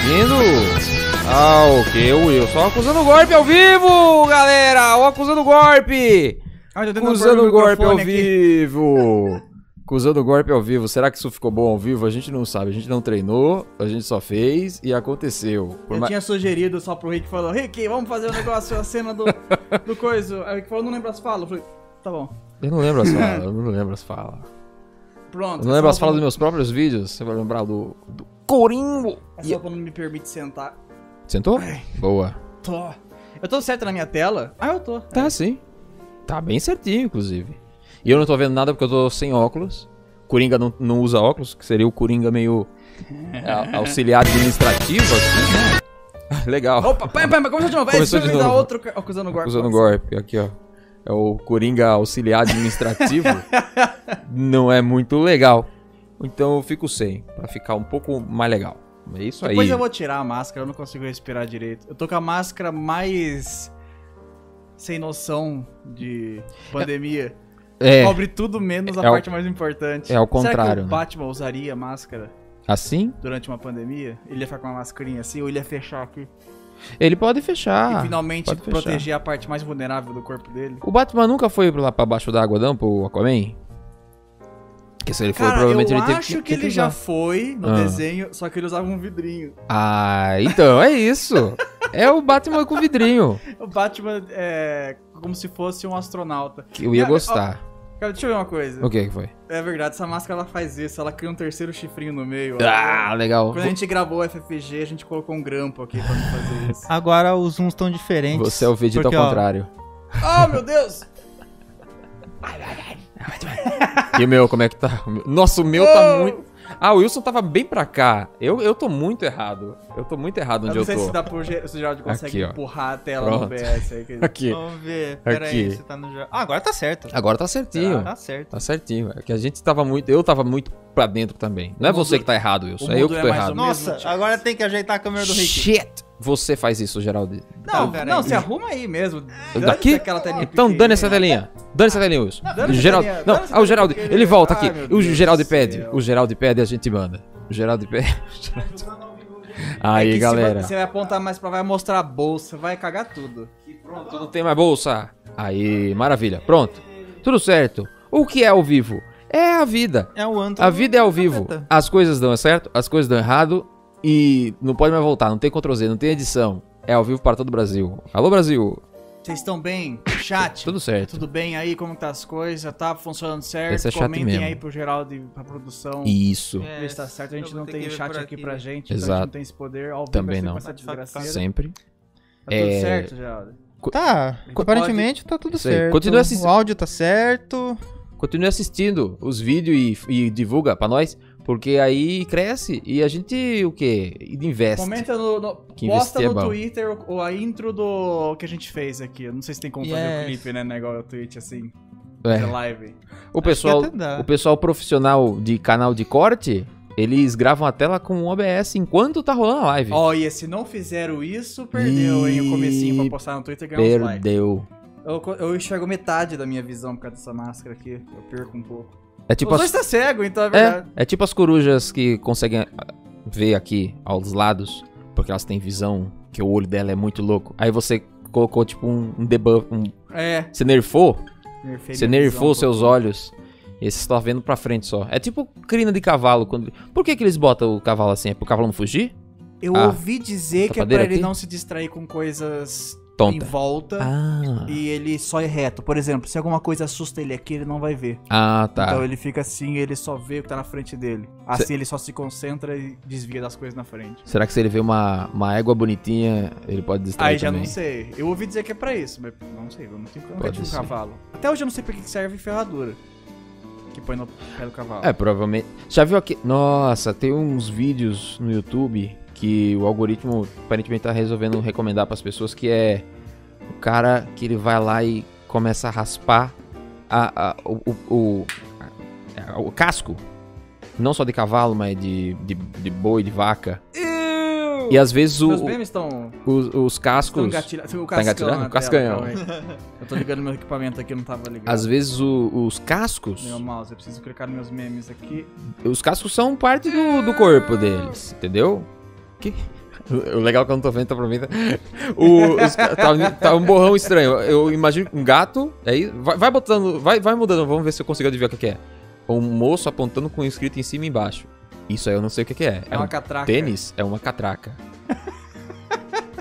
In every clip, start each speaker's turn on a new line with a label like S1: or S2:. S1: vivo. Ah, o que, Wilson? Acusando o golpe ao vivo, galera! O acusando o golpe!
S2: Ah, eu tô tentando
S1: Acusando
S2: pôr
S1: o
S2: o
S1: golpe ao
S2: microfone aqui.
S1: vivo! Acusando o golpe ao vivo. Será que isso ficou bom ao vivo? A gente não sabe. A gente não treinou, a gente só fez e aconteceu. Por
S2: Eu
S1: ma-
S2: tinha sugerido só pro Rick, falou, Rick, vamos fazer o negócio, a cena do, do coisa. Aí o Rick falou, não lembro as falas. Eu falei, tá bom.
S1: Eu não lembro as falas, eu não lembro as falas.
S2: Pronto.
S1: Eu não lembro
S2: é
S1: as
S2: só
S1: falas dos
S2: pra-
S1: meus próprios vídeos. Você vai lembrar do, do Corimbo.
S2: É só pra não me permite sentar.
S1: Sentou? Boa.
S2: Tô. Eu tô certo na minha tela? Ah, eu tô.
S1: Tá sim. Tá bem certinho, inclusive. E eu não tô vendo nada porque eu tô sem óculos. Coringa não, não usa óculos, que seria o Coringa meio a- auxiliar administrativo assim, né? Ah, Legal.
S2: Opa, pai, pai, mas começou de novo. Vai,
S1: Começou
S2: deixa eu
S1: de
S2: me dar
S1: novo.
S2: outro ca- acusando o golpe.
S1: Usando o golpe, aqui ó. É o Coringa auxiliar administrativo. não é muito legal. Então eu fico sem, pra ficar um pouco mais legal. É isso aí.
S2: Depois eu vou tirar a máscara, eu não consigo respirar direito. Eu tô com a máscara mais sem noção de pandemia.
S1: É,
S2: Cobre tudo menos a
S1: É ao-
S2: parte mais importante.
S1: é
S2: Será
S1: ao
S2: que
S1: contrário,
S2: o
S1: né?
S2: Batman usaria máscara
S1: assim?
S2: durante uma pandemia? Ele ia ficar com uma mascarinha assim ou ele ia fechar aqui?
S1: Ele pode fechar.
S2: e finalmente
S1: Ah, pode fechar.
S2: proteger a parte mais vulnerável do corpo dele?
S1: O Batman nunca foi lá pra baixo da água, não, pro Aquaman? Porque se ele for,
S2: Cara, eu
S1: provavelmente ele teve
S2: acho que, ele
S1: teve
S2: já
S1: usar.
S2: foi no
S1: Ah.
S2: desenho, só que ele usava um vidrinho.
S1: Ah, então, é isso. é o Batman com vidrinho.
S2: O Batman é como se fosse um astronauta.
S1: Que eu ia
S2: Cara,
S1: gostar.
S2: Cara, deixa eu ver uma coisa.
S1: O que que foi?
S2: É verdade, essa máscara ela faz isso, ela cria um terceiro chifrinho no meio.
S1: Ah, legal.
S2: Quando a gente gravou o FFG, a gente colocou um grampo aqui pra não fazer isso.
S3: Agora os zooms estão diferentes.
S1: Você é o Vegeta
S3: porque,
S1: ao
S3: ó,
S1: contrário.
S2: Ah, meu Deus!
S1: E o meu, como é que tá? O meu- Nossa, o meu tá muito. Ah, o Wilson tava bem pra cá. Eu, eu tô muito errado. Eu tô muito errado
S2: Eu
S1: onde
S2: não
S1: eu,
S2: sei
S1: tô.
S2: se, dá pro, Ge- se o Geraldo consegue
S1: Aqui, ó.
S2: empurrar a tela no
S1: Pronto.
S2: OBS. Aí, que...
S1: Aqui.
S3: Vamos ver. Pera
S1: Aqui.
S3: aí, você tá no jo- Ah, agora tá certo.
S1: Agora tá certinho.
S3: Tá certo.
S1: Tá certinho. É que a gente tava muito. Eu tava muito pra dentro também. Não é
S2: O mundo-
S1: você que tá errado, Wilson.
S2: o
S1: É eu
S2: mundo
S1: que
S2: é
S1: tô
S2: mais
S1: errado.
S2: ou
S3: Nossa,
S2: Mesmo, tipo.
S3: agora tem que ajeitar a câmera do Rick.
S1: Shit! Você faz isso, Geraldo.
S2: Não,
S3: Tá,
S2: não,
S3: peraí.
S2: se arruma aí mesmo. Dane-se
S1: Daqui?
S2: aquela telinha
S1: Então
S2: pequenininha.
S1: dane essa telinha. Dane essa telinha, Wilson.
S2: dane
S1: O
S2: essa
S1: Geraldo.
S2: telinha,
S1: Não,
S2: dane essa
S1: ah, o
S2: telinha,
S1: Geraldo.
S2: porque
S1: Ele volta aqui.
S2: Ai, meu
S1: O
S2: Deus
S1: Geraldo
S2: do
S1: pede.
S2: céu.
S1: O Geraldo pede e a gente manda. O Geraldo pede.
S2: É que
S1: Aí,
S2: se
S1: galera.
S2: Você vai apontar mais pra vai mostrar a bolsa, vai cagar tudo.
S1: Pronto, não tem mais bolsa. Aí, maravilha. Pronto. Tudo certo. O que é ao vivo? É a vida.
S3: É o Antônio.
S1: A vida é ao vivo.
S2: Tá
S1: As coisas dão certo, as coisas dão errado e não pode mais voltar. Não tem Ctrl Z, não tem edição. É ao vivo para todo o Brasil. Alô, Brasil.
S2: Vocês estão bem? Chat?
S1: Tudo certo.
S2: Tudo bem aí? Como que tá as coisas? Tá funcionando certo?
S1: Esse é chato
S2: Comentem
S1: mesmo.
S2: aí pro Geraldo e pra produção.
S1: Isso.
S3: É,
S2: Vê se tá certo, a gente
S3: eu vou
S2: não
S3: ter
S2: tem
S3: que
S2: o
S3: ver
S2: chat
S3: por
S2: aqui pra gente, então a gente
S1: Exato.
S2: não tem esse poder. Ao vivo é
S1: Também
S2: sempre
S1: não.
S2: essa desgraceira.
S1: Sempre.
S2: Tá tudo
S1: É.
S2: certo, Geraldo?
S3: Tá,
S2: Pode-
S3: aparentemente tá tudo
S1: Sei.
S3: certo.
S1: Continua assim. assistindo.
S3: O áudio tá certo.
S1: Continue assistindo os vídeos e, e divulga pra nós, porque aí cresce e a gente o quê? Investe.
S2: Comenta no. no-
S1: Que
S2: posta
S1: investir é
S2: no
S1: bom.
S2: Twitter o- o- a intro do que a gente fez aqui. Eu não sei se tem como fazer o
S3: Yes.
S2: clipe, né? Negócio o Twitch assim,
S1: É.
S2: de live.
S1: O pessoal,
S3: até dá.
S1: o pessoal profissional de canal de corte, eles gravam a tela com um o OBS enquanto tá rolando a live.
S2: Olha, se não fizeram isso, perdeu, hein? O comecinho pra postar no Twitter e ganhar é uns likes.
S1: Perdeu.
S2: Eu, co- eu enxergo metade da minha visão por causa dessa máscara aqui. Eu perco um pouco.
S1: É tipo
S2: Os
S1: as,
S2: dois tá cego, então é
S1: é,
S2: verdade.
S1: é tipo as corujas que conseguem ah, ver aqui aos lados, porque elas têm visão, que o olho dela é muito louco. Aí você colocou tipo um, um debuff, um,
S2: É.
S1: você nerfou
S2: nerfei
S1: Você
S2: minha visão
S1: nerfou
S2: um
S1: seus
S2: pouquinho.
S1: olhos. E você só vendo pra frente só. É tipo crina de cavalo. Quando... Por que, que eles botam o cavalo assim? É pro cavalo não fugir?
S2: Eu
S1: Ah,
S2: ouvi dizer que é pra
S1: tapadeira
S2: ele
S1: aqui?
S2: não se distrair com coisas em
S1: Tonta.
S2: volta
S1: Ah,
S2: e ele só é reto. Por exemplo, se alguma coisa assusta ele aqui, ele não vai ver.
S1: ah, tá.
S2: Então ele fica assim, ele só vê o que tá na frente dele. Assim ele só se concentra e desvia das coisas na frente.
S1: Será que se ele vê uma, uma égua bonitinha, ele pode distrair
S2: Aí já
S1: Tá, também?
S2: não sei. Eu ouvi dizer que é pra isso, mas não sei, eu não tenho como
S1: Pode
S2: com um
S1: ser.
S2: cavalo. Até hoje eu não sei pra que que serve ferradura. Que põe no pé do cavalo.
S1: É, provavelmente. Já viu aqui? Nossa, tem uns vídeos no YouTube que o algoritmo aparentemente tá resolvendo recomendar pras pessoas que é o cara que ele vai lá e começa a raspar a, a- o, o, o- a- o casco. Não só de cavalo, mas de, de, de boi, de vaca. E às vezes o-
S2: Meus memes estão
S1: os, os
S2: Tô
S1: cascos.
S2: engatilhado. Tem o
S1: Tá
S2: cascão.
S1: engatilhado?
S2: na
S1: Cascanhão.
S2: tela, calma aí. eu tô ligando meu equipamento aqui, eu não tava ligado.
S1: Às vezes o- os cascos.
S2: Meu mouse, eu preciso clicar nos meus memes aqui.
S1: Os cascos são parte do, do corpo deles, entendeu? Que? O legal é que eu não tô vendo, tá pra mim. Tá, o, os ca- tá- tá um borrão estranho. Eu imagino um gato. Aí vai, vai botando, vai, vai mudando. Vamos ver se eu consigo adivinhar o que, que é. Um moço apontando com escrito em cima e embaixo. Isso aí eu não sei o que, que é.
S2: É uma catraca.
S1: Tênis é uma catraca.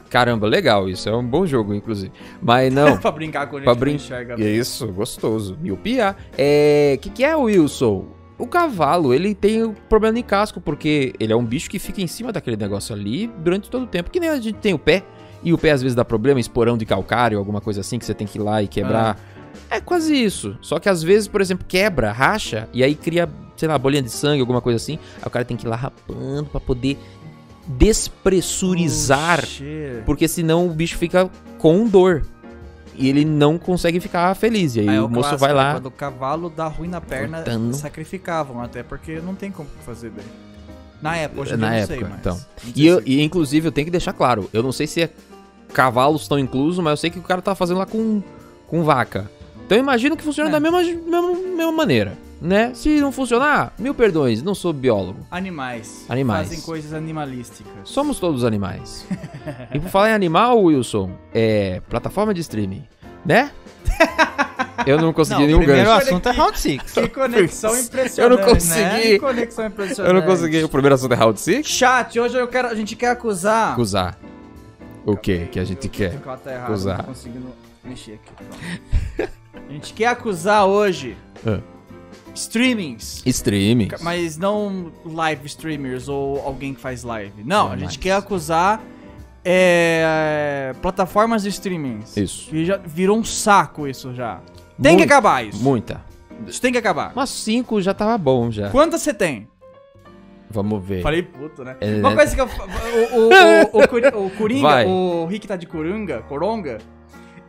S1: Caramba, legal isso. É um bom jogo, inclusive. Mas não.
S2: pra brincar com a gente
S1: Pra
S2: que
S1: brin-
S2: não enxerga.
S1: E é isso, gostoso. Miopia. É. O que, que é, Wilson? O cavalo, ele tem um problema de casco, porque ele é um bicho que fica em cima daquele negócio ali durante todo o tempo. Que nem a gente tem o pé. E o pé às vezes dá problema, esporão de calcário, alguma coisa assim, que você tem que ir lá e quebrar. É quase isso. Só que às vezes, por exemplo, quebra, racha, e aí cria, sei lá, bolinha de sangue, alguma coisa assim. Aí o cara tem que ir lá rapando pra poder despressurizar
S2: Puxa.
S1: porque senão o bicho fica com dor. E ele não consegue ficar feliz. E aí
S2: é
S1: o moço
S2: clássico,
S1: vai
S2: né?
S1: lá.
S2: Quando o cavalo dá ruim na perna,
S1: Cortando.
S2: sacrificavam, até porque não tem como fazer bem. Na época, hoje em
S1: Na
S2: dia eu não
S1: época,
S2: sei, mas.
S1: então.
S2: não sei
S1: E, eu-
S2: se- é.
S1: e, inclusive eu tenho que deixar claro, eu não sei se é cavalos estão inclusos, mas eu sei que o cara tá fazendo lá com, com vaca. Então eu imagino que funciona
S2: É.
S1: da mesma, mesma, mesma maneira, né? Se não funcionar, mil perdões, não sou biólogo.
S2: Animais.
S1: Animais.
S2: Fazem coisas animalísticas.
S1: Somos todos animais. e por falar em animal, Wilson, é plataforma de streaming, né? Eu não consegui
S2: Não,
S1: nenhum
S3: Primeiro
S1: um gancho.
S2: Olha
S3: assunto é
S2: aqui.
S3: Round 6.
S2: Que conexão impressionante. Né?
S1: consegui.
S2: Que conexão impressionante.
S1: Eu não consegui. O primeiro assunto é Round Six?
S2: Chat, hoje eu quero, a gente quer acusar.
S1: acusar o que que a gente
S2: Eu-
S1: quer.
S2: eu Tá errado,
S1: acusar.
S2: Não tô conseguindo mexer aqui. pronto. a gente quer acusar hoje
S1: Ah.
S2: streamings.
S1: Streaming.
S2: Mas não live streamers ou alguém que faz live. Não, a
S1: Jamais.
S2: gente quer acusar é, plataformas de streamings.
S1: Isso.
S2: Que já virou um saco isso já. Tem que
S1: Muito,
S2: acabar isso.
S1: Muita.
S2: Isso tem que acabar.
S1: Mas 5 já tava bom já.
S2: Quantas você tem?
S1: Vamos ver.
S2: Falei puto, né?
S1: É,
S2: Uma
S1: né?
S2: coisa que eu. fa- O, o, o, o, Cori- o Coringa,
S1: Vai.
S2: o Rick tá de Coringa, Coronga.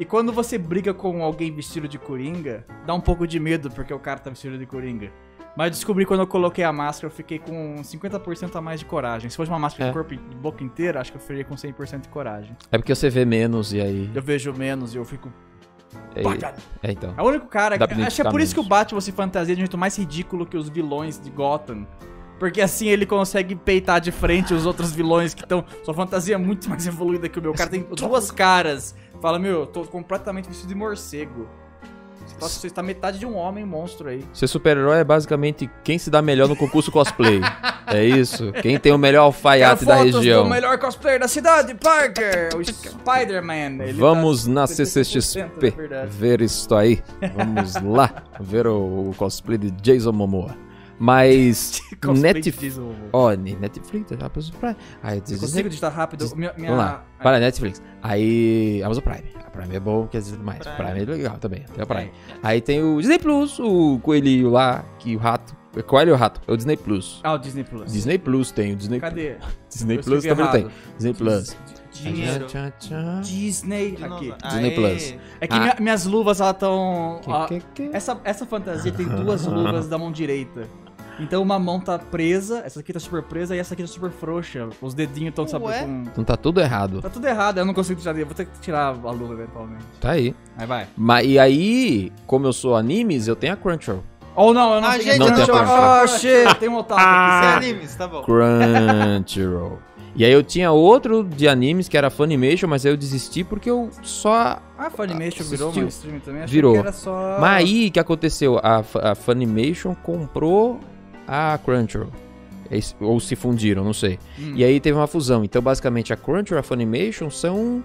S2: E quando você briga com alguém vestido de Coringa, dá um pouco de medo, porque o cara tá vestido de Coringa. Mas descobri quando eu coloquei a máscara, eu fiquei com 50% a mais de coragem. Se fosse uma máscara
S1: É.
S2: de corpo e de boca inteira, acho que eu ficaria com 100% de coragem.
S1: É porque você vê menos e aí.
S2: Eu vejo menos e eu fico.
S1: É,
S2: É,
S1: é então.
S2: o único cara.
S1: Dá pra
S2: Acho que é por
S1: identificar
S2: isso que o Batman se fantasia de um jeito mais ridículo que os vilões de Gotham. Porque assim ele consegue peitar de frente os outros vilões que estão. Sua fantasia é muito mais evoluída que o meu. O cara tem duas caras. Fala, meu, eu tô completamente vestido de morcego. Você tá, você tá metade de um homem monstro aí.
S1: Ser super-herói é basicamente quem se dá melhor no concurso cosplay. é isso. Quem tem o melhor alfaiate da região.
S2: do melhor cosplayer da cidade, Parker! O Spider-Man. Ele tá
S1: Vamos
S2: 35%
S1: na CCXP
S2: da verdade.
S1: ver isso aí. Vamos lá ver o, o cosplay de Jason Momoa. Mas
S2: Cosplay de
S1: Netflix,
S2: Diesel.
S1: ó, Netflix, Amazon Prime. Aí,
S2: Eu consigo digitar rápido. Minha, minha... é,
S1: Vamos lá. Vai lá, Netflix. Aí, Amazon Prime. A Prime é bom, quer dizer mais. Prime, Prime é legal também. Tem a Prime.
S2: É.
S1: Aí tem o Disney Plus, o coelhinho lá, que o rato. Coelho ou rato? É o Disney Plus.
S2: Ah, o Disney Plus.
S1: Disney Plus tem, o Disney
S2: Cadê?
S1: Disney
S2: Eu
S1: Plus
S2: escrevi
S1: também tem.
S2: errado.
S1: Disney Plus.
S2: Dis- Dinheiro. é
S1: Tchan, tchan, tchan.
S2: Disney
S3: De
S2: aqui.
S3: novo.
S1: Disney
S3: Aê.
S1: Plus.
S2: É que
S1: Ah.
S2: minha- minhas luvas, elas estão...
S1: Que, é? que, que?
S2: Essa, essa fantasia tem duas luvas da mão direita. Então uma mão tá presa, essa aqui tá super presa e essa aqui tá super frouxa. Os dedinhos estão, sabe,
S3: Ué?
S2: com...
S1: Então tá tudo errado.
S2: Tá tudo errado, eu não consigo tirar, eu vou ter que tirar a luva eventualmente.
S1: Tá aí.
S2: Aí vai.
S1: Mas, e aí, como eu sou animes, eu tenho a Crunchyroll.
S2: Ou não, eu não
S3: Ah,
S2: tenho.
S3: gente,
S1: Não eu tem não Ah. tenho
S2: Ah,
S3: a cor.
S2: shit, tem um otaku
S3: Isso é
S2: aqui. sério.
S3: animes, tá bom.
S1: Crunchyroll. E aí eu tinha outro de animes que era Funimation, mas aí eu desisti porque eu só
S2: Ah, Funimation virou
S1: Assistiu.
S2: mainstream também? Achei
S1: Virou.
S2: que era só...
S1: Mas aí o que aconteceu? A, F- a Funimation comprou a Crunchyroll. É isso- Ou se fundiram, não sei.
S2: Hum.
S1: E aí teve uma fusão. Então, basicamente, a Crunchyroll e a Funimation são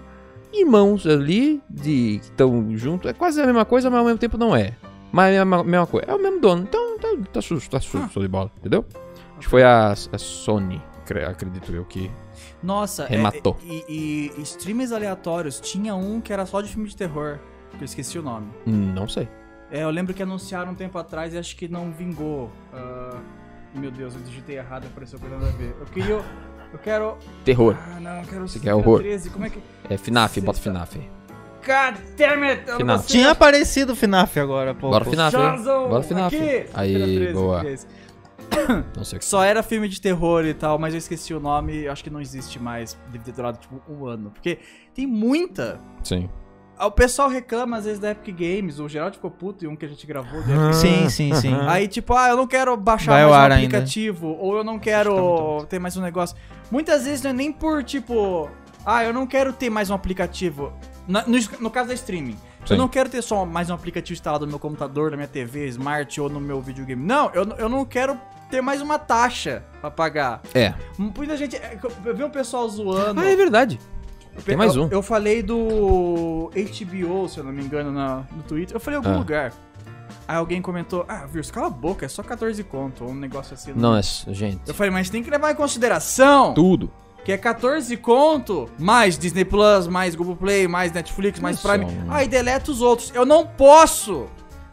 S1: irmãos ali, de, que estão junto. É quase a mesma coisa, mas ao mesmo tempo não é. Mas é a mesma, mesma coisa. É o mesmo dono. Então, tá, tá susto, tá
S2: Ah.
S1: susto, show de bola. Entendeu? Acho que foi a, a Sony, cre- acredito eu, que
S2: Nossa, é-
S1: Rematou.
S2: e, e, e streamers aleatórios, tinha um que era só de filme de terror, que eu esqueci o nome.
S1: hum, não sei.
S2: É, eu lembro que anunciaram um tempo atrás e acho que não vingou. Ah, meu Deus, eu digitei errado, apareceu coisa nada a ver. Eu queria. Eu quero.
S1: Terror.
S2: Ah, não, eu quero.
S1: Você quer horror?
S2: 13, como é que.
S1: É FNAF, bota
S2: Sexta-
S1: FNAF.
S2: God damn it! eu não
S1: Final.
S2: consigo-
S3: Tinha aparecido o FNAF agora, pô.
S1: Bora FNAF. hein?
S2: Shazam,
S1: Bora FNAF.
S2: aqui,
S1: Aí,
S2: sexta-feira 13,
S1: boa.
S2: que é esse.
S1: Não sei o que.
S2: Só era filme de terror e tal, mas eu esqueci o nome, eu acho que não existe mais. Deve ter durado tipo um ano. Porque tem muita.
S1: Sim.
S2: O pessoal reclama às vezes da Epic Games, o Geraldo ficou puto e um que a gente gravou. do Epic.
S3: Ah,
S4: Sim, sim, sim.
S3: aham.
S2: Aí, tipo, ah, eu não quero baixar
S3: Vai ao
S2: mais
S3: ar
S2: um
S3: ainda.
S2: aplicativo, ou eu não quero ter mais um negócio. Muitas vezes não é nem por, tipo, ah, eu não quero ter mais um aplicativo. Na- no, no caso da streaming.
S1: Sim.
S2: Eu não quero ter só mais um aplicativo instalado no meu computador, na minha TV, smart ou no meu videogame. Não, eu, n- eu não quero ter mais uma taxa pra pagar.
S1: É.
S2: Muita gente. é, Eu eu vi um pessoal zoando.
S1: Ah, é verdade. Tem mais um.
S2: Eu, eu falei do HBO, se eu não me engano, na- no Twitter. Eu falei em algum
S1: Ah.
S2: lugar. Aí alguém comentou, ah, Virso, cala a boca, é só 14 conto, ou um negócio assim.
S1: Não, é, gente.
S2: Eu falei, mas tem que levar em consideração
S1: Tudo.
S2: que é 14 conto, mais Disney Plus, mais Google Play, mais Netflix, mais
S1: Olha
S2: Prime.
S1: só, mano.
S2: Aí deleta os outros. Eu não posso!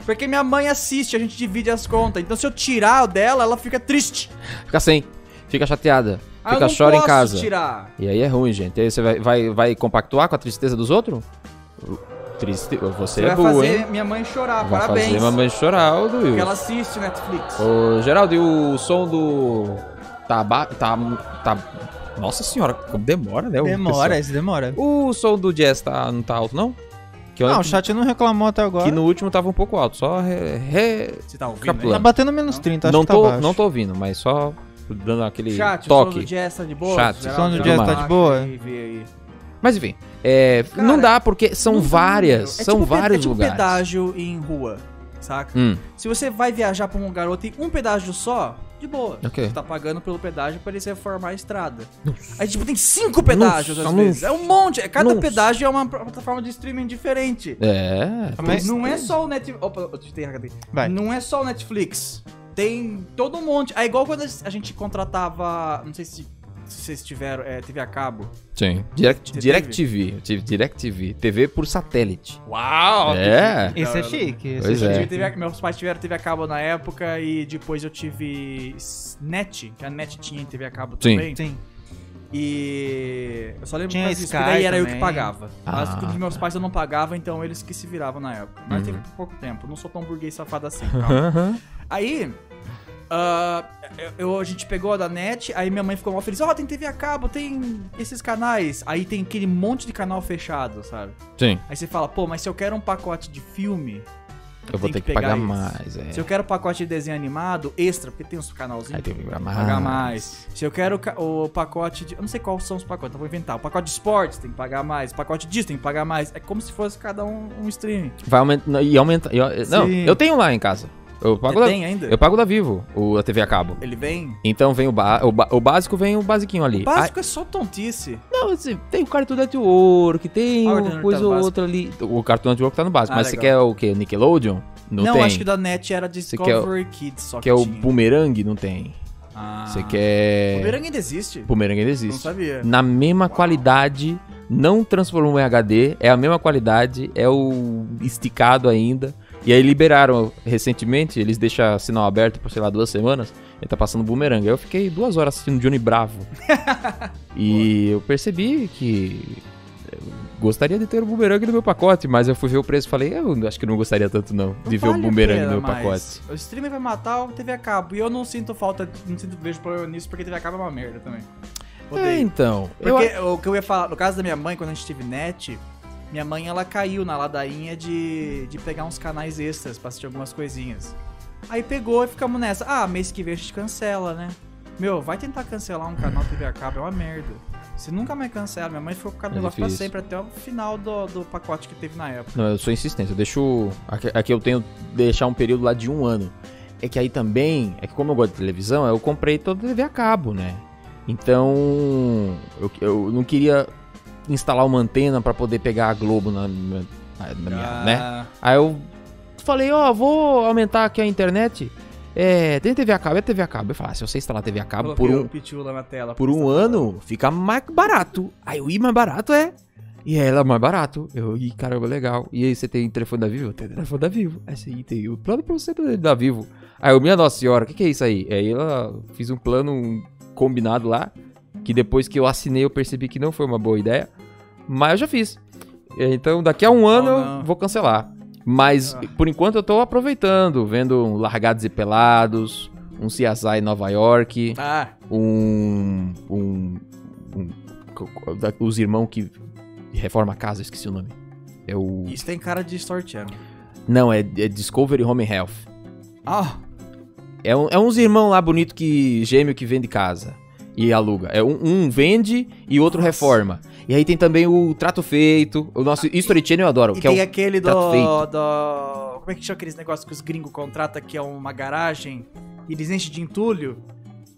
S2: Porque minha mãe assiste, a gente divide as contas. Então se eu tirar o dela, ela fica triste.
S1: Fica sem. Fica chateada.
S2: Aí Ah, eu
S1: Fica
S2: não
S1: chora em
S2: posso
S1: casa.
S2: tirar.
S1: E aí é ruim, gente. E aí você vai, vai, vai compactuar com a tristeza dos outros? Triste. Você,
S2: Você
S1: é
S2: vai
S1: boa,
S2: fazer
S1: hein?
S2: minha mãe chorar,
S1: Vai
S2: parabéns.
S1: fazer mamãe chorar, ô, do Will.
S2: Porque ela assiste Netflix.
S1: Ô, Geraldo, e o som do. Taba. Tá. tá... Nossa senhora, como demora, né? o
S3: Demora,
S1: pessoal.
S3: isso demora.
S1: O som do jazz tá, não tá alto, não? Que, eu-
S3: Não, o chat não reclamou até agora.
S1: que no último tava um pouco alto, só. Re... re-
S2: Você tá ouvindo?
S1: Capulano.
S3: Tá batendo menos 30, acho
S1: Não,
S3: que tá
S1: tô,
S3: baixo.
S1: não tô ouvindo, mas só dando aquele
S2: aí? Chat, o som
S1: toque.
S2: do Jazz tá de boa?
S1: Chat,
S2: Geraldo?
S1: o
S3: som do
S2: Geraldo,
S3: jazz tá
S2: baixa
S3: de boa?
S2: aí, vê aí.
S1: Mas enfim, é,
S2: Cara,
S1: não dá porque são
S2: Não,
S1: várias,
S2: é
S1: são
S2: tipo pe-
S1: vários
S2: é tipo
S1: lugares.
S2: pedágio em rua, saca?
S1: Hum,
S2: Se você vai viajar pra um lugar ou tem um pedágio só, de boa.
S1: Ok.
S2: Você tá pagando pelo pedágio pra eles reformar a estrada. Aí, tipo, tem cinco pedágios
S1: Nossa,
S2: às vezes. É um monte. é- Cada
S1: Nossa.
S2: pedágio é uma plataforma de streaming diferente.
S1: é,
S3: Mas-
S2: não é só o Netflix. Opa, eu digitei errado.
S3: Vai.
S2: Não é só o Netflix. Tem todo um monte. É igual quando a gente contratava. Não sei se, se vocês tiveram. É, TV a cabo.
S1: sim. Direct,
S2: Você
S1: DirecTV, eu tive DirecTV, TV por satélite.
S2: Uau!
S1: É.
S3: Esse é chique. Esse
S1: Pois
S2: Eu
S1: é.
S2: tive TV a- meus pais tiveram TV a cabo na época e depois eu tive s- Net, que a Net tinha em TV a cabo
S1: Sim.
S2: também.
S3: Sim.
S2: E eu só lembro
S3: Tinha
S2: por causa disso, que
S3: Sky
S2: daí era eu que
S3: também.
S2: pagava. Mas
S1: Ah,
S2: os dos meus pais eu não pagava, então eles que se viravam na época. Mas
S1: Uhum.
S2: teve pouco tempo, não sou tão burguês safado assim. calma. Aí, ah, eu, a gente pegou a da net, aí minha mãe ficou mal feliz. Ó, tem TV a cabo, tem esses canais. Aí tem aquele monte de canal fechado, sabe?
S1: Sim,
S2: Aí você fala, pô, mas se eu quero um pacote de filme...
S1: eu vou
S2: tenho
S1: ter que, pagar
S2: isso.
S1: mais, é.
S2: Se eu quero um pacote de desenho animado, extra, porque tem uns canalzinhos...
S1: Aí tem que pagar mais.
S2: Pagar mais. Se eu quero ca- o pacote de. Eu não sei quais são os pacotes, então vou inventar. O pacote de esportes tem que pagar mais. O pacote disso tem que pagar mais. É como se fosse cada um um streaming.
S1: Vai aumentando e aumenta. e au- não,
S2: Sim.
S1: eu tenho lá em casa. Eu pago
S2: Você
S1: da,
S2: tem ainda?
S1: eu pago da Vivo, o, a TV a cabo.
S2: Ele vem.
S1: Então vem o, ba, o, ba- o básico, vem o basiquinho ali.
S2: O básico é só tontice.
S1: Ah, não, assim, tem o Cartoon Network, tem
S2: Ah, o
S1: uma
S2: Cartoon
S1: coisa
S2: tá no
S1: ou
S2: básico.
S1: outra ali. O Cartoon Network tá no básico,
S2: Ah,
S1: mas você
S2: legal.
S1: quer o quê? Nickelodeon? Não,
S2: Não,
S1: tem.
S2: acho que o da net era
S1: quer o-
S2: Discovery Kids, só que.
S1: Que é o
S2: tinha.
S1: Boomerang, não tem.
S2: Ah.
S1: Você quer.
S2: Boomerang ainda existe?
S1: Boomerang ainda
S2: Não
S1: existe.
S2: sabia.
S1: Na mesma qualidade, não transformou em HD, é a mesma qualidade, é o esticado ainda. E aí liberaram recentemente, eles deixam sinal aberto por, sei lá, duas semanas, ele tá passando boomerang. Aí eu fiquei duas horas assistindo Johnny Bravo. e eu percebi que eu gostaria de ter o boomerang no meu pacote, mas eu fui ver o preço e falei, eu acho que não gostaria tanto não, de
S2: Não
S1: ver o
S2: vale a
S1: boomerang no
S2: pena
S1: meu
S2: mais.
S1: pacote.
S2: O streaming vai matar o TV a cabo. E eu não sinto falta, não sinto vejo problema nisso, porque TV a cabo é uma merda também.
S1: É,
S2: Odeio.
S1: então. eu
S2: Porque o que eu ia falar, no caso da minha mãe, quando a gente teve net, minha mãe ela caiu na ladainha de, de pegar uns canais extras pra assistir algumas coisinhas. Aí pegou e ficamos nessa. Ah, mês que vem a gente cancela, né? Meu, vai tentar cancelar um canal TV a cabo, é uma merda. Você nunca mais cancela. Minha mãe ficou com cada
S1: É
S2: negócio pra
S1: difícil.
S2: sempre, até o final do, do pacote que teve na época.
S1: Não, eu sou insistente. Eu deixo. Aqui, aqui eu tenho deixar um período lá de um ano. É que aí também. É que como eu gosto de televisão, eu comprei toda a TV a cabo, né? Então. Eu, eu não queria instalar uma antena pra poder pegar a Globo na, minha- na minha.
S2: Ah.
S1: né? Aí eu falei, ó, vou aumentar aqui a internet. É, tem TV a cabo, é TV a cabo. Eu falei, ah, se você instalar TV a cabo por um,
S2: pitula na tela.
S1: por um ano, fica mais barato. Aí o I mais barato é. E ela é mais barato. Eu, ih, caramba, legal. E aí você tem telefone da Vivo? Eu tenho telefone da Vivo. Aí você "Ih, tem o plano pra você ter da Vivo. Aí eu, minha nossa senhora, o que, que é isso aí? Aí ela fiz um plano um combinado lá. Que depois que eu assinei, eu percebi que não foi uma boa ideia. Mas eu já fiz. Então daqui a um ano eu
S2: não.
S1: vou cancelar. Mas
S2: Ah.
S1: por enquanto eu tô aproveitando, vendo um Largados e Pelados, um CSI em Nova York
S2: Ah,
S1: um, um, um- co- co- da- os irmãos que reforma a casa, esqueci o nome. É o...
S2: Isso tem cara de Story Channel.
S1: Não, é, é Discovery Home Health.
S2: Ah,
S1: É, um- é uns irmãos lá bonito que gêmeo que vende casa e aluga. É um, um vende e outro
S2: Nossa. Ah,
S1: reforma. E aí tem também o Trato Feito. O nosso History Channel eu adoro.
S2: e
S1: que é
S2: tem
S1: o...
S2: aquele do,
S1: trato feito.
S2: do- Como é que chama aqueles negócios que os gringos contratam que é uma garagem e eles enchem de entulho?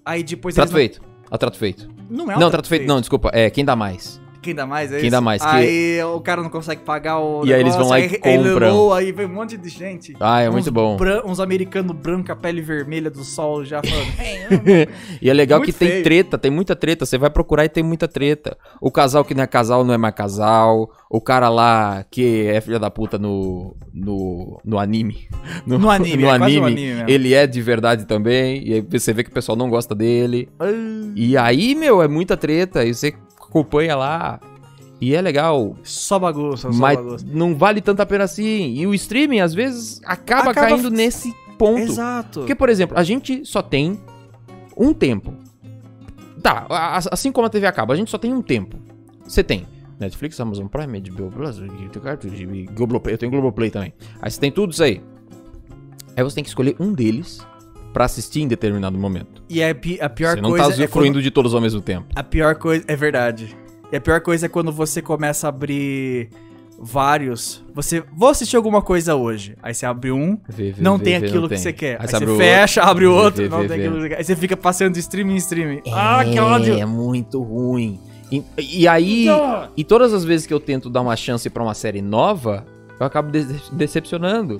S2: Aí depois
S1: Trato
S2: eles
S1: Feito. É o Trato Feito.
S2: não... Não é um
S1: Não, Trato Feito não, desculpa. É, quem dá mais.
S2: Quem dá mais, é
S1: Quem
S2: isso?
S1: dá mais, que-
S2: Aí o cara não consegue pagar o
S1: E aí eles vão lá e
S2: negócio, aí ele
S1: compram.
S2: leilou, aí vem um monte de gente.
S1: Ah, é
S2: Uns
S1: muito bom.
S2: bran- uns americanos branco, a pele vermelha do sol já falando. "Hey,
S1: E é legal
S2: Muito
S1: que
S2: feio.
S1: tem treta, tem muita treta. Você vai procurar e tem muita treta. O casal que não é casal não é mais casal. O cara lá que é filha da puta no. no. no anime.
S2: No anime,
S1: no
S2: é quase um
S1: anime,
S2: anime mesmo.
S1: ele é de verdade também. E aí você vê que o pessoal não gosta dele.
S2: eu-
S1: E aí, meu, é muita treta. E você acompanha lá. E é legal.
S2: Só bagunça, só
S1: Mas
S2: bagunça.
S1: não vale tanto a pena assim. E o streaming, às vezes, acaba,
S2: Acaba-
S1: caindo nesse ponto.
S2: Exato.
S1: Porque, por exemplo, a gente só tem um tempo. Tá, a- a- assim como a TV acaba, a gente só tem um tempo. Você tem Netflix, Amazon Prime, HBO Plus, Globoplay, eu tenho Globoplay também. Aí você tem tudo isso aí. Aí você tem que escolher um deles pra assistir em determinado momento.
S2: E a, pi- a pior
S1: Você não tá
S2: coisa é
S1: usufruindo
S2: quando,
S1: de todos ao mesmo tempo.
S2: a pior coisa é verdade. E a pior coisa é quando você começa a abrir vários. Você vou assistir alguma coisa hoje. Aí você abre um, não tem aquilo que você quer. Aí, você fecha, abre o
S1: Vê,
S2: outro,
S1: vê,
S2: não
S1: vê,
S2: tem
S1: vê.
S2: aquilo que você quer. Aí você fica passando de streaming em streaming. Ah, que ódio.
S1: É muito ruim. E, e aí,
S2: Então-
S1: e todas as vezes que eu tento dar uma chance pra uma série nova, eu acabo dece- decepcionando.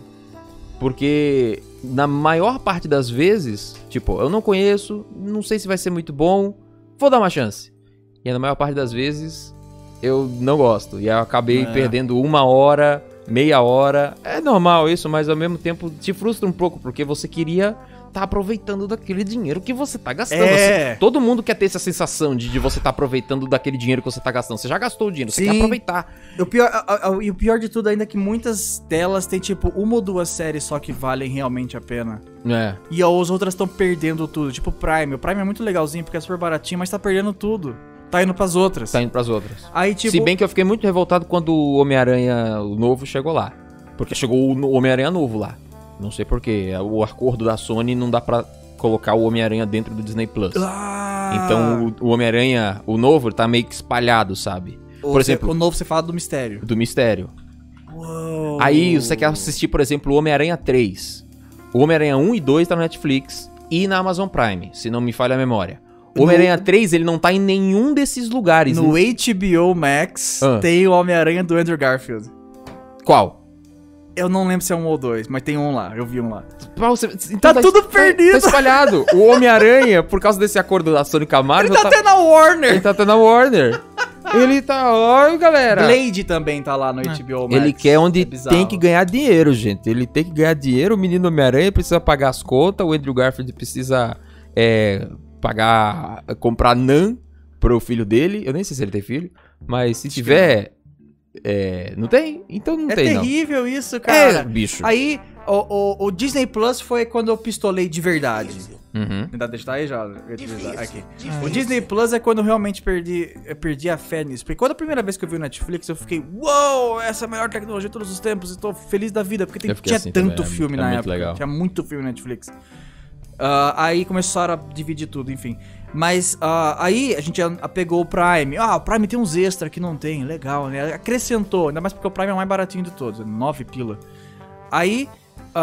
S1: Porque na maior parte das vezes, tipo, eu não conheço, não sei se vai ser muito bom, vou dar uma chance. E na maior parte das vezes, eu não gosto. E aí eu acabei
S2: É.
S1: perdendo uma hora, meia hora. É normal isso, mas ao mesmo tempo te frustra um pouco, porque você queria tá aproveitando daquele dinheiro que você tá gastando.
S2: É.
S1: Você- todo mundo quer ter essa sensação de, de você tá aproveitando daquele dinheiro que você tá gastando. Você já gastou o dinheiro, você
S2: Sim.
S1: quer aproveitar.
S2: O pior, a- a- e o pior de tudo ainda é que muitas delas tem tipo uma ou duas séries só que valem realmente a pena.
S1: É.
S2: E as outras estão perdendo tudo. Tipo o Prime. O Prime é muito legalzinho porque é super baratinho, mas tá perdendo tudo. Tá indo pras outras.
S1: Tá indo pras outras.
S2: Aí, tipo.
S1: Se bem que eu fiquei muito revoltado quando o Homem-Aranha o novo chegou lá. Porque chegou o no- Homem-Aranha novo lá. Não sei porquê. O acordo da Sony não dá pra colocar o Homem-Aranha dentro do Disney Plus.
S2: Ah!
S1: Então o, o Homem-Aranha, o novo, ele tá meio que espalhado, sabe? por exemplo-
S2: O novo você fala do mistério.
S1: Do mistério.
S2: Uou.
S1: Aí você quer assistir, por exemplo, o Homem-Aranha 3. O Homem-Aranha 1 e 2 tá no Netflix e na Amazon Prime, se não me falha a memória. O
S2: No-
S1: Homem-Aranha 3, ele não tá em nenhum desses lugares.
S2: No HBO Max
S1: Ah.
S2: tem o Homem-Aranha do Andrew Garfield.
S1: Qual?
S2: Eu não lembro se é um ou dois, mas tem um lá. Eu vi um lá.
S1: Pra você- então
S2: Tá tudo perdido.
S1: Tá espalhado. O Homem-Aranha, por causa desse acordo da Sony com a Marvel,
S2: Ele tá até na Warner.
S1: ele tá até na Warner. ele tá... Ó, galera.
S2: Blade também tá lá no HBO Max.
S1: Ele quer onde
S2: É bizarro.
S1: tem que ganhar dinheiro, gente. Ele tem que ganhar dinheiro. O menino Homem-Aranha precisa pagar as contas. O Andrew Garfield precisa é, pagar, comprar NAN pro filho dele. Eu nem sei se ele tem filho, mas se tiver. é, não tem? Então não
S2: É
S1: tem, não.
S2: terrível isso,
S1: É,
S2: cara.
S1: bicho.
S2: Aí, o, o- o Disney Plus foi quando eu pistolei de verdade.
S1: Uhum.
S2: Ainda deixar aí já. eu ia te avisar. Aqui. O Disney Plus é quando eu realmente perdi, eu perdi a fé nisso. Porque quando a primeira vez que eu vi o Netflix, eu fiquei, uou, essa é a melhor tecnologia de todos os tempos. e tô feliz da vida, porque tem-
S1: Eu fiquei
S2: tinha
S1: assim
S2: tanto
S1: também, é-
S2: filme
S1: é
S2: na
S1: muito
S2: época.
S1: legal.
S2: Tinha muito filme no Netflix. Ah, aí começaram a dividir tudo, enfim. Mas ah, aí a gente a- a pegou o Prime. Ah, o Prime tem uns extras que não tem, legal, né? Acrescentou, ainda mais porque o Prime é o mais baratinho de todos, é 9 pila. Aí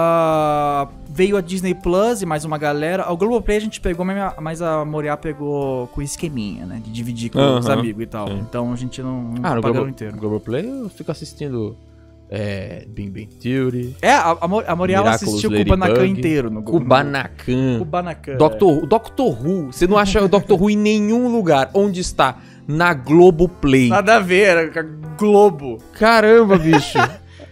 S2: ah, veio a Disney Plus e mais uma galera. O Globoplay a gente pegou, mas a- mas a Moriá pegou com esqueminha, né? De dividir com os
S1: Aham,
S2: amigos e tal.
S1: sim.
S2: Então a gente não, não
S1: Ah, no
S2: pagou
S1: Globo,
S2: inteiro.
S1: Globoplay eu fico assistindo é, Bing Bing Theory,
S2: É, a, a, Mo- a Moriá ela
S1: Miraculous
S2: assistiu o
S1: Ladybug,
S2: Kubanacan inteiro no Globo.
S1: Kubanacan.
S2: Kubanacan.
S1: Doctor, o Doctor Who, você não acha o Doctor Who em nenhum lugar. Onde está? Na Globoplay.
S2: Nada a ver, era com a Globo.
S1: Caramba, bicho.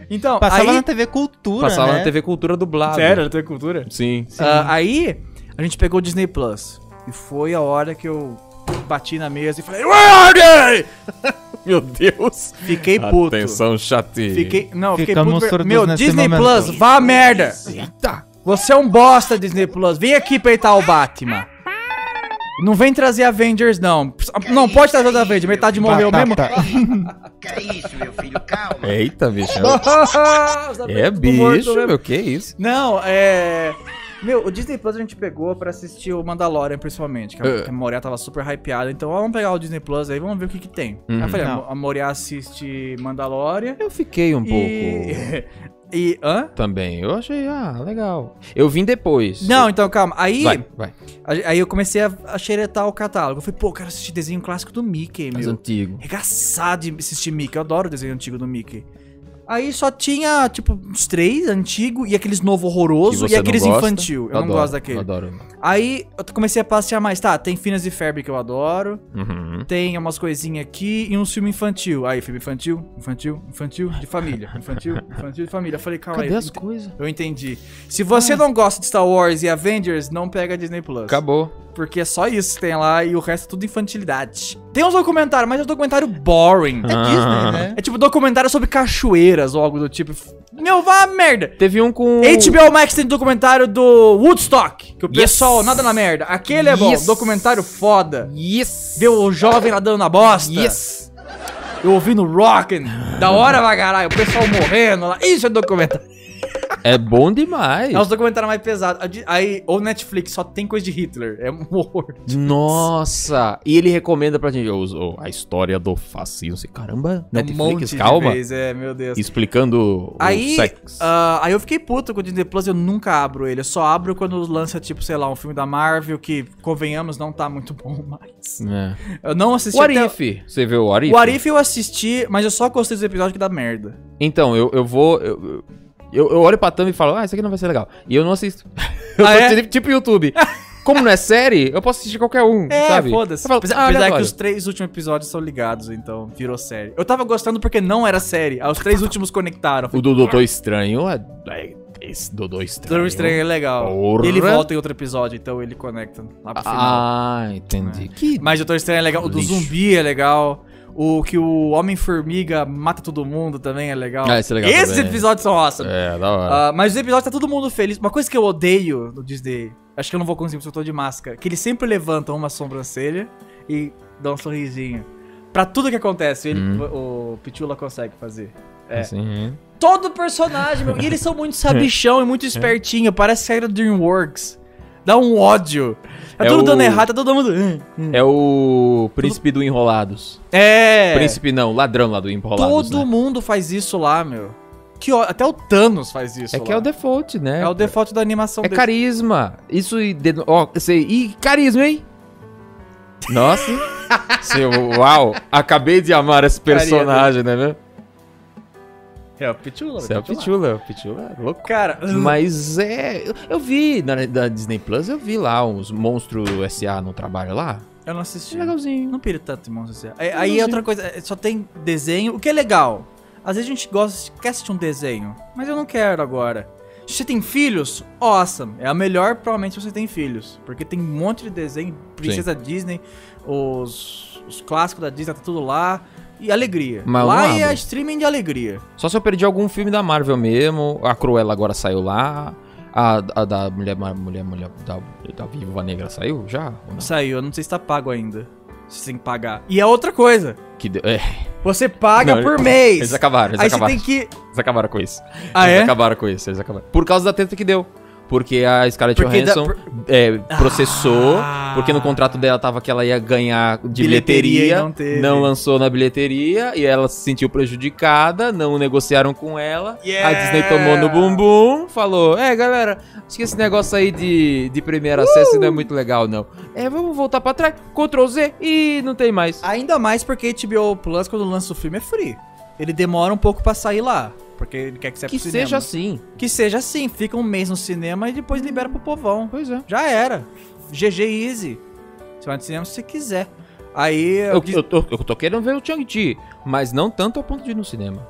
S2: Então,
S3: Passava
S2: aí...
S3: na TV Cultura,
S1: Passava
S3: né?
S1: na TV Cultura dublada.
S2: Sério, era TV Cultura?
S1: Sim. sim.
S2: Ah, aí, a gente pegou o Disney Plus. E foi a hora que eu bati na mesa e falei... "Ordem!"
S1: Meu Deus.
S2: Fiquei puto.
S1: chate.
S2: Fiquei... Não, fiquei
S3: Ficamos
S2: puto. per-
S3: surdos
S2: Meu,
S3: nesse
S2: Disney
S3: momento.
S2: Plus, vá a merda!
S1: Eita.
S2: Você é um bosta, Disney Plus. Vem aqui peitar o Batman. Não vem trazer Avengers, não. Não pode trazer os Avengers, metade
S3: Tá,
S2: morreu mesmo.
S4: Que é isso, meu filho? Calma.
S1: Eita, bicho.
S2: Ah, Os Avengers
S1: É
S2: tudo né? morto
S1: bicho,
S2: mesmo.
S1: meu. Que isso?
S2: Não, é. Meu, o Disney Plus a gente pegou pra assistir o Mandalorian, principalmente. Que a,
S1: É.
S2: que a Moriá tava super hypeada. Então, ó, vamos pegar o Disney Plus aí, vamos ver o que que tem. Aí eu
S1: Uhum.
S2: falei, a
S3: Não.
S2: Mo- a Moriá assiste Mandalorian.
S1: Eu fiquei um pouco
S2: E. e. hã?
S1: também. Eu achei, ah, legal. Eu vim depois.
S2: Não, então calma. Aí,
S1: Vai, vai.
S2: a- aí eu comecei a, a xeretar o catálogo. Eu falei, pô, eu quero assistir desenho clássico do Mickey,
S1: Mais
S2: meu.
S1: antigo.
S2: Regaçado de assistir Mickey. Eu adoro o desenho antigo do Mickey. Aí só tinha, tipo, uns três antigo e aqueles novo horroroso
S1: Que você
S2: e
S1: não
S2: aqueles
S1: gosta.
S2: infantil. Eu não
S1: adoro,
S2: gosto daquele.
S1: Adoro. Uhum.
S2: Aí eu comecei a passear mais. Tá, tem Finas e Ferb que eu adoro.
S1: Uhum.
S2: Tem umas coisinhas aqui e um filme infantil. Aí, filme infantil, infantil, infantil, de família. Infantil, infantil, de família. Eu falei, calma
S1: Cadê
S2: aí.
S1: as coisas?
S2: Eu entendi. Se você não gosta de Star Wars e Avengers, não pega Disney Plus.
S1: Acabou.
S2: Porque é só isso que tem lá e o resto é tudo infantilidade. Tem uns documentários, mas é um documentário boring.
S3: É
S1: Ah.
S3: Disney, né?
S2: É tipo documentário sobre cachoeiras ou algo do tipo. Meu, vá a merda!
S1: Teve um com.
S2: HBO Max tem documentário do Woodstock, que o
S1: Yes.
S2: pessoal nada na merda. Aquele é bom,
S1: Yes.
S2: documentário foda.
S1: Yes!
S2: Deu o jovem nadando na bosta.
S1: Yes!
S2: Eu ouvindo rockin', da hora pra caralho, o pessoal morrendo lá. Isso é documentário.
S1: É bom demais.
S2: É os documentários mais pesados. Aí, ou Netflix, só tem coisa de Hitler. É um horror.
S1: Nossa! E ele recomenda pra gente os- o- a história do fascismo. Assim,
S2: Um
S1: Caramba, Netflix, calma.
S2: vez, é, meu Deus.
S1: Explicando
S2: Aí,
S1: o sexo.
S2: ah, aí eu fiquei puto com o Disney Plus, eu nunca abro ele. Eu só abro quando lança, tipo, sei lá, um filme da Marvel que, convenhamos, não tá muito bom mais.
S1: É.
S2: Eu não assisti
S1: O Arif. Você viu o Arif?
S2: O Arif eu assisti, mas eu só gostei dos episódios que dá merda.
S1: Então, eu, eu vou. Eu, eu, eu olho pra thumb e falo, ah, isso aqui não vai ser legal. E eu não assisto. eu
S2: Ah,
S1: tô
S2: é?
S1: tipo- tipo YouTube. Como não é série, eu posso assistir qualquer um, sabe?
S2: É, foda-se.
S1: Eu falo,
S2: Apesar,
S1: ah,
S2: apesar que
S1: aleatório.
S2: os três últimos episódios são ligados, então virou série. Eu tava gostando porque não era série. Aí os três últimos conectaram.
S1: O do Doutor Estranho é. é- esse Doutor Estranho.
S2: Doutor Estranho é legal.
S1: Porra.
S2: E ele volta em outro episódio, então ele conecta lá pro final.
S1: Ah, entendi. Que
S2: Mas Doutor Estranho é legal. O do
S1: Lixo.
S2: zumbi é legal. O que o Homem-Formiga mata todo mundo também é legal.
S1: Ah, esse é legal
S2: Esses
S1: também.
S2: episódios são awesome.
S1: É, da hora.
S2: Ah, mas os episódios tá todo mundo feliz. Uma coisa que eu odeio no Disney, acho que eu não vou conseguir porque eu tô de máscara, que eles sempre levantam uma sobrancelha e dão um sorrisinho. Pra tudo que acontece, ele,
S1: Uhum.
S2: o, o Pichula consegue fazer. é.
S1: Assim, hein?
S2: Todo personagem, meu, e eles são muito sabichão e muito
S1: É.
S2: espertinho, parece que era Dreamworks. Dá um ódio. Tá
S1: É
S2: tudo dando
S1: o-
S2: errado, tá todo mundo... "Hum, hum".
S1: É o príncipe do Enrolados.
S2: É...
S1: Príncipe não, ladrão lá do Enrolados.
S2: Todo
S1: né?
S2: mundo faz isso lá, meu. Que ó- Até o Thanos faz isso
S1: É
S2: lá.
S1: que é o default, né?
S2: É o default da animação
S1: É
S2: dele.
S1: carisma. Isso e. dedo- Ó, sei. Ih, carisma, hein? Nossa. Seu, uau, acabei de amar esse personagem, né, meu?
S2: É o Pichula.
S1: Você é o Pichula, o Pichula é louco.
S2: Cara,
S1: Mas é. eu- Eu vi na da Disney Plus, eu vi lá uns monstros SA no trabalho lá.
S2: eu não assisti.
S1: Legalzinho.
S2: Não pira tanto em mãos assim. Aí, aí é outra coisa, é, só tem desenho, o que é legal. Às vezes a gente gosta, quer assistir um desenho, mas eu não quero agora. Se você tem filhos, awesome. É a melhor, provavelmente, se você tem filhos. Porque tem um monte de desenho, Princesa Disney, os, os clássicos da Disney, tá tudo lá. E alegria.
S1: Mas eu
S2: lá
S1: não
S2: é
S1: abro.
S2: streaming de alegria.
S1: Só se eu perdi algum filme da Marvel mesmo. A Cruella agora saiu lá. A, a da Mulher, Mar- Mulher, Mulher, da, da Viúva Negra saiu já? Ou não?
S2: Saiu, eu não sei se tá pago ainda. Se tem que pagar. E é outra coisa.
S1: Que deu- é,
S2: Você paga
S1: Não,
S2: por
S1: eles-
S2: mês.
S1: eles acabaram, eles
S2: Aí você
S1: acabaram.
S2: tem que.
S1: Eles acabaram com isso.
S2: Ah,
S1: eles
S2: é?
S1: acabaram com isso, eles acabaram. Por causa da treta que deu. Porque a Scarlett
S2: Porque da-
S1: Johansson é, processou,
S2: Ah.
S1: porque no contrato dela tava que ela ia ganhar de
S2: Bilheteria e
S1: bilheteria,
S2: não teve.
S1: lançou na bilheteria, e ela se sentiu prejudicada, não negociaram com ela.
S2: Yeah.
S1: A Disney tomou no bumbum, falou, é galera, acho que esse negócio aí de, de
S2: Uh!
S1: primeiro acesso não é muito legal não. É, vamos voltar pra trás, Ctrl Z, e não tem mais.
S2: Ainda mais porque HBO Plus, quando lança o filme, é free. Ele demora um pouco pra sair lá. Porque ele quer que você
S1: que
S2: é pro
S1: seja
S2: cinema.
S1: assim.
S2: Que seja assim. Fica um mês no cinema e depois libera pro povão.
S1: Pois é.
S2: Já era. GG Easy. Você vai no cinema se você quiser. Aí.
S1: Eu, eu tô, eu tô querendo ver o Chang-Chi, mas não tanto ao ponto de ir no cinema.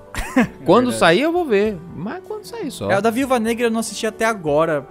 S1: quando
S2: É verdade.
S1: sair, eu vou ver. Mas quando sair só.
S2: É, o da Viúva Negra eu não assisti até agora.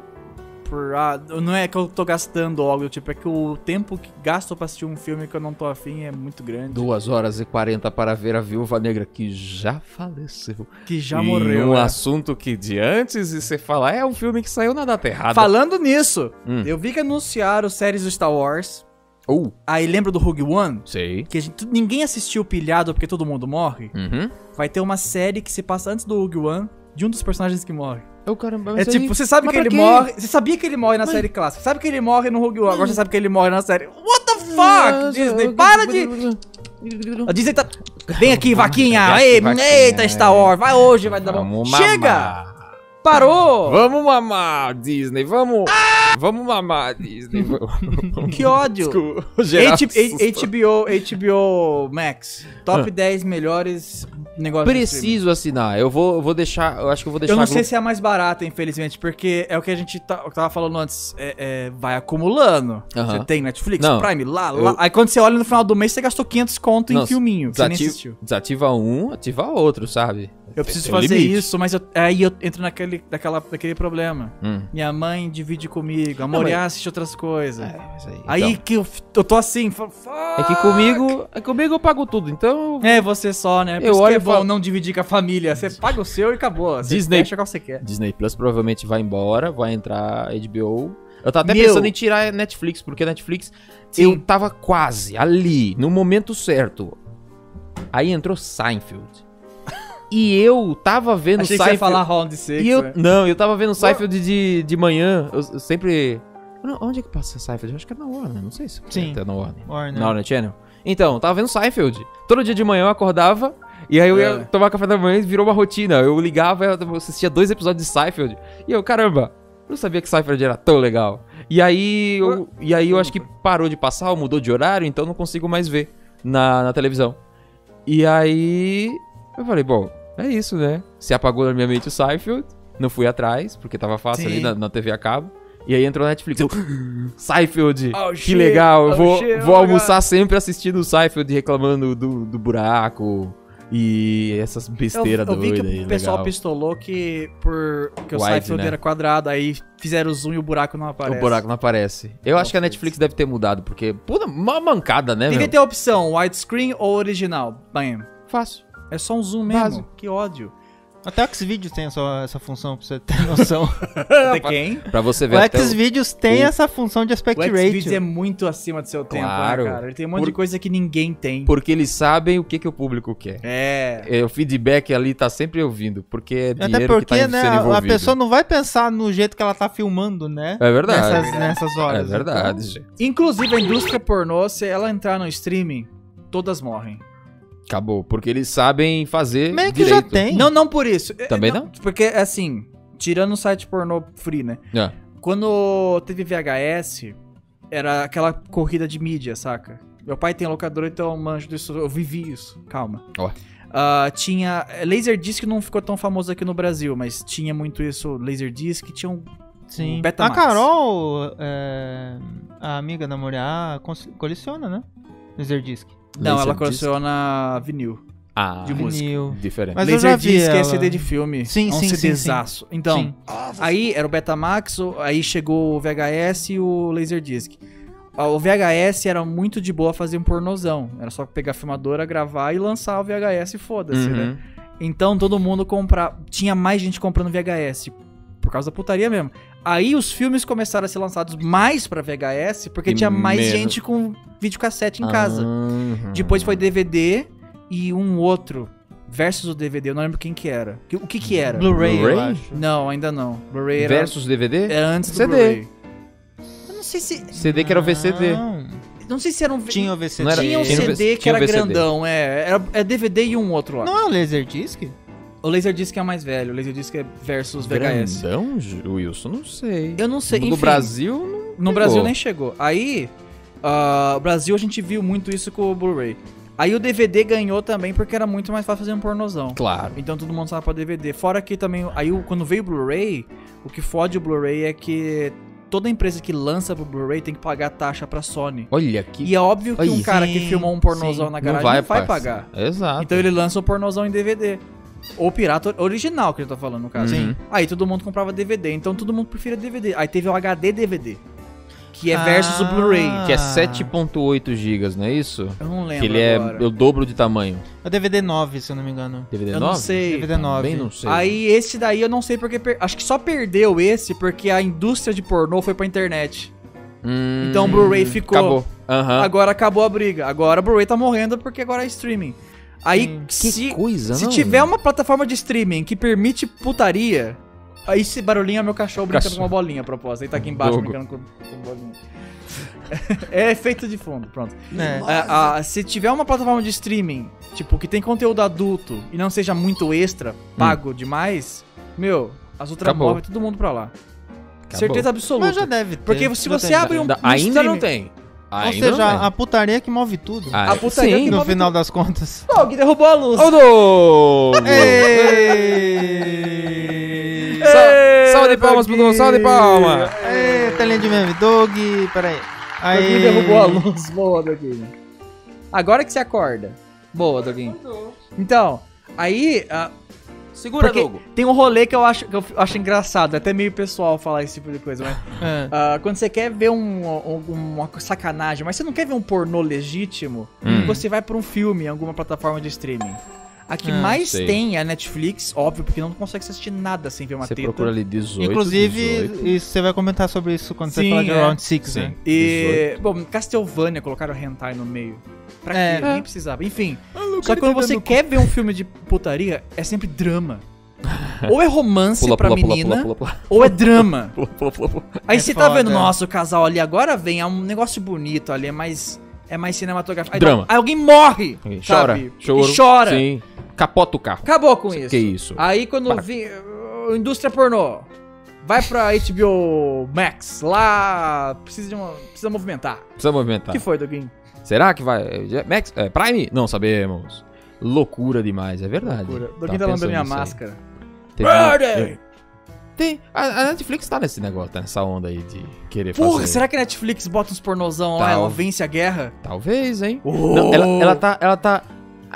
S2: Por, ah, não é que eu tô gastando ou algo do tipo, é que o tempo que gasto pra assistir um filme que eu não tô afim é muito grande.
S1: Duas horas e 40 para ver a viúva negra que já faleceu.
S2: Que já
S1: E
S2: morreu.
S1: Um
S2: né?
S1: assunto que de antes de você falar é um filme que saiu na data errada.
S2: Falando nisso,
S1: Hum.
S2: eu vi que anunciaram séries do Star Wars.
S1: Uh,
S2: Aí lembra do Rogue One?
S1: sei.
S2: Que a gente- ninguém assistiu pilhado porque todo mundo morre.
S1: Uhum.
S2: Vai ter uma série que se passa antes do Rogue One de um dos personagens que morre.
S1: É o caramba.
S2: é
S1: mas
S2: tipo,
S1: aí-
S2: você sabe
S1: mas
S2: que
S1: pra
S2: ele
S1: quê?
S2: morre. Você sabia que ele morre na série clássica. Sabe que ele morre no Rogue One.
S1: Hum.
S2: Agora você sabe que ele morre na série. What the fuck, Disney? Para de. A Disney tá. Vem aqui, vaquinha!
S1: Vem
S2: Ei,
S1: aqui, vaquinha.
S2: Eita, Star Wars! Vai hoje, vai dar Tá bom.
S1: Vamos
S2: Chega!
S1: mamar.
S2: Parou!
S1: Vamos mamar, Disney. Vamos. Vamos mamar, Disney. Vamos.
S2: Que ódio!
S1: Desculpa, geral,
S2: H- HBO,
S1: assustou.
S2: HBO Max.
S1: Ah.
S2: Top 10 melhores negócios. de um streaming.
S1: Preciso assinar. Eu vou, eu vou deixar. Eu acho que eu vou deixar.
S2: Eu não
S1: a
S2: sei
S1: Globo-
S2: se é a mais barata, infelizmente, porque é o que a gente tá, eu tava falando antes. é- é, vai acumulando.
S1: Aham.
S2: Você tem Netflix,
S1: Não,
S2: Prime, lá, lá.
S1: eu-
S2: Aí quando você olha no final do mês, você gastou 500 conto
S1: Não,
S2: em filminho. que Você nem assistiu.
S1: Desati- Desativa um, ativa outro, sabe?
S2: Eu preciso
S1: Tem
S2: fazer
S1: limite.
S2: isso, mas eu- aí eu entro naquele, daquela, naquele problema.
S1: Hum.
S2: Minha mãe divide comigo, a
S1: mas-
S2: Moriá assiste outras coisas.
S1: É, mas aí.
S2: Aí
S1: então.
S2: que eu, f- eu tô assim, fa-
S1: É que comigo, é que comigo eu pago tudo, então.
S2: É, você só, né? Por
S1: Eu
S2: isso
S1: olho
S2: que é
S1: e
S2: bom
S1: falo-
S2: não dividir com a família. Você paga o seu e acabou. Você
S1: Disney.
S2: fecha qual você quer.
S1: Disney Plus provavelmente vai embora, vai entrar HBO. Eu tava até
S2: Meu.
S1: pensando em tirar a Netflix, porque a Netflix
S2: Sim.
S1: eu tava quase ali, no momento certo. Aí entrou Seinfeld. E eu tava vendo
S2: Achei que você ia
S1: Seinfeld.
S2: falar round six,
S1: E eu,
S2: né?
S1: não, eu tava vendo Seinfeld de, de manhã, eu, eu sempre... Não, Onde é que passa Seinfeld? Eu acho que é na Warner, não sei se
S3: Sim.
S1: é na Warner.
S3: Warner.
S1: Na Warner Channel. Então, eu tava vendo Seinfeld. Todo dia de manhã eu acordava, e aí eu ia
S2: É.
S1: tomar café da manhã e virou uma rotina. Eu ligava, eu assistia dois episódios de Seinfeld, e eu, caramba, eu não sabia que Seinfeld era tão legal. E aí, eu, e aí eu acho que parou de passar, ou mudou de horário, então eu não consigo mais ver na, na televisão. E aí, eu falei, bom, é isso, né? Se apagou na minha mente o Seinfeld, não fui atrás, porque tava fácil
S2: Sim.
S1: ali na, na TV a cabo. E aí entrou na Netflix, eu... Seinfeld,
S2: Oh,
S1: que
S2: shit,
S1: legal, eu
S2: oh,
S1: vou,
S2: shit,
S1: vou
S2: oh my
S1: almoçar sempre assistindo o Seinfeld reclamando do, do buraco e essas
S2: Eu,
S1: besteiras
S2: eu vi que
S1: doidas
S2: o
S1: aí,
S2: pessoal
S1: legal.
S2: pistolou que, por, que o
S1: Wide,
S2: Seinfeld
S1: né?
S2: era quadrado, aí fizeram o zoom e o buraco não aparece.
S1: O buraco não aparece. Eu acho que a
S2: Nossa,
S1: Netflix deve ter mudado, porque, puta, uma mancada, né,
S2: Devia
S1: meu?
S2: ter a opção widescreen ou original. Bam.
S1: Fácil.
S2: É só um zoom mesmo.
S1: Básico.
S2: Que ódio.
S3: Até o Xvideos tem essa, essa função, pra você ter noção.
S2: Até quem?
S1: Pra você ver até
S3: o
S1: o-
S3: Xvideos tem
S1: o-
S3: essa função de aspect
S2: O Xvideos
S3: ratio.
S2: é muito acima do seu tempo,
S1: Claro.
S2: né, cara? Ele tem um monte
S1: Por-
S2: de coisa que ninguém tem.
S1: Porque eles sabem o que, que o público quer.
S2: É.
S1: É, o feedback ali tá sempre ouvindo, porque é dinheiro
S3: Até
S1: que tá
S3: porque,
S1: sendo
S3: né, a- a
S1: envolvido.
S3: pessoa não vai pensar no jeito que ela tá filmando, né?
S1: É verdade.
S3: Nessas, nessas
S1: É
S3: horas. então.
S1: verdade, gente.
S2: Inclusive, a indústria pornô, se ela entrar no streaming, todas morrem.
S1: Acabou. Porque eles sabem fazer
S3: Então, meio que
S1: direito.
S3: já tem.
S2: Não, não por isso. É,
S1: Também
S2: é, Porque, assim, tirando o site pornô free, né?
S1: É.
S2: Quando teve VHS, era aquela corrida de mídia, saca? Meu pai tem locadora, então eu manjo disso. Eu vivi isso. Calma.
S1: Ó.
S2: Ah, tinha. Laserdisc não ficou tão famoso aqui no Brasil, mas tinha muito isso. Laserdisc tinha um.
S3: Sim.
S2: O Betamax.
S3: A Carol, é, a amiga da Moriá, cons- coleciona, né? Laserdisc.
S2: Não, ela
S1: Laserdisc?
S2: coleciona vinil.
S1: Ah,
S2: de música.
S3: Vinil.
S1: diferente.
S3: Mas eu já vi
S2: Laserdisc é
S3: ela.
S2: CD de filme.
S3: Sim,
S2: é um
S3: sim, sim,
S2: CDzaço. Então,
S3: Sim.
S2: aí era o Betamax, o- aí chegou o VHS e o Laserdisc. Ah, O VHS era muito de boa fazer um pornozão. Era só pegar a filmadora, gravar e lançar o VHS e foda-se, né?
S1: Uhum.
S2: Então todo mundo comprava. Tinha mais gente comprando VHS. Por causa da putaria mesmo. Aí os filmes começaram a ser lançados mais pra VHS, porque
S1: E
S2: tinha mais
S1: menos-
S2: gente com videocassete em casa.
S1: Uhum.
S2: Depois foi DVD e um outro. Versus o DVD, eu não lembro quem que era. Que- O que que era?
S3: Blu-ray, eu
S1: Blu-ray?
S3: acho.
S2: Não, ainda não. Blu-ray era,
S1: Versus DVD?
S2: era antes do
S1: CD.
S2: Blu-ray. Eu não sei se...
S1: CD que era o VCD.
S2: Ah.
S3: Não.
S2: Não sei se era um... V-
S3: Tinha o VCD.
S1: Não era-
S2: tinha um
S1: tinha o
S2: CD
S1: VC-
S2: que
S1: tinha o
S2: era
S1: VCD.
S2: grandão, é. Era, é DVD e um outro lá.
S3: Não é o Laserdisc?
S2: O Laserdisc é mais velho, o Laserdisc é versus VHS.
S1: Grandão, Ju- Wilson? Não sei.
S2: Eu não sei,
S1: No
S2: enfim.
S1: Brasil, não
S2: No Brasil
S1: Pegou.
S2: nem chegou. Aí, ah, o Brasil a gente viu muito isso com o Blu-ray. Aí o DVD ganhou também porque era muito mais fácil fazer um pornozão.
S1: Claro.
S2: Então todo mundo sabe pra DVD. Fora que também, aí o- quando veio o Blu-ray, o que fode o Blu-ray é que toda empresa que lança pro Blu-ray tem que pagar taxa pra Sony.
S1: Olha que.
S2: E é óbvio que
S1: Aí.
S2: um cara que
S3: Sim,
S2: filmou um pornozão
S3: sim.
S2: na garagem não vai, pagar.
S1: Exato.
S2: Então ele lança o pornozão em DVD. Ou pirata original, que eu tô falando, no caso.
S1: Uhum.
S2: Aí todo mundo comprava DVD, então todo mundo prefere DVD. Aí teve o HD DVD, que é versus o
S3: Ah.
S2: Blu-ray.
S1: Que é
S3: Ah.
S1: 7.8 gigas, não é isso?
S2: Eu não lembro
S1: Que ele é
S2: agora.
S1: o dobro de tamanho.
S3: É o DVD 9, se eu não me engano.
S1: DVD
S2: Eu
S1: 9?
S2: não sei.
S3: DVD 9.
S1: Também não sei.
S2: Aí esse daí eu não sei porque. per- Acho que só perdeu esse porque a indústria de pornô foi pra internet.
S1: Hum,
S2: Então o Blu-ray ficou.
S1: Acabou. Aham.
S2: Agora acabou a briga. Agora o Blu-ray tá morrendo porque agora é streaming. Aí,
S3: Sim.
S1: Hum, Que
S2: se,
S1: coisa,
S2: se
S1: não?
S2: tiver um- uma plataforma de streaming que permite putaria, aí esse barulhinho é meu cachorro brincando
S1: Cachorro.
S2: com uma bolinha, a propósito. Ele tá aqui embaixo
S1: Dogo.
S2: brincando com, com bolinha. é efeito de fundo, pronto.
S3: É.
S2: Ah, ah, se tiver uma plataforma de streaming, tipo, que tem conteúdo adulto e não seja muito extra, pago demais, meu, as outras
S1: Hum. Acabou.
S2: move todo mundo pra lá.
S1: Acabou.
S2: Certeza absoluta.
S3: Mas já deve ter.
S2: Porque se
S3: já
S2: você
S3: tem, já.
S2: abre um-
S1: Ainda-
S2: um
S1: Ainda
S2: streaming-
S1: não tem.
S3: Ou
S1: Ainda
S3: seja,
S1: não tem.
S3: a putaria é que move tudo.
S1: Ah,
S2: a putaria
S1: sim.
S2: que
S3: no
S2: move
S3: final das contas.
S2: Pô, alguém derrubou a luz.
S1: Ô, Douglas!
S3: Ei!
S1: Sa- Salva de palmas pro Douglas, salva de palmas!
S3: Ei, telinha de meme. Doug, peraí.
S2: Alguém
S3: Aí.
S2: derrubou a luz. Boa, Doguinho. Agora que você acorda. Boa, Doguinho. Então, aí ah,
S1: Segura,
S2: Porque-
S1: Douglas.
S2: tem um rolê que eu acho, que eu acho engraçado. É até meio pessoal falar esse tipo de coisa, mas...
S3: É.
S2: Ah, quando você quer ver um- um- uma sacanagem, mas você não quer ver um pornô legítimo,
S1: Hum.
S2: você vai pra um filme em alguma plataforma de streaming. A que
S3: Ah,
S2: mais
S1: sei.
S2: tem é a Netflix, óbvio, porque não consegue assistir nada sem ver uma
S1: Você
S2: teta.
S1: procura ali 18,
S3: Inclusive,
S1: 18.
S3: isso, você vai comentar sobre isso quando você
S2: Sim,
S3: falar de
S2: é.
S3: Round 6,
S1: Sim.
S3: né?
S2: E, bom, Castlevania colocaram hentai no meio. Pra quê?
S3: É.
S2: Nem precisava. Enfim, só que quando você quer ver um filme de putaria, é sempre drama. Ou é romance
S1: Pula,
S2: pra
S1: pula, pula,
S2: menina,
S1: pula, pula, pula,
S2: ou é drama.
S1: pula, pula, pula, pula.
S2: Aí
S3: É
S2: você tá
S3: foda.
S2: vendo, nossa, o casal ali agora vem, é um negócio bonito ali, é mais. É mais cinematográfico. Aí
S1: Drama.
S2: dá- aí alguém morre!
S1: Chora,
S2: sabe?
S1: choro.
S2: E chora.
S1: Sim. Capota o carro.
S2: Acabou com
S1: Que é
S2: isso. Ah.
S1: isso?
S2: Aí quando
S1: Para.
S2: vi. uh, Indústria pornô. Vai pra HBO Max. Lá. Precisa de uma. Precisa movimentar.
S1: Precisa
S2: O
S1: movimentar.
S2: que foi, Doguinho?
S1: Será que vai? é, Max, é, Prime? Não sabemos. Loucura demais, é verdade.
S2: Loucura.
S1: Tava
S2: Doguinho tá
S1: pensando
S2: lambendo minha
S1: nisso aí.
S2: máscara.
S1: Teve uma-
S2: Murder!
S1: eu- Tem. A, a Netflix tá nesse negócio, tá nessa onda aí de querer
S2: Porra,
S1: fazer.
S2: será que a Netflix bota uns pornozão lá?
S1: Tal.
S2: Ela vence a guerra?
S1: Talvez, hein? Não, ela, ela tá, ela tá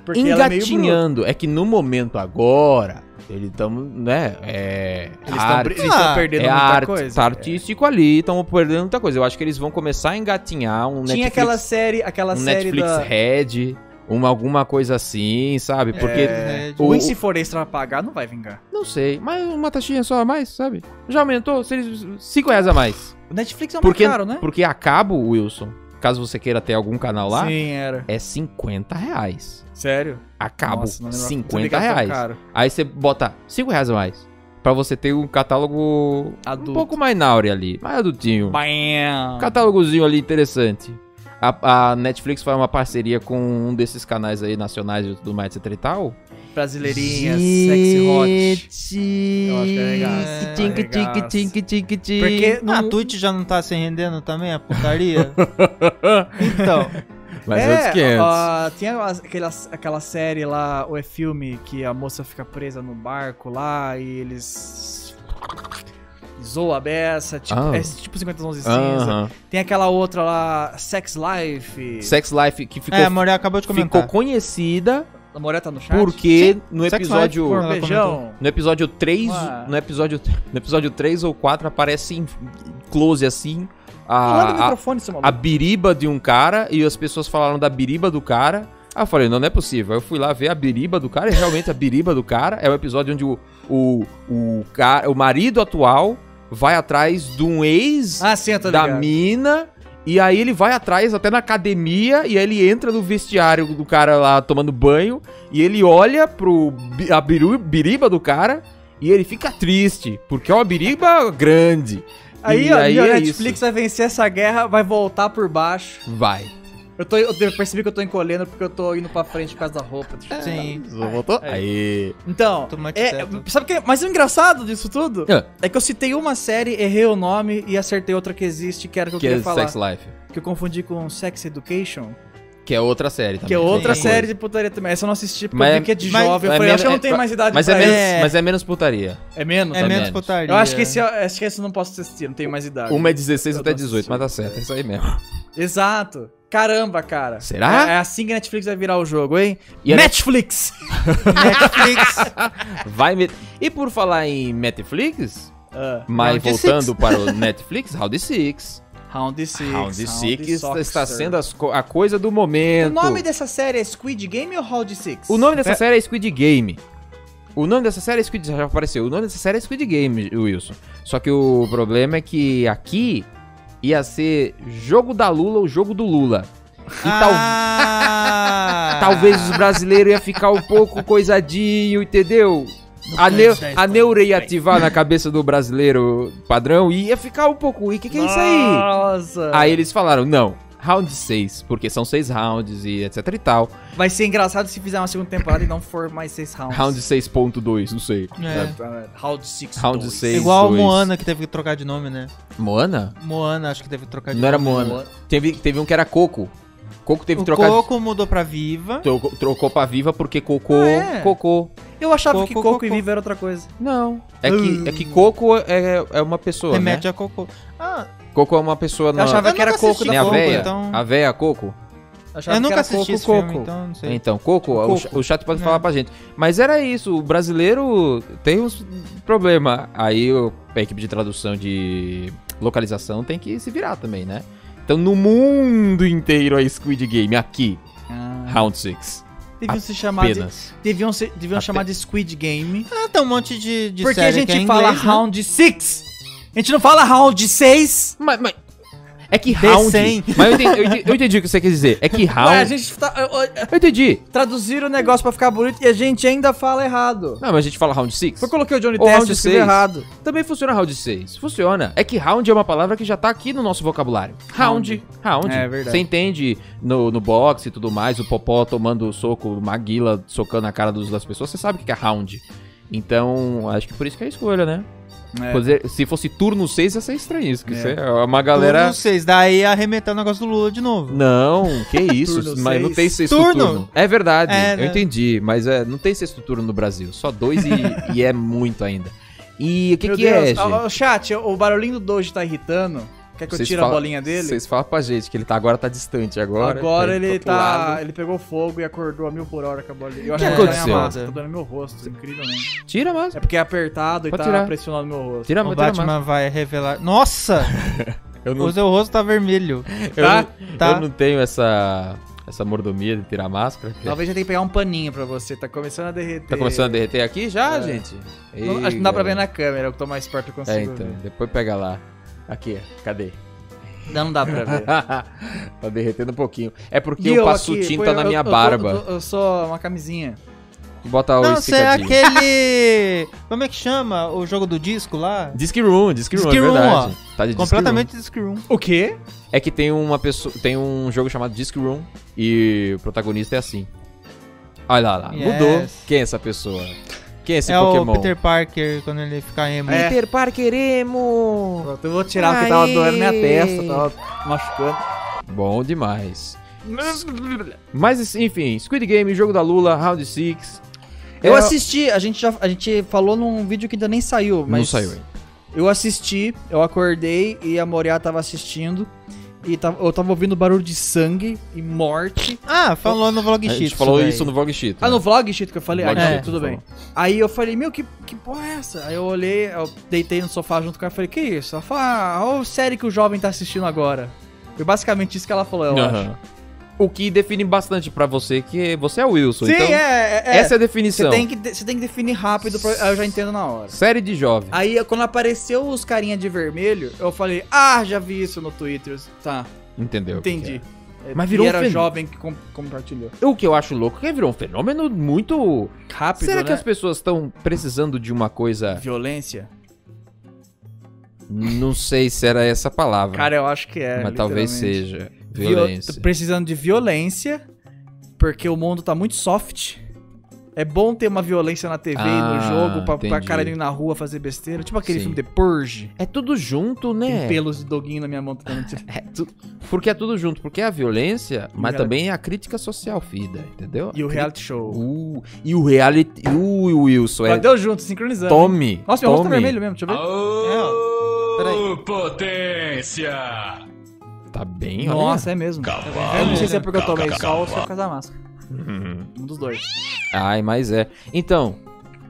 S2: Porque ela é meio
S1: engatinhando. é, que no momento agora, eles estão, né? É.
S2: Eles
S1: arte,
S2: estão
S3: Ah,
S2: perdendo
S1: é
S2: muita
S1: arte,
S2: coisa.
S1: tá artístico ali, estão perdendo muita coisa. Eu acho que eles vão começar a engatinhar um
S2: Tinha
S1: Netflix,
S2: aquela série, aquela
S1: um
S2: série
S1: Netflix
S2: da...
S1: Red, uma, alguma coisa assim, sabe? Porque
S3: É,
S1: o-
S2: O... se for extra pagar, não vai vingar.
S1: Não sei, mas uma taxinha só a mais, sabe? Já aumentou, se eles- cinco reais a mais.
S2: O Netflix é mais
S1: Porque,
S2: caro, né?
S1: porque a cabo, Wilson, caso você queira ter algum canal lá,
S2: Sim, era.
S1: é 50 reais.
S2: Sério?
S1: A cabo,
S2: Nossa, não lembrava-
S1: 50
S2: não sabia
S1: reais.
S2: que era tão caro.
S1: Aí você bota 5 reais a mais. Pra você ter um catálogo
S2: Adulto.
S1: um pouco mais naure ali, mais adultinho.
S2: Bam!
S1: Um catálogozinho ali interessante. A, a Netflix faz uma parceria com um desses canais aí nacionais e tudo mais, etc e tal.
S2: Brasileirinha, sexy hot. Eu acho que é legal.
S3: É,
S1: Tink, tink,
S2: legal.
S1: tink, tink, tink.
S2: Porque
S3: Ah, a
S2: não...
S3: Twitch já não tá se rendendo também, a putaria? então,
S1: Mas
S2: é,
S1: outros 500.
S2: ah, tinha as- aquelas- aquela série lá, ou é filme, que a moça fica presa no barco lá e eles... Zoa a beça, tipo,
S1: Ah.
S2: é tipo 50 tons de cinza.
S1: Aham.
S2: Tem aquela outra lá, Sex Life.
S1: Sex Life que ficou,
S3: é, a Moriá acabou de comentar.
S1: ficou conhecida
S2: A Moré tá no chat?
S1: porque no
S3: Sex
S1: episódio
S3: Life, porra. Ela
S2: Beijão.
S1: no episódio 3,
S2: Ué.
S1: no episódio no episódio 3 ou 4 aparece em close assim
S2: Fala no
S1: a, a,
S2: microfone, seu
S1: a
S2: maluco.
S1: biriba de um cara e as pessoas falaram da biriba do cara. Aí eu falei, não, não é possível. Aí eu fui lá ver a biriba do cara e realmente a biriba do cara é o episódio onde o o, o, cara, o marido atual vai atrás de um ex
S2: Ah, sim, eu tô
S1: da
S2: ligado.
S1: mina. E aí ele vai atrás até na academia e aí ele entra no vestiário do cara lá tomando banho e ele olha pro bi- a biru- biriba do cara e ele fica triste, porque é uma biriba grande.
S2: Aí,
S1: E
S2: ó,
S1: aí
S2: a
S1: é
S2: Netflix vai vencer essa guerra, vai voltar por baixo.
S1: Vai.
S2: Eu, tô, eu percebi que eu tô encolhendo porque eu tô indo pra frente por causa da roupa. Deixa
S3: É.
S2: eu tirar.
S3: Sim.
S1: Voltou? Aí.
S2: Então,
S3: Tô mais
S2: é,
S3: quieto.
S2: sabe o que? Mas o engraçado disso tudo
S1: Ah.
S2: é que eu citei uma série, errei o nome e acertei outra que existe, que era o que eu
S1: Que é
S2: queria falar.
S1: Sex Life.
S2: Que eu confundi com Sex Education,
S1: Que é outra série também.
S2: que é outra
S1: Sim.
S2: série de putaria também. Essa eu não assisti porque
S1: Mas
S2: eu
S1: é-
S2: vi que é de
S3: mas-
S2: jovem. Eu
S1: é
S2: falei,
S1: menos-
S2: acho que eu não tenho
S1: é-
S2: mais idade
S1: Mas é,
S2: pra
S1: menos,
S2: isso.
S1: mas é menos putaria.
S2: É menos?
S3: É menos
S1: menos.
S3: putaria.
S2: Eu acho que, esse, eu acho que esse eu não posso assistir, não tenho mais idade.
S1: Uma é 16
S2: Ah, Eu
S1: até
S2: tô
S1: 18, mas tá certo, é isso aí mesmo.
S2: Exato. Caramba, cara.
S1: Será?
S2: É, é assim que a Netflix vai virar o jogo, hein?
S1: E a
S2: Netflix!
S3: Netflix.
S1: Vai me... E por falar em Netflix,
S2: Ah,
S1: Mas
S3: Round
S1: voltando para o Netflix, Round 6.
S2: Round 6.
S1: Round 6 está, está
S2: Soccer.
S1: sendo as co- a coisa do
S2: O
S1: momento.
S2: nome dessa série é Squid Game ou Round 6?
S1: O nome dessa série é Squid Game. O nome dessa série é Squid já apareceu. O nome dessa série é Squid Game, Wilson. Só que o problema é que aqui ia ser jogo da Lula ou jogo do Lula. E tal-
S3: Ah!
S1: talvez os brasileiros ia ficar um pouco coisadinho, entendeu? A, neu, a neura ia ativar na cabeça do brasileiro padrão e ia ficar um pouco. E que que é isso aí?
S2: Nossa.
S1: Aí eles falaram, não, round 6, porque são seis rounds e etc e tal.
S2: Vai ser engraçado se fizer uma segunda temporada e não for mais seis rounds.
S1: Round 6.2, não sei.
S3: É.
S2: Round 6.
S1: Round seis.
S3: Igual
S1: dois.
S3: Moana que teve que trocar de nome, né?
S1: Moana?
S3: Moana, acho que teve que trocar de
S1: Não era
S3: nome.
S1: Moana. Teve, teve um que era Coco. Coco teve
S3: O
S1: que trocar.
S3: Coco mudou pra Viva.
S1: Trocou, trocou pra Viva porque Cocô.
S2: Ah, é?
S1: Cocô.
S2: Eu achava
S3: Coco,
S2: que Coco
S3: Coco.
S2: e Viva era outra coisa.
S1: Não. É que, é que Coco é, é uma pessoa, né?
S3: Hum. Remete a Coco. Ah,
S1: Coco é uma pessoa na.
S2: achava
S3: eu
S2: que era
S3: nunca assisti
S2: Coco da
S1: Nem a
S2: Coco,
S1: véia?
S3: então-
S1: A véia Coco?
S2: Eu, achava
S3: eu
S2: que
S3: nunca
S2: era
S3: assisti
S2: Coco,
S3: esse
S2: Coco.
S3: filme, então não sei.
S1: Então, Coco, o,
S3: Coco.
S1: o chat pode
S3: É.
S1: falar pra gente. Mas era isso, o brasileiro tem uns problema. Aí o- a equipe de tradução de localização tem que se virar também, né? Então no mundo inteiro é Squid Game, aqui,
S2: Ah.
S1: Round 6.
S2: Deviam se chamar de,
S1: Apenas.
S2: deviam ser, deviam
S1: Ape-
S2: chamar de Squid Game.
S3: Ah, tem um monte de, de
S2: porque a
S3: série
S2: gente
S3: que é em
S2: fala
S3: inglês, né?
S2: Round 6. A gente não fala Round 6.
S1: Mas, mas- é que
S3: The
S1: round.
S3: 100.
S1: Mas eu entendi, eu entendi- eu entendi o que você quer dizer. É que round.
S2: Ué, a gente tá, eu- eu-
S1: Eu entendi.
S2: traduziram o negócio pra ficar bonito e a gente ainda fala errado.
S1: Não, mas a gente fala round 6.
S2: Eu coloquei o Johnny
S1: Ou
S2: Test,
S1: round
S2: eu escrevi
S1: seis.
S2: errado.
S1: Também funciona round 6. Funciona. É que round é uma palavra que já tá aqui no nosso vocabulário. Round. Round.
S2: É verdade.
S1: Você entende no, no boxe e tudo mais, o Popó tomando o soco, o Maguila socando a cara dos- das pessoas, você sabe o que é round. Então, acho que por isso que é a escolha, né?
S2: É.
S1: Quer dizer, se fosse turno 6, ia ser estranho isso. Que
S2: É.
S1: isso é uma
S3: Turno
S1: galera...
S3: 6, daí arremeter o negócio do Lula de novo.
S1: Não, que isso,
S2: Turno
S1: mas não
S2: seis.
S1: tem sexto turno.
S3: Turno?
S1: É verdade,
S3: É,
S1: eu
S3: né?
S1: entendi, mas é, não tem sexto turno no Brasil, só dois e, e é muito ainda. E o que,
S2: Meu
S1: que
S2: Deus, tá
S1: é, gente?
S2: ó, ó, chat, o barulhinho do Doge tá irritando. Quer que eu
S1: Vocês
S2: tire
S1: falam-
S2: a bolinha dele?
S1: Vocês falam pra gente que ele tá, agora tá distante. Agora,
S2: Agora
S1: pro
S2: ele
S1: outro
S2: tá.
S1: lado.
S2: Ele pegou fogo e acordou a mil por hora com a bolinha. Eu acho
S1: que
S2: ela tá na
S1: aconteceu?
S2: massa, Tá dando meu rosto, incrivelmente.
S1: Tira mais.
S2: É porque é apertado e
S1: Pode
S2: tá
S1: tirar.
S2: pressionando meu rosto.
S1: Tira,
S3: O
S1: tira mais.
S3: Batman vai revelar. Nossa!
S1: Eu não,
S3: O seu rosto tá vermelho.
S1: eu
S2: tá?
S1: não-
S3: Tá.
S1: eu não tenho essa, essa mordomia de tirar a máscara. porque
S2: Talvez já tenha que pegar um paninho pra você. Tá começando a derreter.
S1: Tá começando a derreter aqui já,
S2: É.
S1: gente?
S2: Não,
S1: Ih,
S2: acho que não dá pra ver na
S1: galera.
S2: câmera, eu tô mais perto, eu consigo.
S1: É, então.
S2: ver.
S1: Depois pega lá. Aqui, cadê?
S2: Não, não dá pra ver.
S1: tá derretendo um pouquinho. É porque
S2: E
S1: eu, passo
S2: aqui,
S1: tinta
S2: foi-
S1: na
S2: eu-
S1: minha
S2: eu tô-
S1: barba.
S2: Eu, tô- eu sou uma camisinha.
S1: Bota o
S3: Não, você é
S1: esticadinho.
S3: aquele. Como é que chama? O jogo do disco lá?
S1: Disc Room, Disc Room,
S3: Disc
S1: é
S3: Room,
S1: verdade. Tá de Disc Room.
S3: Completamente disco room.
S2: O quê?
S1: É que tem uma pessoa. Tem um jogo chamado Disc Room e o protagonista é assim. Olha lá, lá.
S3: Yes.
S1: Mudou. Quem é essa pessoa? Quem é esse
S3: é
S1: Pokémon?
S3: o Peter Parker quando ele fica emo.
S2: É.
S1: Peter Parker emo!
S2: Pronto, eu vou tirar porque tava
S1: Aí.
S2: doendo minha testa, tava machucando.
S1: Bom demais. Mas assim, enfim, Squid Game, jogo da Lula, Round 6. É,
S2: Eu assisti, a gente já a gente falou num vídeo que ainda nem saiu, mas
S1: Não saiu ainda.
S2: Eu assisti, eu acordei e a Moriá tava assistindo e tava- eu tava ouvindo barulho de sangue e morte.
S3: Ah, falou no vlog
S1: A gente
S3: Cheats,
S1: falou
S3: velho.
S1: isso no né? Vlog Cheat.
S2: Ah, no vlog, Chito, que eu falei? Ah,
S1: Vlog
S2: não,
S1: Chito,
S2: tudo
S1: por
S2: bem. Aí eu falei, meu, que, que porra é essa? Aí eu olhei, eu deitei no sofá junto com ela e falei, que isso? Ela falou, ah, olha o série que o jovem tá assistindo agora. Foi basicamente isso que ela falou, eu acho.
S1: Aham. O que define bastante pra você que você é o Wilson.
S2: Sim,
S1: então,
S2: é, é, é.
S1: Essa é a
S2: Você
S1: definição.
S2: tem, que, de- você tem que definir rápido, pra- eu já entendo na hora.
S1: Série de jovem.
S2: Aí, eu- quando apareceu os carinha de vermelho, eu falei, ah, já vi isso no Twitter. Tá,
S1: Entendeu? o que
S2: entendi.
S1: que
S2: É,
S1: Mas virou
S2: e
S1: um
S2: era
S1: fen-
S2: jovem que com- compartilhou.
S1: é. O que eu acho louco é que virou um fenômeno muito
S2: Rápido,
S1: Será
S2: né?
S1: que as pessoas estão precisando de uma coisa?
S2: Violência?
S1: Não sei se era essa a palavra,
S2: Cara, eu acho que é.
S1: Ah. mas talvez
S2: literalmente.
S1: seja
S2: Vio-
S1: violência.
S2: Tô Precisando de violência, porque o mundo tá muito soft. É bom ter uma violência na TV e
S1: Ah,
S2: no jogo, pra, pra
S1: entendi.
S2: caralho ir na rua fazer besteira. Tipo aquele
S1: Sim.
S2: filme The Purge.
S1: É tudo junto,
S2: Tem
S1: né?
S2: pelos de doguinho na minha mão. tipo, tentando tirar.
S1: É tu- Porque é tudo junto, porque é a violência, mas
S2: reality-
S1: também é a crítica social, fida, entendeu?
S2: E o
S1: A cri-
S2: reality show.
S1: Uh, e o reality, Ui, Wilson,
S2: Mas
S1: é
S2: deu junto, sincronizando. hein?
S1: Tome.
S2: Nossa, meu rosto tá
S1: tome.
S2: vermelho mesmo, deixa eu ver.
S3: É, ó. Peraí.
S5: Potência!
S1: Tá bem, olha.
S2: Nossa, é mesmo. Eu não sei se é porque eu tomei sol ou se é por causa da máscara.
S1: Uhum.
S2: Um dos dois.
S1: Ai, mas é. Então,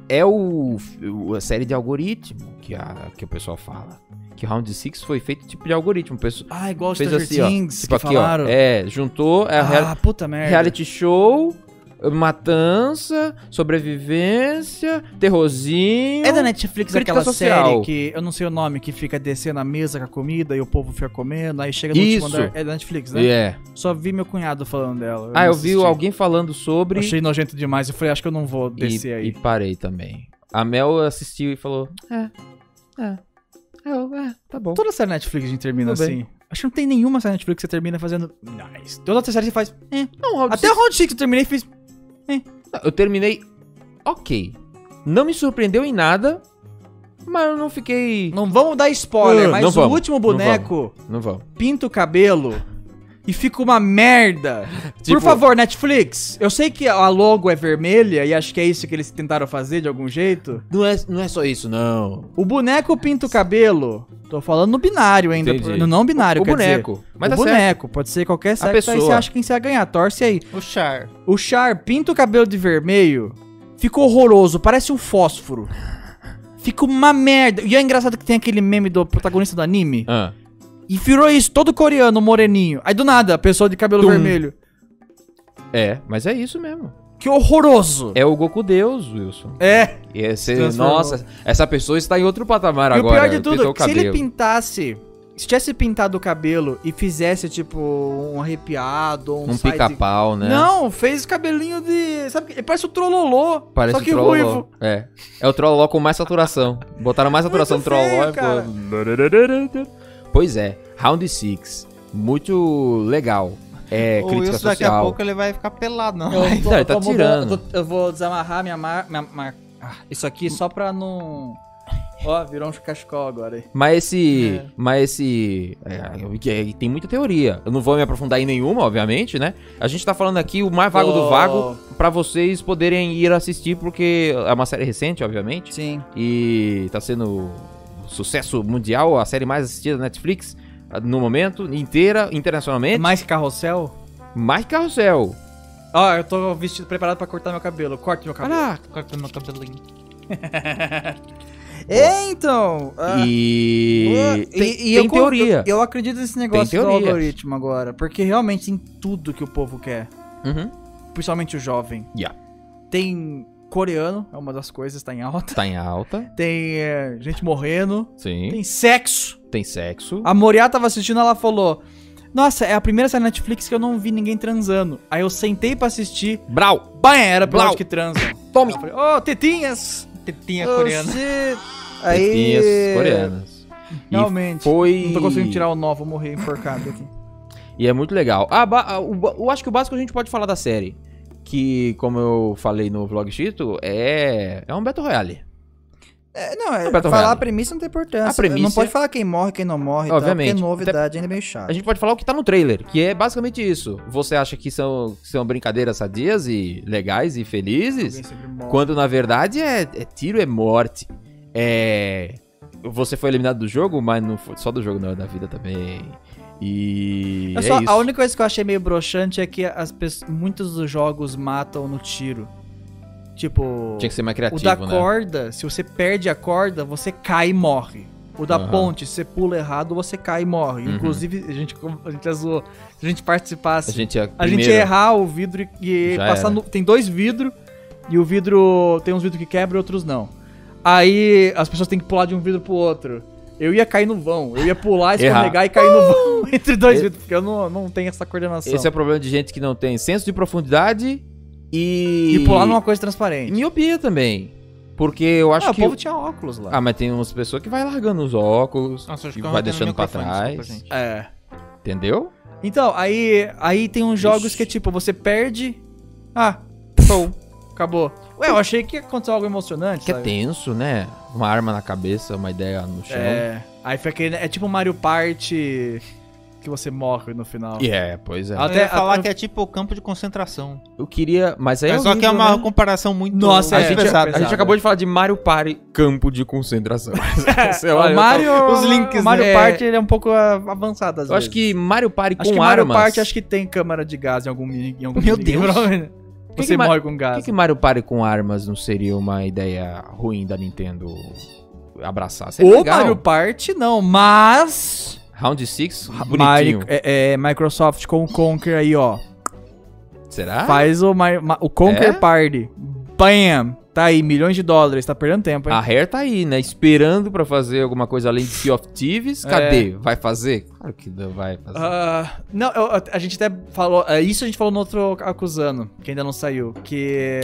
S1: é o, o- a série de algoritmo que, a, que o pessoal fala. Que Round 6 foi feito tipo de algoritmo. O pessoal-
S2: Ah, igual
S1: fez
S2: Stranger
S1: assim, ó.
S2: Things
S1: Tipo
S2: que
S1: aqui, ó.
S2: falaram.
S1: É, juntou é a
S2: ah,
S1: real-
S2: puta merda.
S1: reality show matança, sobrevivência, terrorzinho.
S2: É da Netflix
S1: Crítica
S2: aquela
S1: social.
S2: série que eu não sei o nome, que fica descendo a mesa com a comida e o povo fica comendo, aí chega no
S1: Isso.
S2: último andar. É da Netflix, né?
S1: É.
S2: Só vi meu cunhado falando dela.
S1: Ah,
S2: não
S1: eu vi
S2: assisti.
S1: alguém falando sobre
S2: Achei nojento demais. Eu falei, acho que eu não vou
S1: e,
S2: descer aí.
S1: e parei também. A Mel assistiu e falou: É, é, é, eu- é tá bom.
S2: Toda série Netflix a gente termina
S1: Tudo
S2: assim.
S1: bem.
S2: Acho que não tem nenhuma série Netflix que você termina fazendo. Nice. Toda outra série você faz. É.
S1: Não, Raul,
S2: Até o Round Six eu terminei e fiz.
S1: Tá, Eu terminei ok. Não me surpreendeu em nada, mas eu não fiquei.
S2: Não vamos dar spoiler,
S1: Ah,
S2: mas
S1: não
S2: o
S1: vamos,
S2: último
S1: não vamos.
S2: boneco
S1: Não vão.
S2: pinta o cabelo e fica uma merda.
S1: Tipo-
S2: Por favor, Netflix. Eu sei que a logo é vermelha e acho que é isso que eles tentaram fazer de algum jeito.
S1: Não é, não é só isso, não.
S2: O boneco pinta o cabelo. Tô falando no binário ainda.
S1: Entendi.
S2: No não binário,
S1: o
S2: quer dizer.
S1: boneco. Mas
S2: o
S1: tá certo.
S2: boneco, pode ser qualquer sexo, aí você
S1: pessoa.
S2: acha quem você vai ganhar, torce aí.
S3: O Char.
S2: O Char pinta o cabelo de vermelho, fica horroroso, parece um fósforo. Fica uma merda. E é engraçado que tem aquele meme do protagonista do anime.
S1: Ah,
S2: E virou isso, todo coreano, moreninho. Aí do nada, a pessoa de cabelo
S1: Tum.
S2: vermelho.
S1: é, mas é isso mesmo.
S2: Que horroroso.
S1: É o Goku Deus, Wilson.
S2: É.
S1: E é ser-
S3: Transformou.
S1: nossa, essa pessoa está em outro patamar
S2: e
S1: agora.
S2: o pior de tudo,
S1: pintou
S2: é
S1: o
S2: que se ele
S1: cabelo.
S2: pintasse, se tivesse pintado o cabelo e fizesse tipo um arrepiado, um,
S1: Um
S2: side-
S1: pica-pau, né?
S2: Não, fez cabelinho de, sabe, ele parece o Trololô,
S1: Parece
S2: só que
S1: o Trololó.
S2: ruivo.
S1: É. É o Trololó com mais saturação. Botaram mais saturação
S2: Muito
S1: no Trololó
S2: feio,
S1: e ficou. Pois é, Round 6. Muito legal. É,
S3: O
S1: crítica
S3: Wilson daqui a
S1: social.
S3: pouco ele vai ficar pelado,
S2: Eu
S3: não.
S2: tô-
S1: Não, ele
S2: eu tô
S1: tá
S2: mudando-
S1: tirando.
S2: Eu, tô- eu vou desamarrar minha marca. isso aqui só pra não. Ó, virou um cachecol agora aí.
S1: Mas esse. Mas esse. é, eu- que- é, tem muita teoria. Eu não vou me aprofundar em nenhuma, obviamente, né? A gente tá falando aqui o mais vago
S2: Oh.
S1: do vago pra vocês poderem ir assistir, porque é uma série recente, obviamente.
S2: Sim.
S1: E tá sendo sucesso mundial, a série mais assistida da Netflix ah, no momento, inteira, internacionalmente.
S2: mais que carrossel?
S1: Mais carrossel.
S2: Ó, eu tô vestido preparado pra cortar meu cabelo. Corte meu cabelo.
S1: Caraca.
S3: Corta meu cabelinho.
S2: É, então. ah, ah,
S1: E. tem
S2: e
S1: tem
S2: eu con-
S1: teoria.
S2: Eu, eu acredito nesse negócio do
S1: teoria.
S2: algoritmo agora. Porque realmente tem tudo que o povo quer.
S1: Uhum.
S2: Principalmente o jovem.
S1: Yeah.
S2: Tem coreano, é uma das coisas, tá em alta.
S1: Tá em alta.
S2: Tem é, gente morrendo.
S1: Sim. Tem,
S2: Tem sexo.
S1: sexo.
S2: A Moriá tava assistindo, ela falou: Nossa, é a primeira série Netflix que eu não vi ninguém transando. Aí eu sentei pra assistir.
S1: Brau!
S2: Bem, era
S1: Blau.
S2: pelas que transam.
S1: Tome!
S2: Eu falei, Ô, tetinhas!
S3: Tetinha coreana.
S2: Você- Aí.
S1: Tetinhas coreanas.
S2: Realmente.
S1: Foi.
S2: Não tô conseguindo tirar o nó, vou morrer enforcado aqui.
S1: E é muito legal. Ah, ba- ah, o ba- eu acho que o básico a gente pode falar da série. Que, como eu falei no vlog Chito, é. É um Battle Royale.
S2: É, não, é,
S1: Roberto
S2: falar
S1: Reale.
S2: a premissa não tem importância.
S1: A premissa- é-
S2: Não pode falar quem morre, quem não morre, e
S1: Obviamente.
S2: tal, porque é novidade, ainda é meio chato.
S1: A gente pode falar o que tá no trailer, que é basicamente isso. Você acha que são, que são brincadeiras sadias e legais e felizes?
S2: Alguém sempre morre.
S1: Quando na verdade é, é tiro, é morte. É. Você foi eliminado do jogo, mas não foi só do jogo, não, é da vida também. E.
S2: Eu
S1: é
S2: só-
S1: isso.
S2: a única coisa que eu achei meio broxante é que as pessoas, muitos dos jogos matam no tiro. Tipo.
S1: Tinha que ser mais
S2: O
S1: criativo,
S2: da
S1: né?
S2: corda, se você perde a corda, você cai e morre. O da
S1: Aham.
S2: ponte, se você pula errado, você cai e morre.
S1: Uhum.
S2: Inclusive, a gente, a gente azul, se a gente participasse,
S1: A gente é.
S2: a gente ia errar o vidro e e
S1: Já
S2: passar
S1: era.
S2: no. Tem dois vidros e o vidro. Tem uns vidros que quebram e outros não. Aí as pessoas têm que pular de um vidro pro outro. Eu ia cair no vão. Eu ia pular,
S1: Errar.
S2: escorregar e cair no vão entre dois
S1: Esse-
S2: vidros, porque eu não, não tenho essa coordenação.
S1: Esse é o problema de gente que não tem senso de profundidade e.
S2: E pular numa coisa
S1: E
S2: transparente.
S1: miopia também. Porque eu acho
S2: ah,
S1: que.
S2: o povo tinha óculos lá.
S1: Ah, mas tem umas pessoas que vai largando os óculos,
S2: Ah.
S3: Nossa, acho
S1: que
S3: que eu
S1: vai
S3: arranquei no
S1: deixando pra
S3: microfone,
S1: trás.
S3: desculpa, gente.
S2: É.
S1: entendeu?
S2: Então, aí, aí tem uns jogos
S1: Ixi.
S2: que é tipo, você perde. Ah, pum, acabou. Ué, eu achei que ia acontecer algo emocionante.
S1: Que é
S2: sabe?
S1: tenso, né? Uma arma na cabeça, uma ideia no chão. É,
S2: É. Aí fica aquele. É tipo Mario Party que você morre no final.
S1: pois é.
S2: Ah,
S3: Eu ia
S2: Até-
S3: falar
S2: até-
S3: que é tipo o campo de concentração.
S1: Eu queria. Mas aí é
S3: Mas só que é
S1: horrível,
S3: uma
S1: né?
S3: comparação muito
S2: Nossa,
S1: A,
S2: é,
S1: gente,
S2: pesado,
S1: a gente
S2: pesado.
S1: acabou de falar de Mario Party, campo de concentração. assim, Sei lá,
S2: o
S1: eu
S2: É, Mario,
S1: tava-
S2: os links, Mario
S1: né?
S2: Party ele é um pouco ah, avançado às
S1: Eu
S2: vezes.
S1: acho que Mario Party com
S2: acho que Mario
S1: armas.
S2: Party acho que tem câmara de gás em algum mini- em algum
S1: Meu
S2: minigame,
S1: Deus.
S2: provavelmente.
S1: que
S2: Você
S1: Ma-
S2: morre com
S1: Por que,
S2: gás.
S1: que Mario Party com armas não seria uma ideia ruim da Nintendo abraçar? Seria
S2: O
S1: legal.
S2: Mario Party não, mas
S1: Round 6, bonitinho.
S2: Mario, é, é, Microsoft com o Conquer aí, ó.
S1: Será?
S2: Faz o, my- ma- o Conquer
S1: Ah. É?
S2: Party. Bam! Tá aí, milhões de dólares. Tá perdendo tempo, hein?
S1: A Hair tá aí, né? Esperando pra fazer alguma coisa além de Sea of
S2: É.
S1: Thieves. Cadê? Vai fazer? Claro que não vai fazer.
S2: Ah, não, eu- a gente até falou. é, Isso a gente falou no outro acusando, que ainda não saiu. Que.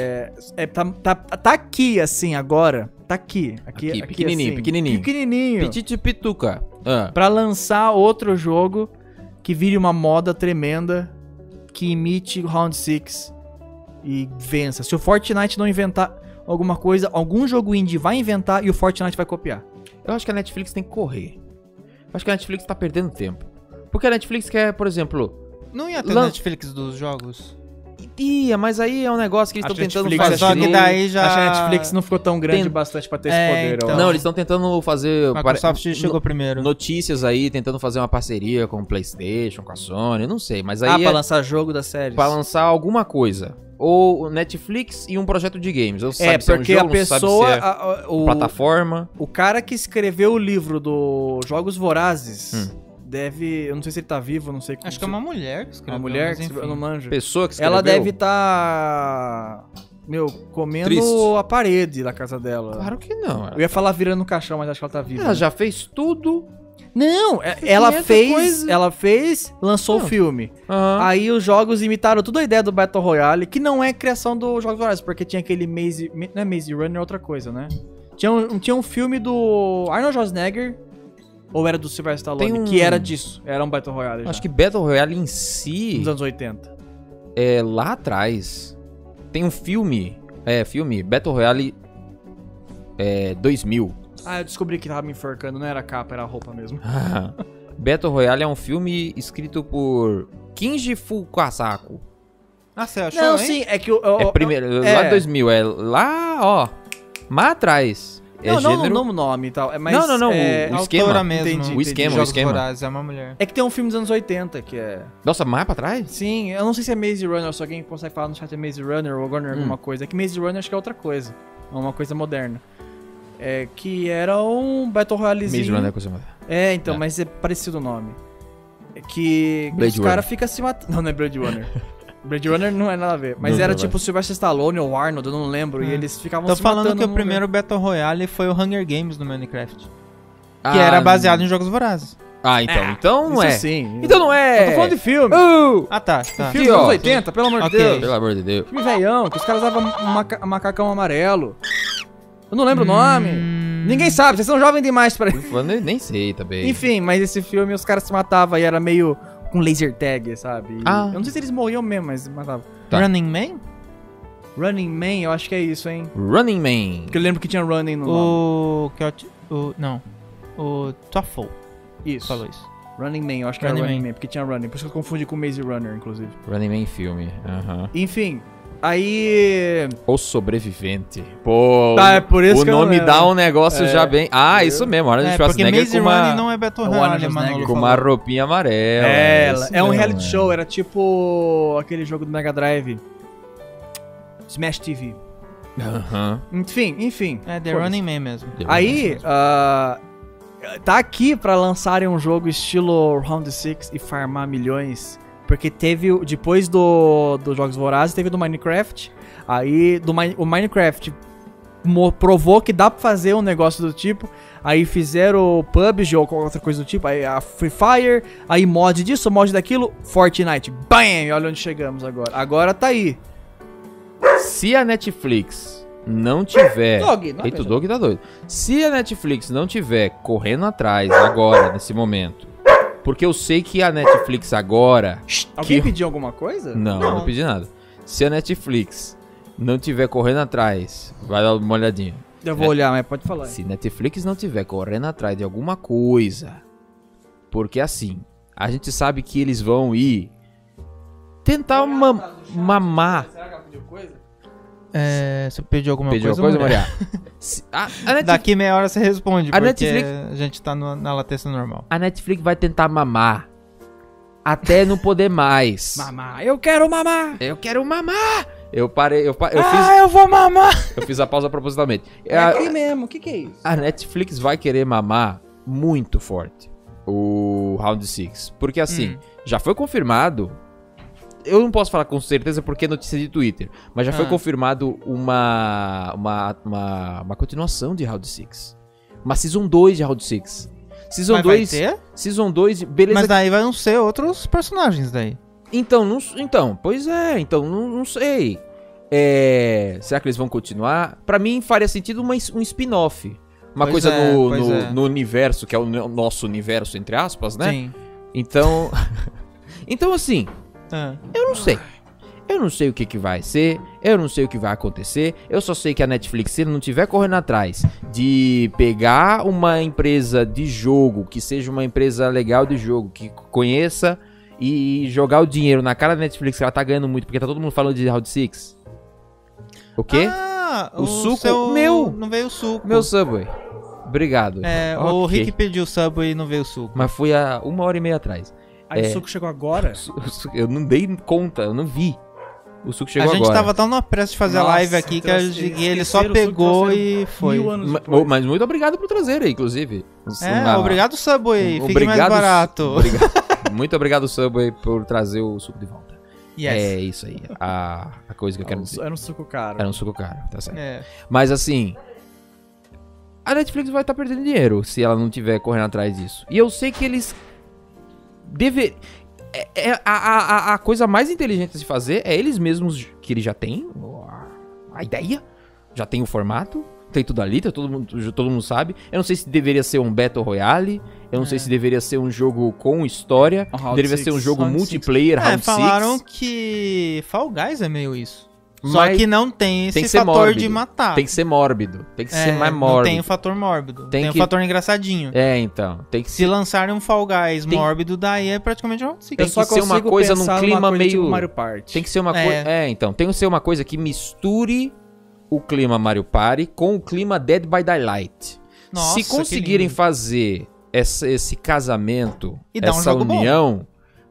S2: É, tá, tá, tá aqui, assim, agora. Tá aqui. Aqui,
S1: Aqui,
S2: aqui,
S1: pequenininho,
S2: assim.
S1: pequenininho.
S2: Pequenininho.
S1: Petite Pituca. Ah,
S2: Pra lançar outro jogo que vire uma moda tremenda que imite Round 6 e vença. Se o Fortnite não inventar alguma coisa, algum jogo indie vai inventar e o Fortnite vai copiar.
S1: eu acho que a Netflix tem que correr. Eu acho que a Netflix tá perdendo tempo. Porque a Netflix quer, por exemplo.
S3: Não ia ter
S1: Lan-
S3: Netflix dos jogos?
S1: Ia, mas aí é um negócio que eles
S2: Acho
S1: estão tentando
S2: Netflix
S1: fazer.
S2: é
S3: Só que
S2: não-
S3: daí
S2: Acho que a
S3: já...
S2: Netflix não ficou tão grande
S1: Tem-
S2: bastante pra ter
S3: É,
S2: esse poder. eu
S3: então.
S2: acho.
S1: Não, eles estão tentando fazer.
S3: Microsoft
S1: pare-
S3: chegou primeiro.
S1: Notícias aí, tentando fazer uma parceria com o PlayStation, com a Sony, não sei, mas aí.
S2: Ah,
S1: é-
S2: pra lançar jogo da série.
S1: Pra lançar alguma coisa. Ou o Netflix e um projeto de games. Ou
S2: É,
S1: sabe se
S2: porque
S1: é um
S2: a
S1: jogo, não sabe se
S2: pessoa.
S1: é
S2: a- a- o,
S1: plataforma.
S2: o cara que escreveu o livro do Jogos Vorazes
S1: Hum.
S2: deve. Eu não sei se ele tá vivo, não sei como
S3: Acho que é uma mulher que escreveu.
S2: uma mulher,
S3: mas
S2: que
S3: enfim.
S2: eu não manjo.
S1: Pessoa que escreveu.
S2: Ela deve estar. Meu, comendo
S1: Triste.
S2: a parede da casa dela.
S1: Claro que não.
S2: Eu ia falar virando o caixão, mas acho que ela tá viva.
S1: Ela Ah, já fez tudo.
S2: Não, é- ela
S1: 500
S2: fez.
S1: coisas.
S2: Ela fez, lançou
S1: Não.
S2: o filme.
S1: Aham.
S2: Aí os jogos imitaram toda a ideia do Battle Royale, que não é criação do Jogos Vorazes, porque tinha aquele Maze. Ma- Não é Maze Runner, é outra coisa, né? Tinha um, tinha um filme do Arnold Schwarzenegger, ou era do Sylvester Stallone,
S1: Tem um-
S2: que era disso. Era um Battle Royale já,
S1: Acho que Battle Royale em si,
S2: nos anos 80.
S1: é lá atrás, tem um filme. É, filme Battle Royale é, 2000.
S2: Ah, eu descobri que tava me enforcando, não era capa, era roupa mesmo.
S1: Battle Royale é um filme escrito por Kinji Fukasaku.
S3: Ah, você achou,
S2: Não,
S3: hein?
S2: sim, é que o. o-
S1: é primeiro,
S2: é.
S1: lá de 2000, é lá, ó, mais atrás. É
S2: não, não,
S1: gênero.
S2: não o nome e tal. É, mas,
S1: Não, não, não,
S2: É,
S1: o
S3: Autora
S1: esquema.
S3: mesmo.
S2: Entendi,
S1: O esquema,
S3: Jogos
S1: o esquema.
S3: Vorazes, é uma mulher.
S2: é que tem um filme dos anos 80 que é.
S1: Nossa, mais pra trás?
S2: Sim, eu não sei se é Maze Runner, se alguém consegue falar no chat é Maze Runner ou Runner alguma coisa. É que Maze Runner acho que é outra coisa. É uma coisa moderna. É que era um Battle Royalezinho.
S1: Maze Runner, né, coisa mais.
S2: É, então,
S1: É.
S2: mas é parecido o nome. É que
S1: Blade
S2: os caras ficam se matando. Não, não é Blade Runner. Blade Runner não é nada a ver. Mas
S1: Não,
S2: era
S1: não
S2: tipo o Sylvester Stallone ou Arnold, eu não lembro. E
S3: É.
S2: eles ficavam
S3: Tô
S2: se
S3: falando
S2: matando
S3: que o
S2: num
S3: primeiro Battle Royale foi o Hunger Games no Minecraft.
S1: Ah,
S3: Que era baseado em Jogos Vorazes.
S1: Ah, então,
S2: lugar.
S1: então não
S2: Isso
S1: é.
S2: sim.
S1: Então não é.
S2: Eu tô falando de filme.
S1: Oh!
S3: Ah, tá, tá.
S1: Aqui,
S2: Filme dos
S1: ó.
S2: anos 80, pelo amor de
S3: Ok.
S2: Deus.
S1: Pelo amor de Deus.
S2: Filme velhão, que os caras usavam maca- macacão amarelo. Eu não lembro o nome.
S3: Hum.
S2: Ninguém sabe, vocês são jovens demais pra.
S1: Eu falando- eu nem sei também.
S2: Enfim, mas esse filme os caras se matavam e era meio com laser tag, sabe? E-
S1: Ah.
S2: Eu não sei se eles morriam mesmo, mas matavam.
S1: Tá.
S3: Running Man?
S2: Running Man, eu acho que é isso, hein?
S1: Running Man.
S2: Porque eu lembro que tinha Running no nome.
S3: O... que é o ti- o... Não. O Toffol
S2: Isso.
S3: falou isso.
S2: Running Man, eu acho que
S3: Running
S2: era Running
S3: Man.
S2: Man, porque tinha Running. Por isso que eu confundi com Maze Runner, inclusive.
S1: Running Man filme. Aham.
S2: Enfim, aí.
S1: O sobrevivente. Pô.
S2: Tá, é por isso
S1: o
S2: que eu não
S1: nome
S2: lembro.
S1: dá um negócio
S2: É.
S1: já bem. Ah, isso mesmo. Arnold
S3: É, porque
S1: Schwarzenegger
S3: Maze
S1: com uma,
S3: Running não é Battle
S2: É o
S3: Royale,
S2: Arnold
S3: Manolo
S1: com
S2: Schwarzenegger.
S1: uma
S3: falou.
S1: roupinha amarela.
S2: É,
S1: isso
S2: é um
S1: mesmo,
S2: reality
S1: é.
S2: show, era tipo aquele jogo do Mega Drive. Smash TV.
S1: Aham.
S2: Enfim, enfim.
S3: É, The
S2: Foda-se.
S3: Running Man mesmo.
S2: Aí, ah, tá aqui pra lançarem um jogo estilo Round 6 e farmar milhões. Porque teve, o- depois do, dos Jogos Vorazes, teve do Minecraft. Aí, do, Mi- o Minecraft mo- provou que dá pra fazer um negócio do tipo. Aí fizeram o PUBG ou qualquer outra coisa do tipo. Aí a Free Fire, aí mod disso, mod daquilo, Fortnite. Bam! E olha onde chegamos agora. Agora tá aí.
S1: Se a Netflix não tiver.
S2: Dog, não é
S1: Eita, o
S2: mesmo?
S1: Doug tá doido. Se a Netflix não tiver correndo atrás agora, nesse momento. Porque eu sei que a Netflix agora.
S2: Alguém
S1: Que-
S2: pediu alguma coisa?
S1: Não, não,
S3: Não.
S1: pedi nada. Se a Netflix não tiver correndo atrás, vai dar uma olhadinha.
S2: Eu
S1: É.
S2: vou olhar, mas pode falar.
S1: Se Netflix não tiver correndo atrás de alguma coisa, porque assim, a gente sabe que eles vão ir tentar ma- mamar.
S2: Será que ela pediu coisa?
S3: É, você pediu alguma
S1: Pediu
S3: coisa?
S1: uma coisa,
S3: mulher?
S1: Maria? Se- a- a Netflix
S3: Daqui meia hora você responde,
S1: A
S3: porque
S1: Netflix-
S3: a gente tá no- na latência normal.
S1: a Netflix vai tentar mamar até não poder mais.
S2: Mamar, eu quero mamar!
S1: Eu quero mamar. Eu parei, eu, pa- eu
S3: Ah, eu vou mamar!
S1: fiz, eu fiz a pausa propositalmente.
S2: É
S1: A-
S2: aqui mesmo, o que, que é isso?
S1: a Netflix vai querer mamar muito
S3: Hum.
S1: forte o Round 6. Porque assim, já foi confirmado eu não posso falar com certeza porque é notícia de Twitter, mas já foi
S3: Ah.
S1: confirmado uma, uma, uma, uma continuação de Round 6. Uma Season 2 de Round 6. Season
S3: Mas vai
S1: 2,
S3: ter?
S1: Season 2, beleza.
S3: Mas daí vão ser outros personagens daí.
S1: Então, não, s- então, pois é, então, não, não sei. É, será que eles vão continuar? Pra mim faria sentido uma, es- um spin-off. Uma
S3: Pois
S1: coisa
S3: é,
S1: no,
S3: pois
S1: no-
S3: é.
S1: no universo, que é o no- nosso universo, entre aspas, né?
S3: Sim.
S1: Então. então, assim,
S3: Ah.
S1: eu não sei. Eu não sei o que, que vai ser, eu não sei o que vai acontecer, eu só sei que a Netflix, se ele não tiver correndo atrás de pegar uma empresa de jogo, que seja uma empresa legal de jogo, que conheça e jogar o dinheiro na cara da Netflix, que ela tá ganhando muito, porque tá todo mundo falando de Round Six. O quê?
S3: Ah,
S1: O
S3: o,
S1: suco?
S3: seu-
S1: Meu!
S3: Não veio o suco.
S1: Meu Subway. Obrigado.
S3: É, O
S1: Ok.
S3: Rick pediu sub e não veio o suco.
S1: Mas foi há uma hora e meia atrás.
S2: Aí
S1: É.
S2: o suco chegou agora.
S1: Eu não dei conta, eu não vi. O suco chegou
S3: a gente
S1: agora.
S3: tava tão na pressa de fazer a
S2: Nossa,
S3: live aqui que a
S2: trouxe-
S3: gente- ele só
S2: esqueceram o suco,
S3: pegou
S2: trouxeram
S3: e foi.
S2: Mil anos
S1: Ma-
S2: depois.
S1: mas muito obrigado por trazer aí, inclusive.
S3: É,
S1: Uma-
S3: obrigado, Subway.
S1: um-
S3: Fique mais barato.
S1: Obrigado- muito obrigado, Subway, por trazer o suco de volta. É
S3: Yes. Ah,
S1: isso aí. A, a coisa que eu quero dizer.
S2: Era um suco caro.
S1: Era um suco caro, tá certo.
S3: É.
S1: Mas assim. A Netflix vai estar perdendo dinheiro se ela não tiver correndo atrás disso. E eu sei que eles. Deve. É, é a, a, a- a coisa mais inteligente a se fazer é eles mesmos que eles já têm a, a ideia, já tem o formato, tem tudo ali, tá todo, mundo, todo mundo sabe. Eu não sei se deveria ser um Battle Royale, eu não
S3: É.
S1: sei se deveria ser um jogo com história,
S2: Um Round
S1: deveria
S2: Six,
S1: ser um jogo
S2: Round Six.
S1: multiplayer,
S3: É,
S1: Round
S3: falaram
S1: 6.
S3: que Fall Guys é meio isso. Só
S1: Mas
S3: que não tem esse
S1: tem que ser
S3: fator
S1: mórbido.
S3: de matar.
S1: Tem que ser mórbido, tem que ser
S3: É,
S1: mais
S3: Não
S1: mórbido.
S3: tem o fator mórbido.
S1: Tem
S3: Tem,
S1: que-
S3: o fator engraçadinho.
S1: É, então, tem que
S3: Se lançarem um Fall Guys
S1: Tem-
S3: mórbido, daí é praticamente um Six.
S1: tem
S2: Eu só
S1: que ser uma
S2: consigo
S1: coisa num
S2: pensar numa
S1: clima
S2: coisa tipo
S1: meio-
S2: Mario Party.
S1: Tem que ser uma
S3: É.
S1: coisa. É, então. Tem que ser uma coisa que misture o clima Mario Party com o clima Dead by Daylight.
S3: Nossa,
S1: Se conseguirem
S3: que lindo.
S1: fazer essa- esse casamento,
S3: E dar um
S1: essa
S3: jogo bom.
S1: união,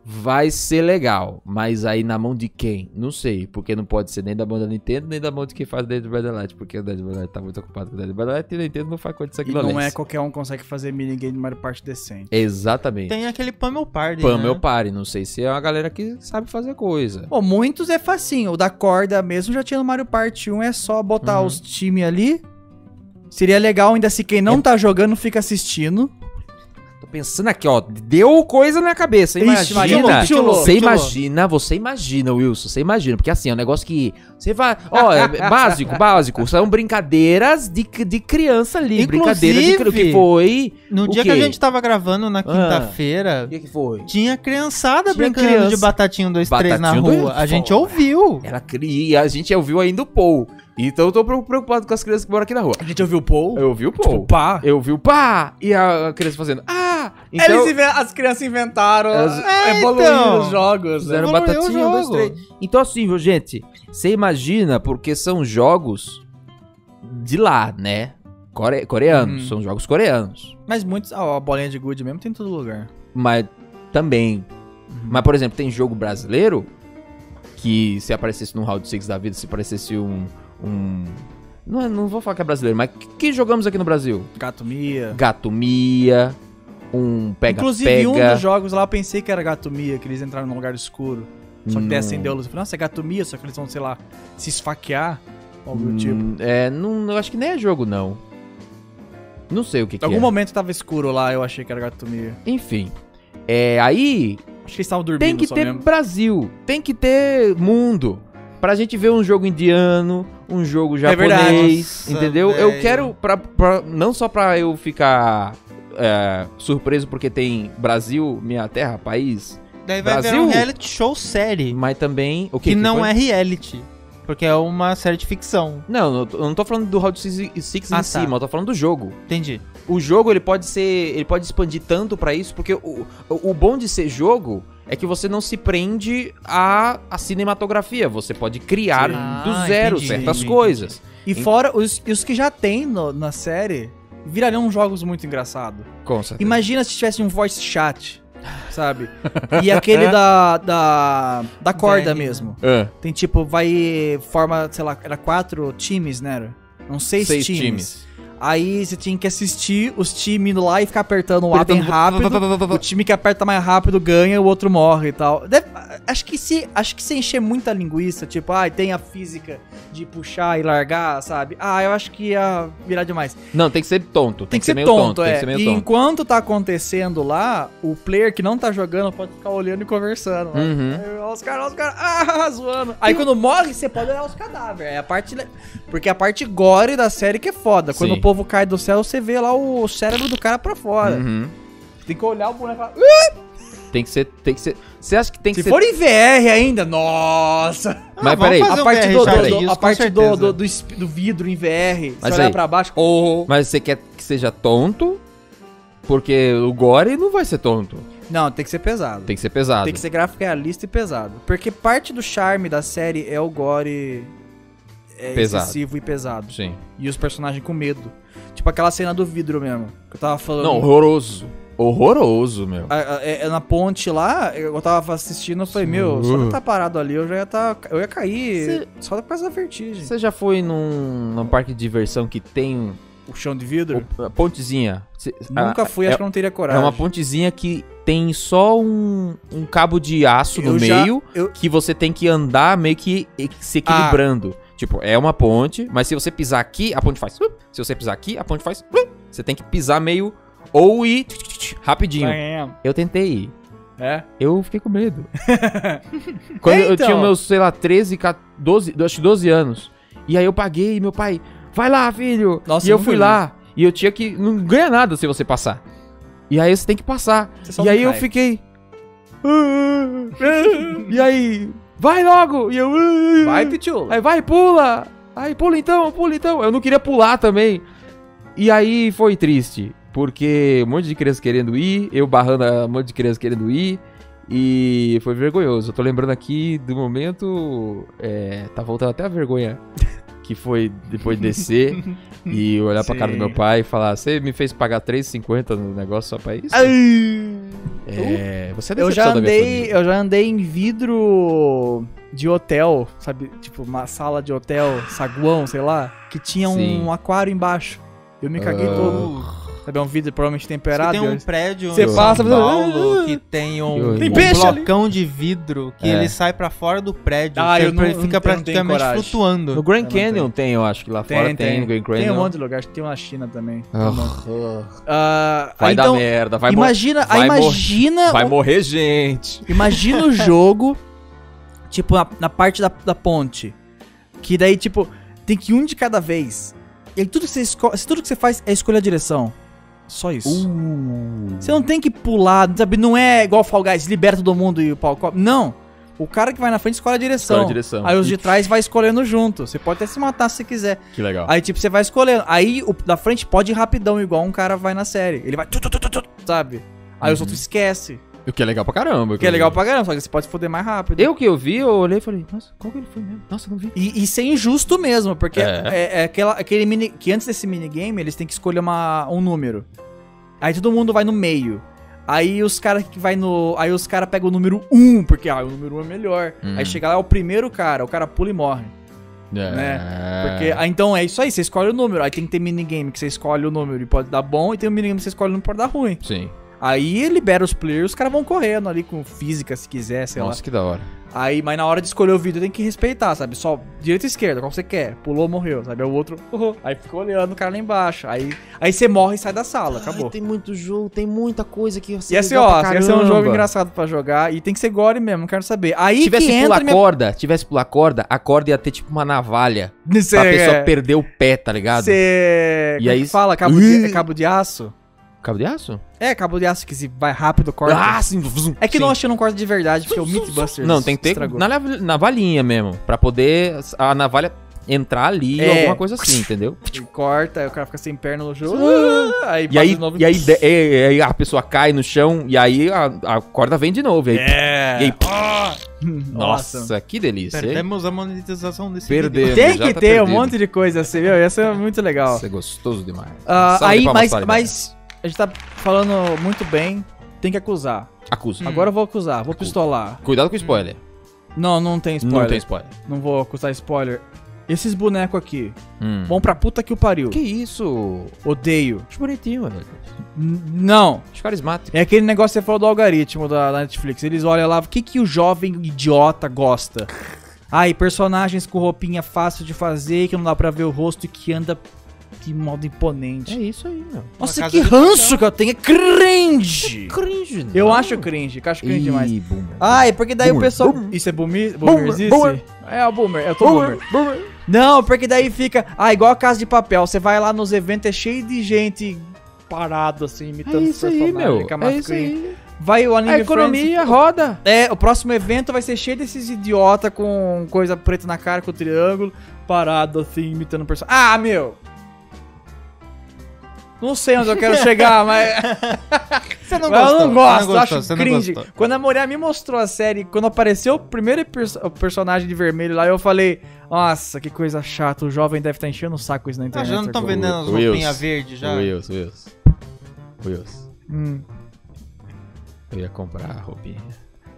S1: vai ser legal. Mas aí na mão de quem? Não sei. Porque não pode ser nem da mão da Nintendo, nem da mão de quem faz Dead by Daylight. Porque o Dead by Daylight tá muito ocupado com o Dead by Daylight e a Nintendo não faz coisa disso
S2: E
S1: aqui
S2: não é qualquer um que consegue fazer minigame de Mario Party decente.
S1: Exatamente.
S3: Tem aquele Pummel Party.
S1: Pam,
S3: né?
S1: meu pare. Não sei se é uma galera que sabe fazer coisa.
S2: Pô, muitos é facinho. O da corda mesmo já tinha no Mario Party 1, é só botar
S1: Uhum.
S2: os times ali. Seria legal ainda se quem
S1: É.
S2: não tá jogando fica assistindo.
S1: Tô pensando aqui, ó, deu coisa na cabeça, imagina.
S2: Ixi, Maria, pitilou,
S1: você
S3: pitilou.
S1: imagina, você imagina, Wilson, você imagina, porque assim, é um negócio que você vai, ó, é básico, básico, são brincadeiras de, de criança ali,
S3: Inclusive-
S1: brincadeira de cri- que foi,
S3: No
S1: O
S3: dia que a
S1: quê? Ah.
S3: gente tava gravando na quinta-feira,
S1: que que foi?
S3: tinha criançada
S1: Tinha
S3: brincando
S1: criança.
S3: de batatinho 2, 3 na
S1: Batatinha
S3: rua.
S1: dois-
S3: A gente
S1: Fora.
S3: ouviu.
S1: Ela cria, a gente ouviu ainda o Paul. Então eu tô preocupado com as crianças que moram aqui na rua.
S2: A gente ouviu o Paul?
S1: Eu ouvi o
S2: Tipo,
S1: Paul.
S2: pá.
S1: Eu vi o pá! E a a criança fazendo, ah! Então,
S2: as crianças inventaram,
S1: Elas-
S2: evoluíram
S3: então.
S2: os jogos. né?
S1: Fizeram
S3: Evoluiu
S1: batatinha,
S3: o
S1: um, dois,
S3: jogo.
S1: três. Então, assim, viu, gente, você imagina, porque são jogos de lá, né? Core- coreanos,
S2: Hum.
S1: são jogos coreanos.
S2: Mas muitos. Ó, a bolinha de good mesmo tem em todo lugar.
S1: Mas também.
S2: Uhum.
S1: Mas, por exemplo, tem jogo brasileiro que se aparecesse num Round 6 da vida, se aparecesse um. um não, é- não vou falar que é brasileiro, mas que, que jogamos aqui no Brasil?
S2: Gato Mia.
S1: Gato Mia, um Pega
S2: É. Inclusive,
S1: Pega.
S2: um dos jogos lá eu pensei que era Gato Mia, que eles entraram num lugar escuro. Só que daí
S1: Não.
S2: acendeu a luz. Eu falei, nossa, é Gato Mia, só que eles vão, sei lá, se esfaquear. ou Algo do
S1: Hum,
S2: tipo.
S1: É, não, eu acho que nem é jogo, não. Não sei o que,
S2: Em
S1: que
S2: algum
S1: é.
S2: momento tava escuro lá, eu achei que era Gato Mia.
S1: Enfim. É, aí
S2: Acho que eles estavam dormindo
S1: tem que
S2: só
S1: ter
S2: mesmo.
S1: Brasil, tem que ter mundo. Pra gente ver um jogo indiano, um jogo japonês,
S3: É verdade. Nossa,
S1: entendeu? Eu
S3: velho.
S1: quero, pra, pra- não só pra eu ficar é, surpreso porque tem Brasil, minha terra, país,
S3: Daí vai
S1: Brasil?
S3: ver um reality show série.
S1: mas também... O
S3: que,
S1: quê?
S3: não
S1: foi?
S3: é reality. Porque é uma série de ficção.
S1: Não, eu tô- eu não tô falando do Round 6 em
S3: Ah,
S1: si,
S3: tá.
S1: mas eu tô falando do jogo.
S3: Entendi.
S1: o jogo ele pode ser. ele pode expandir tanto pra isso, porque o, o, o bom de ser jogo é que você não se prende à, à cinematografia. Você pode criar
S3: Sim.
S1: do
S3: Ah,
S1: zero
S3: entendi,
S1: certas
S3: entendi.
S1: coisas.
S2: E fora os, os que já tem no- na série, virariam jogos muito engraçados.
S1: Com certeza.
S2: Imagina se tivesse um voice chat, sabe? E aquele da, da, da corda
S3: Velho.
S2: mesmo.
S1: Ah,
S2: Tem tipo, vai. Forma, sei lá, era quatro times, né? Era? Não, seis,
S1: seis
S2: times.
S1: times.
S2: Aí você tinha que assistir os times indo lá e Um ficar apertando o A bem
S1: Apertando-
S2: rápido. O time que aperta mais rápido ganha, o outro morre e tal. Deve- Acho que se, acho que se encher muita linguiça, tipo, ai, tem a física de puxar e largar, sabe? Ah, eu acho que ia virar demais.
S1: Não, tem que ser tonto. Tem,
S2: Tem que ser
S1: meio
S2: tonto, é.
S1: Tem que ser meio
S2: e
S1: tonto.
S2: enquanto tá acontecendo lá, o player que não tá jogando pode ficar olhando e conversando. né?
S1: Uhum.
S2: Aí, Olha os caras, olha os caras, ah, zoando. Aí quando morre, você pode olhar os cadáveres. É a parte. le- Porque a parte gore da série que é foda. Quando
S1: Sim.
S2: o povo cai do céu, você vê lá o cérebro do cara pra fora.
S1: Uhum.
S2: Tem que olhar o boneco e falar.
S1: Tem que ser. Tem que ser. Você acha que tem que
S2: Se
S1: ser.
S2: for em VR ainda, nossa!
S1: Mas
S3: vamos
S1: peraí,
S3: fazer
S2: a
S3: um
S2: parte
S3: VR
S2: do,
S1: é
S3: chato
S2: do- do-
S3: disso,
S2: a
S3: com
S2: parte do,
S3: certeza.
S2: do, do esp- do vidro em VR, se
S1: Mas
S2: olhar
S1: aí-
S2: pra baixo, oh.
S1: Mas você quer que seja tonto? Porque o Gore não vai ser tonto.
S2: Não, tem que ser pesado.
S1: Tem que ser pesado.
S2: Tem que ser gráfico realista e pesado. Porque parte do charme da série é o gore é,
S1: Pesado.
S2: excessivo e pesado.
S1: Sim.
S2: E os personagens com medo. Tipo aquela cena do vidro mesmo. Que eu tava falando.
S1: Não, horroroso. Horroroso, meu.
S2: A- a- é- é na ponte lá, eu tava assistindo, eu falei, meu, só de eu tá parado ali, eu já ia tá. Eu ia cair. Só por causa da vertigem.
S1: Você já foi num, num parque de diversão que tem
S2: O chão de vidro?
S1: o- a pontezinha? Cê-
S2: Nunca
S1: a-
S2: fui,
S1: é,
S2: acho que eu não teria
S1: É
S2: coragem.
S1: uma pontezinha que tem só um, um cabo de aço no
S2: Eu já-
S1: meio
S2: eu-
S1: que você tem que andar meio que e- se equilibrando.
S2: Ah.
S1: Tipo, é uma ponte, mas se você pisar aqui, a ponte faz. "Up". Se você pisar aqui, a ponte faz. "Up". Você tem que pisar meio ou ir tch, tch, tch, rapidinho. Eu tentei ir.
S2: É?
S1: Eu fiquei com medo. Quando eu
S2: então.
S1: tinha meus, sei lá, 13, 14, 12, acho que 12 anos. E aí eu paguei, e meu pai, vai lá, filho.
S2: Nossa,
S1: e eu
S2: eu
S1: fui
S2: nunca
S1: lá. E eu tinha que. Não ganha nada se você passar. E aí você tem que passar.
S2: Você só é.
S1: E
S2: não
S1: aí eu
S2: cai.
S1: fiquei. e aí, vai logo! E eu.
S2: Vai, Pichula.
S1: Aí vai, pula! Aí pula então, pula então. Eu não queria pular também. E aí foi triste, porque um monte de criança querendo ir, eu barrando a- um monte de criança querendo ir. E foi vergonhoso. Eu tô lembrando aqui do momento. é, tá voltando até a vergonha. Que foi depois descer e olhar pra cara do meu pai e falar: Você me fez pagar 3,50 no negócio só pra isso? É, você é
S2: Eu já
S1: decepção da minha
S2: andei,
S1: família.
S2: eu já andei em vidro de hotel, sabe? Tipo, uma sala de hotel, saguão, sei lá, que tinha
S1: Sim. Ah.
S2: um aquário embaixo. Eu me caguei todo. Sabe, é um vidro provavelmente
S3: Diz que
S2: temperado.
S3: Tem um
S2: eu-
S3: prédio
S2: Você
S3: em
S2: passa,
S3: São
S2: você-
S3: Paulo que tem um,
S1: Tem
S3: um
S2: peixe ali.
S3: blocão de vidro que
S1: É.
S3: ele sai pra fora do prédio.
S2: Ah,
S3: que
S2: eu não-
S3: ele fica
S2: eu não tenho
S3: praticamente
S2: coragem.
S1: No
S3: flutuando.
S1: Grand
S2: não
S1: Canyon tem, eu acho que lá fora tem. no Grand Canyon.
S2: Tá Tem um monte de lugar, acho que tem um uma na China também.
S1: Ah,
S2: Ah,
S1: Vai
S2: então,
S1: dar merda, vai, mor-
S2: imagina,
S1: vai
S2: aí
S1: mor-
S2: imagina
S1: vai
S2: o-
S1: morrer gente.
S2: Imagina o jogo, tipo, na, na parte da, da ponte. Que daí, tipo, tem que ir um de cada vez. E aí tudo que você, esco- tudo que você faz é escolher a direção. Só
S1: Uh.
S2: isso. Você não tem que pular, sabe? Não é igual Fall Guys, libera todo mundo e o pau cobre. Não. O cara que vai na frente escolhe a direção.
S1: Escolhe a direção.
S2: Aí os de trás vai escolhendo junto. Você pode até se matar se você quiser.
S1: Que legal.
S2: Aí, tipo, você vai escolhendo. Aí o da frente pode ir rapidão, igual um cara vai na série. Ele vai. tu, tu, tu, tu, tu, sabe? Aí
S1: Uhum.
S2: os outros esquecem.
S1: O que é legal pra caramba.
S2: O que é legal pra caramba, só que você pode foder mais rápido.
S1: Eu que eu vi, eu olhei e falei, nossa, qual que ele foi mesmo? Nossa, eu não vi.
S2: E, e ser injusto mesmo, porque
S1: É.
S2: é, é aquela, aquele mini. Que antes desse minigame, eles têm que escolher uma, um número. Aí todo mundo vai no meio. Aí os caras que vai no. Aí os caras pegam o número 1, porque ah, o número 1 é melhor.
S1: Hum.
S2: Aí chega lá, é o primeiro cara, o cara pula e morre.
S1: né?
S2: Porque, ah, então é isso aí, você escolhe o número. Aí tem que ter minigame que você escolhe o número e pode dar bom, e tem um minigame que você escolhe o número e pode dar ruim.
S1: Sim.
S2: Aí libera os players, os caras vão correndo ali com física se quiser, sei lá.
S1: nossa, que da hora.
S2: Aí, mas na hora de escolher o vídeo tem que respeitar, sabe? Só direita e esquerda, qual você quer. Pulou, morreu, sabe? Aí o outro. uhum. Aí fica olhando o cara lá embaixo. Aí, aí você morre e sai da sala, acabou.
S1: tem muito jogo, tem muita coisa que você
S2: E assim, ó, ia ser um jogo engraçado pra jogar. E tem que ser gore mesmo, não quero saber. Aí
S1: Se tivesse
S2: que entra
S1: pular
S2: minha...
S1: corda, tivesse pular corda, a corda ia ter tipo uma navalha.
S2: Cê,
S1: Pra
S2: é.
S1: pessoa perder o pé, tá ligado?
S2: Cê...
S1: E
S2: E
S1: aí-
S2: aí... Fala, cabo de, é cabo de aço?
S1: Cabo de aço?
S2: É, cabo de aço que se vai rápido, corta.
S1: sim.
S2: é que
S1: Ah, sim.
S2: não achei não corta de verdade, porque é o Mythbusters
S1: Não, tem que ter
S2: estragou.
S1: na nav- navalhinha mesmo. Pra poder a navalha entrar ali ou
S2: É.
S1: alguma coisa assim, entendeu?
S2: E Corta, aí o cara fica sem perna no jogo. aí
S1: Ah! E
S2: bate
S1: aí,
S2: de um novo
S1: e aí, de- e- e aí a pessoa cai no chão e aí a, a corda vem de novo. E aí,
S2: É.
S1: e aí-
S2: um- Nossa.
S1: nossa, que delícia. hein?
S3: Perdemos a monetização desse
S1: Perdemos.
S2: Tem que
S1: já
S2: ter
S1: tá
S2: um
S1: perdido.
S2: monte de coisa assim, viu? Ia ser muito legal.
S1: Isso é gostoso demais.
S2: Ah,
S1: Salve
S2: aí,
S1: palmas
S2: mas,
S1: para ele,
S2: mas a gente tá falando muito bem. Tem que acusar.
S1: velho. Acusa.
S2: Agora eu vou acusar, vou pistolar.
S1: Cuidado com o spoiler.
S2: Não, não tem
S1: Não
S2: spoiler.
S1: tem spoiler.
S2: Não vou acusar spoiler. Esses bonecos aqui,
S1: Hum.
S2: bom pra puta que o pariu.
S1: Que isso?
S2: Odeio.
S1: Acho bonitinho, velho.
S2: N- não.
S1: Acho carismático.
S2: É aquele negócio que você falou do algoritmo da, da Netflix. Eles olham lá, o que, que o jovem idiota gosta? Ai, personagens com roupinha fácil de fazer, que não dá pra ver o rosto e que anda de modo
S1: É
S2: imponente.
S1: isso aí, meu.
S2: Nossa,
S3: casa
S2: que
S3: de
S2: ranço que eu tenho. É cringe!
S1: Cringe, né?
S2: Eu acho cringe, que eu acho cringe demais. Ah,
S1: Ih, boomer.
S2: Ai, porque daí o
S1: Boomer,
S2: pessoal.
S1: boomer.
S2: Isso é boomer,
S1: Boomer,
S2: boomerzice?
S1: boomer.
S2: É o boomer, eu tô boomer. Não, porque daí fica. Ah, igual a casa de papel. Você vai lá nos eventos, é cheio de gente parado, assim,
S1: É
S2: imitando os
S1: isso aí,
S2: personagens,
S1: meu.
S2: fica
S1: É
S2: mais
S1: isso
S2: cringe.
S1: aí.
S2: Vai o Anime
S1: A economia roda.
S2: Friends- É, o próximo evento vai ser cheio desses idiota com coisa preta na cara, com triângulo, parado assim, imitando pessoa. Ah, meu! Não sei onde eu quero chegar, mas
S3: Você não
S2: mas
S3: gostou.
S2: eu não gosto, eu
S3: gostou,
S2: acho cringe. Quando a mulher me mostrou a série, quando apareceu o primeiro perso- o personagem de vermelho lá, eu falei, nossa, que coisa chata, o jovem deve estar enchendo o saco isso na
S3: Ah,
S2: internet.
S3: já não estão
S2: agora."
S3: vendendo as
S1: Wills.
S3: roupinhas verdes já?
S1: Wills, Wills. Wills.
S2: Hum.
S1: Eu ia comprar a roupinha.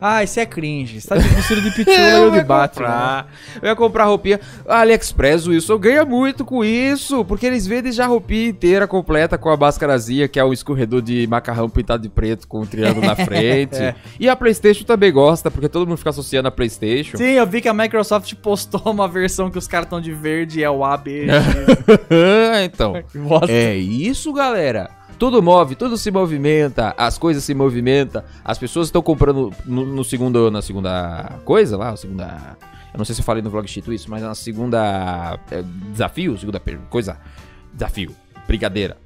S2: Ah, isso é cringe. Você tá de vestido de pitula e né? eu de
S1: ia
S2: Batman.
S1: comprar. né? Eu ia comprar roupinha. AliExpress, Wilson, eu ganho muito com isso. Porque eles vendem já a roupinha inteira, completa, com a máscarazinha, que é o escorredor de macarrão pintado de preto com um triângulo na frente. E a Playstation também gosta, porque todo mundo fica associando a Playstation.
S2: Sim, eu vi que a Microsoft postou uma versão que os caras estão de verde e é o AB.
S1: então.
S2: Bosta.
S1: É isso, galera. Tudo move, tudo se movimenta, as coisas se movimentam, as pessoas estão comprando no, no segundo, na segunda coisa lá, segunda, eu não sei se eu falei no vlog Chito isso, mas na segunda é, desafio, segunda per- coisa, desafio, brigadeira,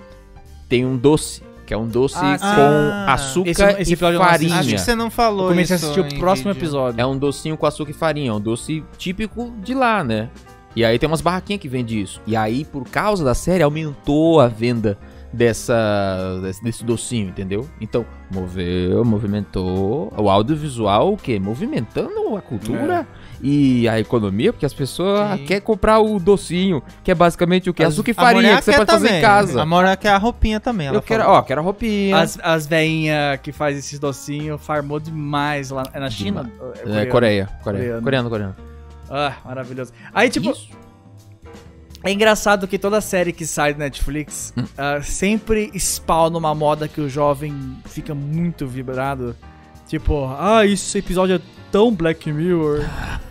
S1: tem um doce que é um doce
S2: Ah,
S1: com
S2: sim.
S3: Ah,
S1: açúcar
S2: esse- esse
S1: e
S2: episódio eu não assisti.
S1: farinha.
S3: Acho que você não falou
S2: Eu comecei a
S3: isso
S2: assistir
S3: em
S2: o próximo
S3: vídeo.
S2: episódio.
S1: É um docinho com açúcar e farinha, é um doce típico de lá, né? E aí tem umas barraquinhas que vende isso. E aí, por causa da série, aumentou a venda dessa desse, desse docinho, entendeu? Então, moveu, movimentou. O audiovisual, o quê? Movimentando a cultura e a economia, porque as pessoas
S3: É. Sim.
S1: querem comprar o docinho, que é basicamente o quê? Açúcar e
S3: A mulher
S1: farinha, que você
S3: quer
S1: pode fazer em
S3: também. A
S1: casa.
S3: Mora quer a roupinha também. ela
S1: Eu quero,
S3: falou.
S1: ó, quero a roupinha.
S2: As, as veinhas que faz esses docinhos farmou demais lá é na China. É
S1: É,
S2: coreano.
S1: Coreia, Coreia.
S2: Coreano.
S1: Coreano, coreano.
S2: Ah, maravilhoso. Aí, tipo,
S1: Isso.
S2: é engraçado que toda série que sai do Netflix
S1: Hum.
S2: ah, sempre spawna uma moda que o jovem fica muito vibrado. Tipo, ah, isso, esse episódio é tão Black Mirror.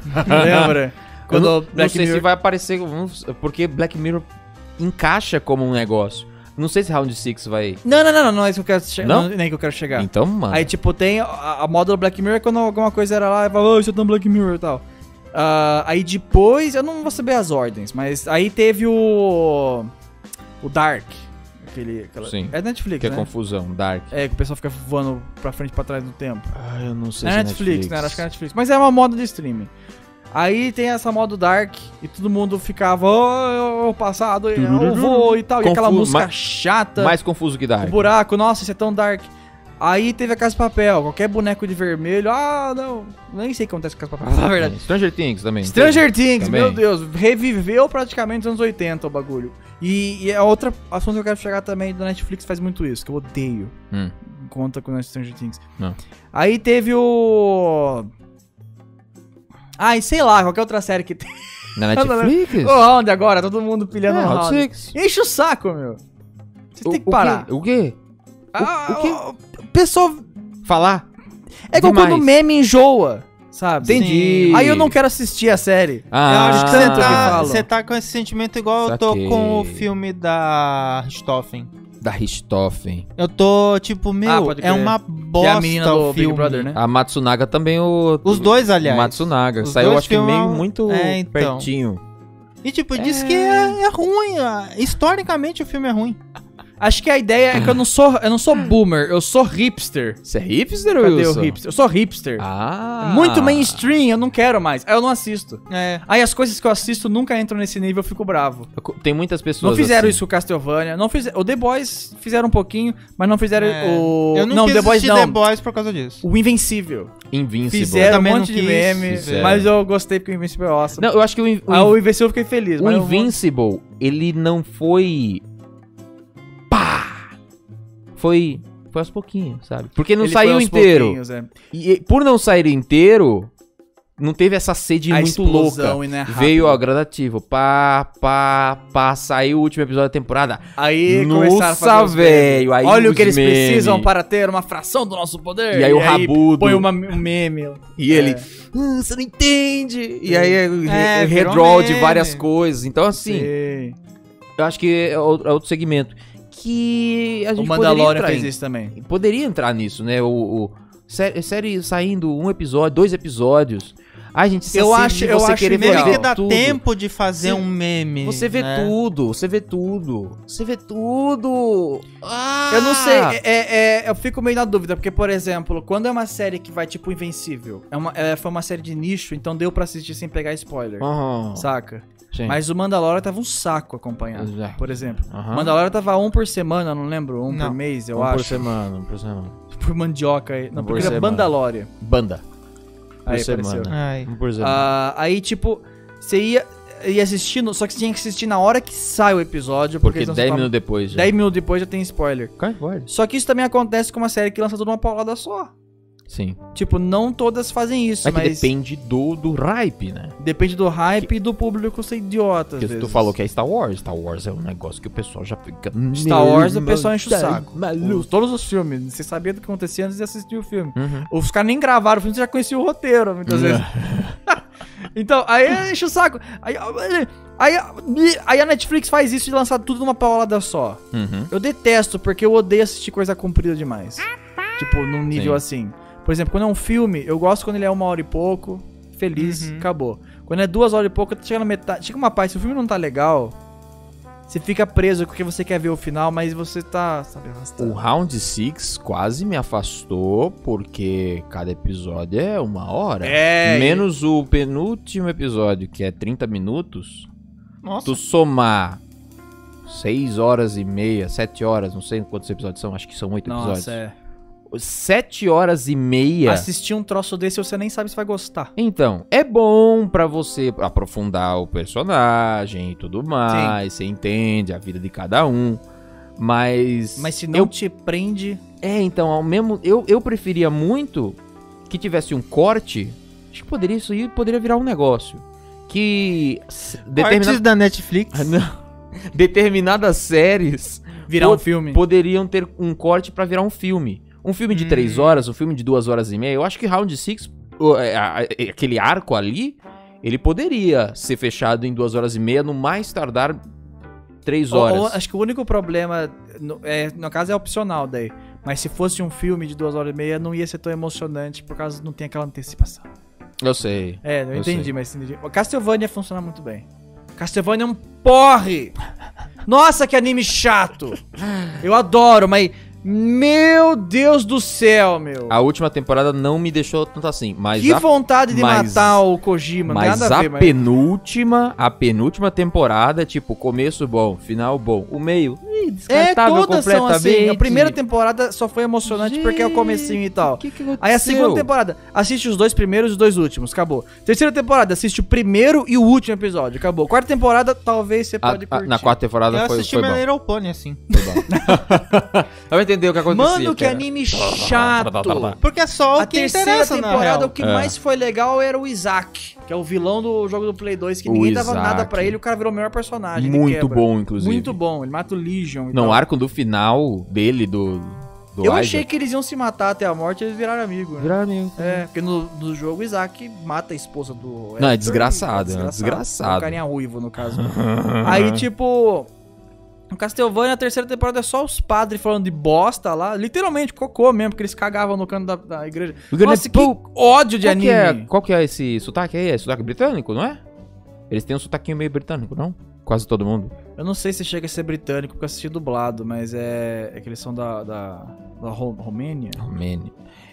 S2: Lembra?
S1: Eu
S2: Quando
S1: não, não
S2: Black
S1: sei se
S2: Mirror.
S1: vai aparecer, vamos- porque Black Mirror encaixa como um negócio. Não sei se Round 6 vai.
S2: Não, não, não, não, não é isso que eu quero chegar.
S1: Não?
S2: Nem que eu quero chegar.
S1: Então, mano.
S2: Aí, tipo, tem a, a moda do Black Mirror é quando alguma coisa era lá e falava, oh, isso é tão Black Mirror e tal. Ah, aí depois, eu não vou saber as ordens, mas aí teve o. O Dark. Aquele, aquela-
S1: Sim.
S2: É Netflix,
S1: que é
S2: né?
S1: confusão, Dark.
S2: É, que o pessoal fica voando pra frente e pra trás no tempo.
S1: Ah, eu não sei
S2: Não é
S1: se
S2: Netflix, né? Era, Acho que é Netflix. Mas é uma moda de streaming. Aí tem essa moda do Dark e todo mundo ficava, oh, o passado, eu vou e tal. E aquela
S1: Confuso,
S2: música
S1: mas-
S2: chata.
S1: Mais confuso que Dark.
S2: O buraco, nossa, isso é tão dark. Aí teve a Casa de Papel, qualquer boneco de vermelho. Ah, não. Nem sei o que acontece com a Casa de Papel, na verdade.
S1: É, Stranger Things também.
S2: Stranger Things,
S1: Também.
S2: meu Deus, reviveu praticamente os anos 80 o bagulho. E, e é outro assunto que eu quero chegar também do Netflix faz muito isso, que eu odeio.
S1: Hum.
S2: Conta com o Stranger Things.
S1: Não.
S2: Aí teve o. Ah, e sei lá, qualquer outra série que tem.
S1: Na Netflix?
S2: O Round agora, todo mundo
S1: É,
S2: pilhando o Round.
S1: Round 6.
S2: Enche o saco, meu. Você tem que
S1: O-
S2: parar.
S1: O quê?
S2: Ah,
S1: o quê?
S2: o pessoal
S1: O quê? Falar?
S2: É igual
S1: Demais.
S2: quando o meme enjoa, sabe?
S3: Sim.
S1: Entendi.
S2: Aí eu não quero assistir a série.
S1: Ah,
S3: eu acho que
S2: tanto
S3: você
S2: que
S3: tá,
S2: falam.
S3: você tá com esse sentimento igual eu tô
S1: Saquei.
S3: com o filme da Richthofen.
S1: Da Richthofen.
S3: Eu tô tipo, meu,
S2: Ah, pode
S3: é
S2: crer.
S3: uma
S2: Que
S3: bosta
S2: é a menina
S3: o
S2: do
S3: filme.
S2: Big Brother, né?
S1: A Matsunaga também, o.
S3: Os dois, aliás.
S1: Matsunaga.
S3: Os
S1: Saiu,
S3: dois
S1: acho que
S3: filmes-
S1: meio muito
S3: É, então.
S1: pertinho.
S3: E tipo, diz que é, é ruim. ah, Historicamente o filme é ruim.
S2: Acho que a ideia é que eu não sou, eu não sou boomer, eu sou hipster.
S1: Você é hipster ou
S2: Cadê o
S1: Wilson?
S2: hipster? Eu sou hipster.
S1: Ah.
S2: Muito mainstream, eu não quero mais. Aí eu não assisto.
S3: É.
S2: Aí as coisas que eu assisto nunca entram nesse nível, eu fico bravo.
S1: Tem muitas pessoas.
S2: Não fizeram
S1: assim.
S2: isso com Castlevania, não fizeram. O The Boys fizeram um pouquinho, mas não fizeram
S3: É.
S2: o.
S3: Eu não,
S2: não
S3: quis
S2: The Boys
S3: assistir The
S2: não.
S3: Boys por causa disso.
S2: O Invencível.
S1: Invincible.
S2: Fizeram um
S3: Também não
S2: monte de
S3: quis.
S2: meme,
S1: Fizeram.
S2: mas eu gostei porque o Invencível é awesome.
S1: Não, eu acho que o, In- o
S2: Ah,
S1: In-
S2: o é um Invencível eu fiquei feliz.
S1: o
S2: mas eu vou-
S1: Invincible, ele não foi. Pá! Foi. Foi aos pouquinhos, sabe? Porque não
S2: Ele foi
S1: saiu
S2: aos
S1: inteiro.
S2: pouquinhos, é.
S1: E, e por não sair inteiro, não teve essa sede
S2: A
S1: muito
S2: explosão
S1: louca.
S2: e não é rápido.
S1: Veio, ó, gradativo. Pá, pá, pá. Saiu o último episódio da temporada.
S2: Aí
S1: Nossa,
S2: começaram a fazer os
S1: velho,
S2: memes.
S1: aí
S2: Olha o
S1: os
S2: que eles
S1: memes.
S2: precisam para ter uma fração do nosso poder.
S1: E aí o rabudo.
S2: Põe uma- um meme.
S1: E ele,
S2: É.
S1: "Ah, você não entende. E aí, é,
S3: virou
S1: redraw de
S3: meme.
S1: várias coisas. Então, assim,
S2: Sim.
S1: eu acho que é outro é outro segmento. Que a
S2: O
S1: gente poderia
S2: Mandalorian
S1: entrar,
S2: fez
S1: em-
S2: isso também.
S1: poderia entrar nisso, né? O, o- sé- série saindo um episódio, dois episódios. Ai, gente, se
S2: Eu
S1: assiste,
S2: acho- eu
S1: você
S2: acho
S1: querer
S2: legal.
S1: fazer
S3: Meme que dá
S1: tudo.
S3: tempo de fazer
S1: Sim.
S3: um meme.
S1: Você vê
S3: né?
S1: tudo, você vê tudo. Você vê tudo. Ah!
S2: Eu não sei, é- é- é- eu fico meio na dúvida, porque, por exemplo, quando é uma série que vai tipo Invencível, é uma, é, foi uma série de nicho, então deu pra assistir sem pegar
S1: Ah.
S2: spoiler,
S1: Aham,
S2: saca?
S1: gente.
S2: Mas o Mandalorian tava um saco acompanhado,
S1: É.
S2: por exemplo.
S1: Aham.
S2: Mandalorian tava um por semana, não lembro, um por
S3: Não.
S2: mês, eu
S1: um
S2: acho.
S1: por semana, um por semana.
S2: Por mandioca aí. Não,
S1: Um por
S2: porque era
S1: semana.
S2: Mandalorian.
S1: Banda. Por
S2: Aí
S1: semana.
S2: apareceu.
S3: Ai.
S1: Um por semana.
S2: Ah, aí, tipo, você ia, ia assistindo, só que você tinha que assistir na hora que sai o episódio. Porque,
S1: Porque
S2: senão
S1: 10
S2: você
S1: minutos depois já.
S2: 10 minutos depois já tem spoiler.
S1: Cai fora.
S2: Só que isso também acontece com uma série que lança tudo uma paulada só.
S1: Sim.
S2: Tipo, não todas fazem isso,
S1: É que
S2: mas depende.
S1: depende do, do hype, né?
S2: do hype e do público ser idiota. às
S1: Porque tu
S2: vezes.
S1: falou que é Star Wars. Star Wars é um negócio que o pessoal já fica.
S2: Star Wars, o
S1: Meu
S2: pessoal enche o
S1: Deus, tá
S2: saco.
S1: Maluco.
S2: Os- todos os filmes, você sabia do que acontecia antes de assistir o filme.
S1: Uhum.
S2: Os caras nem gravaram o filme, você já conhecia o roteiro, muitas
S1: Hum.
S2: vezes. então, aí enche o saco. Aí, aí, aí a Netflix faz isso de lançar tudo numa paulada só.
S1: Uhum.
S2: Eu detesto, porque eu odeio assistir coisa comprida demais. Tipo, num nível assim. Por exemplo, quando é um filme, eu gosto quando ele é uma hora e pouco, feliz,
S3: Uhum.
S2: acabou. Quando é duas horas e pouco, chega na metade. Chega uma parte, se o filme não tá legal, você fica preso porque você quer ver o final, mas você tá, sabe,
S1: O
S2: arrastando.
S1: Round 6 quase me afastou, porque cada episódio é uma hora.
S2: É,
S1: Menos o penúltimo episódio, que é 30 minutos.
S3: Nossa.
S1: Tu somar 6 horas e meia, 7 horas, não sei quantos episódios são, acho que são 8 episódios.
S2: Nossa, é.
S1: 7 horas e meia.
S2: Assistir um troço desse você nem sabe se vai gostar.
S1: Então, é bom pra você aprofundar o personagem e tudo mais, você entende a vida de cada um, mas
S2: Mas se não
S1: eu-
S2: te prende.
S1: é, então, ao mesmo eu, eu preferia muito que tivesse um corte, acho que poderia isso aí poderia virar um negócio, que s- determina-
S3: Cortes da Netflix.
S1: Ah, não. determinadas séries
S2: Virar
S1: Pô,
S2: um filme.
S1: poderiam ter um corte pra virar um filme. Um filme de
S3: Hum.
S1: três horas, um filme de duas horas e meia. Eu acho que Round Six, o- é, a- é, aquele arco ali, ele poderia ser fechado em duas horas e meia, no mais tardar três
S2: Ou-
S1: horas.
S2: ou acho que o único problema, no, é, no caso é opcional daí. Mas se fosse um filme de duas horas e meia, não ia ser tão emocionante, por causa não tem aquela antecipação.
S1: Eu sei.
S2: É, não
S1: Eu
S2: entendi,
S1: sei.
S2: mas entendi. O Castlevania funciona muito bem. Castlevania é um porre! Nossa, que anime chato! Eu adoro, mas. Meu Deus do céu, meu!
S1: A última temporada não me deixou tanto assim, Ah, mas
S2: que
S1: a,
S2: vontade de
S1: mas-
S2: matar o Kojima, não tem
S1: mas
S2: nada a
S1: a
S2: ver, mas. é.
S1: penúltima, a penúltima temporada, tipo, começo bom, final bom, o meio, ih,
S2: É,
S1: descartável
S2: todas são assim. A primeira
S1: completamente.
S2: temporada só foi emocionante porque é o comecinho e tal.
S1: O que que
S2: Aí a segunda
S1: aconteceu?
S2: temporada, assiste os dois primeiros e os dois últimos, acabou. Terceira temporada, assiste o primeiro e o último episódio, acabou. Quarta temporada, talvez você
S1: A-
S2: pode
S1: a-
S2: curtir.
S1: na quarta temporada
S3: Eu
S1: foi,
S3: assisti
S1: foi
S3: My
S2: é
S1: bom.
S3: Little Pony assim.
S1: Ela vai entender o que aconteceu.
S2: Mano, que anime chato.
S3: Porque é só o
S2: A
S3: que
S2: terceira
S3: interessa, na real.
S2: temporada, o que
S1: É.
S2: mais foi legal era o Isaac, que é o vilão do jogo do Play 2, que
S1: O
S2: ninguém dava
S1: Isaac.
S2: nada pra ele, o cara virou o melhor personagem. ele
S1: Muito
S2: quebra.
S1: bom, inclusive.
S2: Muito bom, ele mata o Legion. e
S1: Não, o
S2: tal.
S1: arco do final dele, do. do
S2: Então. Eu achei que eles iam se matar até a morte, eles viraram amigos. Né? É, porque no, no jogo o Isaac mata a esposa do.
S1: Não, é
S2: Hector,
S1: desgraçado, é desgraçado.
S2: É um carinha ruivo, no caso. Aí, tipo. No Castlevania, a terceira temporada é só os padres falando de bosta lá. Literalmente, cocô mesmo, porque eles cagavam no canto da, da igreja. Nossa, que ódio de
S1: é qual que, é,
S2: anime.
S1: qual que é esse sotaque aí? É sotaque britânico, não é? Eles têm um sotaquinho meio britânico, não? Quase todo mundo.
S2: Eu não sei se chega a ser britânico, porque eu assisti dublado, mas é. É que eles são da. da, da Ro- Romênia?
S1: Oh, man.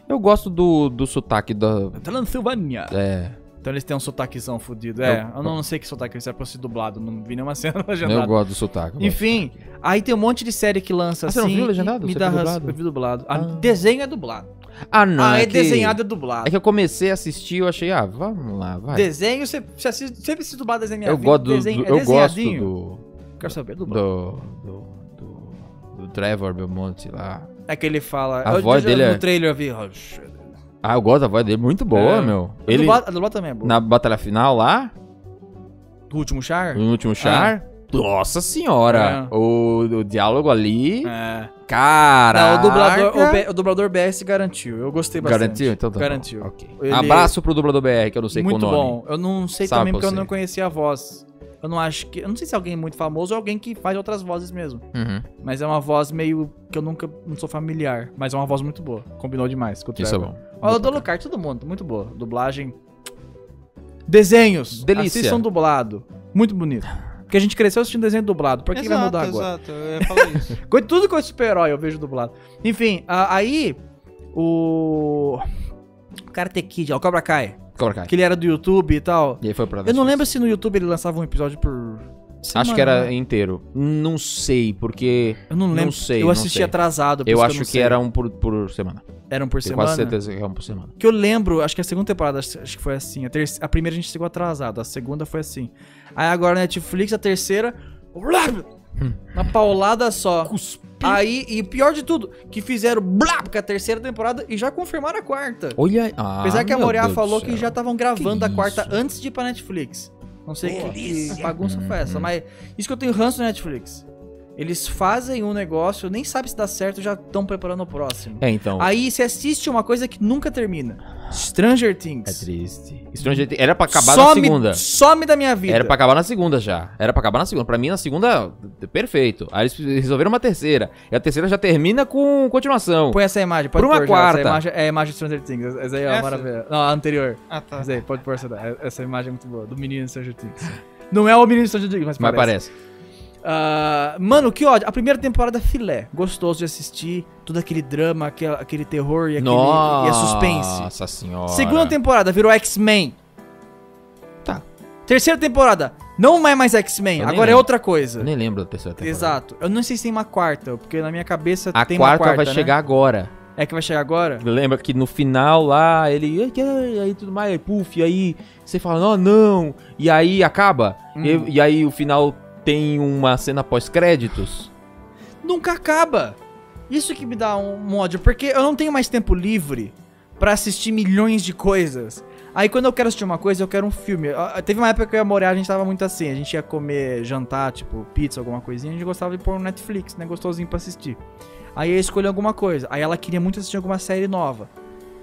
S1: Eu gosto do, do sotaque da.
S2: Transilvânia.
S1: É,
S2: Então eles têm um sotaquezão fudido. É,
S1: Eu-
S2: eu, não, não sei que sotaque eles é pra ser dublado, não vi nenhuma cena
S1: eu
S2: legendada.
S1: gosto do sotaque. eu gosto.
S2: Enfim, aí tem um monte de série que lança
S1: Ah,
S2: assim.
S1: você não viu
S2: e
S1: legendado?
S2: Me
S1: Você
S2: dá
S1: viu
S2: raspa,
S1: dublado?
S2: eu vi dublado. Ah,
S1: Ah.
S2: Desenho é dublado.
S1: Ah, não.
S2: ah, é,
S1: que-
S2: desenhado é dublado.
S1: É que eu comecei a assistir e eu achei, ah, vamos lá, vai.
S2: Desenho, você, você assiste, sempre se dublado desenho minha
S1: eu
S2: vida,
S1: gosto do,
S2: desenho, é
S1: do- eu gosto
S2: desenhadinho.
S1: do.
S2: Quero saber dublado.
S1: do, do, do, do Trevor Belmonte lá.
S2: É que ele fala.
S1: A voz
S2: já-
S1: dele
S2: no
S1: é-
S2: trailer eu vi.
S1: Ah, eu gosto da voz dele, muito boa,
S2: É.
S1: meu.
S2: A
S1: Ele,
S2: dublada- a dublada também é boa.
S1: na batalha final lá,
S2: Do último char?
S1: no último char, nossa senhora, o, o diálogo ali,
S2: É.
S1: cara.
S2: Não, o dublador, o, B- o dublador BS garantiu. Eu gostei bastante.
S1: Garantiu? Então tá bom.
S2: Garantiu.
S1: Ok.
S2: Ele- é
S1: Abraço pro dublador BR, que eu não sei
S2: muito
S1: qual o nome.
S2: bom. Eu não sei
S1: Sabe
S2: também porque eu
S1: você.
S2: não conhecia a voz. Eu não acho que. Eu não sei se é alguém muito famoso ou alguém que faz outras vozes mesmo.
S1: Uhum,
S2: Mas é uma voz meio que eu nunca não sou familiar. Mas é uma voz muito boa. Combinou demais. com o
S1: Isso é
S2: Trevor.
S1: bom.
S2: Ó, o Dolucar, todo mundo. Muito boa. Dublagem. Desenhos.
S1: Delícia.
S2: Assistam dublado. Muito bonito. Porque a gente cresceu assistindo desenho dublado. Pra que que vai mudar agora?
S3: Exato, eu ia falar isso.
S2: Com- Tudo com esse super-herói eu vejo dublado. Enfim, a- aí o. o Karate Kid, ó, o Cobra Kai,
S1: Cobra Kai.
S2: que ele era do YouTube e tal.
S1: E aí foi pra
S2: Eu não
S1: Netflix.
S2: lembro se no YouTube ele lançava um episódio por. semana,
S1: Acho que era
S2: né?
S1: inteiro. Não sei, porque
S2: Eu não lembro.
S1: não sei,
S2: eu
S1: não
S2: assisti
S1: sei.
S2: atrasado. por
S1: eu
S2: isso
S1: acho
S2: não
S1: que
S2: sei.
S1: era um por, por semana.
S2: Eram por
S1: Tenho
S2: semana.
S1: quase certeza que era um por semana.
S2: Que eu lembro, acho que a segunda temporada acho acho que foi assim. A, terce- a primeira a gente chegou atrasado, a segunda foi assim. Aí agora na Netflix, a terceira.
S1: Hum.
S2: Uma paulada só. Aí, e pior de tudo, que fizeram blá com a terceira temporada e já confirmaram a quarta.
S1: Olha. Ah,
S2: Apesar que a
S1: meu
S2: Moriá
S1: Deus do
S2: falou
S1: céu.
S2: que já estavam gravando
S1: Que
S2: a quarta
S1: isso?
S2: antes de ir pra Netflix. Não sei que, que bagunça foi
S1: Hum,
S2: essa,
S1: hum.
S2: mas isso que eu tenho ranço na Netflix. Eles fazem um negócio, nem sabe se dá certo, já estão preparando o próximo.
S1: É, então.
S2: Aí você assiste uma coisa que nunca termina. Stranger
S1: É
S2: Things.
S1: triste. Stranger Things. Era pra acabar na
S2: some,
S1: segunda.
S2: Some da minha vida.
S1: Era pra acabar na segunda já. Era pra acabar na segunda. Pra mim, na segunda, perfeito. Aí eles resolveram uma terceira. E a terceira já termina com continuação.
S2: Põe essa imagem, pode
S1: Por uma
S2: pôr, Geraldo,
S1: quarta.
S2: Essa imagem, é a imagem de Stranger Things. Essa aí é
S3: Essa?
S2: a maravilha. Não, a anterior.
S3: Ah, tá.
S2: Essa aí, pode pôr essa daí. Essa imagem é muito boa, do menino de Stranger Things. Não é o menino de Stranger Things, mas,
S1: Mas
S2: parece.
S1: parece.
S2: Ah, mano, que ódio. A primeira temporada filé. Gostoso de assistir. Todo aquele drama, aquele, aquele terror e, é aquele, e a suspense.
S1: Nossa senhora.
S2: Segunda temporada virou X-Men.
S1: Tá.
S2: Terceira temporada, não é mais X-Men.
S1: Eu nem
S2: Agora é
S1: lembro.
S2: outra coisa.
S1: Eu nem lembro da terceira temporada.
S2: Exato. Eu não sei se tem uma quarta, porque na minha cabeça
S1: A
S2: tem
S1: quarta,
S2: uma quarta.
S1: vai
S2: né?
S1: chegar agora.
S2: É que vai chegar agora?
S1: Lembra que no final lá, ele. "Ai, que- ai", Aí tudo mais, aí, puf, e aí você fala, não, não. E aí acaba.
S2: Uhum.
S1: E, e aí o final tem uma cena pós-créditos.
S2: Nunca acaba. Isso que me dá um um ódio, porque eu não tenho mais tempo livre pra assistir milhões de coisas. Aí quando eu quero assistir uma coisa, eu quero um filme. Ah, Teve uma época que eu ia morar, a gente tava muito assim, a gente ia comer, jantar, tipo, pizza, alguma coisinha, a gente gostava de pôr no Netflix, né, gostosinho pra assistir. Aí eu escolhi alguma coisa, aí ela queria muito assistir alguma série nova.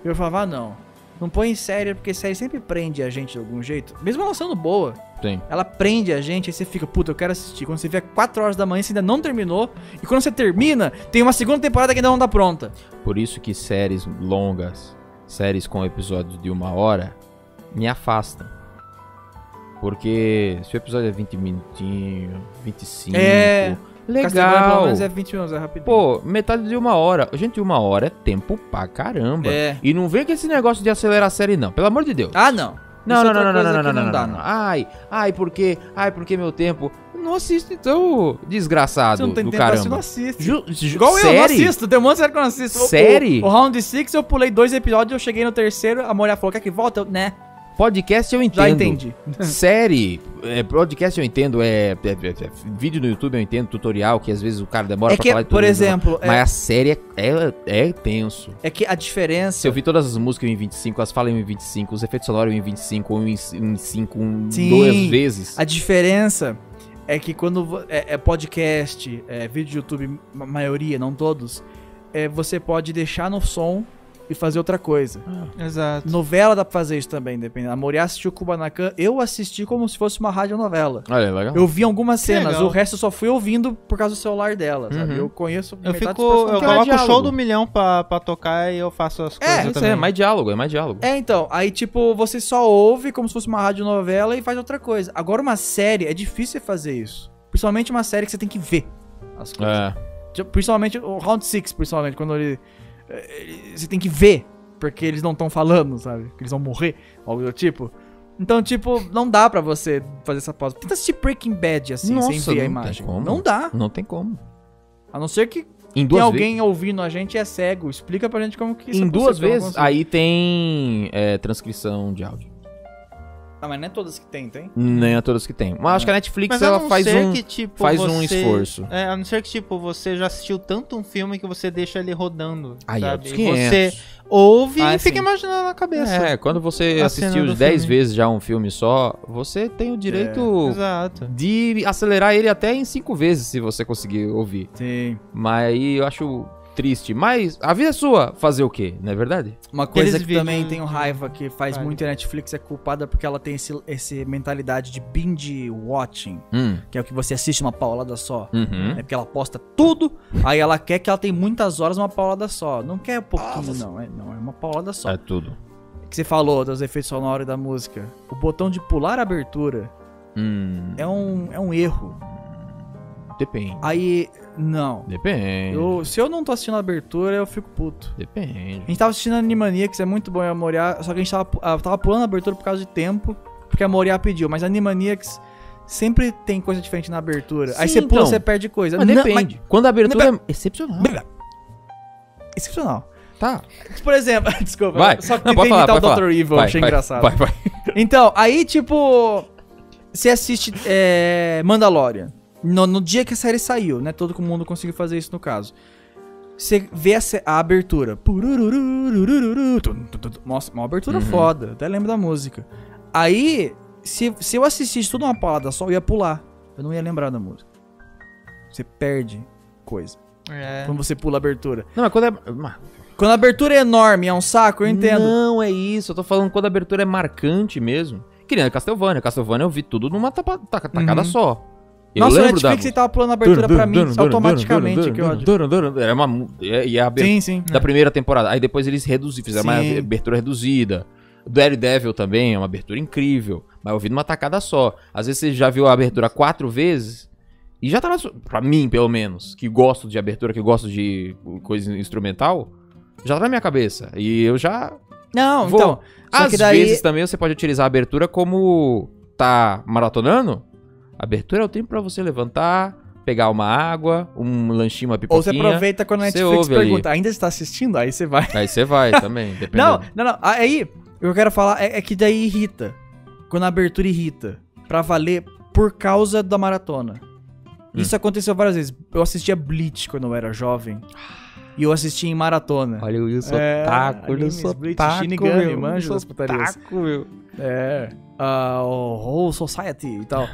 S2: Eu falava, ah, não, não põe em série, porque série sempre prende a gente de algum jeito, mesmo ela sendo boa.
S1: Sim.
S2: Ela prende a gente, aí você fica, puta, eu quero assistir. Quando você vê 4 horas da manhã, você ainda não terminou. E quando você termina, tem uma segunda temporada que ainda não tá pronta.
S1: Por isso que séries longas, séries com episódios de uma hora, me afastam. Porque se o episódio é 20 minutinhos, 25.
S2: É, Castlevania, pelo
S1: Legal.
S2: menos é 20 minutos, é rapidinho.
S1: Pô, metade de uma hora. Gente, uma hora é tempo pra caramba.
S2: É.
S1: E não vem com esse negócio de acelerar a série, não. Pelo amor de Deus.
S2: Ah, não.
S1: Não,
S2: Isso é
S1: não,
S2: outra
S1: não, não, não,
S2: coisa
S1: não,
S2: que
S1: não, não,
S2: dá, né?
S1: não, não. Ai, ai, por quê? Ai, por que meu tempo? Não assisto, então, desgraçado
S2: Você não tem
S1: do
S2: tempo, você não
S1: caramba.
S2: assiste.
S1: Ju- ju-
S2: Igual eu, eu não
S1: série?
S2: assisto, tem um monte de série que eu não assisto. O-
S1: Série?
S2: O, o Round 6, eu pulei dois episódios, eu cheguei no terceiro, a mulher falou, quer que volta? Eu, né,
S1: Podcast eu entendo.
S2: já entendi.
S1: Série, é, podcast eu entendo, é, é, é, é, vídeo no YouTube eu entendo, tutorial, que às vezes o cara demora
S2: É
S1: pra
S2: que,
S1: falar de
S2: por
S1: tudo, então.
S2: exemplo,
S1: Mas
S2: é,
S1: a série é, é, é tenso.
S2: é que a diferença...
S1: Se eu vi todas as músicas em 25, as falas em 25, os efeitos sonoros em 25, um em 5, um
S2: Sim.
S1: duas vezes.
S2: A diferença é que quando vo- é, é podcast, é vídeo de YouTube, ma- maioria, não todos, é, você pode deixar no som e fazer outra coisa.
S3: Exato.
S2: Novela dá pra fazer isso também, dependendo. A Moriá assistiu Kubanacan, eu assisti como se fosse uma radionovela.
S1: Olha, é legal.
S2: Eu vi algumas
S3: Que
S2: cenas,
S3: legal.
S2: o resto eu só fui ouvindo por causa do celular dela, sabe?
S1: Uhum.
S2: Eu conheço
S3: Eu
S2: metade
S3: fico.
S2: dos
S3: Eu
S2: personagens.
S1: é
S3: coloco o
S1: diálogo.
S3: show do milhão pra, pra tocar e eu faço as coisas.
S1: isso
S3: também.
S1: é mais diálogo, é mais diálogo.
S2: É, então, aí tipo, você só ouve como se fosse uma radionovela e faz outra coisa. Agora uma série, é difícil você fazer isso. Principalmente uma série que você tem que ver as coisas.
S1: É.
S2: Tipo, Principalmente o Round 6, principalmente, quando ele, eh, ele- Você tem que ver, porque eles não estão falando, sabe? Que eles vão morrer, algo do tipo. Então, tipo, não dá pra você fazer essa pausa. Tenta assistir Breaking Bad assim, sem
S1: Nossa,
S2: ver a
S1: não
S2: imagem.
S1: tem como.
S2: Não dá.
S1: Não tem como.
S2: A não ser que
S1: Em
S2: tem
S1: duas
S2: alguém ouvindo a gente e é cego. Explica pra gente como que
S1: vezes.
S2: é
S1: Em duas
S2: possível, eu não
S1: vezes,
S2: consigo.
S1: aí tem é, transcrição de áudio.
S2: Ah, mas não é todas que tem, tem?
S1: Nem a todas que tem. Mas
S2: É.
S1: acho que a Netflix
S3: Mas a
S1: ela
S3: não
S1: faz
S3: ser
S1: um.
S3: que, tipo,
S1: faz um
S3: você-
S1: esforço.
S3: É, a não ser que, tipo, você já assistiu tanto um filme que você deixa ele rodando.
S1: Aí, é
S3: sabe?
S1: dos é
S3: E
S1: 500.
S3: Você ouve
S2: Ah,
S3: e fica
S2: sim.
S3: imaginando na cabeça.
S1: É, quando você
S3: A cena
S1: assistiu
S3: do
S1: 10
S3: filme. É,
S1: vezes já um filme só, você tem o direito
S3: Exato.
S1: de acelerar ele até em 5 vezes, se você conseguir ouvir.
S2: Sim.
S1: Mas aí eu acho triste. Mas a vida é sua fazer o quê? Não é verdade?
S2: Uma coisa
S3: Aqueles
S2: que também
S3: vídeos-
S2: tenho raiva, que faz
S3: Vale.
S2: muito a Netflix, é culpada porque ela tem esse, esse mentalidade de binge watching,
S1: Hum.
S2: que é o que você assiste uma paulada só.
S1: Uhum.
S2: É porque ela posta tudo, aí ela quer que ela tem muitas horas uma paulada só. Não quer um pouquinho, não. É, não, é uma paulada só.
S1: É tudo.
S2: que você falou dos efeitos sonoros e da música. O botão de pular a abertura
S1: Hum.
S2: é um, é um erro.
S1: Depende.
S2: Aí, não.
S1: Depende.
S2: Eu- se eu não tô assistindo a abertura, eu fico puto. A
S1: Depende.
S2: gente tava assistindo Animaniacs, é muito bom, eu Moriá, só que a gente tava, ah, tava pulando a abertura por causa de tempo, porque a Moriá pediu, mas Animaniacs sempre tem coisa diferente na abertura. Aí
S1: Sim,
S2: você pula,
S1: então.
S2: você perde coisa.
S1: Mas
S2: Não,
S1: depende. Quando a abertura
S2: Não,
S1: é excepcional.
S2: Excepcional.
S1: Tá.
S2: Por exemplo, desculpa,
S1: Vai.
S2: só que
S1: Não,
S2: tentei
S1: pode falar,
S2: imitar o
S1: pode
S2: Dr. Evil,
S1: Vai,
S2: achei
S1: vai,
S2: engraçado.
S1: Vai, vai.
S2: Então, aí, tipo, você assiste é, Mandalorian. No, no dia que a série saiu, né? Todo mundo conseguiu fazer isso no caso. Você vê a, sé- a abertura. Purururururururu, tum, tum, tum, tum. Nossa, uma abertura
S1: Uhum.
S2: foda. Até lembro da música. Aí, se, se eu assistisse tudo uma paulada só, eu ia pular. Eu não ia lembrar da música. Você perde coisa
S3: É.
S2: quando você pula a abertura.
S1: Não, mas quando é. mas-
S2: Quando a abertura é enorme, é um saco, eu entendo.
S1: Não é isso, eu tô falando quando a abertura é marcante mesmo. Que nem a Castlevania. Castlevania eu vi tudo numa tapa- taca- tacada
S2: Uhum.
S1: só. Eu
S2: Nossa, o
S1: lembro da
S2: Netflix ele tava pulando a abertura pra mim automaticamente, que ódio.
S1: ódio. Era uma mu- é, e a abertura
S2: Sim, sim.
S1: da primeira temporada. Aí depois eles reduziram, fizeram
S2: Sim.
S1: uma abertura reduzida. Daredevil também é uma abertura incrível, mas eu vi numa tacada só. Às vezes você já viu a abertura quatro vezes e já tá na sua, pra mim, pelo menos, que gosto de abertura, que gosto de coisa instrumental, já tá na minha cabeça. E eu já
S2: Não,
S1: Vou.
S2: então. Só
S1: às
S2: que daí.
S1: vezes também você pode utilizar a abertura como tá maratonando. Abertura é o tempo pra você levantar, pegar uma água, um lanchinho, uma
S2: ou você
S1: pipoquinha.
S2: aproveita quando a
S1: você
S2: Netflix
S1: ouve ali.
S2: pergunta, ainda está assistindo? Aí você vai.
S1: Aí você vai também, dependendo.
S2: Não, não, não. Aí, o que eu quero falar é, é que daí irrita. Quando a abertura irrita. Pra valer por causa da maratona.
S1: Hum.
S2: Isso aconteceu várias vezes. Eu assistia Bleach quando eu era jovem. E eu assistia em maratona.
S1: Olha o Wilson
S2: É,
S1: Taco, olha o
S2: animes,
S1: Wilson
S2: Bleach,
S1: Taco.
S2: Shinigami,
S1: meu,
S2: manjo das
S1: Wilson
S2: putarias.
S1: Taco, meu.
S2: É. Ah, o Whole Society e tal.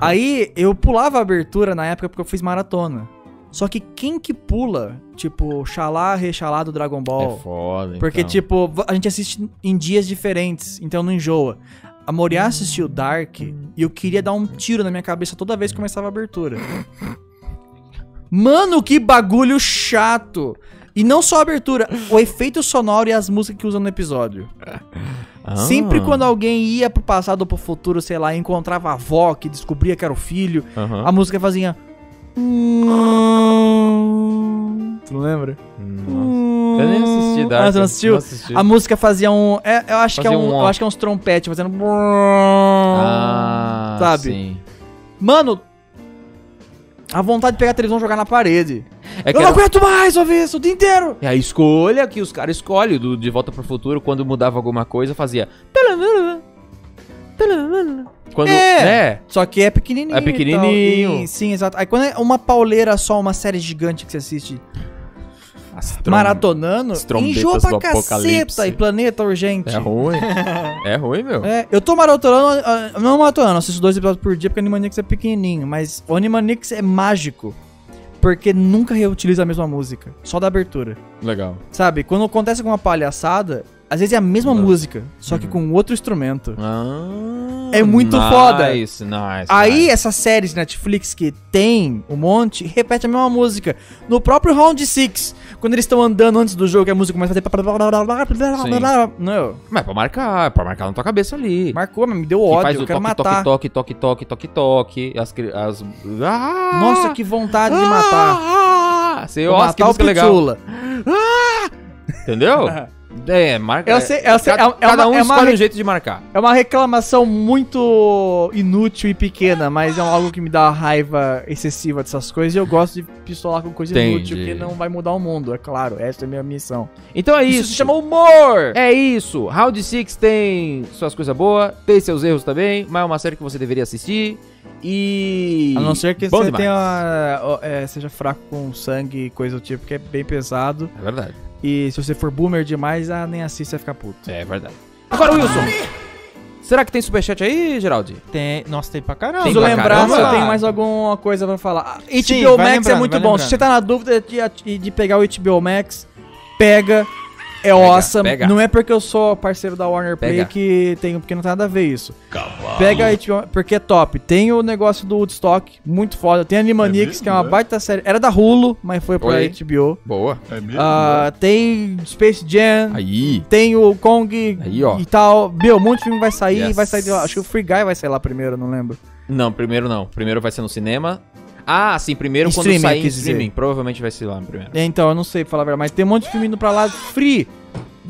S2: Aí eu pulava a abertura na época porque eu fiz maratona. Só que quem que pula, tipo, Xalá, Rexalá do Dragon Ball?
S1: É foda,
S2: porque,
S1: então.
S2: tipo, va- a gente assiste em dias diferentes, então não enjoa. A Moriá assistiu Dark e eu queria dar um tiro na minha cabeça toda vez que começava a abertura. Mano, que bagulho chato! E não só a abertura, o efeito sonoro e as músicas que usam no episódio.
S1: Ah.
S2: Sempre quando alguém ia pro passado ou pro futuro, sei lá, e encontrava a avó que descobria que era o filho,
S1: Aham.
S2: a música fazia. Tu não lembra?
S1: Nossa. Eu nem assisti Dark.
S2: Ah, você não assistiu?
S1: assisti.
S2: A música fazia um. é, eu, acho que é
S1: Fazia
S2: um,
S1: um
S2: eu
S1: ó.
S2: acho que é uns trompete fazendo.
S1: Ah,
S2: sabe?
S1: sim.
S2: Mano, a vontade de pegar a televisão e jogar na parede.
S1: É
S2: eu
S1: que
S2: não
S1: era-
S2: aguento mais ouvir isso o dia inteiro!
S1: É a escolha que os caras escolhem do De Volta pro Futuro, quando mudava alguma coisa, fazia. Quando.
S2: É.
S1: É!
S2: Só que é pequenininho.
S1: É pequenininho.
S2: e tal. E- sim, exato. Aí quando é uma pauleira só, uma série gigante que você assiste maratonando,
S1: as trombetas
S2: enjoa pra
S1: do
S2: caceta
S1: apocalipse.
S2: e planeta urgente.
S1: É ruim. é ruim, meu.
S2: É, eu tô maratonando, ah, não maratonando, assisto dois episódios por dia porque Animaniacs é pequenininho, mas o Animaniacs é mágico. Porque nunca reutiliza a mesma música, só da abertura.
S1: Legal.
S2: Sabe, quando acontece alguma palhaçada, às vezes é a mesma
S1: Nossa. Uhum. Hum.
S2: música, só que com outro instrumento.
S1: Ah,
S2: É muito foda.
S1: Nice, nice.
S2: Aí,
S1: nice.
S2: essas séries Netflix que tem um monte, repete a mesma música. No próprio Round 6, quando eles estão andando antes do jogo, que a música começa a fazer. Não,
S1: Mas é pra marcar, é pra marcar na tua cabeça ali.
S2: marcou, mas me deu
S1: Que
S2: ódio,
S1: faz
S2: eu
S1: o
S2: quero
S1: toque,
S2: matar.
S1: toque, toque, toque, toque, toque, toque. As. cri- as... Ah!
S2: Nossa, que vontade de matar.
S1: Ah, ah, ah. Você,
S2: Vou
S1: nossa, que
S2: matar o
S1: música legal.
S2: Pichula.
S1: Entendeu? É, marca.
S2: Eu sei, eu sei,
S1: Cada,
S2: é, é
S1: cada
S2: uma,
S1: um
S2: é, uma,
S1: escolhe um
S2: re-
S1: jeito de marcar.
S2: é uma reclamação muito inútil e pequena, mas é algo que me dá uma raiva excessiva dessas coisas e eu gosto de pistolar com coisa
S1: Entendi.
S2: inútil que não vai mudar o mundo, é claro. Essa é a minha missão.
S1: Então é isso.
S2: Isso, se chama humor!
S1: É isso. Round 6 tem suas coisas boas, tem seus erros também, mas é uma série que você deveria assistir. E.
S2: A não ser que
S1: Bom
S2: você
S1: demais.
S2: tenha uma- ó, é, seja fraco com sangue e coisa do tipo, que é bem pesado.
S1: É verdade.
S2: E se você for boomer demais, ah, nem assiste, vai ficar puto.
S1: É verdade. Agora, Wilson. Será que tem superchat aí, Geraldi?
S3: Tem... Nossa, tem pra caramba.
S1: Tem
S2: Preciso
S1: pra
S2: lembrar
S1: caramba.
S2: se eu tenho mais alguma coisa pra falar. Ah, HBO
S3: Sim, vai
S2: Max é
S3: lembrando,
S2: muito
S3: vai
S2: bom.
S3: lembrando.
S2: Se você tá na dúvida de, de pegar o HBO Max, pega. É awesome.
S1: pega.
S2: Não é porque eu sou parceiro da Warner Play
S1: Pega.
S2: que tem, porque não tem nada a ver isso. Pega a HBO, porque é top. Tem o negócio do Woodstock, muito foda. Tem Animaniacs,
S5: mesmo,
S2: que é uma
S5: né?
S2: baita série. Era da Hulu, mas foi pra
S1: Oi.
S2: HBO.
S1: Boa.
S5: É mesmo?
S2: Ah, tem Space Jam.
S1: Aí.
S2: Tem o Kong
S1: Aí, ó.
S2: e tal. Meu, um monte de filme vai sair.
S1: Yes.
S2: Vai sair. Acho que o Free Guy vai sair lá primeiro, não lembro.
S1: Não, primeiro não. Primeiro vai ser no cinema. Ah, sim, primeiro
S2: Streaming,
S1: quando sair
S2: eu
S1: em
S2: quis dizer.
S1: streaming. Provavelmente vai ser lá no primeiro.
S2: É, Então, eu não sei pra falar a verdade, mas tem um monte de filme indo pra lá free.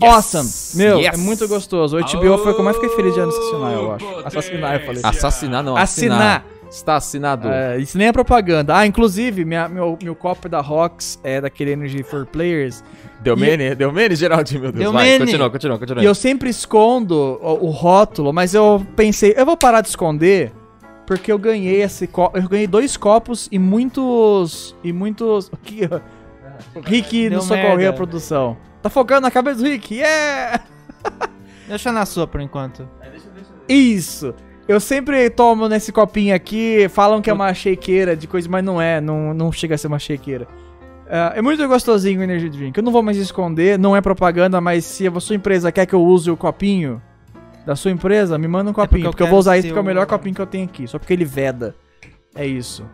S1: Yes.
S2: Awesome! Meu,
S1: Yes.
S2: é muito gostoso. O HBO foi o que eu mais fiquei feliz de assassinar, eu acho. Assassinar, eu falei.
S1: Assassinar não,
S2: Assinar.
S1: assinar. Está assinado.
S2: É, isso nem é propaganda. Ah, inclusive, minha- meu, meu copo da Rox é daquele Energy for Players.
S1: Deu mene? Deu mene, Geraldi, meu Deus.
S3: Deu
S1: vai,
S3: mene.
S1: continua, continua, continua.
S2: E eu sempre escondo o, o rótulo, mas eu pensei, eu vou parar de esconder, porque eu ganhei esse copo. Eu ganhei dois copos e muitos. E muitos. O que? O Rick
S3: Deu
S2: nos socorreu a
S3: merda.
S2: produção. Tá focando na cabeça do Rick, yeah!
S3: Deixa na sua por enquanto.
S2: Isso! Eu sempre tomo nesse copinho aqui, falam que é uma shakeira de coisa, mas não é, não, não chega a ser uma shakeira. Ah, é muito gostosinho o Energy Drink. Eu não vou mais esconder, não é propaganda, mas se a sua empresa quer que eu use o copinho da sua empresa, me manda um
S3: É porque
S2: copinho, porque,
S3: eu
S2: eu, vou
S3: quero
S2: usar isso
S3: ser
S2: porque é o melhor
S3: o-
S2: copinho que eu tenho aqui, só porque ele veda. É isso.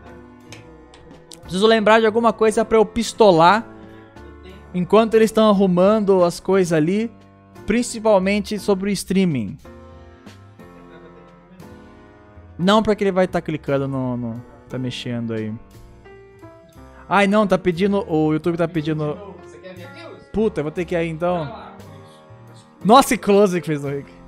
S2: Preciso lembrar de alguma coisa pra eu pistolar enquanto eles estão arrumando as coisas ali, principalmente sobre o streaming. Não, porque ele vai estar clicando no, no- tá mexendo aí. Ai, não, tá pedindo. O YouTube tá pedindo. Puta, eu vou ter que ir aí então. Nossa, e close que fez o Rick.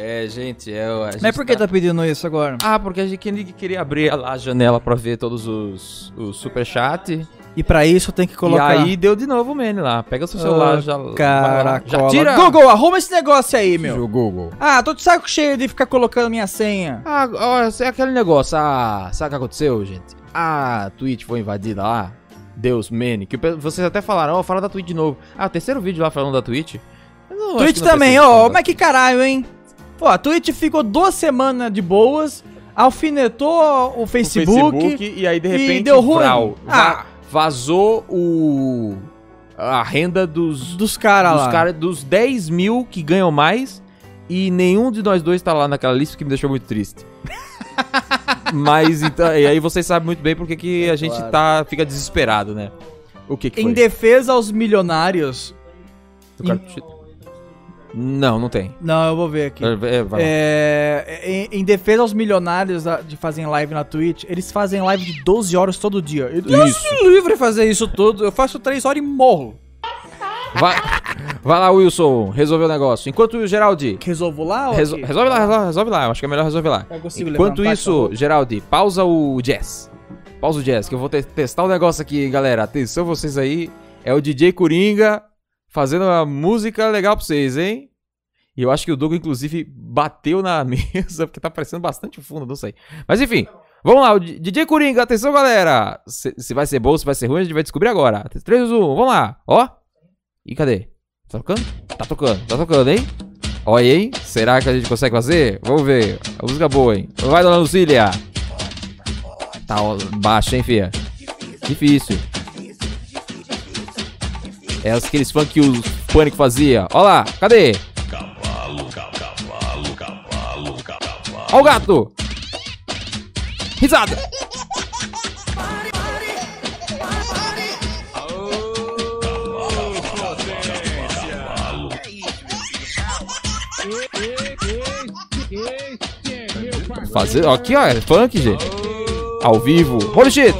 S1: É, gente, eu. a gente
S2: Mas por que tá pedindo isso agora?
S1: Ah, porque a gente queria- queria abrir lá a janela pra ver todos os, os superchat.
S2: E pra isso tem que colocar.
S1: E aí deu de novo o Mene lá. Pega o seu
S2: Ah,
S1: celular, já.
S2: Caraca,
S1: já tira
S2: Google, arruma esse negócio aí, meu.
S1: o Google.
S2: Ah, tô de saco cheio de ficar colocando minha senha.
S1: Ah, ó, é aquele negócio. Ah, sabe o que aconteceu, gente? A Twitch foi invadida lá. Deus, Mene. Que o pe- vocês até falaram, ó, fala da Twitch de novo. Ah, o terceiro vídeo lá falando da Twitch. Eu não- acho
S2: Twitch
S1: que não
S2: também,
S1: precisa
S2: ó,
S1: falar.
S2: mas que caralho, hein? Pô, a Twitch ficou duas semanas de boas, alfinetou o é Facebook.
S1: e aí de
S2: e
S1: repente
S2: deu ruim.
S1: vrau, va-
S2: Ah.
S1: vazou o a renda dos
S2: Dos caras
S1: dos,
S2: lá.
S1: cara, dos 10 mil que ganham mais e nenhum de nós dois tá lá naquela lista, o que me deixou muito triste. Mas então, e aí vocês sabem muito bem porque que a gente tá fica desesperado, né? O que que
S2: É Em
S1: foi?
S2: defesa aos milionários.
S1: Do cartucho? Não, não tem.
S2: Não, eu vou ver aqui.
S1: É, vai lá.
S2: É, em, em defesa aos milionários da- de fazerem live na Twitch, eles fazem live de 12 horas todo dia. Eu Deus
S1: Isso.
S2: me livre fazer isso tudo. Eu faço 3 horas e morro.
S1: Vai, vai lá, Wilson, resolveu o negócio. Enquanto o Geraldi
S2: Resolvo lá ou
S1: Reso-
S2: aqui?
S1: resolve lá, resolve, resolve lá. Eu acho que é melhor resolver lá.
S2: Eu consigo
S1: Enquanto
S2: levantar,
S1: isso, Geraldi, pausa o jazz. Pausa o jazz, que eu vou te- testar um negócio aqui, galera. Atenção vocês aí. É o DJ Coringa fazendo uma música legal pra vocês, hein? E eu acho que o Doug, inclusive, bateu na mesa, porque tá parecendo bastante fundo, não sei. Mas enfim, vamos lá, o D- DJ Coringa, atenção, galera! Se, se vai ser bom, se vai ser ruim, a gente vai descobrir agora. 3, 1, vamos lá, ó. E cadê? Tá tocando? Tá tocando, tá tocando, hein? Olha aí, hein? Será que a gente consegue fazer? Vamos ver. A música é boa, hein? Vai, dona Lucília. Tá ó, baixo, hein, fia? Difícil. É aqueles funk que o Pânico fazia. Ó lá, cadê? Ó o gato! Risada!
S4: Que isso, meu filho? Calma.
S1: Fazer, ó, aqui, ó, é funk, gente. Ao vivo. Holy shit!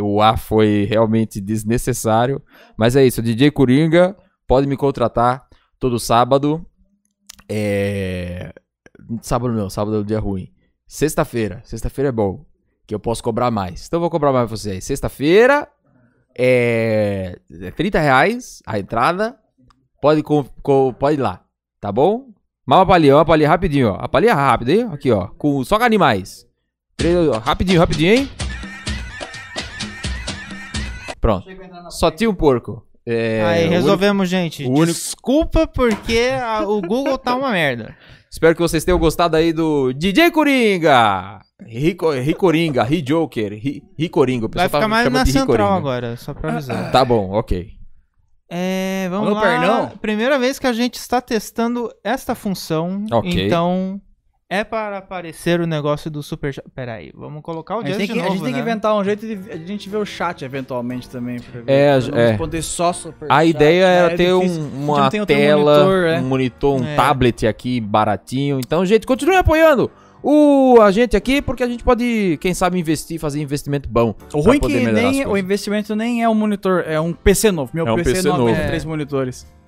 S1: o A foi realmente desnecessário. Mas é isso, DJ Coringa, pode me contratar todo sábado. É... Sábado não, sábado é o dia ruim. Sexta-feira, sexta-feira é bom, que eu posso cobrar mais. Então eu vou cobrar mais pra vocês. Sexta-feira é é 30 reais a entrada. Pode, com, com- pode ir lá, tá bom? Mal apalhei, ó, apalhei rapidinho, ó. Apalhei rápido, hein? Aqui, ó. Com, só com animais. Três, ó, Rapidinho, rapidinho, hein? Pronto. Só tinha um porco. É,
S3: Aí
S1: o
S3: resolvemos, gente.
S1: o único-
S3: Desculpa porque a- o Google tá uma merda.
S1: Espero que vocês tenham gostado aí do DJ Coringa! Rico- Ricoringa, Rijoker, Ri- Ricoringa. O pessoal
S3: Vai ficar
S1: tá me
S3: mais
S1: chamando
S3: na
S1: de
S3: central
S1: Ricoringa.
S3: agora, só pra avisar.
S1: Tá bom, ok.
S3: É, vamos
S2: Ah, Alô,
S3: lá.
S2: Pernão?
S3: Primeira vez que a gente está testando esta função,
S1: Ok.
S3: então é para aparecer o negócio do super chat. Pera aí, vamos colocar o
S2: A gente,
S3: Jazz
S2: tem
S3: de
S2: que, a
S3: novo,
S2: gente tem que
S3: né?
S2: inventar um jeito de a gente ver o chat eventualmente também. Pra ver,
S1: É,
S2: pra não
S1: é.
S2: responder só super
S1: A
S2: chat,
S1: ideia
S2: né?
S1: era
S2: É
S1: ter
S2: difícil.
S1: um- uma
S2: não tem outro
S1: tela,
S2: monitor, é.
S1: um monitor, um
S3: É.
S1: tablet aqui baratinho. Então, gente, continue apoiando o, a gente aqui, porque a gente pode, quem sabe, investir, fazer investimento bom.
S2: O ruim é
S1: pra poder
S2: que
S1: melhorar as
S2: nem, o
S1: coisas.
S2: investimento nem é um monitor, é um PC novo. Meu
S1: É um
S2: PC,
S1: PC
S2: não aguenta
S1: novo.
S2: três monitores.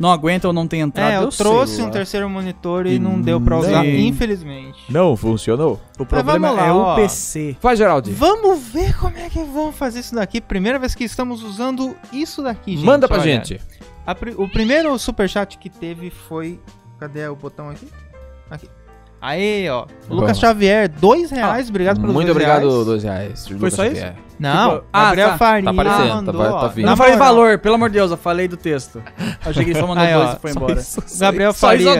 S2: Não aguenta ou não tem entrada.
S3: É, eu
S2: sei
S3: trouxe
S2: lá.
S3: um terceiro monitor e
S1: E
S3: não deu pra
S1: não-
S3: usar, infelizmente.
S1: Não funcionou.
S2: O problema
S3: vamos lá,
S2: é
S3: ó.
S2: o PC.
S1: Faz, Geraldi.
S3: Vamos ver como é que vão fazer isso daqui. Primeira vez que estamos usando isso daqui, gente.
S1: Manda pra
S3: olha.
S1: gente.
S3: A pri- o primeiro superchat que teve foi. Cadê o botão aqui? Aqui. Aê, ó. Lucas
S1: Vamos.
S3: Xavier, dois reais. obrigado pelos
S1: Muito
S3: dois
S1: obrigado,
S3: reais.
S1: dois reais. Lucas
S2: só isso?
S1: Xavier.
S3: Não,
S2: Tipo, ah,
S3: Gabriel
S2: tá.
S3: Faria
S1: Tá aparecendo, tá
S3: mandou,
S1: apare- tá
S3: ó.
S1: vindo.
S2: Não
S3: Na
S2: falei
S3: moral,
S2: valor, pelo amor de Deus, eu falei do texto. Achei que ele só mandou
S3: Aí,
S2: dois
S3: ó,
S2: e foi embora.
S3: Gabriel Faria.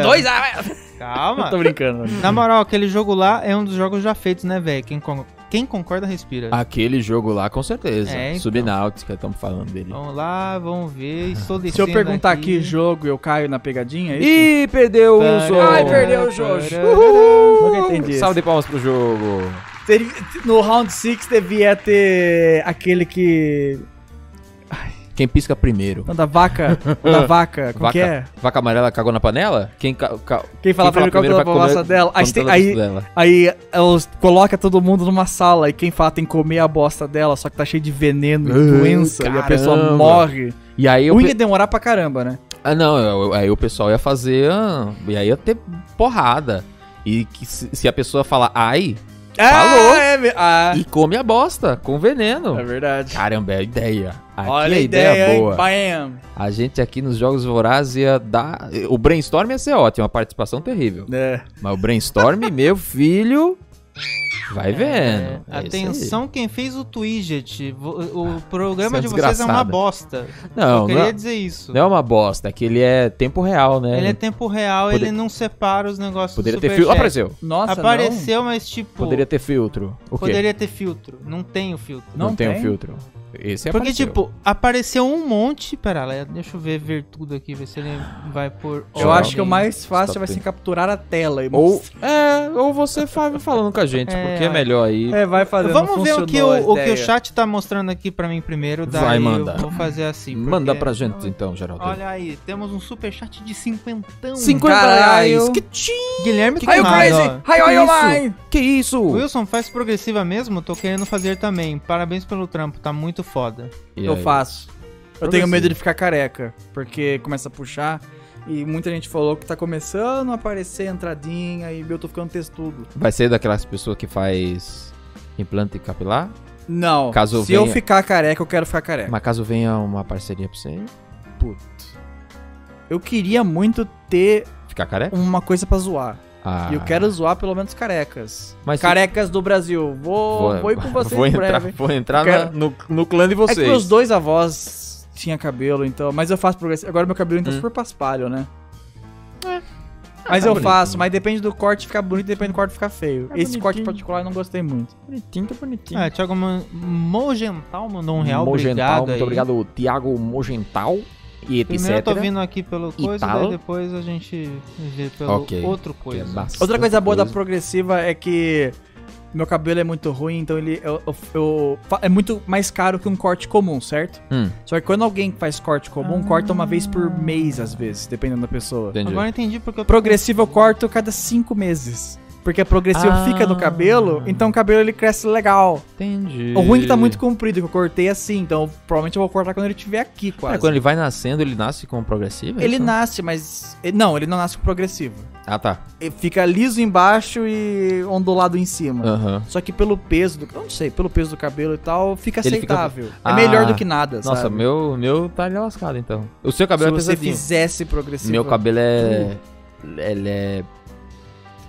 S3: Calma.
S2: ah, Tô brincando.
S3: Na moral, aquele jogo lá é um dos jogos já feitos, né, velho? Quem, con- quem concorda, respira.
S1: Aquele jogo lá, com certeza.
S3: É, então.
S1: Subnáutica, estamos falando dele.
S2: Então,
S3: Vamos lá, vamos ver. Estou
S2: Se eu
S3: descendo
S2: perguntar que jogo eu caio na pegadinha, é isso?
S1: Ih, perdeu o
S3: Tarará,
S1: jogo.
S2: Ai, perdeu o jogo.
S3: tarará.
S2: Nunca entendi isso.
S1: Salve de palmas pro jogo.
S2: Teria- No round 6 devia ter aquele que.
S1: Quem pisca primeiro?
S2: Não, da vaca. da vaca. Como
S1: Vaca.
S2: que é?
S1: Vaca amarela cagou na panela? Quem, ca... ca-
S2: Quem fala
S1: quem
S2: primeiro que eu
S1: vai comer-
S2: a dela. Aí,
S1: come
S2: tem-
S1: toda a
S2: aí,
S1: bosta dela.
S2: Aí elas coloca todo mundo numa sala e quem fala tem que comer a bosta dela, só que tá cheio de veneno e
S1: Ah,
S2: doença e a pessoa
S1: caramba.
S2: morre.
S1: E aí eu.
S2: O
S1: pe-
S2: ia demorar pra caramba, né?
S1: Ah, não, eu- aí o pessoal ia fazer. ah, e aí ia ter porrada. E que se, se a pessoa falar ai, Falou.
S2: Ah, é, ve- ah,
S1: e come a bosta com veneno.
S2: é verdade.
S1: Caramba, é a ideia. Aqui
S2: Olha
S1: é
S2: a
S1: ideia,
S2: ideia,
S1: boa.
S2: hein? Bam!
S1: A gente aqui nos Jogos Vorazes ia dar. O brainstorm ia ser ótimo, a participação terrível.
S2: É.
S1: Mas o brainstorm, meu filho. Vai
S3: É,
S1: vendo. É isso aí.
S3: atenção quem fez o Twidget. Vo- O
S1: Isso
S3: programa
S1: é
S3: de vocês é uma
S1: desgraçado.
S3: bosta.
S1: Não,
S3: eu
S1: não,
S3: queria
S1: é-
S3: dizer isso.
S1: não é uma bosta, é que ele é tempo real, né?
S3: Ele é tempo real,
S1: Poder-
S3: ele não separa os negócios
S1: Poderia
S3: do
S1: ter filtro.
S3: Superchat.
S1: Apareceu.
S2: Nossa,
S3: Apareceu, mas tipo,
S1: Poderia ter filtro. O quê?
S3: poderia ter filtro. Não tem o filtro.
S2: Não
S1: Não, tem,
S2: tem?
S1: um filtro. Esse é
S3: Porque, tipo, apareceu um monte. Pera lá, deixa eu ver, ver tudo aqui, ver se ele vai por.
S2: não. Eu
S1: Ó,
S2: acho que o mais fácil
S1: Stop
S2: vai ser
S1: it.
S2: capturar a tela. E
S1: Ou, é, ou você fa- falando com a gente,
S3: É,
S1: porque é
S3: ai.
S1: melhor aí.
S2: É, vai fazer.
S3: Vamos ver o que o, o que o
S2: chat.
S3: chat tá mostrando aqui pra mim primeiro. Daí
S1: Vai,
S3: eu
S1: manda.
S3: vou fazer assim. porque-
S1: Manda pra gente então, Geraldo.
S3: Olha aí, temos um superchat de cinquentão.
S1: 50 reais.
S2: Caralho.
S1: Que, ti-
S3: Guilherme
S1: Are you
S3: Conrado,
S1: crazy?
S3: ó.
S2: Hi,
S1: Que é isso?
S2: oi, oi!
S1: que isso?
S3: Wilson, faz progressiva mesmo? Tô querendo fazer também. Parabéns pelo trampo, tá muito foda.
S1: E
S2: Eu
S1: aí?
S2: faço. Eu tenho
S1: Progressivo.
S2: medo de ficar careca, porque começa a puxar e muita gente falou que tá começando a aparecer a entradinha e eu tô ficando textudo.
S1: Vai ser daquelas pessoas que faz implante capilar?
S2: Não.
S1: Caso
S2: se eu
S1: venha-
S2: ficar careca, eu quero ficar careca.
S1: Mas caso venha uma parceria pra você,
S2: Eu queria muito ter
S1: ficar careca?
S2: uma coisa pra zoar.
S1: Ah,
S2: E eu quero zoar pelo menos carecas.
S1: Mas se-
S2: carecas do Brasil. Vou, vou, ir um com vocês
S1: vou
S2: em
S1: entrar,
S2: breve.
S1: Vou entrar
S2: Eu quero-
S1: na- no, no clã de
S2: É
S1: vocês.
S2: que meus dois avós tinha cabelo, então. Mas eu faço progressivo. Agora meu cabelo tá
S1: Hum.
S2: super paspalho, né? Mas
S1: tá
S2: eu
S1: bonito. Tá
S2: faço, mas depende do corte ficar bonito, depende do corte ficar feio. Esse corte particular eu não gostei muito.
S1: Bonitinho, tá bonitinho.
S3: Ah, Thiago Man- Mogental mandou um real,
S1: Mogental,
S3: obrigado
S1: muito
S3: aí.
S1: obrigado, Tiago Mogental. E etc.
S3: Primeiro eu tô vindo aqui pelo coisa,
S1: Italo.
S3: daí depois a gente vê pelo
S1: Ok.
S3: outro
S1: Que é
S3: coisa.
S1: bastante
S2: Outra coisa boa da progressiva é que meu cabelo é muito ruim, então ele eu- eu- eu- fa- é muito mais caro que um corte comum, certo?
S1: Hum.
S2: Só que quando alguém faz corte comum, corta uma vez
S1: Ah.
S2: por mês, às vezes, dependendo da pessoa.
S1: Entendi.
S3: Agora eu entendi porque eu tô
S2: Progressivo eu corto cada cinco meses. Porque a progressiva
S1: Ah.
S2: fica no cabelo, então o cabelo ele cresce legal.
S1: Entendi.
S2: O ruim é que tá muito comprido, que eu cortei assim, então provavelmente eu vou cortar quando ele estiver aqui quase.
S1: Cara, É, quando ele vai nascendo, ele nasce com progressiva? é
S2: Ele
S1: isso?
S2: nasce, mas. ele- Não, ele não nasce com progressivo.
S1: Ah, tá.
S2: Ele fica liso embaixo e ondulado em cima.
S1: Aham.
S2: Só que pelo peso do. Eu não sei, pelo peso do cabelo e tal, fica
S1: Ele fica-
S2: aceitável.
S1: Ah.
S2: É melhor do que nada,
S1: Nossa,
S2: sabe?
S1: meu, meu tá lascado, então. O seu cabelo é
S2: Se você
S1: pesadinho.
S2: fizesse progressivo.
S1: Meu cabelo é. Ele é.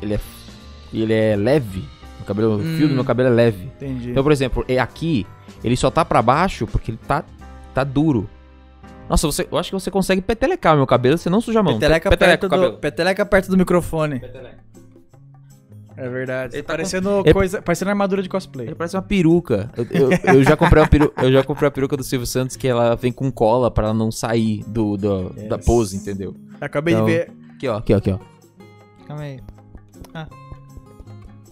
S1: Ele é. Ele é leve. O, cabelo, o fio do
S2: Hum.
S1: meu cabelo é leve.
S2: Entendi.
S1: Então, por exemplo, é aqui, ele só tá pra baixo porque ele tá, tá duro. Nossa, você, eu acho que você consegue petelecar meu cabelo, você não suja a mão.
S2: Peteleca,
S1: Pe- peteleca
S2: perto
S1: o cabelo.
S2: do, peteleca perto do microfone. É verdade.
S1: Ele tá
S2: parecendo
S1: com-
S2: coisa. Parecendo armadura de
S1: Ele
S2: cosplay.
S1: parece uma peruca. Eu, eu- eu já comprei a peru, eu já comprei a peruca do Silvio Santos que ela vem com cola pra ela não sair do, do- da
S2: Yes.
S1: pose, entendeu?
S2: Acabei
S1: Então,
S2: de ver.
S1: Aqui, ó. Aqui, ó, aqui, ó.
S3: Calma aí. Ah.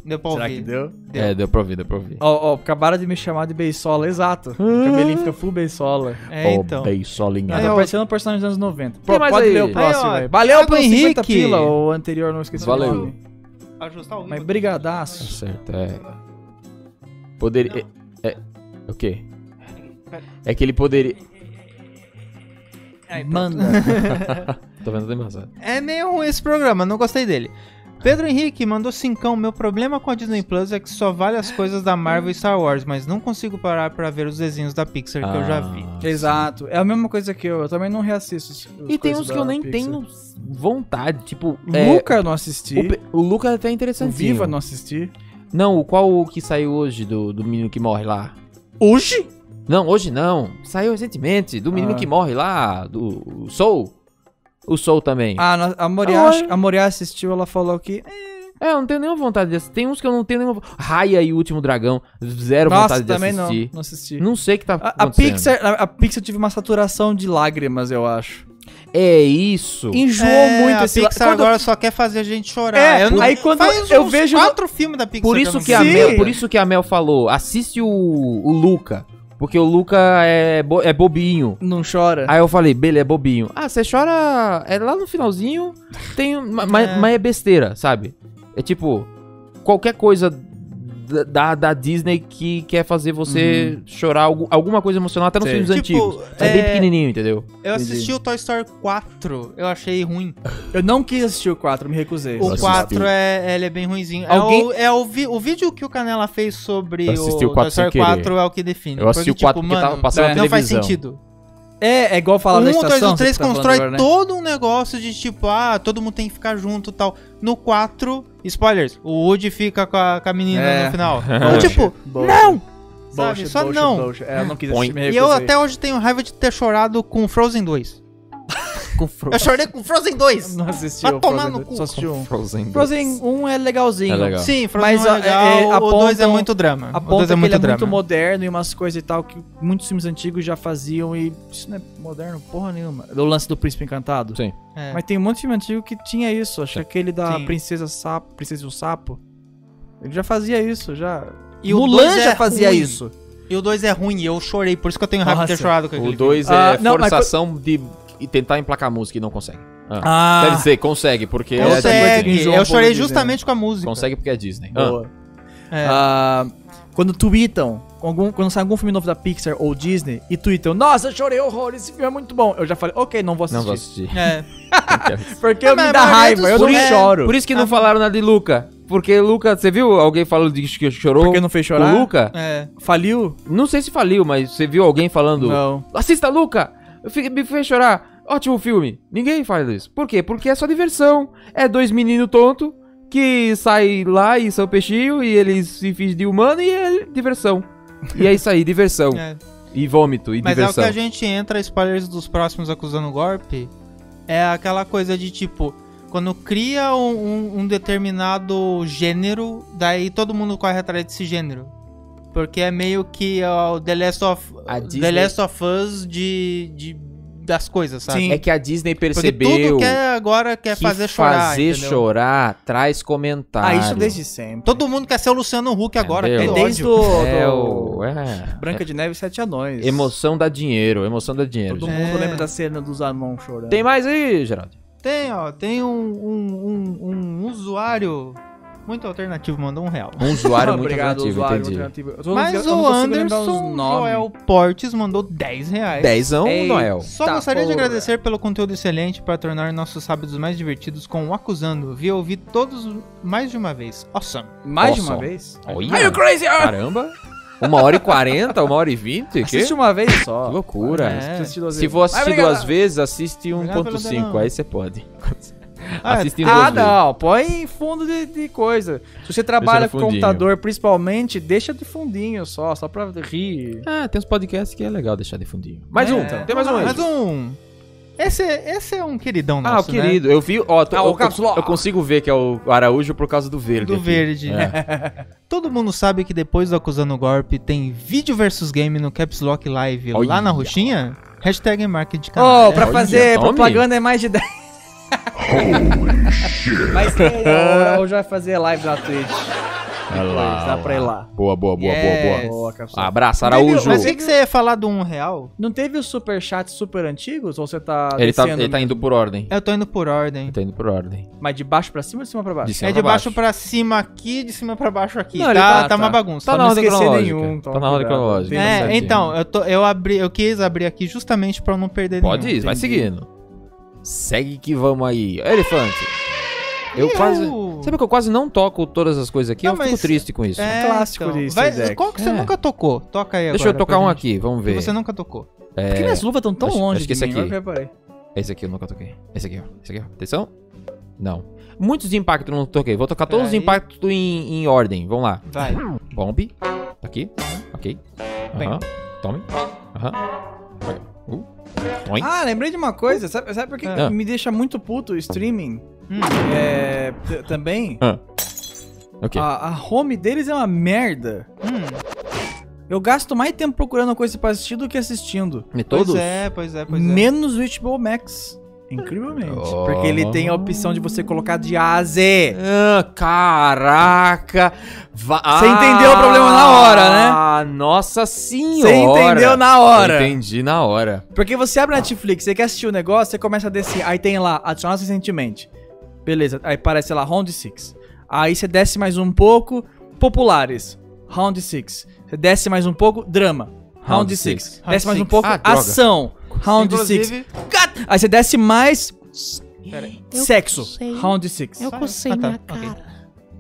S3: Deu pra
S2: Será
S3: ouvir.
S2: que deu?
S3: Deu.
S1: É, deu pra ouvir, deu pra ouvir.
S2: Ó, ó, acabaram de me chamar de beisola, exato. O cabelinho fica full beisola.
S3: É, então.
S1: Bem solinha.
S2: Ah,
S6: É,
S3: Aí,
S2: tá
S3: ó.
S2: parecendo um personagem dos anos 90. Pô,
S1: mais
S2: pode
S1: aí?
S2: ler
S1: Aí,
S2: o próximo
S3: ó,
S2: aí. Valeu
S3: Thiago
S2: por 50
S3: Henrique.
S2: pila, o anterior não esqueci. o
S1: Valeu.
S2: nome.
S3: Ajustar o
S2: Mas
S3: nível.
S1: Tá
S2: brigadaço.
S1: certo, é. Poderia. É, é- O quê? É que ele poderia.
S3: tá?
S2: Manda.
S1: Tô vendo até embaçado.
S3: É meio ruim esse programa, não gostei dele. Pedro Henrique mandou cincão. Meu problema com a Disney Plus é que só vale as coisas da Marvel e Star Wars, mas não consigo parar pra ver os desenhos da
S2: É
S3: Pixar que eu já vi.
S1: Ah,
S2: Exato. É a mesma coisa que eu. Eu também não reassisto. os- os
S1: E tem
S2: coisas
S1: uns que
S2: da
S1: eu nem
S2: Pixar.
S1: tenho vontade. Tipo, é,
S2: Luca eu não assisti.
S1: o,
S2: O,
S1: pe- o Luca é até interessante.
S2: Viva eu não assisti.
S1: Não, o qual o que saiu hoje do, do menino que morre lá?
S2: Hoje?
S1: Não, hoje não. Saiu recentemente. Do menino
S2: Ah.
S1: que morre lá. Do o Soul. O Soul também.
S2: Ah, no- a Moriá,
S1: Olha.
S2: a Moriá assistiu, ela falou que.
S1: É, eu não tenho nenhuma vontade dessa. Tem uns que eu não tenho nenhuma. Raia e o Último Dragão. Zero
S2: Nossa,
S1: vontade de
S2: também não.
S1: assistir.
S2: Não assisti.
S1: Não sei o que tá
S2: A, a
S1: acontecendo.
S2: Pixar, a, a Pixar tive uma saturação de lágrimas, eu acho.
S1: É isso.
S2: Enjoou
S3: É,
S2: muito
S3: a
S2: esse la-
S3: Pixar
S2: Quando-
S3: agora só quer fazer a gente chorar.
S2: É,
S3: Eu não-
S2: aí quando
S3: faz
S2: eu
S3: uns
S2: vejo-
S3: quatro filmes da Pixar.
S1: Por
S3: eu
S1: isso
S3: não
S1: que a
S3: vi.
S2: Sim.
S1: Mel, por isso que a Mel falou, assiste o, o Luca, porque o Luca é, bo- é bobinho.
S2: Não chora.
S1: Aí eu falei, beleza, é bobinho. Ah, você chora é lá no finalzinho, tem, um- ma- ma- mas, é. besteira, sabe? É tipo qualquer coisa da, da- da Disney que quer fazer você chorar algu- alguma coisa emocional até nos
S2: Sei.
S1: filmes
S3: Tipo,
S1: antigos. É bem
S3: é-
S1: pequenininho, entendeu?
S3: Eu assisti o Toy Story 4, eu achei ruim.
S2: Eu não quis assistir o 4, me recusei.
S1: Eu
S3: O
S1: assisti.
S3: 4 é, ele é bem ruimzinho. É
S1: Alguém-
S3: o- É, o, vi- o vídeo que o Canela fez sobre
S1: Eu assisti o
S3: o Toy
S1: quatro sem
S3: Story
S1: querer.
S3: 4 é o que define.
S1: Eu assisti o quatro porque tava passando
S2: na
S3: não Não faz
S1: televisão.
S3: sentido.
S2: É, é igual falar
S3: o
S2: da
S3: 1, 2
S2: estação.
S3: e 3
S2: você tá falando
S3: constrói
S2: agora, né?
S3: todo um negócio de tipo, ah, todo mundo tem que ficar junto e tal. No 4, spoilers, o Woody fica com a, com a menina
S2: É.
S3: no final.
S1: Bullshit.
S3: tipo,
S2: Bullshit.
S3: não! Sabe,
S2: Bullshit,
S3: só
S2: bullshit,
S3: não.
S2: bullshit. É, eu não quis
S1: Põe.
S2: assistir, me
S3: E eu
S2: recusei.
S3: até hoje tenho raiva de ter chorado com Frozen 2.
S1: Com
S3: Eu chorei com Frozen 2!
S2: não assisti
S3: Vai
S2: o
S3: tomar
S2: Frozen
S3: no
S2: dois,
S3: cu.
S2: Só assisti um.
S1: Frozen.
S2: Frozen 1 é legalzinho.
S1: É legal.
S3: Sim, Frozen
S2: Mas,
S3: 1 é
S2: ó,
S3: legal,
S2: é,
S3: o 2 é
S2: apontam-
S3: muito drama.
S2: A
S3: o
S2: ponta
S3: 2
S2: que
S3: é
S2: ele
S3: muito
S2: é
S3: drama.
S2: muito moderno e umas coisas e tal que muitos filmes antigos já faziam e isso não é moderno porra nenhuma. O lance do Príncipe Encantado.
S1: Sim.
S3: É.
S2: Mas tem um monte de filme antigo que tinha isso. Acho que aquele da
S3: Sim.
S2: Princesa Sapo, Princesa e o Sapo. Ele já fazia isso, já.
S3: E o
S2: Mulan
S3: dois é
S2: já fazia
S3: ruim.
S2: isso.
S3: E o 2 é ruim e eu chorei, por isso que eu tenho raiva de ter
S2: Nossa.
S3: chorado com aquele
S1: O 2 é
S2: Ah, não, mas
S1: forçação de e tentar emplacar a música e não consegue. Ah.
S2: Ah,
S1: Quer dizer, consegue, porque é
S3: filme.
S1: Disney.
S3: Consegue,
S2: Enjoa um
S3: eu
S2: pouco
S3: chorei
S2: de
S3: justamente com a música.
S1: Consegue porque é Disney. Ah.
S2: boa.
S3: É.
S2: Ah, quando tweetam, com algum- quando sai algum filme novo da Pixar ou Disney e tweetam, nossa, eu chorei horror, esse filme é muito bom. Eu já falei, ok, não vou assistir.
S1: Não vou assistir.
S3: É.
S2: Porque
S3: Ah,
S2: eu
S3: mas
S2: me
S3: a
S2: dá
S3: maioria
S2: raiva,
S3: dos
S2: eu não
S3: filmes- é.
S2: choro.
S1: Por isso que não falaram nada de Luca. Porque Luca, você viu? Alguém falou de que chorou.
S2: Porque não fez chorar?
S1: O Luca?
S3: É.
S2: Faliu?
S1: Não sei se faliu, mas você viu alguém falando.
S2: Não.
S1: Assista Luca! Eu fi- Me fez chorar. Ótimo filme. Ninguém fala isso. Por quê? Porque é só diversão. É dois meninos tonto que saem lá e são peixinho e eles se fingem de humano e é diversão. E é isso aí, diversão.
S3: é.
S1: E vômito, e
S3: Mas
S1: diversão.
S3: é o que a gente entra, spoilers dos próximos acusando golpe, é aquela coisa de tipo, quando cria um, um- um determinado gênero, daí todo mundo corre atrás desse gênero. Porque é meio que ó, o The Last of,
S1: A Disney-
S3: The Last of Us de, de- das coisas, sabe?
S2: Sim.
S1: É que a Disney
S3: Porque
S1: percebeu
S3: tudo quer agora quer
S1: que
S3: fazer chorar.
S1: fazer
S3: entendeu?
S1: chorar traz comentário.
S2: Ah, isso desde sempre.
S3: Todo mundo quer ser o Luciano Huck agora.
S1: Entendeu?
S2: é
S3: que
S2: desde
S3: ódio.
S2: o, do,
S1: É, o, é,
S2: Branca de Neve e Sete Anões.
S1: Emoção dá dinheiro, emoção dá dinheiro.
S2: Todo
S1: gente.
S2: mundo
S3: É.
S2: lembra da cena dos anões chorando.
S1: um Tem mais aí, Geraldo?
S3: Tem, ó, tem um, um, um- um usuário Muito alternativo, mandou um real.
S1: Um usuário muito
S2: Obrigado,
S1: alternativo,
S2: usuário
S1: entendi.
S2: alternativo. Eu tô- eu
S3: Mas
S2: não
S3: o
S2: consigo lembrar
S3: Anderson
S2: os nomes.
S3: Joel Portes mandou 10 reais.
S1: Dezão,
S2: Ei.
S1: Noel.
S3: Só
S2: Tá,
S3: gostaria de
S2: porra.
S3: agradecer pelo conteúdo excelente para tornar nossos sábados mais divertidos com o Acusando. Vi ouvir todos mais de uma vez. Awesome.
S2: Mais de
S1: Nossa.
S2: uma vez?
S1: Olha.
S2: Are you crazy? Ah,
S1: Caramba. Uma hora e quarenta, uma hora e vinte? Que,
S2: Assiste
S1: que
S2: uma vez só.
S1: loucura.
S3: É.
S2: Precisa assistir duas
S1: Se
S2: vezes.
S1: for assistir
S2: Ah, obrigado.
S1: duas vezes, assiste
S3: Obrigado pelo
S1: 1.5,
S3: dedão.
S1: aí você pode.
S3: Ah,
S1: Assiste duas
S2: Ah,
S1: vezes.
S2: não. Põe fundo de, de coisa. Se você trabalha
S1: Deixa
S2: com
S1: no fundinho.
S2: computador, principalmente, deixa de fundinho só, só pra rir.
S1: Ah, tem uns podcasts que é legal deixar de fundinho. Mais
S2: É.
S1: um, tem mais um aí.
S3: Mais um. Esse, é- esse é um queridão
S1: Ah,
S3: nosso,
S1: o querido, eu vi, ó, tô-
S2: Ah, o
S1: eu,
S2: Caps
S1: eu,
S2: Lock.
S1: eu consigo ver que é o Araújo por causa do
S3: né?
S1: verde.
S3: Do
S1: aqui.
S3: verde.
S1: É.
S3: Todo mundo sabe que depois do Acusando o Golpe tem vídeo versus game no Caps Lock Live lá
S1: Olha.
S3: na Roxinha? Hashtag marketing de
S2: Ô,
S3: canal. né?
S2: oh, pra
S1: Olha,
S2: fazer
S1: tome.
S2: propaganda é mais de 10. Mas tem, é o Raul já vai fazer live na Twitch.
S1: Olha lá,
S2: Dá pra ir lá.
S1: Boa, boa, boa,
S3: Yes.
S1: boa,
S2: Boa,
S1: boa.
S2: Capsule.
S1: Abraço, Araújo.
S3: Mas o que, que você ia falar do um real?
S2: Não teve o superchat super antigos? Ou você tá
S1: Ele tá,
S2: descendo?
S1: ele tá indo por ordem.
S3: Eu tô indo por ordem.
S1: Ele tá indo por ordem.
S2: Mas de baixo pra cima ou de cima pra baixo?
S1: De cima
S3: é de
S1: Tá pra
S3: baixo
S1: baixo.
S3: pra cima aqui, de cima pra baixo aqui.
S2: Não,
S3: tá,
S2: ele
S3: tá,
S2: tá-
S3: uma
S2: tá.
S3: bagunça.
S1: Tá
S2: Pra
S1: na
S2: não
S1: ordem
S2: esquecer
S1: cronológica.
S2: nenhum,
S1: tá
S2: toma
S1: na ordem
S2: cuidado.
S1: cronológica.
S2: Tem
S3: então, É,
S1: certinho.
S3: então, eu, tô, eu, abri, eu quis abrir aqui justamente pra eu não perder
S1: Pode
S3: nenhum.
S1: ir, vai
S2: entendi.
S1: seguindo. Segue que vamos aí. Elefante. Eu
S3: E
S1: quase.
S3: eu-
S1: Sabe que eu quase não toco todas as coisas aqui?
S3: Não,
S1: eu fico
S3: mas-
S1: triste com isso.
S3: É,
S2: clássico de
S3: vai-
S2: Stay Deck.
S3: Qual que você
S1: É.
S3: nunca tocou? Toca aí agora.
S1: Deixa eu tocar
S3: pra
S1: um
S3: gente.
S1: aqui, vamos
S3: Que
S1: ver.
S3: você tá nunca tocou.
S2: Por que minhas luvas estão tão
S1: acho-
S2: longe
S1: acho
S2: de
S1: que esse
S2: mim?
S1: aqui.
S2: Eu reparei.
S1: Esse aqui eu nunca toquei. Esse aqui, ó. Esse aqui, ó. Atenção. Não. Muitos impactos eu não toquei. Vou tocar todos os
S3: Peraí.
S1: impactos em, em ordem. Vamos lá.
S3: Vai.
S1: Bomb. Tá aqui. Ok.
S3: Bem.
S1: Aham. Tome. Aham. Uh. Toin.
S2: Ah, lembrei de uma coisa. Sabe, sabe por que
S1: Ah.
S2: me deixa muito puto o streaming?
S3: Hum.
S2: É, t- também?
S1: Ok.
S2: A, a home deles é uma merda.
S3: Hum.
S2: Eu gasto mais tempo procurando coisa pra assistir do que assistindo.
S1: E
S3: Pois
S1: todos?
S3: é, pois é, pois é.
S2: Menos o HBO Max. Incrivelmente.
S1: Oh.
S2: Porque ele tem a opção de você colocar de A a Z.
S1: Ah, caraca! Va-
S2: Você entendeu o problema na hora, né?
S1: Ah, nossa senhora!
S2: Você entendeu na hora.
S1: Eu entendi na hora.
S2: Porque você abre a Netflix, você quer assistir o negócio, você começa a descer. Aí tem lá, adicionar recentemente. Beleza, aí parece lá, Round 6. Aí você desce mais um pouco, populares. Round 6. Você desce mais um pouco, drama. Round
S1: Round
S2: 6.
S1: six.
S2: Desce mais um
S3: Round six.
S2: pouco,
S1: Ah, droga.
S2: ação. Round 6.
S3: Inclusive,
S2: Aí você desce mais,
S3: peraí.
S2: sexo.
S6: sei.
S2: Round 6.
S6: Eu cocei
S3: Ah, tá.
S6: minha
S3: Ok.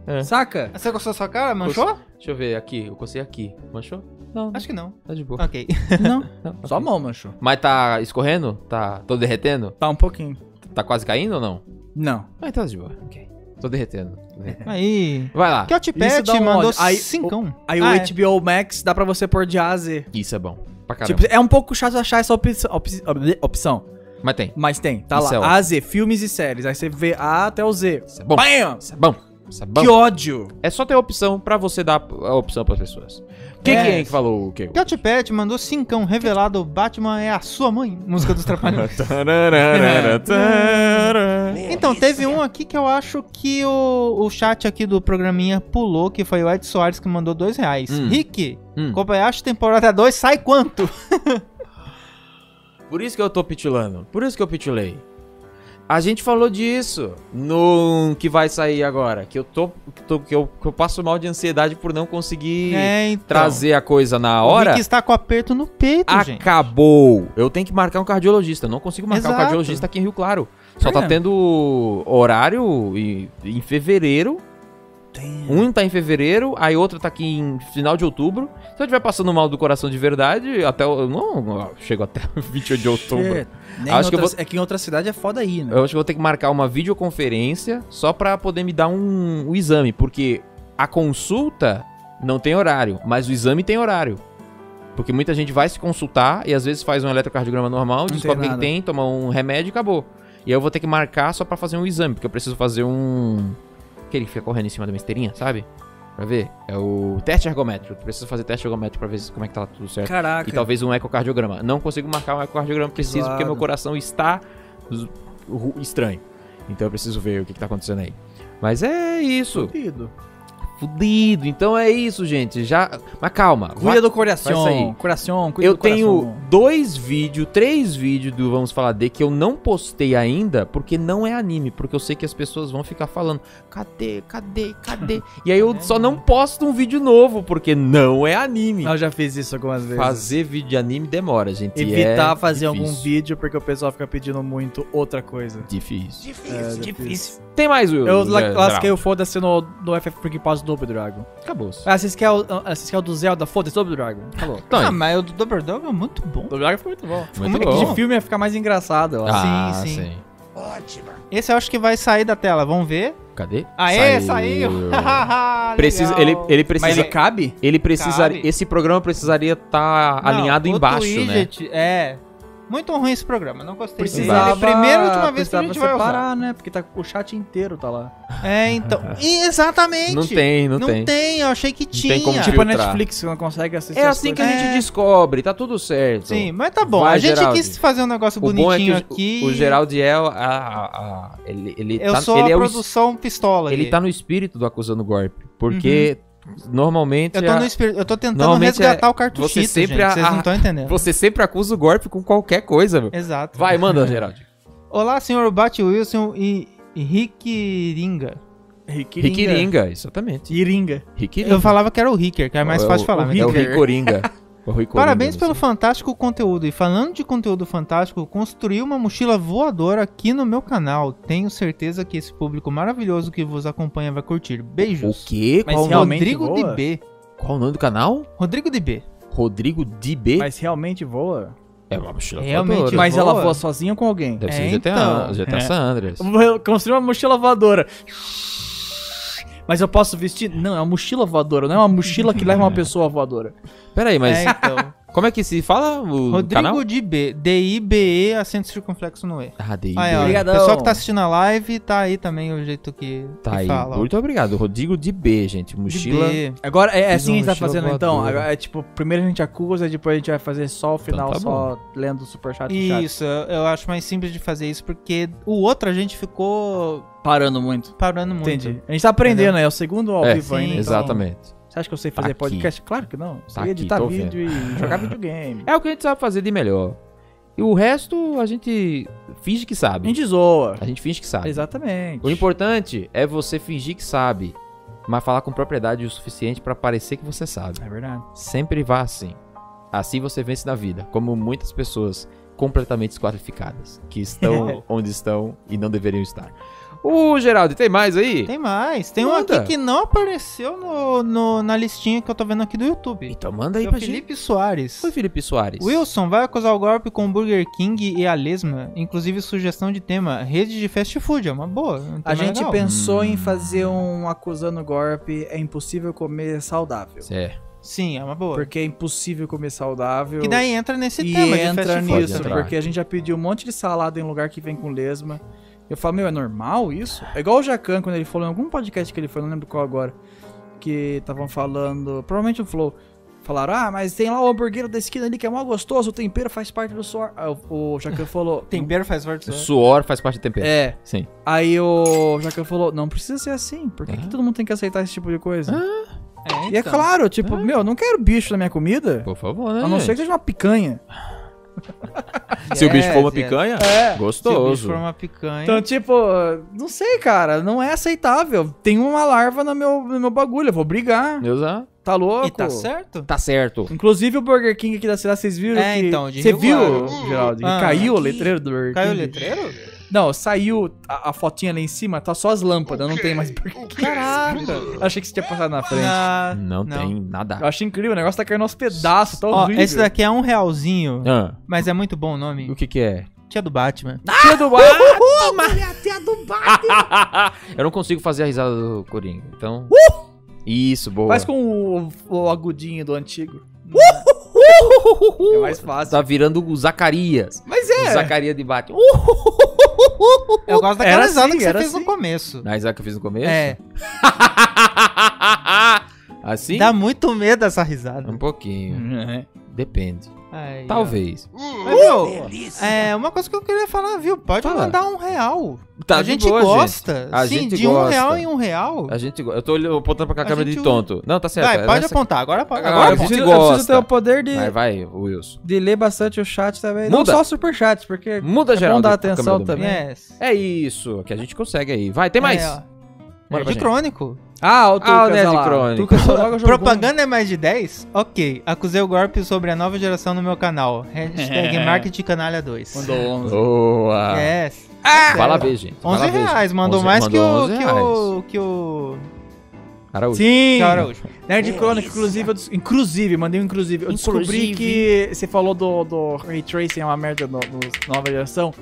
S6: cara.
S2: Saca?
S3: Você gostou da sua cara? Manchou?
S1: Deixa eu ver aqui, eu cocei aqui. Manchou? Não,
S3: Acho que não.
S1: tá de boa.
S3: Ok.
S2: Não.
S1: Não,
S2: Só a
S1: ok.
S2: mão, mancho.
S1: Mas tá escorrendo? Tá tô derretendo?
S2: Ah. Tá um pouquinho.
S1: Tá quase caindo ou não?
S2: Não.
S1: Ah, então tá de boa. Ok. Tô derretendo. Tô derretendo.
S3: Aí.
S1: Vai lá.
S2: Isso dá
S3: Keltpet
S2: um
S3: mandou
S2: ódio. Aí-
S3: cincão.
S2: Aí
S3: Ah, é.
S2: o HBO Max dá pra você pôr de A a Z.
S1: Isso é bom. Pra caramba.
S2: Tipo, é um pouco chato achar essa opção- opci- opção.
S1: Mas tem.
S2: Mas tem, tá
S1: Isso é
S2: lá.
S1: ótimo.
S2: a, Z, filmes e séries. Aí você vê A até o Z.
S1: Isso é bom.
S2: Bam!
S1: Isso é bom. Isso é bom.
S2: Que ódio!
S1: É só ter opção pra você dar a opção pras pessoas. Quem
S3: É.
S1: que é que falou o quê?
S3: Keltpet mandou cincão revelado: Batman é a sua mãe. Música dos Trapalhões. Então, teve
S1: né?
S3: um aqui que eu acho que o, o chat aqui do programinha pulou, que foi o Ed Soares que mandou dois reais.
S1: Hum.
S3: Rick,
S1: Hum.
S3: Kobayashi temporada 2 sai quanto?
S1: Por isso que eu tô pitulando. Por isso que eu pitulei. A gente falou disso no que vai sair agora. Que eu tô. Que, tô- que eu, que eu passo mal de ansiedade por não conseguir
S3: então.
S1: trazer a coisa na
S3: O
S1: hora. Ah,
S3: Rick está com aperto no peito, gente.
S1: Acabou. Eu tenho que marcar um cardiologista. Eu não consigo marcar um
S3: Exato.
S1: cardiologista aqui em Rio Claro. Só tá
S3: Por quê?
S1: tendo horário e- em fevereiro. Um tá em fevereiro, aí outro tá aqui em final de outubro. Se eu estiver passando mal do coração de verdade, até o. eu Não, eu chego até o 28 de outubro.
S2: Shit. Nem em
S1: Acho que eu
S2: outras- É que em outra cidade é foda aí, né?
S1: Eu acho que eu vou ter que marcar uma videoconferência só pra poder me dar um, um exame, porque a consulta não tem horário, mas o exame tem horário. Porque muita gente vai se consultar e às vezes faz um eletrocardiograma normal,
S2: tem
S1: descobre o que
S2: nada.
S1: tem, toma um remédio e acabou. E aí eu vou ter que marcar só pra fazer um exame, porque eu preciso fazer um. Aquele que fica correndo em cima da minha esteirinha, sabe? Pra ver. É o teste ergométrico. Eu preciso fazer teste ergométrico pra ver se- como é que tá tudo certo.
S2: Caraca.
S1: E talvez um ecocardiograma. Não consigo marcar um ecocardiograma preciso
S2: Claro.
S1: porque meu coração está z- ru- estranho. Então eu preciso ver o que, que tá acontecendo aí. Mas é isso.
S2: Duvido.
S1: Fudido. Então é isso, gente. Já. Mas calma. vai-
S2: Cuida do
S1: vai sair.
S2: coração. Coração, cuida
S1: eu
S2: do coração.
S1: tenho dois vídeos, três vídeos do Vamos Falar de que eu não postei ainda, porque não é anime, porque eu sei que as pessoas vão ficar falando, cadê, cadê, cadê? E aí eu só não posto um vídeo novo, porque não é anime.
S6: Eu já fiz isso algumas vezes.
S1: Fazer vídeo de anime demora, gente. e
S6: Evitar
S1: é
S6: fazer algum
S1: difícil.
S6: vídeo porque o pessoal fica pedindo muito outra coisa.
S1: Difícil.
S3: É
S6: Difícil,
S2: É difícil.
S1: Tem mais, Will. É,
S6: Eu
S1: Zé,
S6: la- lasquei
S1: Drago.
S6: o foda-se no, no FF Freak Pass Double Dragon.
S1: Acabou.
S6: Ah, vocês querem o, ah, vocês querem o do Zelda? Foda-se, Double Dragon. Falou.
S1: Então,
S3: Ah, mas o do Double Dog é muito bom.
S6: Double Dragon foi muito bom.
S1: muito
S3: é que
S6: É que
S1: bom.
S6: de filme ia ficar mais engraçado, eu acho.
S1: Ah,
S3: Sim,
S1: sim,
S3: sim. Esse eu acho que vai sair da tela, vamos ver.
S1: Cadê?
S3: Aê, saiu!
S1: Hum.
S3: Tá
S1: Precisa, ele,
S3: Legal.
S1: ele
S2: Mas
S1: precisa...
S2: ele cabe?
S1: Ele precisaria.
S3: Cabe.
S1: Esse programa precisaria estar
S3: Não,
S1: tá alinhado
S3: o
S1: embaixo, né?
S3: Twidget É. Muito ruim esse programa, não gostei.
S1: Precisava-
S3: É a primeira e última vez que a
S6: precisava
S3: gente vai usar.
S6: separar, né? Porque tá, o chat inteiro tá lá.
S3: É, então. E exatamente!
S1: Não tem, não, tem.
S3: eu achei que tinha.
S1: tem como
S6: Tipo a
S1: Filtrar.
S6: Netflix, você não consegue assistir
S1: É
S6: as
S1: assim que a
S6: coisas.
S1: gente descobre, tá tudo certo.
S3: Sim, mas tá bom.
S1: Vai,
S3: a gente
S1: Geraldi.
S3: quis fazer um negócio
S1: O bom é que
S3: bonitinho
S1: o,
S3: aqui.
S1: o Geraldi é a, a- a- ele, ele
S3: Eu
S1: tá,
S3: sou
S1: ele
S3: a
S1: é o es-
S3: produção pistola.
S1: ele
S3: ali. Uhum.
S1: tá no espírito do acusando golpe, porque normalmente é
S3: Eu tô,
S1: a-
S3: no espírito, eu tô tentando
S1: Normalmente é
S3: resgatar o
S1: você
S3: cartuchito,
S1: sempre
S3: gente,
S1: a-
S3: vocês não
S1: a-
S3: estão entendendo.
S1: você sempre acusa o golpe com qualquer coisa, meu.
S3: Exato.
S1: Vai, manda, Geraldi.
S3: Olá, senhor Bat Wilson e e Rick Ringa.
S6: Riquiringa.
S1: Riquiringa, exatamente.
S6: Tiringa.
S1: Riquiringa.
S3: Eu falava que era o Ricker, que é mais
S1: É o-
S3: fácil falar.
S1: o,
S3: mas
S1: É o
S3: tudo bem.
S1: Ricoringa. O Ricoringa,
S3: Parabéns
S1: não
S3: pelo
S1: sei.
S3: fantástico conteúdo. E falando de conteúdo fantástico, construí uma mochila voadora aqui no meu canal. Tenho certeza que esse público maravilhoso que vos acompanha vai curtir.
S1: O
S3: Beijos.
S1: quê?
S6: Mas
S1: Qual, o nome-
S6: realmente
S3: Rodrigo de
S6: voa?
S3: B.
S1: qual o nome do canal?
S3: Rodrigo de B.
S1: Rodrigo DB?
S6: Mas realmente voa?
S1: É uma mochila
S3: Realmente,
S1: voadora.
S6: Mas ela
S3: voa?
S6: voa sozinha ou com alguém?
S1: Deve
S3: É,
S1: ser o GTA,
S3: então.
S1: GTA
S6: É.
S1: San Andreas.
S6: Eu construí uma mochila voadora. Mas eu posso vestir? Não, é uma mochila voadora, não é uma mochila que leva uma pessoa voadora.
S1: Pera aí, mas
S3: É, então.
S1: como é que se fala o
S3: Rodrigo
S1: canal?
S3: de B. D-I-B-E, acento circunflexo no E.
S1: Ah, DB.
S3: Aí, ó,
S6: Obrigadão.
S3: pessoal que tá assistindo a live, tá aí também o jeito que,
S1: Tá
S3: que
S1: aí.
S3: fala. ó.
S1: Muito obrigado. Rodrigo de B, gente. Mochila.
S3: De B.
S6: Agora é
S1: Fiz
S6: assim que a gente
S1: uma
S6: tá
S1: mochila
S6: fazendo então.
S1: voadora.
S6: Agora, é tipo, primeiro a gente acusa, depois a gente vai fazer só o final,
S1: tá
S6: só lendo o superchat e chat.
S3: Isso, eu eu acho mais simples de fazer isso, porque o outro a gente ficou
S6: Parando muito.
S3: parando muito.
S6: Entendi. A gente tá aprendendo, né? É o segundo ao
S1: É,
S6: vivo ainda. então-
S1: Exatamente.
S6: Você acha que eu sei fazer
S1: Tá aqui. Tá
S6: podcast? Claro que não. Eu sei
S1: aqui,
S6: editar
S1: tô
S6: vídeo e jogar videogame.
S1: É o que a gente sabe fazer de melhor. E o resto a gente finge que
S6: A
S1: sabe.
S6: gente zoa.
S1: A gente finge que sabe.
S6: Exatamente.
S1: Tá. O importante é você fingir que sabe, mas falar com propriedade o suficiente pra parecer que você sabe.
S6: É verdade.
S1: Sempre vá assim. Assim você vence na vida, como muitas pessoas completamente desqualificadas, que estão onde estão e não deveriam estar. Ô, Geraldo, tem mais aí?
S3: Tem mais. Tem um
S1: Manda.
S3: aqui que não apareceu no, no- na listinha que eu tô vendo aqui do YouTube.
S1: Então manda aí
S3: É o
S1: pra
S3: Felipe Soares.
S1: gente. Oi, Felipe Soares.
S3: Wilson vai acusar o golpe com Burger King e a Lesma. Inclusive, sugestão de tema: rede de fast food. É uma boa. é um
S6: A
S3: tema
S6: gente
S3: legal.
S6: pensou em fazer um acusando golpe, é impossível comer saudável.
S1: É,
S3: Sim, é uma boa.
S6: Porque é impossível comer saudável.
S3: Que daí entra nesse
S6: e
S3: tema de
S6: entra
S3: fast food. né?
S6: nisso,
S1: entrar.
S6: porque a gente já pediu um monte de salada em lugar que vem com lesma. Eu falo, meu, é normal isso? É igual o Jacan, quando ele falou em algum podcast que ele foi, não lembro qual agora, que estavam falando, provavelmente o Flow, falaram, ah, mas tem lá o hambúrguer da esquina ali que é mal gostoso, o tempero faz parte do suor. Aí o, o Jacan falou...
S3: Tempero faz parte do
S1: suor faz parte do tempero.
S6: É.
S1: Sim.
S6: Aí o Jacan falou, não precisa ser assim, por que, que todo mundo tem que aceitar esse tipo de coisa?
S3: É,
S6: E é claro, tipo, meu, eu não quero bicho na minha comida,
S1: Por favor, né?
S6: a não ser
S1: gente?
S6: que seja uma picanha.
S1: Se o bicho for uma
S3: Yes, yes.
S1: picanha,
S3: É,
S1: É.
S3: Se o bicho
S1: gostoso.
S3: for uma picanha.
S6: Então, tipo, não sei, cara, não é aceitável. Tem uma larva no meu, no meu bagulho, eu vou brigar.
S1: Exato.
S6: Tá louco?
S3: e tá certo?
S1: Tá certo.
S6: Inclusive o Burger King aqui da cidade, vocês viram?
S3: É,
S6: que...
S3: então, de
S6: Você
S3: Rio
S6: viu, Hum,
S3: Claro.
S6: Geraldo? que
S3: Ah.
S6: caiu o letreiro do Burger
S3: Caiu o
S6: King?
S3: letreiro?
S6: Não, saiu a, a fotinha lá em cima, tá só as lâmpadas, não tem mais Burger King.
S3: Caraca.
S6: Eu achei que você tinha passado na frente.
S3: Ah,
S1: Não,
S3: Não.
S1: tem
S6: Eu
S1: nada.
S6: achei incrível, o negócio tá caindo aos pedaços, tá
S3: ó,
S6: horrível.
S3: esse daqui é um realzinho,
S1: Ah,
S3: mas é muito bom o nome.
S1: o que que é?
S3: Tia do Batman.
S6: Tia do bar!
S1: Eu não consigo fazer a risada do Coringa, então... Isso, boa.
S6: Faz com o, o agudinho do antigo.
S2: Uh!
S6: É mais fácil.
S1: Tá virando o Zacarias.
S6: Mas é.
S1: O Zacarias de Batman.
S3: Eu gosto daquela
S6: Era
S3: risada
S6: assim,
S3: que você
S6: era
S3: fez no
S6: assim.
S3: começo.
S1: Na risada que eu fiz no começo?
S3: É,
S1: assim?
S3: dá muito medo essa risada.
S6: É.
S1: Um Assim? pouquinho. Depende.
S3: Aí, ó.
S1: Hum. Talvez.
S3: Mas,
S6: Uh!
S3: meu, é uma coisa que eu queria falar, viu? Pode
S1: Fala.
S3: mandar um real.
S1: Tá
S3: a
S1: de
S3: gente
S1: boa,
S3: gosta.
S1: gente. A
S3: Sim,
S1: gente
S3: de um
S1: gosta.
S3: real em um real.
S1: A gente. go- Eu tô olhando- apontando pra cá a
S3: A
S1: câmera de
S3: gente-
S1: tonto. Não, tá certo.
S3: Vai,
S1: é
S3: pode
S1: nessa-
S3: apontar. Agora aponta.
S1: Agora
S6: Agora, Ah, eu
S1: a gente
S6: preciso, eu preciso
S1: gosta.
S6: ter o poder de,
S1: Vai, vai, Wilson.
S6: de ler bastante o chat também. Não
S1: Muda.
S6: só superchats, porque
S1: Muda
S6: é
S1: geral.
S6: bom dar
S1: de- a câmera
S6: atenção
S1: do meio.
S6: também.
S3: Yes.
S1: É isso, que a gente consegue aí. Vai, tem mais.
S3: É, ó.
S1: Bora pra
S3: Nerd
S1: gente.
S3: Crônico.
S6: Ah, o Tucas,
S1: Ah, o Nerd
S6: olha lá.
S1: Crônica.
S6: Tucas Soroga jogou
S3: Propaganda é mais de 10? Ok. Acusei o golpe sobre a nova geração no meu canal. Hashtag Marketing Canalha 2.
S2: Mandou 11.
S1: Boa.
S3: É. Yes.
S1: Ah. Fala ver, gente. Fala
S3: 11
S1: ver.
S3: reais. Mandou
S1: 11
S3: mais que,
S1: mandou
S3: o,
S1: 11
S3: que o... Que o...
S1: Araújo.
S2: Sim!
S3: Que o Araújo.
S2: Nerd Crônica, inclusive, eu des- inclusive, mandei um inclusive. Eu descobri que você falou do, do Ray Tracing, é uma merda no, no- nova geração.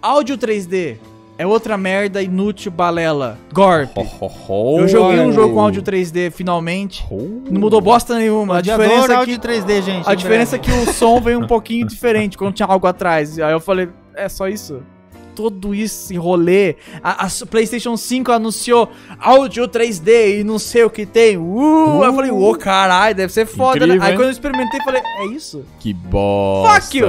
S2: Áudio 3D é outra merda inútil, balela. Gorp.
S1: Ho, ho, ho.
S2: Eu joguei um jogo com áudio 3D, finalmente.
S1: Ho.
S2: Não mudou bosta nenhuma. A
S3: Eu adoro
S2: diferença, é que,
S3: áudio 3D, gente.
S2: a diferença é que o som veio um pouquinho diferente quando tinha algo atrás. Aí eu falei, é só isso? Todo esse rolê. A, a s- PlayStation 5 anunciou áudio 3D e não sei o que tem. Uh, Aí eu falei, ô caralho, deve ser foda. né?
S1: Incrível,
S2: Aí
S1: hein?
S2: quando eu experimentei, falei, é isso?
S1: Que bosta.
S2: Fuck you.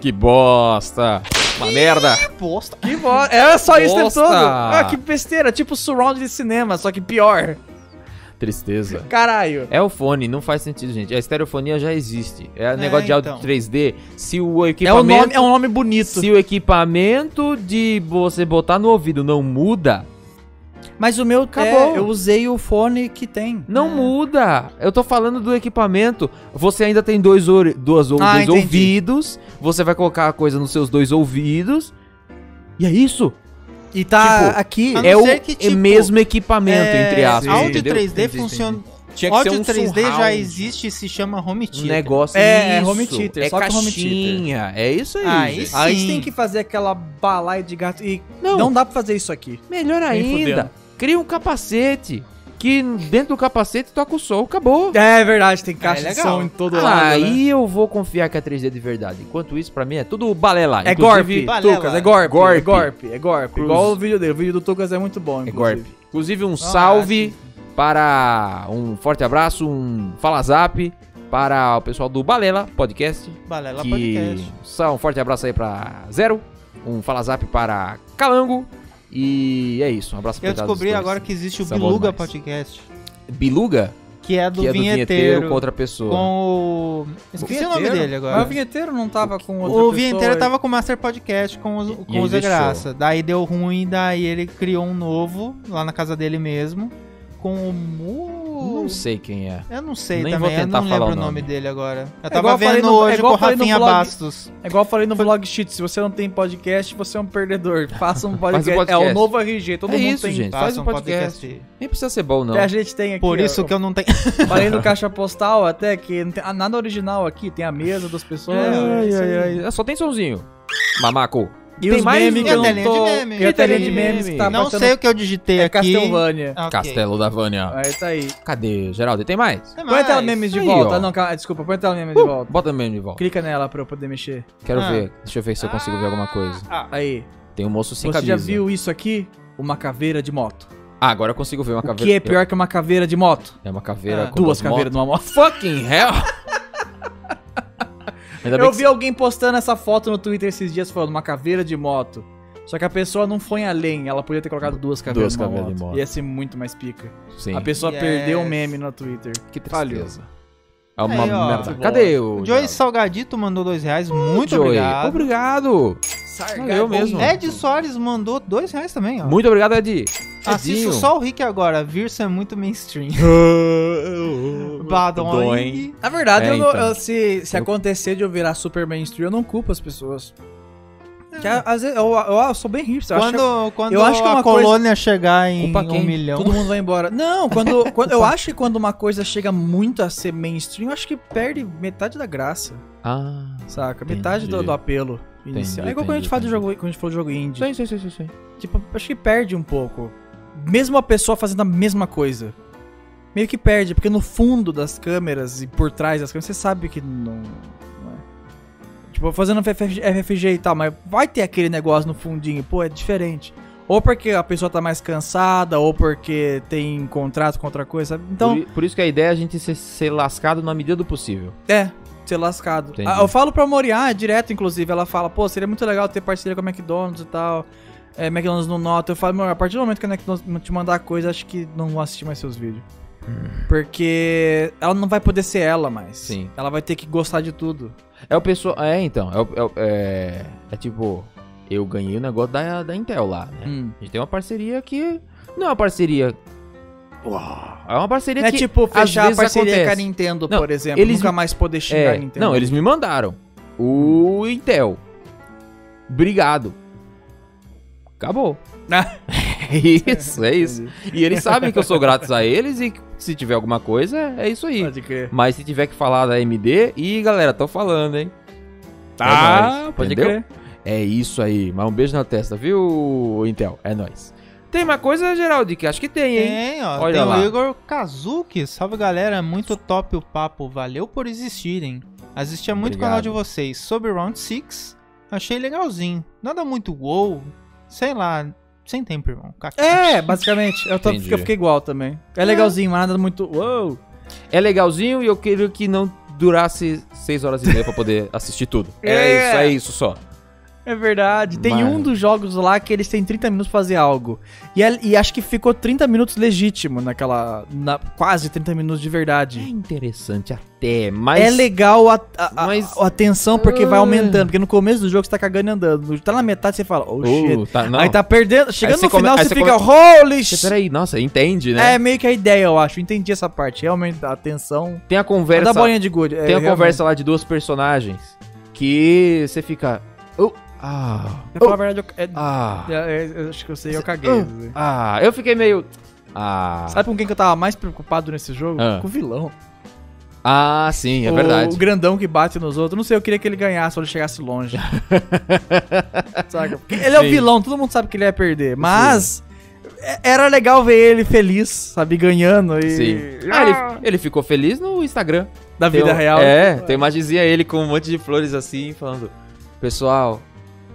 S1: Que bosta. Uma merda.
S3: Posta.
S2: Que bosta. Era só isso o tempo
S1: Bosta.
S2: todo. Ah, que besteira. Tipo surround de cinema, só que pior.
S1: Tristeza.
S2: Caralho.
S1: É o fone, não faz sentido, gente. A estereofonia já existe. É o
S3: É,
S1: negócio de áudio
S3: então.
S1: 3D. Se o
S2: É um,
S1: equipamento.
S2: nome, é um nome bonito.
S1: Se o equipamento de você botar no ouvido não muda,
S2: Mas o meu
S1: Acabou.
S2: é, eu usei o fone que tem.
S3: É.
S1: não muda. Eu tô falando do equipamento. Você ainda tem dois, ori- duas, ou-
S2: Ah,
S1: dois
S2: entendi.
S1: ouvidos. Você vai colocar a coisa nos seus dois ouvidos. E é isso.
S2: E tá
S1: Tipo,
S2: aqui.
S3: A não
S1: É o
S3: ser que, tipo,
S1: mesmo equipamento,
S2: é,
S1: entre aspas.
S3: Áudio
S1: entendeu?
S3: 3D
S1: Entendi,
S3: funciona...
S1: entendi. Tinha que
S3: Áudio
S1: ser um
S3: 3D já
S1: surround.
S3: existe e se chama Home Theater.
S1: Um negócio
S2: É, é
S1: isso,
S2: home theater,
S1: é
S2: só que home
S1: caixinha, é isso aí.
S3: Ah,
S1: gente.
S3: isso-
S2: Aí
S3: Sim.
S2: você tem que fazer aquela balaia de gato. E
S1: Não.
S2: não, dá pra fazer isso aqui.
S1: Melhor ainda,
S2: fudendo.
S1: cria um capacete que dentro do capacete toca o som, acabou.
S2: É verdade, tem caixa
S3: É
S2: de
S3: legal.
S2: som em
S1: Ah.
S2: todo lado. né?
S1: Aí eu vou confiar que é 3D de verdade. Enquanto isso, pra mim é tudo balela.
S2: É
S1: Inclusive-
S2: golpe,
S3: Balela.
S2: Tucas, é golpe,
S1: Gorp.
S2: é golpe, é golpe.
S1: Cruz.
S2: Igual o vídeo dele, o vídeo do Tucas é muito bom,
S1: É
S2: inclusive.
S1: golpe. Inclusive um salve para um forte abraço, um fala zap para o pessoal do Balela Podcast.
S3: Balela
S1: que...
S3: Podcast.
S1: Só um forte abraço aí pra Zero, um fala zap para Calango e é isso. Um abraço
S3: Eu
S1: apertado
S3: descobri
S1: dos dois.
S3: agora que existe o
S1: São bons
S3: Biluga
S1: demais.
S3: Podcast,
S1: Biluga,
S3: que é do
S1: que é do
S3: vinheteiro,
S1: vinheteiro com outra pessoa.
S3: com o... Esqueci o, nome
S6: vinheteiro?
S3: dele agora.
S6: Mas o vinheteiro não tava com outra
S3: O
S6: pessoa
S3: Vinheteiro
S6: aí.
S3: tava com o Master Podcast com os,
S1: aí
S3: com o Zé
S1: deixou.
S3: Graça. Daí deu ruim, daí ele criou um novo, lá na casa dele mesmo, com o Mu...
S1: Não sei quem é.
S3: Eu não sei
S1: Nem vou
S3: também, eu
S1: tentar
S3: não
S1: falar
S3: lembro
S1: o
S3: o
S1: nome.
S3: nome dele agora. Eu
S6: É
S3: tava
S6: igual eu falei
S3: vendo
S6: no- é
S3: hoje com
S6: igual
S3: o
S6: eu falei no
S3: Rafinha
S6: blog.
S3: Bastos.
S6: É igual eu falei no vlog shit, se você não tem podcast, você é um perdedor. Faça um podcast. É
S1: podcast.
S6: o novo RG, todo
S1: É
S6: mundo
S1: isso,
S6: tem.
S1: gente. Faz um podcast. Nem precisa ser bom, não.
S6: Até a gente tem aqui.
S3: Por
S6: ó,
S3: isso que eu não tenho...
S6: Falei no caixa postal até que não tem ah, nada original aqui, tem a mesa das pessoas.
S1: É, Ai,
S6: É, isso
S1: ai,
S6: aí.
S1: ai. É, Só tem sonzinho. Mamaco.
S6: E
S1: Tem
S6: os
S1: mais
S6: memes
S1: um-
S6: que
S1: E a
S6: eu não
S3: telinha de
S6: tô...
S3: meme.
S6: E a
S3: E
S6: telinha de
S3: telinha de
S6: memes que tá
S3: não
S6: aparecendo-
S3: sei o que eu digitei
S6: É
S3: aqui. Ah,
S6: Castelvânia.
S3: Ok.
S1: Castelo da Vânia.
S6: Aí tá aí.
S1: Cadê, Geraldo? Tem mais?
S3: Até
S6: Põe a tela
S3: mais.
S6: memes de
S1: Aí,
S6: volta.
S1: ó.
S6: Ah, Não, calma, desculpa, põe a tela memes de
S1: Uh,
S6: volta.
S1: bota mesmo de volta.
S6: Clica nela pra eu poder mexer.
S1: Quero
S3: Ah.
S1: ver. Deixa eu ver se eu consigo ver alguma coisa.
S3: Ah,
S6: Aí.
S1: Tem um moço sem
S6: Você já
S1: camisa.
S6: viu isso aqui? Uma caveira de moto.
S1: Ah, agora eu consigo ver uma
S6: O
S1: caveira.
S6: que é pior que uma caveira de moto?
S1: É uma caveira
S3: Ah.
S1: com
S6: Duas caveiras
S1: motos.
S6: numa moto.
S1: Fucking hell! Ainda bem
S6: Eu
S1: que
S6: vi alguém postando essa foto no Twitter esses dias falando uma caveira de moto. Só que a pessoa não foi além, ela podia ter colocado duas caveiras,
S1: Duas
S6: numa
S1: caveiras de moto.
S6: Ia ser muito mais pica.
S1: Sim.
S6: A pessoa
S3: Yes.
S6: perdeu o meme no Twitter.
S1: Que tristeza.
S6: Falhou.
S1: É uma
S3: Aí, ó.
S1: merda. Cadê o.
S3: O Joey
S1: Geraldo?
S3: Salgadito mandou dois reais. Muito
S1: Joey,
S3: obrigado.
S1: Obrigado. Valeu mesmo.
S3: Ed Soares mandou dois reais também, ó.
S1: Muito obrigado, Ed.
S3: Assisto
S1: Edinho.
S3: só o Rick agora. Virso é muito mainstream. Badoing.
S6: Na verdade,
S1: É,
S6: eu não-
S1: então.
S6: eu- se, se
S1: Eu-
S6: acontecer de eu virar super mainstream, eu não culpo as pessoas. Que, a- às vezes, eu, eu- eu sou bem hipster. eu acho que-
S3: Quando, quando
S6: eu acho que é
S3: a
S6: uma coisa-
S3: colônia chegar em
S1: Culpa
S3: um
S1: quem?
S3: milhão.
S6: Todo mundo vai embora. é Não, quando, quando eu acho que quando uma coisa chega muito a ser mainstream, eu acho que perde metade da graça,
S1: Ah.
S6: saca? Metade do,
S1: Entendi.
S6: do apelo inicial.
S1: Entendi,
S6: é igual quando a
S1: entendi,
S6: gente fala de
S1: entendi.
S6: jogo, quando a gente falou de jogo indie.
S1: Sim, sim, sim, sim, sim.
S6: Tipo, acho que perde um pouco. Mesmo a pessoa fazendo a mesma coisa. Meio que perde, porque no fundo das câmeras e por trás das câmeras, você sabe que não. não é. Tipo, fazendo FFG FFG e tal, mas vai ter aquele negócio no fundinho, pô, é diferente. Ou porque a pessoa tá mais cansada, ou porque tem contrato com outra coisa, sabe? Então,
S1: Por, i- por isso que a ideia é a gente ser, ser lascado na medida do possível.
S6: é. ser lascado.
S1: Entendi.
S6: Ah, Eu falo pra Moriá direto, inclusive. Ela fala, pô, seria muito legal ter parceria com a McDonald's e tal. É, McDonald's não nota. Eu falo, meu, a partir do momento que a McDonald's te mandar coisa, acho que não vão assistir mais seus vídeos. Porque ela não vai poder ser ela mais.
S1: Hum. Sim.
S6: Ela vai ter que gostar de tudo.
S1: É o pessoal. É, então. É, o- é, o- é, é tipo, eu ganhei o negócio da, da Intel lá, né?
S6: Hum.
S1: A gente tem uma parceria que. Não é uma parceria. Uau, É uma parceria
S6: É
S1: que.
S6: tipo
S1: às
S6: fechar a
S1: vezes
S6: parceria com a
S1: acontece.
S6: Nintendo,
S1: Não,
S6: por exemplo.
S1: eles-
S6: Nunca mais poder xingar
S1: É,
S6: a Nintendo.
S1: não, eles me mandaram. O Intel. Obrigado. Acabou. é isso, é isso. E eles sabem que eu sou grato a eles e que se tiver alguma coisa, é isso aí.
S6: Pode crer.
S1: Mas se tiver que falar da MD, ih, galera, tô falando, hein?
S2: Tá,
S1: É nóis,
S2: pode
S1: entendeu? É isso aí. Mas um beijo na testa, viu, Intel? É nóis. Tem uma coisa, Geraldo, que acho que tem, hein?
S3: Tem, ó.
S1: Olha
S3: tem
S1: lá.
S3: o Igor Kazuki. Salve, galera. Muito top o papo. Valeu por existirem. Assistia muito o
S1: Obrigado.
S3: canal de vocês. Sobre Round 6, achei legalzinho. Nada muito wow. Sei lá. Sem tempo, irmão. Cacete.
S6: É, basicamente. Eu, tô,
S1: Entendi.
S6: eu fiquei igual também. É legalzinho, mas nada muito. Uou!
S1: É legalzinho e eu queria que não durasse 6 horas e meia pra poder assistir tudo. É,
S6: É.
S1: isso, é isso só.
S6: É verdade. Tem
S1: Mano.
S6: um dos jogos lá que eles têm 30 minutos pra fazer algo. E, é- e acho que ficou 30 minutos legítimo naquela. na- quase 30 minutos de
S1: É
S6: verdade.
S1: interessante até, mas.
S6: é legal a, a, a-
S1: mas-
S6: a tensão porque vai
S1: Ah.
S6: aumentando. Porque no começo do jogo você tá cagando e andando. Tá na metade você fala, oh shit.
S1: Uh, tá, não.
S6: Aí tá perdendo. Chegando
S1: você
S6: no
S1: come-
S6: final
S1: aí
S6: você
S1: você
S6: fica, holy
S1: Você,
S6: shit.
S1: Peraí, nossa, entende, né?
S6: É meio que a ideia, eu acho. Entendi essa parte. Realmente a tensão.
S1: Tem a conversa.
S6: Da bolinha de gude. é,
S1: Tem a conversa
S6: né?
S1: lá de duas personagens que você fica. "Oh, ah.
S6: Pra
S1: oh,
S6: falar a verdade, eu, é-
S1: ah.
S6: é- é- eu acho que eu sei, eu caguei.
S1: Ah, ah, eu fiquei meio. Ah.
S6: Sabe com quem que eu tava mais preocupado nesse jogo?
S1: Ah.
S6: Com o vilão.
S1: Ah, sim, é
S6: O- O
S1: verdade.
S6: grandão que bate nos outros. Não sei, eu queria que ele ganhasse ou ele chegasse longe. Saca? Porque ele é o
S1: Sim.
S6: vilão, todo mundo sabe que ele ia perder. Mas é- era legal ver ele feliz, sabe? Ganhando e.
S1: Sim. Ah, ele, ele ficou feliz no Instagram.
S6: Da vida
S1: Tem um-
S6: real.
S1: É, tem uma dizia ele com um monte de flores assim, falando: Pessoal,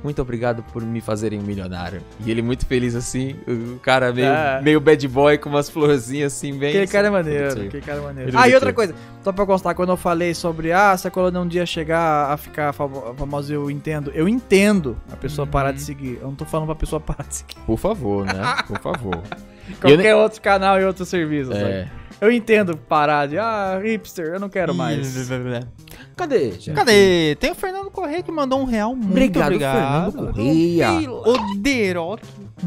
S1: muito obrigado por me fazerem um milionário. E ele muito feliz assim, o cara meio,
S6: É.
S1: meio bad boy com umas florzinhas assim, bem.
S6: Aquele cara é
S1: Sim.
S6: maneiro, aquele cara é maneiro.
S1: Ele
S6: Ah, e
S1: deteve.
S6: outra coisa, só pra constar, quando eu falei sobre, ah, se a coluna um dia chegar a ficar famo- famosa, eu entendo. Eu entendo a pessoa parar
S1: Uhum.
S6: de seguir. Eu não tô falando pra pessoa parar de seguir.
S1: Por favor, né? Por favor.
S6: Qualquer outro canal e outro serviço, sabe?
S1: É.
S6: Eu entendo parar de, ah, hipster, eu não quero mais.
S1: Cadê? Jeff?
S3: Cadê? Tem o Fernando Correia que mandou um real. Muito obrigado.
S1: Fernando Correia.
S3: O Derock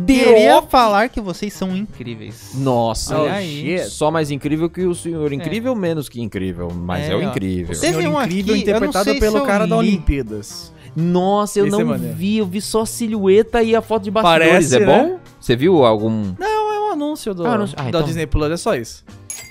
S3: queria falar que vocês são incríveis.
S1: Nossa,
S3: Olha
S1: é
S3: aí.
S1: só mais incrível que o senhor incrível, menos que incrível, mas é,
S3: É,
S1: o
S3: ó.
S1: incrível.
S3: Você- Teve
S6: Senhor
S3: um
S6: incrível
S3: aqui, eu não
S6: interpretado
S3: sei
S6: pelo
S3: se eu
S6: cara da
S3: li.
S6: Olimpíadas.
S1: Nossa, eu
S6: Esse é
S1: não
S6: maneiro.
S1: vi, eu vi só a silhueta e a foto de bastidores,
S6: Parece,
S1: é
S6: né?
S1: bom? Você viu algum?
S6: Não, é um anúncio do,
S1: Ah, anúncio. Ah,
S6: da
S1: então.
S6: Disney Plus, é só isso.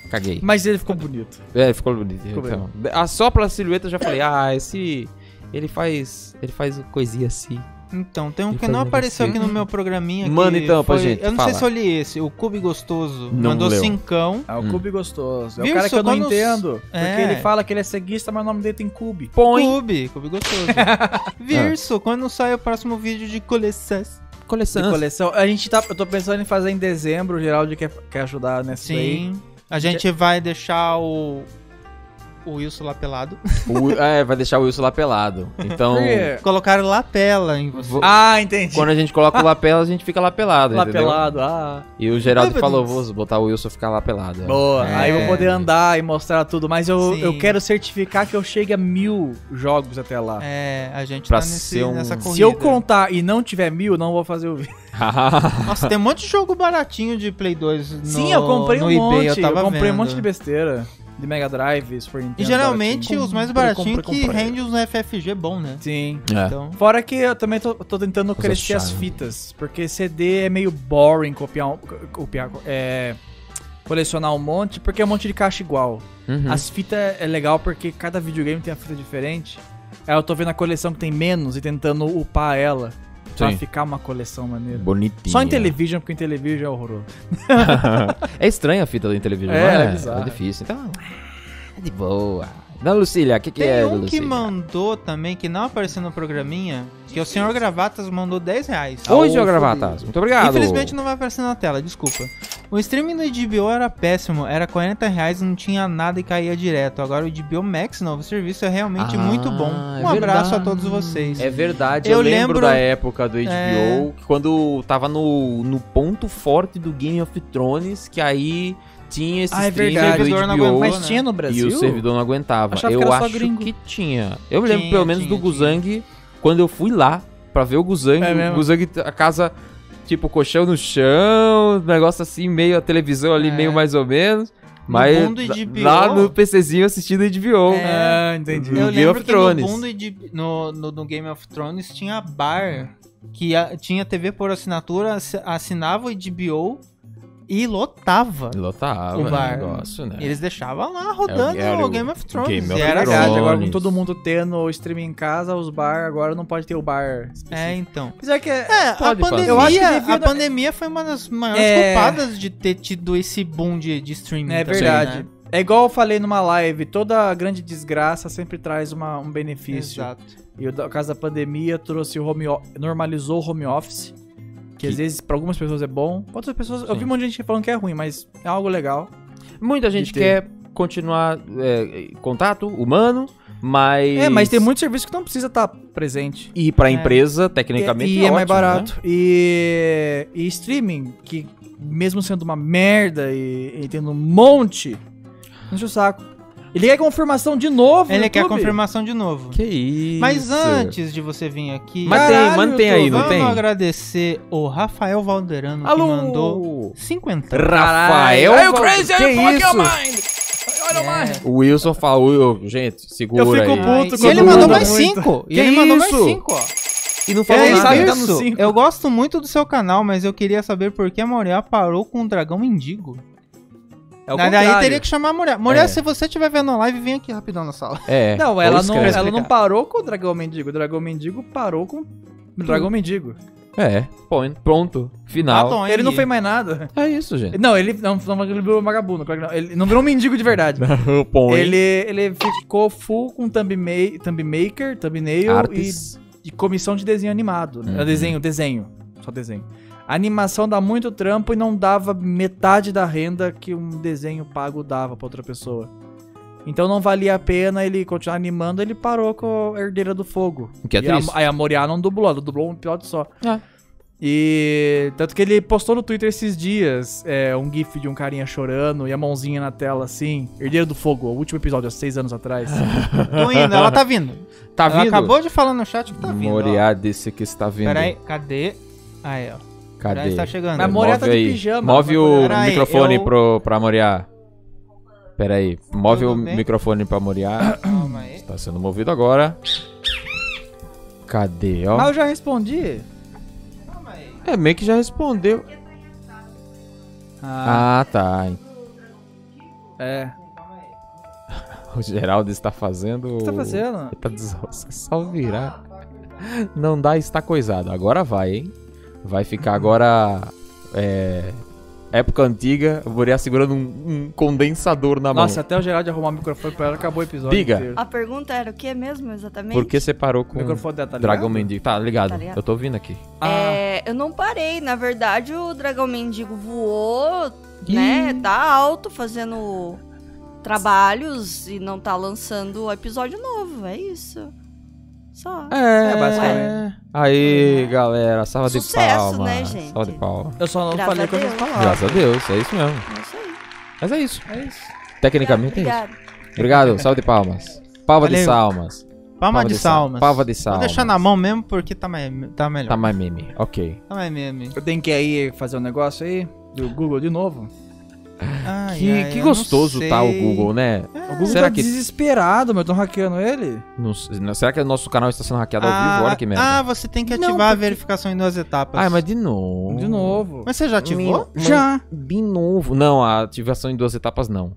S1: Caguei.
S6: Mas ele ficou bonito.
S1: É, ficou bonito.
S6: Ficou
S1: então. Ah, só pela silhueta eu já falei, ah, esse ele faz, ele faz coisinha assim.
S3: Então, tem um
S1: Ele
S3: que não
S1: fazendo
S3: apareceu
S1: assim.
S3: aqui no meu programinha. que
S1: Manda então pra
S3: foi-
S1: gente,
S3: Eu não sei
S1: fala.
S3: se eu li esse. O Cube Gostoso
S1: Não
S3: mandou
S1: leu.
S3: cincão.
S6: É o
S1: Hum.
S6: Cube gostoso. É
S3: Viu,
S6: o cara que eu não
S3: Soconos?
S6: entendo. Porque
S3: É.
S6: ele fala que ele é ceguista, mas o nome dele tem Cube.
S1: Põe
S3: Cube, Cube Gostoso. Virso, quando sai o próximo vídeo de coleções?
S6: de
S1: coleção.
S6: coleção. A gente tá. Eu tô pensando em fazer em dezembro. O Geraldo quer, quer ajudar nessa aí.
S3: Sim. A gente vai deixar o. O Wilson lá pelado.
S1: O- é, vai deixar o Wilson lá pelado. Então,
S6: Porque-
S3: Colocaram lapela em você.
S1: vo-
S6: Ah, entendi.
S1: quando a gente coloca o lapela, a gente fica lá pelado,
S6: Lá
S1: entendeu?
S6: pelado, ah.
S1: E o Geraldo
S3: Ai, meu
S1: falou,
S3: Deus.
S1: vou botar o Wilson ficar lá pelado. é.
S6: Boa.
S1: É.
S6: Aí eu vou poder andar e mostrar tudo. Mas eu,
S3: Sim.
S6: eu quero certificar que eu chegue a mil jogos até lá.
S3: É, a gente
S1: Pra
S3: tá nesse,
S1: ser um-
S3: nessa
S1: Se
S3: corrida.
S6: Se eu contar e não tiver mil, não vou fazer o vídeo.
S3: Nossa, tem um monte de jogo baratinho de Play 2 no
S6: Sim, eu comprei
S3: no
S6: um
S3: eBay,
S6: monte. Eu,
S3: Eu, tava
S6: comprei um
S3: vendo.
S6: monte de besteira. De Mega Drive, Super Nintendo.
S3: E geralmente
S6: baratinho.
S3: os mais
S6: Comprei,
S3: baratinhos
S6: comprei,
S3: que
S6: comprei.
S3: rende uns FFG bom, né?
S6: Sim.
S1: É.
S3: Então.
S6: Fora que eu também tô, tô tentando crescer as
S1: chave.
S6: fitas, porque CD é meio boring copiar, um- co- copiar é, colecionar um monte, porque é um monte de caixa igual.
S3: Hum.
S1: Uhum.
S6: As fitas é legal porque cada videogame tem uma fita diferente. Aí eu tô vendo a coleção que tem menos e tentando upar ela pra
S1: Sim.
S6: ficar uma coleção maneira.
S1: Bonitinho.
S6: assim, Só em televisão, porque em televisão é horroroso.
S1: é estranha a fita do Intellivision,
S6: É,
S1: não
S6: é
S1: é?
S6: bizarro.
S1: difícil. Então, é de boa. Dona Lucília, o que, que
S3: Tem
S1: é, Dona
S3: um que
S1: Lucília?
S3: mandou também, que não apareceu no programinha, que é o senhor Gravatas mandou 10 reais.
S1: Oi, Diogo Gravatas. tá? Muito obrigado.
S3: Infelizmente não vai aparecer na tela, desculpa. O streaming do HBO era péssimo, era 40 reais, não tinha nada e caía direto. Agora o HBO Max, novo serviço, é realmente
S1: Ah,
S3: muito bom.
S1: é
S3: Um abraço
S1: verdade.
S3: a todos vocês.
S1: É verdade, eu,
S3: Eu
S1: lembro,
S3: lembro-
S1: da época do HBO,
S3: É.
S1: que quando tava no, no ponto forte do Game of Thrones, que aí tinha esse
S6: Ah, é
S1: streaming
S6: verdade.
S1: do
S3: O servidor não
S1: HBO
S3: aguentava,
S1: mas
S3: né?
S6: Mas tinha no
S1: e
S6: Brasil?
S1: o servidor não aguentava.
S6: Achava que
S1: eu
S6: era só
S1: acho
S6: gringo.
S1: que tinha. Eu lembro
S3: Tinha,
S1: pelo menos
S3: tinha,
S1: do
S3: tinha.
S1: Guzang, quando eu fui lá pra ver o Guzang,
S6: É mesmo?
S1: o Guzang, a casa, tipo, colchão no chão, negócio assim, meio a televisão ali,
S3: É.
S1: meio mais ou menos. Mas
S3: mundo HBO.
S1: lá no PCzinho assistindo HBO.
S3: É.
S6: Ah, entendi.
S1: no
S3: eu
S1: Game
S3: lembro
S1: of
S3: que no,
S1: Thrones.
S3: mundo de, no, no- no Game of Thrones tinha bar, que a- tinha TV por assinatura, assi- assinava o HBO e lotava.
S1: Lotava
S3: O
S1: o
S3: bar.
S1: negócio, né?
S3: Eles deixavam lá rodando
S1: era
S3: o,
S1: o
S3: Game of Thrones.
S1: Game
S3: e
S1: of
S3: era
S1: Thrones.
S3: gado.
S6: Verdade, agora com
S1: Drones.
S6: todo mundo tendo o streaming em casa, os bar agora não pode ter o bar.
S3: É,
S6: específico.
S3: então.
S6: Apesar que é.
S3: É,
S1: Pode
S3: a pandemia,
S1: fazer. Eu
S6: acho que
S3: a
S6: devia-
S3: pandemia foi uma das maiores
S6: É.
S3: culpadas de ter tido esse boom de, de streaming.
S6: É
S3: também,
S6: verdade.
S3: né?
S6: É igual eu falei numa live, toda grande desgraça sempre traz uma- um benefício.
S3: Exato.
S6: E o da- o caso da pandemia trouxe o home o- normalizou o home office, que, às vezes pra algumas pessoas é bom, pra outras pessoas, eu
S1: Sim.
S6: vi um monte de gente falando que é ruim, mas é algo legal.
S1: Muita gente
S6: De
S1: quer
S6: ter.
S1: continuar é, contato humano, mas.
S6: É, mas tem muito serviço que não precisa estar presente.
S1: E pra
S3: É.
S1: empresa, tecnicamente.
S6: E, e é, mais
S1: ótimo, né?
S6: barato. E, e streaming, que mesmo sendo uma merda e, e tendo um monte, não enche o saco. Ele quer confirmação de novo. no
S3: Ele quer a
S6: YouTube.
S3: confirmação de novo.
S1: né? Que isso.
S3: Mas antes de você vir aqui,
S1: Mas tem-
S6: Caralho,
S1: mantém aí, não
S3: vamos
S1: tem?
S3: agradecer o Rafael Valderano
S1: Alô!
S3: que mandou 50.
S1: Rafael.
S2: Aí o
S1: Val-
S2: Crazy, aí
S1: É que
S2: o Fuck Your
S1: isso?
S2: Mind.
S3: É.
S1: O Wilson falou, eu- gente, segura
S6: Eu fico
S1: aí.
S6: puto
S3: E
S6: quando
S3: ele mandou
S1: Segura.
S3: mais
S6: Muito.
S3: 5. E
S1: Que
S3: ele mandou mais
S1: isso?
S3: 5, ó.
S1: E não
S3: É
S1: falou
S6: ele
S1: nada.
S6: sabe que tá
S3: isso.
S6: no cinco.
S3: Eu gosto muito do seu canal, mas eu queria saber por que a Moriá parou com o Dragão Mendigo.
S6: É o
S3: Daí
S6: contrário.
S3: teria que chamar a Moriá. Moriá,
S1: É.
S3: se você estiver vendo a live, vem aqui rapidão na sala.
S1: É.
S6: Não, ela
S1: ou
S6: não,
S1: escreve.
S6: ela não
S3: explicar.
S6: parou com o Dragão Mendigo. O Dragão Mendigo parou com o Dragão Mendigo.
S1: É, põe, pronto, final.
S3: Adonhe.
S6: Ele não fez mais nada.
S1: é isso, gente.
S6: Não, ele não, não ele virou um vagabundo. claro que não. Ele não virou um mendigo de verdade.
S1: põe.
S6: Ele, ele ficou full com thumb, ma- thumb maker, thumbnail e
S1: Artes.
S6: de comissão de desenho animado. Né?
S1: Uhum.
S6: Desenho, desenho. Só desenho. A animação dá muito trampo e não dava metade da renda que um desenho pago dava pra outra pessoa. Então não valia a pena ele continuar animando, ele parou com a Herdeira do Fogo.
S1: Que é
S6: E a-
S1: triste.
S6: Aí a Moriá não dublou, ela dublou um episódio só.
S1: É.
S6: E tanto que ele postou no Twitter esses dias é, um gif de um carinha chorando e a mãozinha na tela assim. Herdeiro do Fogo, o último episódio, há seis anos atrás.
S3: Tô indo, ela tá vindo.
S1: Tá
S3: ela
S1: vindo?
S3: acabou de falar no chat que tá vindo. ó.
S1: Moriá disse que está vindo.
S3: Peraí, cadê? Aí, ó. Peraí,
S1: Cadê?
S3: está chegando.
S6: Mas Moriá tá de pijama,
S1: Move
S6: vai
S1: o
S3: olhar. Peraí,
S1: microfone
S3: eu-
S1: pro, pra Moriá. Peraí, move o
S3: Tudo bem?
S1: microfone pra Moriá.
S3: Calma aí.
S1: Tá sendo movido agora. Cadê,
S6: Mas
S1: ó?
S6: eu já respondi.
S3: Calma aí.
S1: É, meio que já respondeu. Ah, tá.
S6: É.
S1: O Geraldo está fazendo...
S6: O que você tá fazendo?
S1: Ele tá des- só virar. Não dá, está coisado. Agora vai, hein? Vai
S6: Uhum.
S1: ficar agora... É... Época antiga, o Moriá segurando um, um condensador na mão.
S6: Nossa, até o Geraldo arrumar o microfone pra ela, acabou o episódio.
S1: Diga.
S6: inteiro.
S7: A pergunta era o que mesmo exatamente?
S1: Por que você parou com
S6: O microfone dela tá ligado?
S1: Dragão Mendigo? Tá ligado.
S7: Tá ligado.
S1: Eu tô vindo aqui.
S6: Ah,
S7: É, eu não parei. Na verdade, o dragão mendigo voou, né? Tá alto, fazendo trabalhos e não tá lançando episódio novo. É isso. Só.
S6: É, basicamente.
S1: Aí,
S7: É.
S1: galera, salva de
S7: Sucesso,
S1: palma.
S7: né, gente?
S1: Salva de palma.
S6: eu só não
S7: Graças
S6: falei
S7: a
S6: com essas
S7: Deus.
S6: palavras.
S1: Graças a Deus, é isso mesmo.
S7: É isso aí.
S1: Mas é isso. Tecnicamente é isso.
S7: Obrigada.
S1: Obrigado, salva de palmas. Palma de
S3: Valeu.
S1: salmas.
S3: Palma, de salmas.
S1: Palma de
S3: Vou
S1: salmas.
S3: deixar na mão mesmo porque tá, mais, tá melhor.
S1: Tá mais meme, ok.
S3: Tá mais meme.
S6: Eu tenho que ir aí fazer um negócio aí do Google de novo.
S3: Ai,
S1: que
S3: ai,
S1: que
S3: eu não
S1: gostoso tá o
S3: sei. É,
S1: Google, né?
S6: O Google
S1: Será
S6: tá
S1: que-
S6: desesperado, meu. Tão hackeando ele.
S1: Não sei- não- será que o nosso canal está sendo hackeado Tá ao vivo? Olha que
S3: Ah,
S1: merda.
S3: você tem que
S6: Não,
S3: ativar a
S6: porque-
S3: verificação em duas etapas.
S1: Ah, mas de novo.
S6: De novo.
S3: Mas você já ativou?
S1: Já. De novo. Não, a ativação em duas etapas não.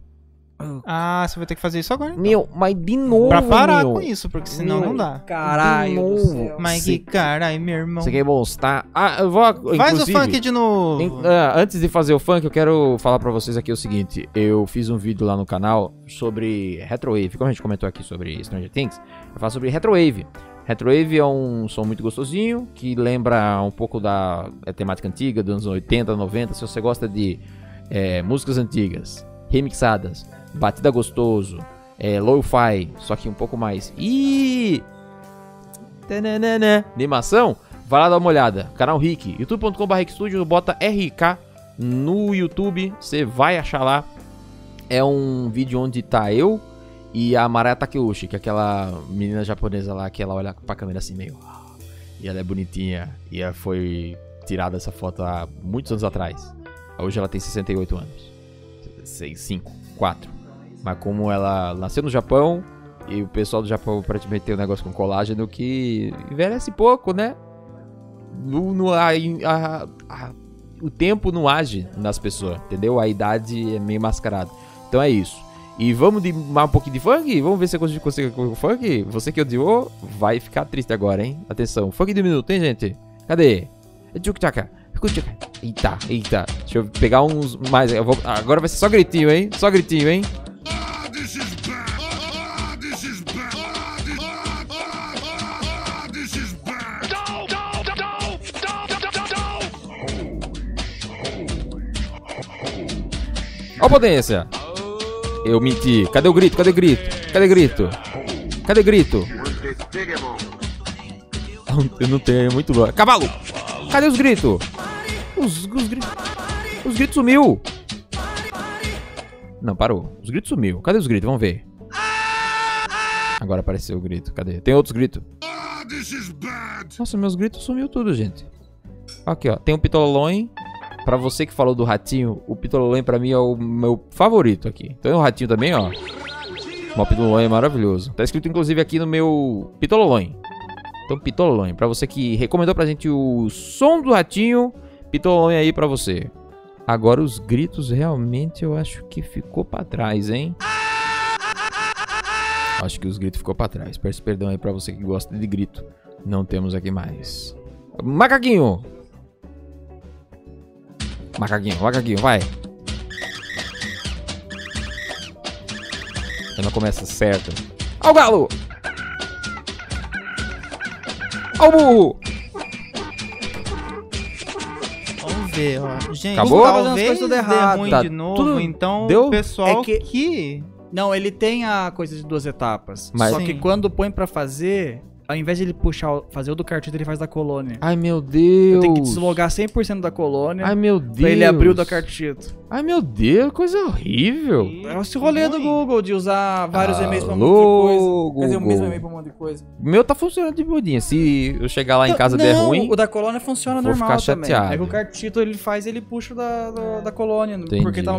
S3: Ah, você vai ter que fazer isso agora.
S1: Meu, mas de novo,
S3: pra parar
S1: meu.
S3: com isso, porque senão
S1: Meu.
S3: não dá.
S1: De
S6: Caralho do
S1: novo.
S6: céu.
S3: Mas que caralho, meu irmão.
S1: Você quer mostrar? Ah, eu vou...
S3: Faz o
S1: inclusive,
S3: funk de novo.
S1: Em- ah, antes de fazer o funk, eu quero falar pra vocês aqui o seguinte. Eu fiz um vídeo lá no canal sobre Retrowave. Como a gente comentou aqui sobre Stranger Things, eu falo sobre Retrowave. Retrowave é um som muito gostosinho, que lembra um pouco da é, temática antiga, dos anos 80, 90. Se você gosta de é, músicas antigas, remixadas, batida gostoso, é, lo-fi, só que um pouco mais... E... tananana, Animação, Vai lá dar uma olhada. Canal Rick, youtube.com.br Studio, bota RK no YouTube, você vai achar lá. É um vídeo onde tá eu e a Mara Takeuchi, que é aquela menina japonesa lá que ela olha pra câmera assim meio. "Ah", E ela é bonitinha. E ela foi tirada essa foto há muitos anos atrás. Hoje ela tem 68 anos. 6, 5, 4. Mas como ela nasceu no Japão, e o pessoal do Japão praticamente tem um negócio com colágeno que envelhece pouco, né? no, no- a- a- a- o tempo não age nas pessoas, entendeu? A idade é meio mascarada. Então é isso. E vamos de mais um pouquinho de funk? Vamos ver se eu consigo conseguir com o funk? Você que odiou vai ficar triste agora, hein? Atenção. Funk de minuto, hein, gente? Cadê? É Tchuc-tchaca. tchuc-tchaca. Eita, eita. Deixa eu pegar uns mais. eu vou- agora vai ser só gritinho, hein? Só gritinho, hein? Ó a potência. Eu menti. Cadê o grito? Cadê o grito? Cadê o grito? Cadê o grito? Eu não tenho, é muito louco. Cavalo! Cadê os gritos? Os, os gritos. Os gritos sumiu! Não, parou. Os gritos sumiu. Cadê os gritos? Vamos ver. Agora apareceu o grito. Cadê? Tem outros gritos. Nossa, meus gritos sumiu tudo, gente. Aqui, ó. Tem o Pitololon. Pra você que falou do ratinho, o Pitololon pra mim é o meu favorito aqui. Então é o ratinho também, ó. Mas O Pitololon é maravilhoso. Tá escrito inclusive aqui no meu Pitololon. Então Pitololon, pra você que recomendou pra gente o som do ratinho, Pitololon aí pra você. Agora os gritos realmente eu acho que ficou pra trás, hein? Acho que os gritos ficou pra trás. Peço perdão aí pra você que gosta de grito. Não temos aqui mais. Macaquinho! Macaquinho, macaquinho, vai. Eu não começa certo. Ao galo! Ao burro!
S3: Vamos ver, ó. Gente,
S1: Acabou?
S6: Tá fazendo as
S3: talvez
S6: coisas tudo
S3: dê
S6: errado.
S3: ruim
S1: Tá
S3: de novo,
S1: tudo-
S3: então
S1: deu?
S3: o pessoal
S6: É que-
S3: que...
S6: Não, ele tem a coisa de duas etapas.
S1: Mas-
S6: Só que
S3: Sim.
S6: quando põe pra fazer, ao invés de ele puxar, o- fazer o do cartucho, ele faz da colônia.
S1: Ai meu Deus!
S6: Eu tenho que deslogar 100% da colônia
S1: Ai meu Deus!
S6: pra ele abrir o da cartucho.
S1: Ai meu Deus, coisa horrível!
S6: É esse rolê do
S3: Ruim.
S6: Google de usar vários e-mails pra um monte de coisa.
S1: Alô,
S6: Quer dizer, o mesmo
S1: Google.
S6: e-mail pra um monte de coisa.
S1: Meu tá funcionando de bodinha. Se eu chegar lá em casa
S6: não,
S1: der ruim.
S6: o da colônia funciona
S1: vou
S6: normal
S1: ficar
S6: também.
S1: chateado.
S6: É que o cartito ele faz, ele puxa da, da, da colônia.
S1: Entendi.
S6: Porque tá...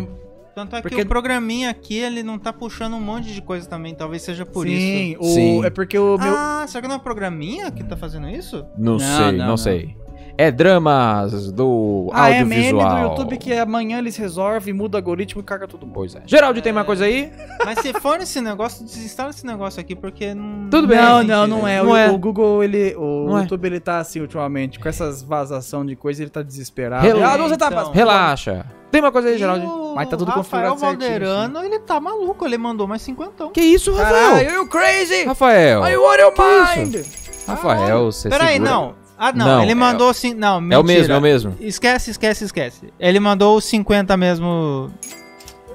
S3: Tanto é
S6: Porque-
S3: que o programinha aqui, ele não tá puxando um monte de coisa também, talvez seja por isso.
S6: Sim, o-
S1: Sim.
S6: é porque o meu...
S3: Ah, será que não é o programinha que tá fazendo isso?
S1: Não,
S6: Não,
S1: sei, não,
S6: não, não.
S1: sei. É dramas do
S6: Ah, é meme
S1: audiovisual.
S6: do YouTube que amanhã eles resolvem, muda o algoritmo e caga todo mundo.
S1: Pois é. Geraldo, tem uma coisa aí?
S3: Mas se for esse negócio, desinstala esse negócio aqui, porque não.
S1: Tudo bem.
S6: Não,
S3: faz
S6: não,
S3: sentido.
S6: não é.
S1: Não
S6: o,
S1: é.
S6: o Google, ele. O
S1: Não é.
S6: YouTube, ele tá assim ultimamente. Com essas vazação de coisa, ele tá desesperado.
S1: Rel-
S6: Ah, duas
S3: Então.
S6: etapas.
S1: Relaxa. Tem uma coisa aí,
S3: E
S1: Geraldo?
S3: o
S6: Mas tá tudo
S3: Rafael
S6: configurado certinho,
S1: assim.
S3: Valderano, ele tá maluco, ele mandou mais cinquentão.
S1: Que isso, Rafael?
S6: Caralho, you crazy!
S1: Rafael.
S6: I want your
S1: Que
S6: mind!
S1: Rafael, você
S3: Peraí,
S1: segura.
S3: não. Ah, não,
S1: Não,
S3: ele
S1: é-
S3: mandou assim. Não,
S1: É o mesmo, é o mesmo.
S3: Esquece, esquece, esquece. Ele mandou os 50 mesmo.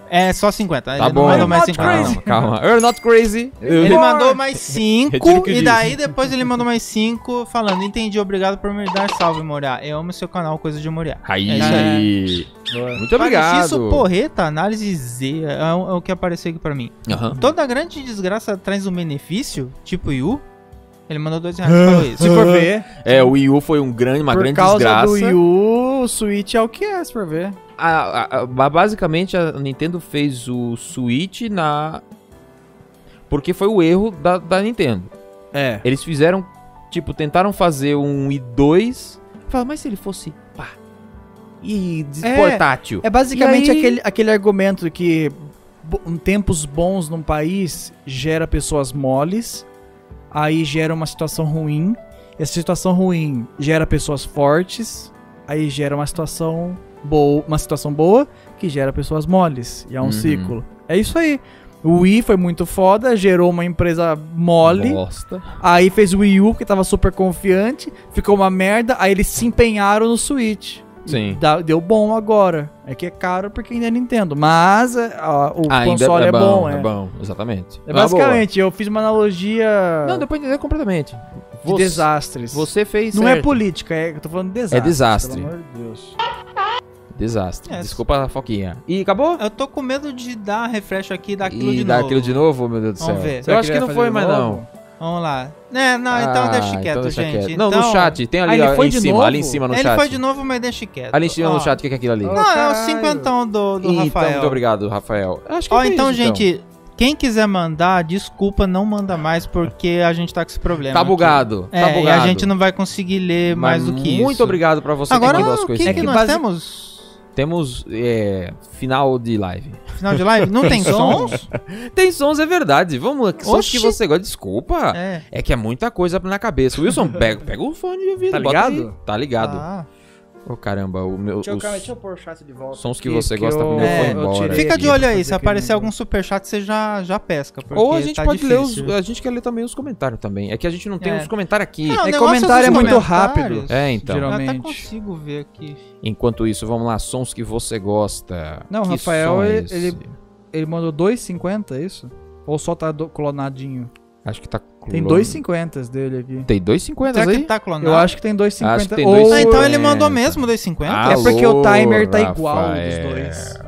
S3: É só 50. ele
S1: Tá
S3: não
S1: bom.
S3: mandou mais 50.
S1: Calma,
S3: não.
S1: calma. You're not crazy.
S3: Ele
S6: é
S1: Eu-
S3: mandou mais
S1: Retiro o
S3: 5
S1: que
S3: e
S1: disse.
S3: daí depois ele mandou mais 5 falando: Entendi, obrigado por me dar salve, Moriá. Eu amo seu canal, coisa de Moriá. É isso aí.
S1: Aí.
S6: é.
S1: Muito
S3: Parecia
S1: obrigado.
S3: isso porreta, análise Z, é, o é o que apareceu aqui pra mim.
S6: Uhum.
S1: Aham.
S3: Toda grande desgraça traz um benefício, tipo Yu. Ele mandou dois reais e falou isso.
S6: Se for ver,
S1: É, o Wii U foi um grande, uma
S6: por
S1: grande
S6: causa
S1: desgraça.
S6: do Wii U, o Switch é o que é, se for ver.
S1: A- a- a- ba- basicamente a Nintendo fez o Switch na. Porque foi o erro da, da Nintendo.
S6: É.
S1: Eles fizeram, tipo, tentaram fazer um i2. Falaram, mas se ele fosse pá. E de-
S6: É,
S1: portátil.
S6: É basicamente
S1: E aí-
S6: aquele, aquele argumento que bo- um tempos bons num país gera pessoas moles, aí gera uma situação ruim, essa situação ruim gera pessoas fortes, aí gera uma situação boa, uma situação boa que gera pessoas moles, e é um
S1: Uhum.
S6: ciclo. É isso aí. O Wii foi muito foda, gerou uma empresa mole.
S1: Bosta.
S6: Aí fez o Wii U, que tava super confiante, ficou uma merda, aí eles se empenharam no Switch.
S1: Sim.
S6: Dá- deu bom agora. É que é caro porque ainda é Nintendo. Mas é, ó, o
S1: Ah, ainda
S6: console é, bom, é.
S1: é bom, exatamente.
S6: É basicamente, eu fiz uma analogia
S1: Ah, boa. Não, deu pra entender completamente.
S6: de desastres.
S1: Você fez.
S6: não é
S1: certo.
S6: política, é, eu tô falando de desastre.
S1: desastre.
S6: Pelo amor de Deus.
S1: Desastre.
S3: É.
S1: Desculpa a foquinha. E acabou?
S3: Eu tô com medo de dar refresh aqui e dar aquilo
S1: e
S3: de
S1: dá
S3: novo.
S1: aquilo de novo, meu Deus do céu.
S3: Vamos ver.
S1: Eu acho que
S6: ele
S1: não
S6: vai
S1: foi
S6: fazer
S1: mais,
S6: de
S1: não.
S6: novo?
S3: Vamos lá. É, não, então
S1: Ah,
S3: deixa quieto,
S1: deixa
S3: gente.
S1: quieto. Não,
S3: Então-
S1: no chat, tem
S6: Ah,
S1: ali,
S6: ele
S1: ó,
S6: foi
S1: em
S6: de
S1: cima,
S6: novo?
S1: ali em cima no
S3: Ele
S1: chat.
S3: foi de novo, mas deixa quieto.
S1: Ali em cima
S3: Ó.
S1: no chat, o que que é aquilo ali?
S6: Ó,
S3: Não, é o
S6: Caralho.
S3: cinquentão do, do
S1: Ih, então,
S3: Rafael.
S1: muito obrigado, Rafael. Eu Acho que
S3: Ó,
S1: é isso,
S3: então, gente, quem quiser mandar, desculpa, não manda mais, porque a gente tá com esse problema.
S1: Tá
S3: aqui.
S1: bugado.
S3: É,
S1: tá
S3: e
S1: bugado.
S3: a gente não vai conseguir ler
S1: Mas
S3: mais do que isso.
S1: Muito obrigado pra você
S3: Agora,
S1: que mandou as
S3: o
S1: coisas.
S3: que, que
S1: também.
S3: nós
S6: base-
S3: temos?
S1: Temos é, final de live.
S3: Final de live? Não tem sons?
S1: Tem sons, é verdade. Vamos, que sons
S3: Oxi.
S1: que você gosta. Desculpa. É.
S3: É.
S1: que é muita coisa na cabeça. Wilson, pega, pega o fone de ouvido.
S6: Tá
S1: bota
S6: ligado?
S1: aí. Tá ligado.
S3: Ah.
S1: Ô, caramba, o meu, os
S6: pôr o chat de volta.
S1: sons que,
S6: aqui,
S1: você
S6: que
S1: gosta
S6: eu-
S1: primeiro
S3: é,
S1: foi
S3: eu
S1: embora.
S6: tirei.
S1: aqui. um-
S3: Fica de olho aí,
S6: Fazer
S3: se aparecer
S6: aquele-
S3: algum superchat, você já, já pesca. Porque
S1: Ou a gente
S3: tá
S1: pode
S3: difícil.
S1: ler os. A gente quer ler também os comentários também. É que a gente não tem
S3: É.
S1: os comentários aqui.
S3: Ah, o
S6: É
S3: negócio
S6: comentário,
S3: dos
S6: é muito
S3: comentários.
S6: rápido.
S1: É, então.
S3: Eu até
S6: Geralmente.
S3: consigo ver aqui.
S1: Enquanto isso, vamos lá, sons que você gosta.
S6: Não,
S1: Que
S6: Rafael,
S1: som é
S6: ele-
S1: esse?
S6: ele- Ele mandou 2,50, é isso? Ou só tá do- clonadinho?
S1: Acho que tá.
S6: Tem 2,50 dele aqui.
S1: Tem 2,50
S3: Será
S1: aí?
S3: que tá clonado?
S6: Eu acho que tem Tá 2,50.
S1: Acho que tem
S6: ou-
S1: 2,50.
S3: Ah, então ele mandou
S1: 50.
S3: mesmo 250?
S1: Ah,
S6: É porque o timer tá
S1: Alô,
S6: igual dos
S1: Rafael.
S6: dois.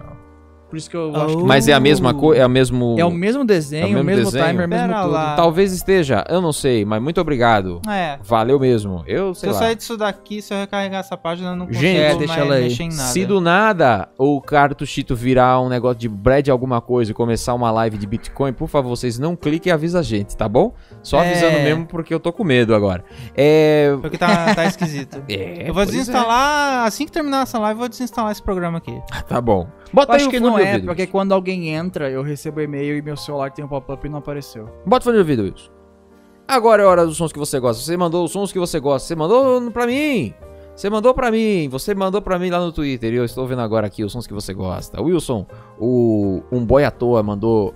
S6: Por isso que eu acho que
S1: Mas é a mesma coisa, é o mesmo.
S6: É o mesmo desenho,
S1: É o mesmo Tá
S6: o mesmo
S1: desenho?
S6: timer, o mesmo
S3: Pera
S6: tudo.
S3: lá.
S1: Talvez esteja, eu não sei, mas muito obrigado.
S3: É.
S1: Valeu mesmo. Eu
S3: Se
S1: sei
S3: eu
S1: lá.
S3: sair disso daqui, se eu recarregar essa página, eu não consigo
S1: Gente,
S3: mais
S6: deixa ela aí.
S3: mexer em nada.
S1: Se do nada o cartuchito virar um negócio de bread alguma coisa e começar uma live de Bitcoin, por favor, vocês não cliquem e avisa a gente, tá bom? Só
S3: É.
S1: avisando mesmo porque eu tô com medo agora. É.
S3: Porque tá, tá esquisito.
S1: é
S3: eu vou
S1: pois
S3: desinstalar, assim que terminar essa live, eu vou desinstalar esse programa aqui.
S1: é. Tá bom. Bota
S6: Eu
S1: aí
S6: acho
S1: o
S6: que
S1: fone
S6: não
S1: de
S6: é,
S1: ouvido,
S6: porque
S1: Wilson.
S6: quando alguém entra, eu recebo e-mail e meu celular tem um pop-up e não apareceu.
S1: Bota o fone de ouvido, Wilson. Agora é hora dos sons que você gosta. Você mandou os sons que você gosta. Você mandou pra mim. Você mandou pra mim. Você mandou pra mim lá no Twitter. E eu estou vendo agora aqui os sons que você gosta. Wilson, o um boy à toa mandou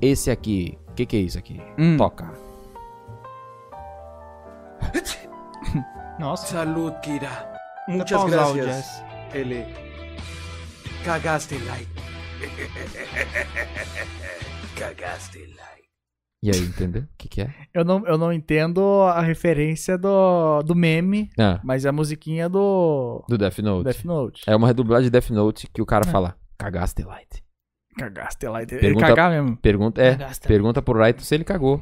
S1: esse aqui. O que, que é isso aqui?
S6: Hum.
S1: Toca.
S3: Nossa,
S8: Salud, Kira.
S3: vou
S8: Muchas
S3: pausar o
S8: gracias,
S3: jazz.
S8: L. Cagaste like. Cagaste like.
S1: E aí, entendeu? O que, que é?
S6: Eu não, eu não entendo a referência do, do meme,
S1: Ah,
S6: mas é a musiquinha do
S1: do Death Note.
S6: Death Note. É.
S1: É uma redublagem de Death Note que o cara fala. Cagaste light.
S6: Cagaste light. Ele
S1: Pergunta-
S6: cagar mesmo.
S1: Pergunta, é,
S3: Cagaste.
S1: pergunta pro Wright se ele cagou.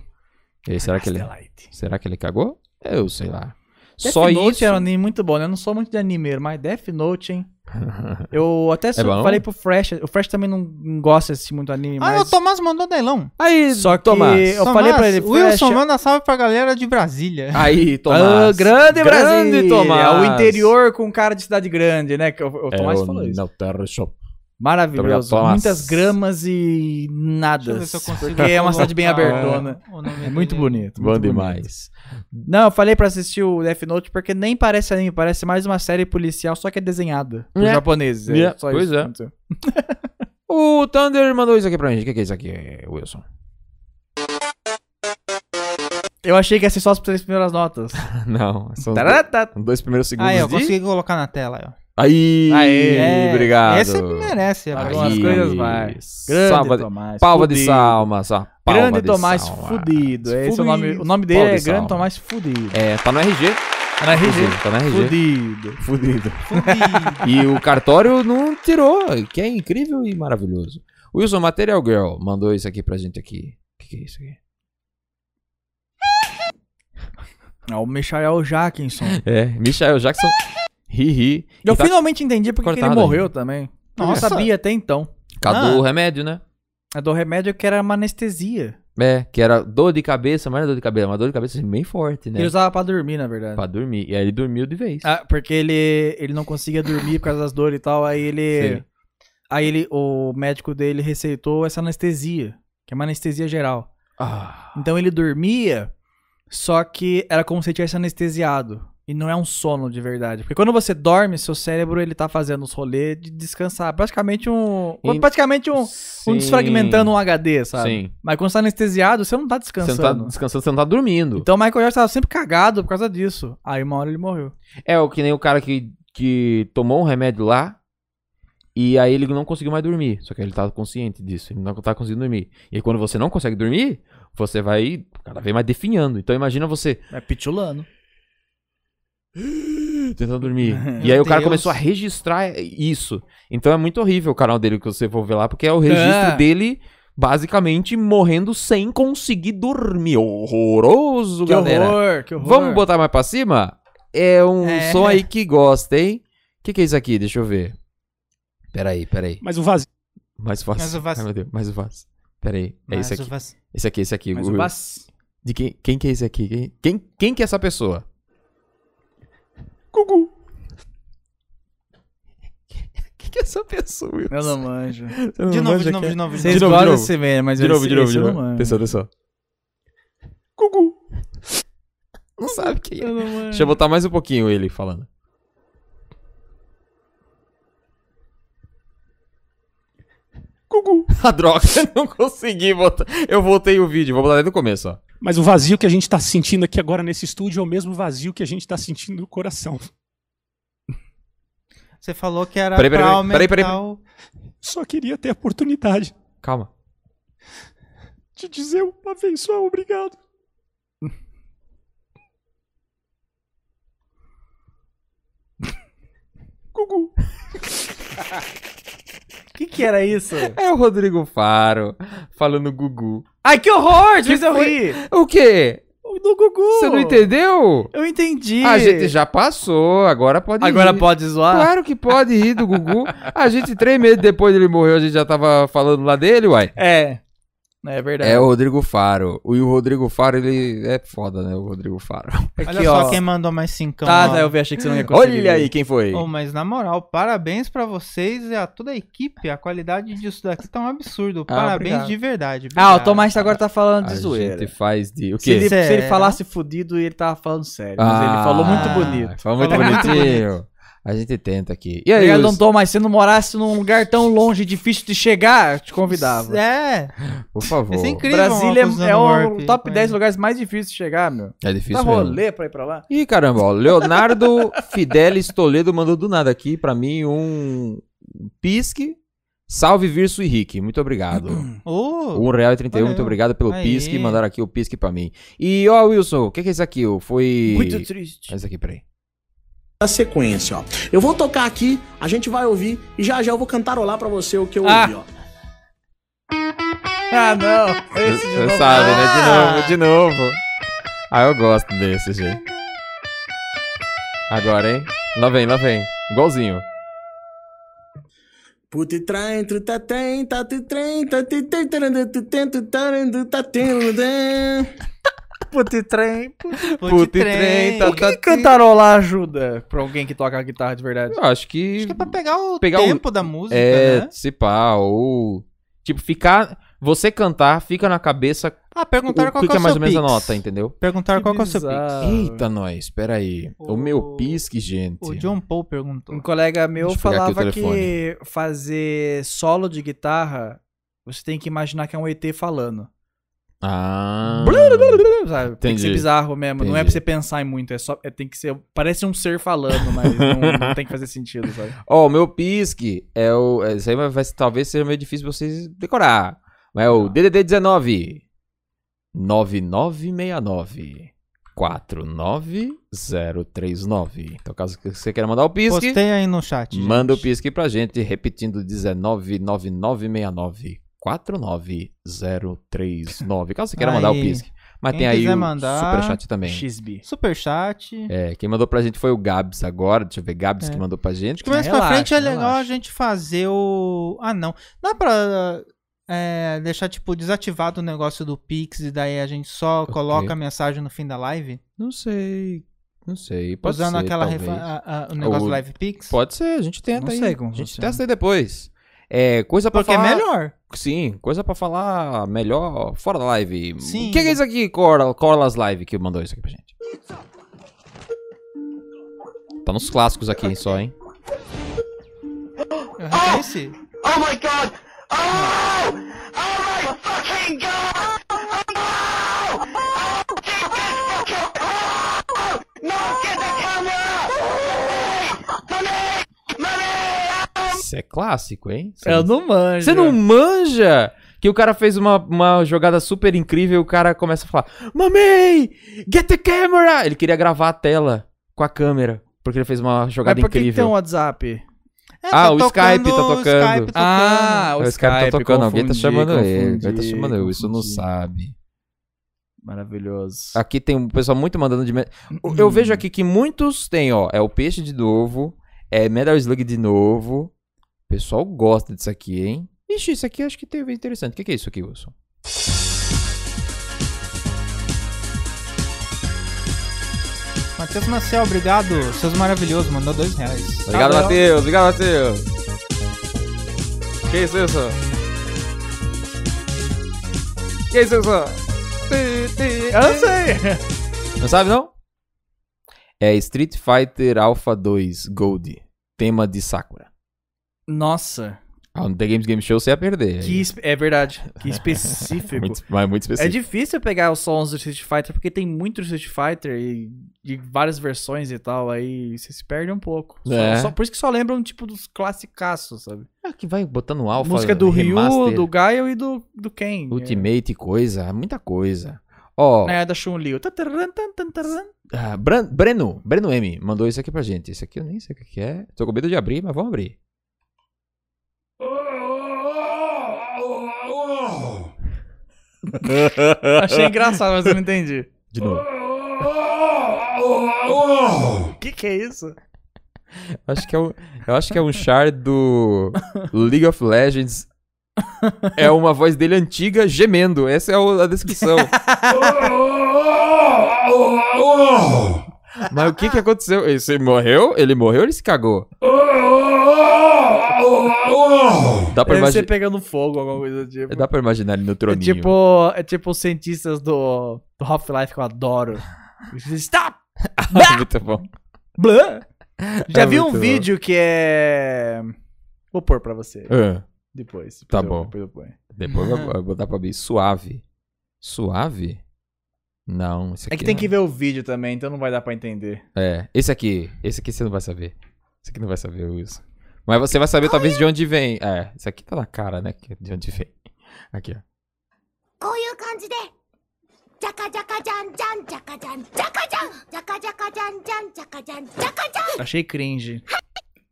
S1: E aí, será que ele.
S6: Cagaste
S1: Será que ele cagou? Eu sei lá.
S6: Death
S1: Só
S6: Note
S1: isso.
S6: era um anime muito bom, né? Eu não sou muito de animeiro, mas Death Note, hein? Eu até su-
S1: É bom?
S6: falei pro Fresh, o Fresh também não, não gosta de assistir muito anime,
S3: Ah,
S6: mas...
S3: o Tomás mandou Dailão.
S1: Aí,
S6: Só que
S1: Tomás.
S6: eu falei pra ele, Fresh,
S3: Wilson, manda salve pra galera de Brasília.
S1: Aí,
S6: Ah,
S1: Tomás.
S6: grande Brasil! É
S1: Grande Tomás.
S6: O interior com cara de cidade grande, né? Que o, o
S1: É,
S6: Tomás falou isso.
S1: Não, Terra Shop. Obrigado,
S6: Maravilhoso.
S1: Tomás.
S6: Muitas gramas e nada. Porque é uma cidade bem
S3: colocar
S6: abertona.
S3: o nome
S6: É muito
S3: dele.
S6: bonito.
S1: Bom
S6: muito
S1: demais.
S6: bonito. Não, eu falei pra assistir o Death Note porque nem parece anime, parece mais uma série policial, só que é desenhada. Por
S1: É.
S6: japoneses. É
S1: É,
S6: só
S1: pois
S6: isso.
S1: é. O Thunder mandou isso aqui pra gente. O que, que é isso aqui, Wilson?
S6: Eu achei que ia ser só as três primeiras notas.
S1: Não, são os dois,
S6: Taratá.
S1: os dois primeiros segundos
S3: Ah, eu
S1: de...
S3: consegui colocar na tela. ó. É,
S1: Aí, obrigado.
S3: Esse merece.
S1: Aí.
S3: abraço.
S6: Algumas coisas vai. Grande
S1: Salva de-
S6: Tomás.
S1: Palma de
S6: fudido.
S1: salmas, ó. Palma
S6: Grande
S1: de
S6: Tomás
S1: salmas.
S6: Fudido. É esse o nome. O
S1: Palma
S6: nome dele
S1: de
S6: é Grande
S1: salma.
S6: Tomás Fudido.
S1: É, tá no RG.
S6: Tá na RG.
S1: inclusive, Tá no RG.
S6: Fudido.
S1: Fudido.
S3: Fudido.
S1: E o cartório não tirou, que é incrível e maravilhoso. Wilson Material Girl mandou isso aqui pra gente aqui. O que, que é isso aqui?
S6: É o Michael Jackinson.
S1: É, Michael Jackson. Hihi.
S6: Eu
S1: E tá-
S6: finalmente entendi porque que ele
S1: cortado
S6: morreu também. Eu não
S3: Nossa.
S6: sabia até então.
S1: Acabou o remédio, né?
S6: A do remédio que era uma anestesia.
S1: É, que era dor de cabeça, mas não era dor de cabeça, uma dor de cabeça bem forte, né?
S6: Ele usava pra dormir, na verdade.
S1: Pra dormir. E aí ele dormiu de vez.
S6: Ah, porque ele, ele não conseguia dormir por causa das dores e tal. Aí ele.
S1: Sim.
S6: Aí ele, o médico dele receitou essa anestesia, que é uma anestesia geral.
S1: Ah,
S6: Então ele dormia, só que era como se ele tivesse anestesiado. E não é um sono de verdade. Porque quando você dorme, seu cérebro ele tá fazendo os rolês de descansar. Praticamente um.
S1: E-
S6: Praticamente um, um
S1: sim.
S6: desfragmentando um HD, sabe?
S1: Sim.
S6: Mas quando você tá anestesiado, você não tá
S1: Você não tá
S6: descansando.
S1: descansando, você não tá dormindo.
S6: Então o Michael Jackson tava sempre cagado por causa disso. Aí uma hora ele morreu.
S1: É, o que nem o cara que, que tomou um remédio lá e aí ele não conseguiu mais dormir. Só que ele tá consciente disso, ele não tá conseguindo dormir. E aí, quando você não consegue dormir, você vai cada vez mais definhando. Então imagina você
S6: É pitulano.
S1: tentando dormir.
S3: Meu
S1: e aí o cara
S3: Deus.
S1: começou a registrar isso. Então é muito horrível o canal dele que você for ver lá, porque é o registro
S6: É.
S1: dele basicamente morrendo sem conseguir dormir. Horroroso,
S6: Que
S1: galera.
S6: horror, que horror.
S1: Vamos botar mais pra cima? É um
S3: É.
S1: som aí que gosta, hein? O que, que é isso aqui? Deixa eu ver. Peraí, peraí.
S9: Mas o vazio.
S1: Mais fácil.
S3: Mais um vaso.
S1: Ai, meu Deus, mais um vaso. Peraí, é
S3: Mas
S1: esse
S3: o
S1: aqui.
S3: vac-
S1: Esse aqui, esse aqui.
S6: Mas
S1: O-
S6: o Bass.
S1: De quem, quem que é esse aqui? Quem, quem, quem que é essa pessoa? Gugu. Quem que é essa pessoa? Wilson?
S6: Eu não manjo.
S1: Você não manja
S3: De novo, de novo,
S1: quem
S3: de
S1: é?
S3: novo, de
S6: Vocês
S1: novo, de
S6: gostam
S1: novo.
S6: desse meme, mas
S1: De novo,
S6: esse-
S1: de novo,
S6: esse é
S1: de
S6: eu não
S1: novo.
S6: manjo.
S1: Pessoa, pessoa. Gugu. Não sabe quem é.
S6: Eu não manjo.
S1: Deixa eu botar mais um pouquinho ele falando. Gugu. A droga, eu não consegui botar. Eu voltei o vídeo, vou botar desde o começo, ó.
S9: Mas o vazio que a gente tá sentindo aqui agora nesse estúdio é o mesmo vazio que a gente tá sentindo no coração.
S3: Você falou que era
S1: Peraí, peraí,
S3: pra
S1: peraí, peraí, peraí.
S3: aumentar o-
S9: Só queria ter a oportunidade
S1: Calma.
S9: de dizer uma vez só obrigado. Gugu.
S6: O que que era isso?
S1: É o Rodrigo Faro falando Gugu.
S6: Ai, que horror! Vocês eu
S1: foi?
S6: ri.
S1: O quê?
S6: O Do Gugu.
S1: Você não entendeu?
S6: Eu entendi.
S1: A gente já passou, agora pode
S6: Agora ah.
S1: rir.
S6: pode zoar?
S1: Claro que pode rir do Gugu. A gente, três meses depois dele morrer, a gente já tava falando lá dele, uai.
S6: É. É verdade.
S1: É o Rodrigo Faro. O- E o Rodrigo Faro, ele é foda, né? O Rodrigo Faro.
S6: Aqui,
S3: Olha só
S6: ó.
S3: quem mandou mais cincão.
S6: Tá,
S3: ó.
S6: tá, eu vi, achei que você não ia conseguir.
S1: Olha aí quem foi.
S3: Ô, mas na moral, parabéns pra vocês e a toda a equipe. A qualidade disso daqui tá um absurdo. Parabéns
S6: Ah, obrigado.
S3: de verdade.
S6: Ah, o
S3: obrigado. é
S6: Tomás agora tá falando de
S1: a
S6: zoeira.
S1: gente faz de... O
S6: Se ele,
S1: quê?
S6: se ele
S3: Sério?
S6: falasse fudido, ele tava falando sério. Mas ele falou muito
S1: Ah,
S6: bonito.
S1: Falou muito
S6: Falou muito
S1: bonitinho. A gente tenta aqui. E aí,
S6: Obrigado,
S1: os-
S6: Dom Tomás. Se não morasse num lugar tão longe, difícil de chegar, te convidava.
S3: É,
S1: por favor.
S3: isso é incrível.
S6: Brasília
S3: uma
S6: é, é
S3: Acusando
S6: o
S3: Warp,
S6: top
S3: mas-
S6: 10 lugares mais difíceis de chegar, meu.
S1: É
S6: Dá
S1: difícil mesmo.
S6: rolê pra ir pra lá.
S1: Ih, caramba, ó, Leonardo Fidelis Toledo mandou do nada aqui pra mim um pisque. Salve, Virso e Rick. Muito obrigado.
S3: Ô,
S1: R$1,31, muito
S3: Valeu.
S1: obrigado pelo
S3: Aí.
S1: pisque. Mandaram aqui o pisque pra mim. E, ó, Wilson, o que, que é isso aqui? ó? Foi.
S6: Muito triste.
S1: Esse aqui, peraí.
S10: da sequência, ó. Eu vou tocar aqui, a gente vai ouvir e já já eu vou cantarolar pra você o que eu
S6: Ah.
S10: ouvi, ó.
S6: Ah, não. Esse de
S1: Você
S6: novo.
S1: sabe, né? De novo, de novo. Ah, eu gosto desse, gente. Agora, hein? Lá vem, lá vem. Igualzinho.
S10: Puti traem, truta tem, tati trem, tati tem, tarandu, tento, tarandu, tatendo, né?
S6: Puti trem.
S1: Puta e trem, tá-
S6: Por que cantarolar ajuda pra alguém que toca guitarra de verdade?
S1: Eu acho que.
S3: Acho que é pra pegar o
S1: Pegar o-
S3: tempo da música,
S1: é,
S3: né?
S1: se pá, ou. Tipo, ficar. Você cantar, fica na cabeça
S3: Ah,
S1: o
S3: perguntaram qual
S1: que, que é
S3: o
S1: mais ou
S3: seu
S1: menos a
S3: pix.
S1: nota, entendeu?
S3: Perguntaram qual que é o seu pix.
S6: bizarro.
S1: Eita, nós, peraí. O,
S3: O-
S1: meu pisque, gente.
S3: O John Paul perguntou.
S6: Um colega meu
S1: Deixa eu pegar aqui o
S6: falava que
S1: telefone.
S6: fazer solo de guitarra, você tem que imaginar que é um ET falando.
S1: Ah.
S6: Sabe? Tem que ser
S1: Entendi.
S6: bizarro mesmo. Não é pra
S1: Entendi.
S6: você pensar em muito, é só. é- tem que ser. Parece um ser falando, mas não, não tem que fazer sentido, sabe?
S1: Ó, o meu pisque é o. é, Isso aí vai, vai- talvez seja meio difícil pra vocês decorar. Mas é o
S3: Ah.
S1: DDD 19 9969 49039. Então, caso que você queira mandar o pisque,
S3: Postei aí no chat. gente.
S1: manda o pisque pra gente, repetindo 199969 49039. Caso você queira mandar o
S3: Aí.
S1: pisque. Mas
S3: Quem
S1: tem aí
S3: quiser
S1: o
S3: mandar,
S1: superchat também.
S6: XB.
S3: Superchat.
S1: É, quem mandou pra gente foi o Gabs agora. Deixa eu ver, Gabs
S3: É.
S1: que mandou pra gente.
S3: Acho que mais pra
S6: Relaxa,
S3: frente é legal
S6: relaxa.
S3: a gente fazer o. Ah, não. Dá pra é, deixar, tipo, desativado o negócio do Pix e daí a gente só
S1: Ok.
S3: coloca a mensagem no fim da live?
S1: Não sei. Não sei. Pode
S3: usando
S1: ser,
S3: aquela.
S1: talvez.
S3: refa- a- a- o negócio
S1: Ou-
S3: do Live Pix?
S1: Pode ser, a gente tenta
S6: Não
S1: aí.
S6: sei como
S1: a gente
S6: funciona.
S1: testa aí depois. É, coisa pra
S3: Porque é
S1: falar.
S3: melhor.
S1: Sim, coisa pra falar melhor fora da live.
S3: Sim.
S1: O que que é isso aqui, Cor Corlas Live, que mandou isso aqui pra gente? Tá nos clássicos aqui, hein, só, hein?
S3: Eu
S1: Ah!
S3: reconheci.
S4: Oh my god! Oh! Oh my fucking god! Oh! Oh! Get this fucking- Oh! No! Get the camera! Money! Money!
S1: Isso é clássico, hein? Isso
S2: Eu não É manjo.
S1: Você não manja que o cara fez uma, uma jogada super incrível e o cara começa a falar: Mamei, get the camera! Ele queria gravar a tela com a câmera, porque ele fez uma
S2: Mas
S1: jogada
S2: por que que tem
S1: incrível.
S2: um WhatsApp?
S3: É,
S1: Ah, o Skype tá
S3: o
S1: tocando.
S3: Skype
S2: Ah, o
S1: Os caras
S2: Skype,
S1: tá tocando, alguém tá
S2: confundi,
S1: chamando ele, alguém tá
S2: confundi,
S1: chamando eu, isso não
S2: confundi.
S1: sabe.
S2: Maravilhoso.
S1: Aqui tem um pessoal muito mandando de. me- Eu-
S2: Hum.
S1: Eu vejo aqui que muitos tem, ó. É o Peixe de novo. É Metal Slug de novo. O pessoal gosta disso aqui, hein? Ixi, isso aqui acho que teve interessante. O que, que é isso aqui, Wilson?
S3: Matheus Marcel, obrigado. Seus maravilhosos, mandou dois reais.
S1: Obrigado,
S3: Tá bom.
S1: Matheus. Obrigado, Matheus. Que isso, Wilson? Que isso, Wilson?
S2: Eu não sei.
S1: Não sabe, não? É Street Fighter Alpha 2 Gold. Tema de Sakura.
S2: Nossa.
S1: Ah, no The Games Game Show você ia perder.
S2: Que espe- É verdade. Que específico.
S1: Muito, mas muito
S2: É
S1: específico.
S2: difícil pegar os sons do Street Fighter, porque tem muito Street Fighter e de várias versões e tal, aí você se perde um pouco. Só-
S1: É.
S2: Só, por isso que só lembram, tipo, dos classicaços, sabe?
S1: Ah, que vai botando alfa.
S2: Música do Ryu,
S1: remaster,
S2: do Gaio e do, do Ken.
S1: Ultimate, coisa, muita coisa. Ó,
S2: É, da Chun-Li. o tataran, tan, tan, taran.
S1: ah, Bran- Breno, Breno M, mandou isso aqui pra gente. Isso aqui eu nem sei o que que é. Tô com medo de abrir, mas vamos abrir.
S2: Achei engraçado, mas eu não entendi.
S1: De novo.
S2: O que que é isso?
S1: Acho que é um, eu acho que é um char do League of Legends. É uma voz dele antiga gemendo. Essa é o- a descrição. Mas o que que aconteceu? Ele morreu? Ele morreu ou ele se cagou? Dá pra,
S2: Deve
S1: imagi-
S2: ser pegando fogo, alguma coisa do tipo.
S1: Dá pra imaginar ele no
S2: É
S1: troninho.
S2: tipo, é tipo os cientistas do, do Half-Life que eu adoro. Stop!
S1: É Muito bom.
S2: Blã! Já
S1: É
S2: vi um
S1: muito bom.
S2: vídeo que é. Vou pôr pra você
S1: Ah,
S2: depois.
S1: Tá
S2: Depois eu-
S1: bom.
S2: Depois eu ponho.
S1: depois eu vou- eu vou dar pra abrir. Suave. Suave? Não, esse aqui.
S2: É que tem
S1: não.
S2: que ver o vídeo também, então não vai dar pra entender.
S1: É, esse aqui. Esse aqui você não vai saber. Esse aqui não vai saber, Wilson. Mas você vai saber talvez de onde vem. É, esse aqui tá na cara, né? que- De onde vem. Aqui, ó.
S4: こういう感じでジャカジャカジャンジャンジャカジャンジャカジャンジャカジャカジャンジャンジャカジャンジャカジャン
S2: Achei cringe.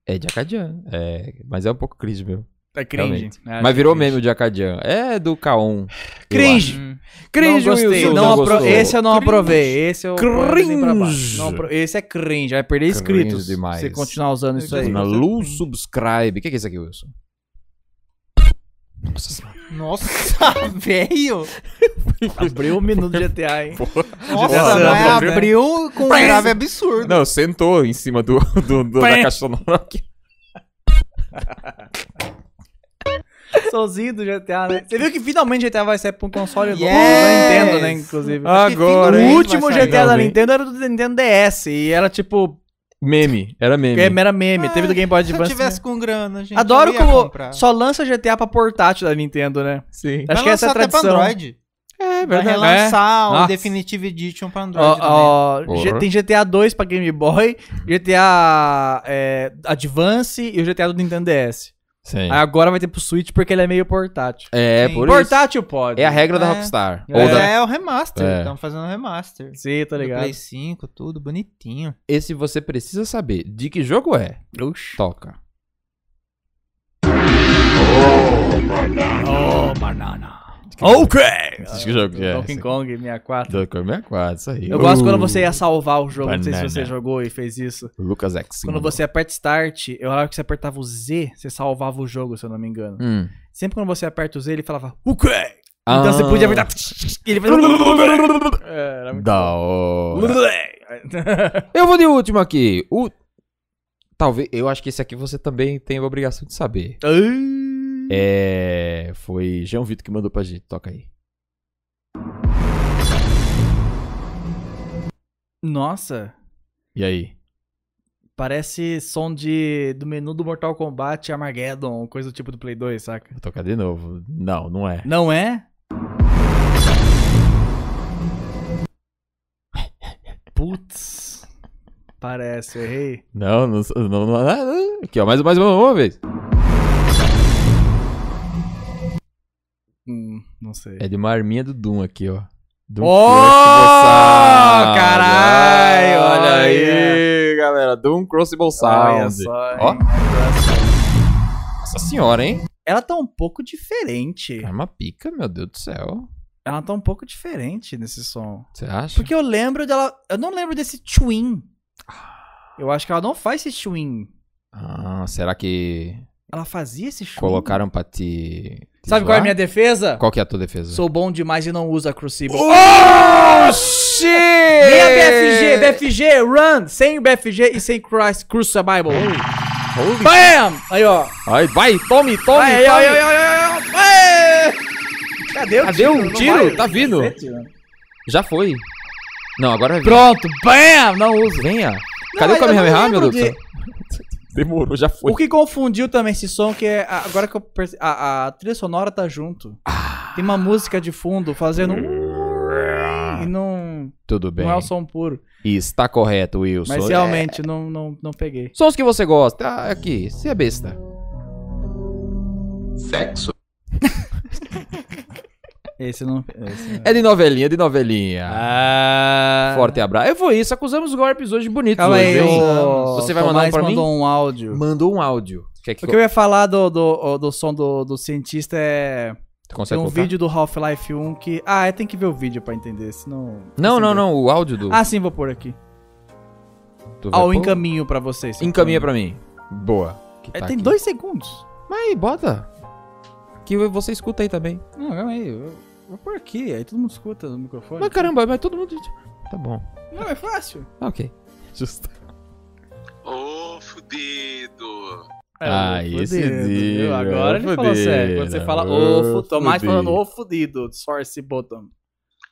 S1: É de Acadian. É, mas é um pouco cringe meu.
S2: É cringe.
S1: Realmente.
S2: É, achei
S1: mas virou
S2: cringe.
S1: meme de Acadian. É do K1. eu
S2: Cringe!
S1: acho.
S3: Hum.
S1: Cringe,
S2: não gostei,
S1: Wilson.
S2: não
S1: não
S2: apro-
S1: gostou.
S2: Esse eu não aprovei. Esse eu cringe. Pra baixo.
S1: Cringe.
S2: Não apro- Esse é cringe, vai perder inscritos
S1: Cringe demais.
S2: se você continuar usando isso aí.
S1: Na Lu Subscribe. O que que é isso aqui, Wilson? Nossa senhora.
S3: Nossa, velho.
S2: Abriu um minuto de GTA, hein?
S3: Nossa,
S2: Nossa,
S3: mas
S2: abriu-
S3: abriu com um grave absurdo.
S1: Não, sentou em cima do, do- do- da caixa sonora aqui.
S2: Sozinho do GTA, né? Você viu que finalmente GTA vai sair pra um console novo
S3: Yes!
S2: da Nintendo, né? Inclusive.
S1: Agora,
S2: o
S1: hein?
S2: último
S3: vai sair.
S2: GTA da
S1: Finalmente.
S2: Nintendo era do Nintendo DS. E era tipo.
S1: Meme, era meme.
S2: É mera meme.
S3: Ah,
S2: Teve do Game Boy
S3: Se eu
S2: Advance. né?
S3: tivesse com grana, gente.
S2: Adoro
S3: eu ia
S2: como
S3: comprar.
S2: só lança GTA pra portátil da Nintendo, né?
S1: Sim.
S3: Vai
S2: Acho que essa é a
S3: lançar até pra
S2: tradição.
S3: Android.
S1: É
S3: Vai
S1: verdade.
S3: relançar o
S1: Nossa.
S3: Definitive Edition pra Android. também.
S2: Ó, ó,
S1: também.
S2: G-
S1: Porra.
S2: tem GTA 2 pra Game Boy, GTA é, Advance e o GTA do Nintendo DS.
S1: Sim.
S2: Aí agora vai ter pro Switch porque ele é meio portátil.
S1: É,
S3: Sim.
S1: por isso.
S2: portátil pode.
S1: É a regra da
S3: É.
S1: Rockstar.
S2: É.
S1: Ou
S3: Mas
S1: da-
S3: é o remaster.
S1: É.
S3: Estão fazendo o remaster.
S2: Sim, tá
S3: Do
S2: ligado?
S3: Play 5, tudo bonitinho.
S1: Esse você precisa saber. De que jogo é? Toca. Oh, banana. Ok! De que jogo que é?
S2: Donkey Kong 64.
S1: Donkey Kong 64, isso aí.
S2: Eu gosto
S1: Uh,
S2: quando você ia salvar o jogo, não sei se
S1: banana.
S2: você jogou e fez isso.
S1: Lucas X.
S2: Quando você aperta Start, eu acho que você apertava o Z, você salvava o jogo, se eu não me engano.
S1: Hum.
S2: Sempre quando você aperta o Z, ele falava, o quê? Então
S1: Ah.
S2: você podia apertar. E ele fazia. É, era muito
S1: Da hora.
S2: bom.
S1: Eu vou de último aqui. O... Talvez. Eu acho que esse aqui você também tem a obrigação de saber.
S2: Ah,
S1: É, foi João Vitor que mandou pra gente. Toca aí.
S2: Nossa,
S1: E aí?
S2: parece som de do menu do Mortal Kombat Armageddon, coisa do tipo do Play 2, saca?
S1: Vou tocar de novo. Não, não é.
S2: Não é? Putz. Parece, eu errei.
S1: Não, não, não, não, não- Aqui, ó. Mais, mais uma, uma vez.
S2: Hum, não sei.
S1: É de uma arminha do Doom aqui, ó. Doom
S2: Oh,
S1: Cross Sound.
S2: caralho,
S1: Olha
S2: olha.
S1: aí, galera. Doom Crossbow
S2: Olha
S1: Sound.
S2: só, hein?
S1: Ó. Nossa senhora, hein?
S2: Ela tá um pouco diferente.
S1: Arma pica, meu Deus do céu.
S2: Ela tá um pouco diferente nesse som.
S1: Você acha?
S2: Porque eu lembro dela. Eu não lembro desse twin. Eu acho que ela não faz esse twin.
S1: Ah, será que
S2: Ela fazia esse twin.
S1: colocaram pra te. te
S2: Sabe qual é a
S1: zoar?
S2: minha defesa?
S1: Qual que é a tua defesa?
S2: Sou bom demais e não uso a Crucible.
S1: Oh, shit!
S2: Vem a BFG, BFG, run! Sem BFG e sem Christ, Crucible.
S1: Holy-
S2: Bam! Aí, ó.
S1: Ai, vai, tome, tome,
S2: Vai, aí,
S1: tome.
S2: aí, aí, aí, aí, aí. Cadê o
S1: Cadê
S2: tiro?
S1: o
S2: Não
S1: tiro?
S2: vai.
S1: Tá vindo.
S2: Cadê o tiro?
S1: Já foi. Não, agora vai vir.
S2: Pronto, bam! Não usa.
S1: Venha.
S2: Não, mas
S1: Cadê o
S2: eu não
S1: Kamehameha, meu
S2: lembro
S1: Deus do céu? Demorou, já foi.
S2: O que confundiu também esse som, que é. a- Agora que eu perce... a, a trilha sonora tá junto.
S1: Ah.
S2: Tem uma música de fundo fazendo. um- E não.
S1: Tudo bem.
S2: Não é o som puro.
S1: Está correto, Wilson.
S2: Mas
S1: É.
S2: realmente, não, não, não peguei.
S1: Sons que você gosta. Ah, aqui, você é besta.
S5: Sexo.
S2: Esse não. Esse não.
S1: É de novelinha, de novelinha.
S2: Ah.
S1: Forte abraço. É, foi isso. Acusamos os golpes hoje bonitos
S2: Calma
S1: hoje,
S2: aí,
S1: hein?
S2: o...
S1: Você vai mandar um
S2: Tomás
S1: pra mim?
S2: mandou um áudio.
S1: Mandou um áudio. Quer que
S2: O que eu ia falar do, do, do som do, do cientista é.
S1: tu
S2: Tem
S1: consegue
S2: um
S1: colocar?
S2: vídeo do Half-Life 1 que. Ah, é, tem que ver o vídeo pra entender, senão. assim,
S1: Não, não, não. O áudio do...
S2: Ah, sim, vou pôr aqui.
S1: tu vai
S2: Ah, o
S1: pôr?
S2: encaminho pra vocês. se eu
S1: Encaminha
S2: pôr.
S1: pra mim. Boa. Que
S2: É,
S1: tá
S2: tem
S1: aqui.
S2: dois segundos.
S1: Mas bota. Que você escuta aí também.
S2: Não, calma aí. Eu vou pôr aqui, aí todo mundo escuta no microfone.
S1: Mas caramba, mas todo mundo... Tá bom.
S2: Não, é fácil.
S1: Ah, ok. Justo.
S5: Ô, fudido.
S2: É,
S1: Ah,
S2: ô,
S1: esse
S2: fudido,
S1: dia,
S2: viu? Agora
S1: ô,
S2: ele falou sério. Quando você
S1: fudido,
S2: fala ô,
S1: ô,
S2: fudido. Tomás
S1: fudido.
S2: falando ô, fudido. Source bottom.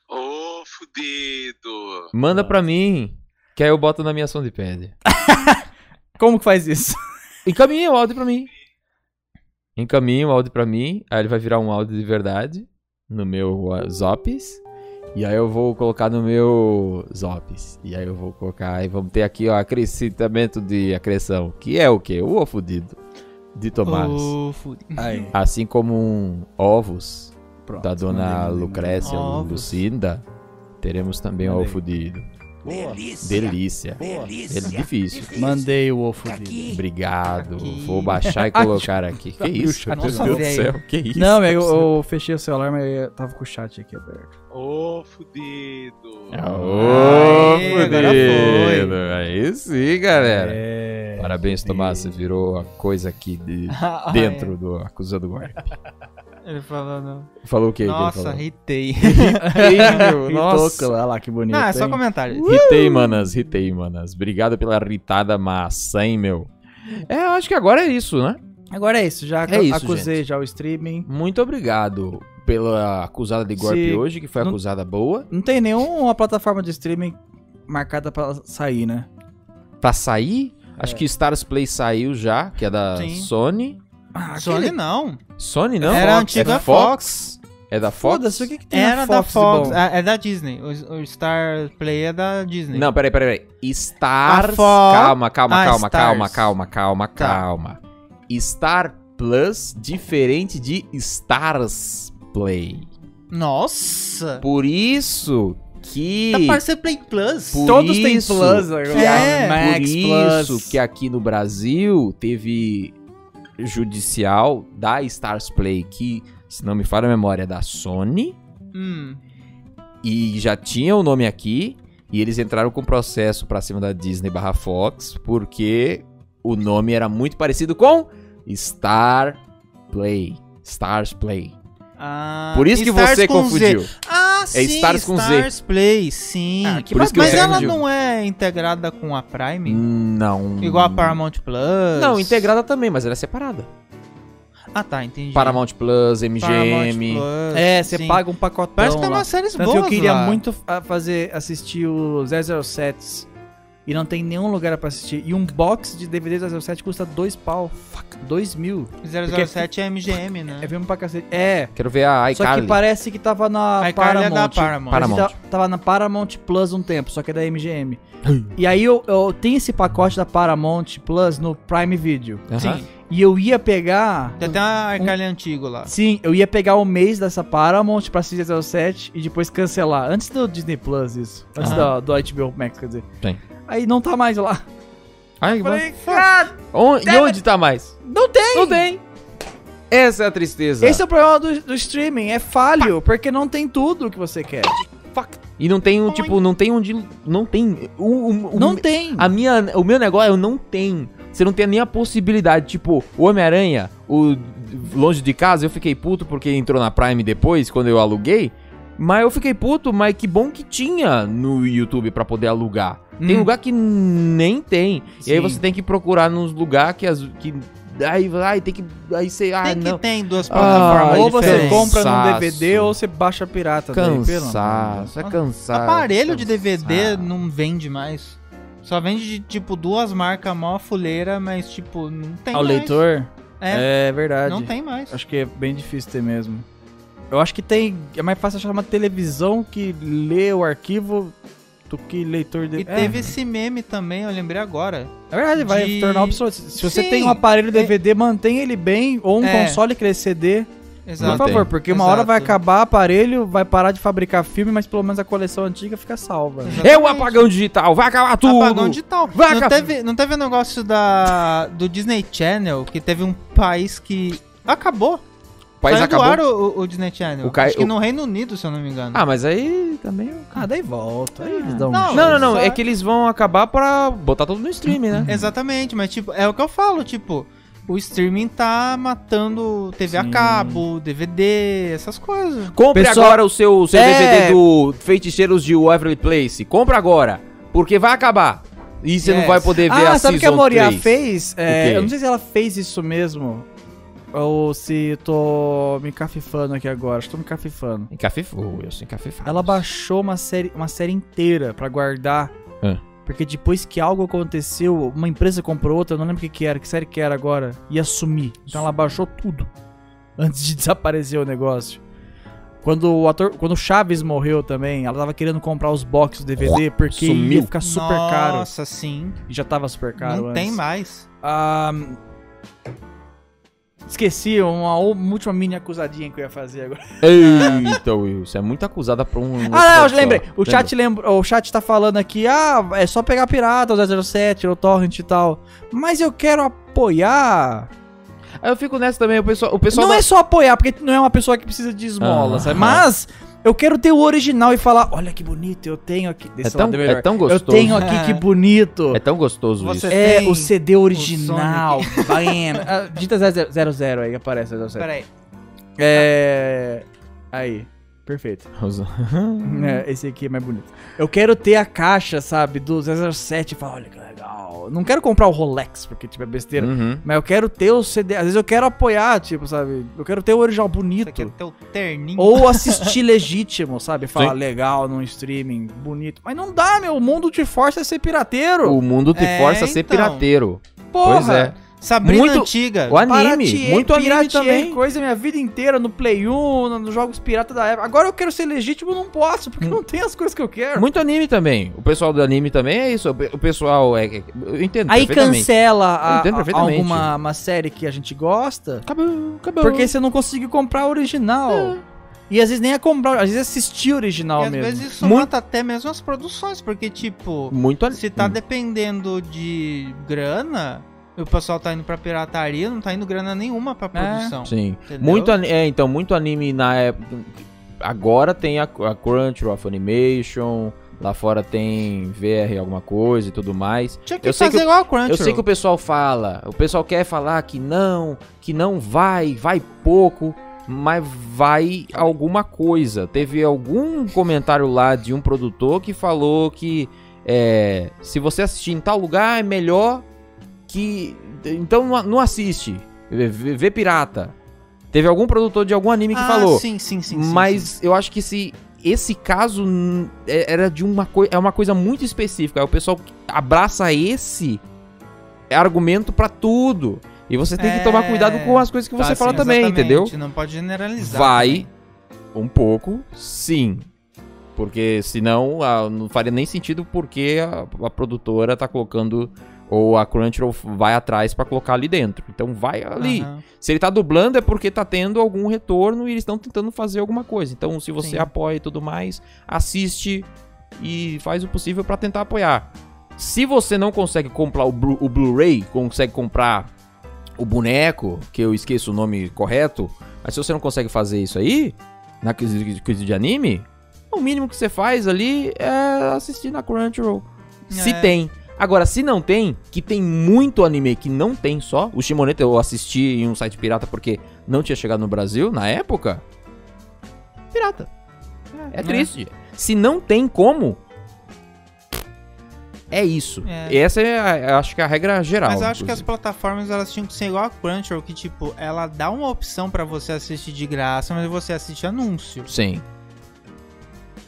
S5: Ô, fudido.
S1: Manda pra mim, que aí eu boto na minha soundpad.
S2: Como que faz isso?
S1: Encaminha o áudio pra mim. Encaminha o áudio pra mim, aí ele vai virar um áudio de verdade no meu wa- Zopis. E aí eu vou colocar no meu Zopis. E aí eu vou colocar, e vamos ter aqui, ó, acrescentamento de acreção, que é o quê? O ô fudido de Tomás.
S3: Ô, fudido.
S2: Aí.
S1: Assim como um ovos
S2: Pronto.
S1: da dona
S2: mandei, mandei.
S1: Lucrécia ou
S3: Ovos.
S1: Lucinda, teremos também o
S2: Mandei.
S1: ovo fudido.
S10: Delícia.
S1: Delícia. Delícia. Difícil.
S2: Mandei o ô, fudido.
S1: Obrigado.
S3: Aqui.
S1: Vou baixar e colocar aqui.
S2: Tá
S1: Que isso?
S3: Nossa, velho.
S1: Que isso?
S2: Não, eu, eu fechei o celular, mas eu tava com o chat aqui aberto.
S5: Ô,
S1: É
S5: fudido.
S1: Ô,
S3: Aê, agora
S1: fudido. Aí sim, galera.
S2: É.
S1: Parabéns, Tomás. Você virou a coisa aqui de dentro do acusado golpe.
S3: Ele falou, não.
S1: Falou o que?
S3: Nossa, irritei.
S1: ritei. Nossa.
S2: Olha lá que bonito.
S3: Não, é só
S2: hein?
S3: comentário.
S1: Ritei, manas. Ritei, manas. Obrigado pela ritada massa, hein, meu. É, eu acho que agora é isso, né?
S2: Agora é isso, já
S1: É isso,
S2: acusei
S1: gente.
S2: já o streaming.
S1: Muito obrigado pela acusada de golpe
S2: Se-
S1: hoje, que foi
S2: não-
S1: acusada boa.
S2: Não tem nenhuma plataforma de streaming marcada pra sair, né?
S1: Pra sair? Acho que Stars Play saiu já, que é da
S3: Sim.
S1: Sony.
S2: Ah,
S3: Sony não.
S1: Sony não?
S3: Era a
S1: Fox.
S3: antiga
S1: é Fox. É da Fox?
S2: Foda-se, o que, que tem
S3: Era
S2: na Fox,
S3: da Fox.
S2: bom?
S3: ah, É da Disney. O, o Star Play é da Disney.
S1: Não, peraí, peraí, peraí. Stars.
S3: A Fox-
S1: Calma, calma, calma,
S3: Ah,
S1: calma,
S3: Stars.
S1: calma, calma,
S3: Tá.
S1: calma. Star Plus, diferente de Stars Play.
S3: Nossa.
S1: Por isso que.
S3: Tá parecendo Play Plus.
S1: Por
S2: Todos têm
S1: isso
S2: Plus agora.
S1: que a-
S3: É.
S1: por
S2: Max
S1: isso
S2: Plus.
S1: que aqui no Brasil teve judicial da Stars Play, que, se não me falha a memória, é da Sony,
S3: Hum.
S1: e já tinha o nome aqui, e eles entraram com processo pra cima da Disney barra Fox, porque o nome era muito parecido com Star Play. Stars Play.
S3: Ah,
S1: Por isso que
S3: Stars
S1: você
S3: com Z.
S1: confundiu. É
S3: Ah, sim.
S1: Stars com Z.
S3: Stars Play, sim.
S2: Ah, que
S1: Por isso que
S3: Mas
S1: você
S3: ela
S1: confundiu.
S3: não é integrada com a Prime?
S1: Não.
S3: Igual a Paramount Plus?
S1: Não, integrada também, mas ela é separada.
S3: Ah, tá, entendi.
S1: Paramount Plus, MGM.
S2: É, você paga um pacotão.
S3: Parece que tem
S2: lá.
S3: umas séries
S2: Tanto que
S3: boas
S2: eu queria
S3: lá.
S2: muito ah, fazer, assistir o 007 e não tem nenhum lugar pra assistir. E um box de DVD do 007 custa dois pau. Fuck, dois mil.
S3: 007 é MGM, né?
S2: É mesmo pra cacete. É.
S1: Quero ver a
S2: Só
S1: iCarly.
S2: que parece que tava na
S3: A iCarly é
S2: Paramount.
S3: da Paramount.
S2: Parece que
S1: Paramount.
S2: ta- Tava na Paramount Plus um tempo, só que é da MGM. e aí eu, eu tenho esse pacote da Paramount Plus no Prime Video.
S1: Aham.
S3: Sim.
S2: E eu ia pegar.
S3: Tem até uma Arcalha antigo lá.
S2: Sim, eu ia pegar o mês dessa Paramount pra assistir 07 e depois cancelar. Antes do Disney Plus, isso. Antes
S1: Aham.
S2: da- do HBO Max, quer dizer.
S1: Sim.
S2: Aí não tá mais lá.
S1: Ai,
S2: Falei, cara,
S1: onde, e onde tá mais?
S2: não tem!
S1: Não tem. Essa é a tristeza.
S2: Esse é o problema do, do streaming, é falho, porque não tem tudo que você quer.
S1: E não tem um, tipo, não tem onde. Não tem. O, o- o-
S2: Não tem.
S1: a minha, o meu negócio é eu não tem. Você não tem nem a possibilidade. Tipo, o Homem-Aranha, o Longe de Casa, eu fiquei puto porque entrou na Prime depois, quando eu aluguei. Mas eu fiquei puto, mas que bom que tinha no YouTube pra poder alugar. Tem
S2: Hum.
S1: lugar que nem tem. E aí
S2: Sim.
S1: você tem que procurar nos lugares que as. Que, aí, ai, tem que. Aí você. Ah,
S3: Tem que
S1: não.
S3: tem duas
S1: Ah,
S3: plataformas
S2: ou você
S1: diferença.
S3: diferentes.
S2: compra num
S1: Cansaço.
S2: DVD ou você baixa pirata. daí, pelo amor de Deus.
S1: Cansaço, é cansaço.
S3: Aparelho de DVD
S1: cansaço.
S3: não vende mais. Só vende de tipo duas marcas mó fuleira, mas tipo, não tem
S2: Ao
S3: mais.
S2: leitor?
S3: É,
S2: É, verdade.
S3: não tem mais.
S2: Acho que é bem difícil ter mesmo. Eu acho que tem. É mais fácil achar uma televisão que lê o arquivo do que é. leitor de.
S3: E teve esse meme também, eu lembrei agora.
S2: É, na verdade, vai
S3: de-
S2: tornar obsoleto. Se você
S3: Sim,
S2: tem um aparelho
S3: é-
S2: DVD, mantém ele bem, ou um
S3: É.
S2: console que lê CD. Por
S3: Exato.
S1: Mantém.
S2: favor, porque uma
S3: Exato.
S2: hora vai acabar o aparelho, vai parar de fabricar filme, mas pelo menos a coleção antiga fica salva.
S3: Exatamente.
S1: É o apagão digital, vai acabar tudo!
S3: Apagão digital.
S1: Vai,
S3: não,
S1: Café.
S3: teve, não teve um negócio da, do Disney Channel que teve um país que acabou.
S1: O país
S3: Saiu
S1: acabou.
S3: do ar o, o- o Disney Channel.
S1: O Ca-
S3: Acho que
S1: o-
S3: no Reino Unido, se eu não me engano.
S1: Ah, mas aí também.
S2: Ah, daí volta. Aí eles dão. um
S3: Não,
S1: Não, não, não.
S3: só-
S1: É que eles vão acabar pra botar tudo no streaming, né?
S3: Exatamente, mas tipo, é o que eu falo, tipo, o streaming tá matando TV
S2: Sim.
S3: a cabo, DVD, essas coisas.
S1: Compre
S2: Pessoal-
S1: agora o seu, o seu
S2: É.
S1: DVD do Feiticeiros de Waverly Place. Compra agora, porque vai acabar. E você não
S2: Yes.
S1: vai poder ver
S2: ah,
S1: a
S2: sabe o que a
S1: Season
S2: Moriá
S1: 3.
S2: fez? É,
S1: O quê?
S2: eu não sei se ela fez isso mesmo. Ou se eu tô me cafifando aqui agora. Acho que tô me cafifando.
S1: Em café foi, eu sem café faz.
S2: Ela baixou uma série, uma série inteira pra guardar.
S1: É.
S2: Porque depois que algo aconteceu, uma empresa comprou outra, eu não lembro o que, que era, que série que era agora, ia sumir. Então ela baixou tudo antes de desaparecer o negócio. Quando o ator, quando o Chaves morreu também, ela tava querendo comprar os boxes do DVD porque ia
S1: Sumiu.
S2: ficar Tá super caro.
S3: Nossa, sim.
S2: E já tava super caro
S3: não
S2: antes.
S3: tem mais.
S2: Ah, esqueci uma ou- uma última mini acusadinha que eu ia fazer agora.
S1: Eita, Will, isso é muito acusada pra um.
S2: Ah, não, eu lembrei. O chat, lembra, o chat tá falando aqui, ah, é só pegar pirata, o 007, o torrent e tal. Mas eu quero apoiar.
S1: Aí eu fico nessa também, o pessoal. O pessoal
S2: não
S1: da-
S2: é só apoiar, porque tu não é uma pessoa que precisa de esmola,
S1: Ah.
S2: sabe? Mas eu quero ter o original e falar, olha que bonito, eu tenho aqui.
S1: é,
S2: Desse
S1: tão,
S2: lado é
S1: é
S2: melhor.
S1: tão
S2: eu
S1: gostoso.
S2: tenho aqui, que bonito.
S1: É tão gostoso isso.
S3: Você
S2: É,
S3: tem
S2: o CD original. Baiana. Ah, Dita 00 aí que aparece. 00.
S3: Peraí.
S2: É. Aí. Perfeito. É, esse aqui é mais bonito. Eu quero ter a caixa, sabe, do 007 e falar, olha que legal. Não quero comprar o Rolex, porque, tipo, é besteira.
S1: Uhum.
S2: Mas eu quero ter o CD. Às vezes eu quero apoiar, tipo, sabe? Eu quero ter o original
S3: Isso aqui é
S2: bonito.
S3: teu terninho.
S2: Ou assistir legítimo, sabe? Falar legal num streaming, bonito. Mas não dá, meu. O mundo te força a ser pirateiro.
S1: O mundo te
S3: É,
S1: força a ser
S3: então.
S1: pirateiro.
S2: Porra.
S1: Uh, Pois é.
S3: Sabrina
S1: Muito-
S3: Antiga.
S1: O anime,
S2: Pirateei,
S1: muito anime
S2: pirateei
S1: também.
S2: coisa minha vida inteira no Play 1, no- nos jogos pirata da época. Agora eu quero ser legítimo, não posso,
S1: Hum.
S2: porque não tem as coisas que eu quero.
S1: Muito anime também. O pessoal do anime também é isso. O pessoal é. é- Eu entendo
S2: Aí
S1: perfeitamente.
S2: cancela a-
S1: Eu entendo
S2: a-
S1: perfeitamente.
S2: alguma uma série que a gente gosta,
S1: Acabou, acabou.
S2: porque você não conseguiu comprar a original. E às vezes nem é comprar, às vezes assistir o
S3: E
S2: original
S3: às
S2: mesmo.
S3: vezes isso
S1: Muito-
S3: mata até mesmo as produções, porque tipo,
S1: Muito anime.
S3: se tá dependendo de grana, o pessoal tá indo pra pirataria, não tá indo grana nenhuma pra produção.
S1: É. Sim.
S3: Entendeu?
S1: Muito ani- é, então, muito anime na época. Agora tem a, a Crunchyroll, a Funimation. Lá fora tem VR alguma coisa e tudo mais.
S3: Tinha que
S1: Eu sei
S3: fazer
S1: que
S3: igual a Crunchyroll.
S1: Eu sei que o pessoal fala, o pessoal quer falar que não, que não vai, vai pouco, mas vai alguma coisa. Teve algum comentário lá de um produtor que falou que é, se você assistir em tal lugar é melhor que. Então não, não assiste. vê, vê pirata. Teve algum produtor de algum anime que
S3: Ah,
S1: falou.
S3: Sim, sim, sim. sim,
S1: Mas
S3: sim.
S1: eu acho que se esse caso hum, é- era de uma coisa, é uma coisa muito específica. Aí o pessoal abraça esse argumento pra tudo. E você tem que
S3: É.
S1: tomar cuidado com as coisas que
S3: Tá,
S1: você fala
S3: sim,
S1: também,
S3: exatamente,
S1: entendeu?
S3: Não pode generalizar.
S1: Vai um
S3: também.
S1: pouco, sim. Porque senão ah, não faria nem sentido porque a, a produtora tá colocando ou a Crunchyroll vai atrás pra colocar ali dentro. Então vai ali.
S3: Aham.
S1: Se ele tá dublando é porque tá tendo algum retorno e eles estão tentando fazer alguma coisa. Então, se você
S3: Sim.
S1: apoia e tudo mais, assiste e faz o possível pra tentar apoiar. Se você não consegue comprar o Blu- o Blu-ray, consegue comprar o boneco, que eu esqueço o nome correto, mas se você não consegue fazer isso aí, na coisa de- coisa de anime, o mínimo que você faz ali é assistir na Crunchyroll. Se
S3: É.
S1: tem. Agora, se não tem, que tem muito anime que não tem só. O Shimoneta eu assisti em um site pirata porque não tinha chegado no Brasil na época. Pirata. É, triste. Se não tem como. É isso.
S3: É.
S1: Essa é, a- eu acho que é a regra geral.
S3: Mas eu acho que as
S1: inclusive.
S3: plataformas elas tinham que ser igual a Crunchyroll, que tipo, ela dá uma opção pra você assistir de graça, mas você assiste anúncio.
S1: Sim.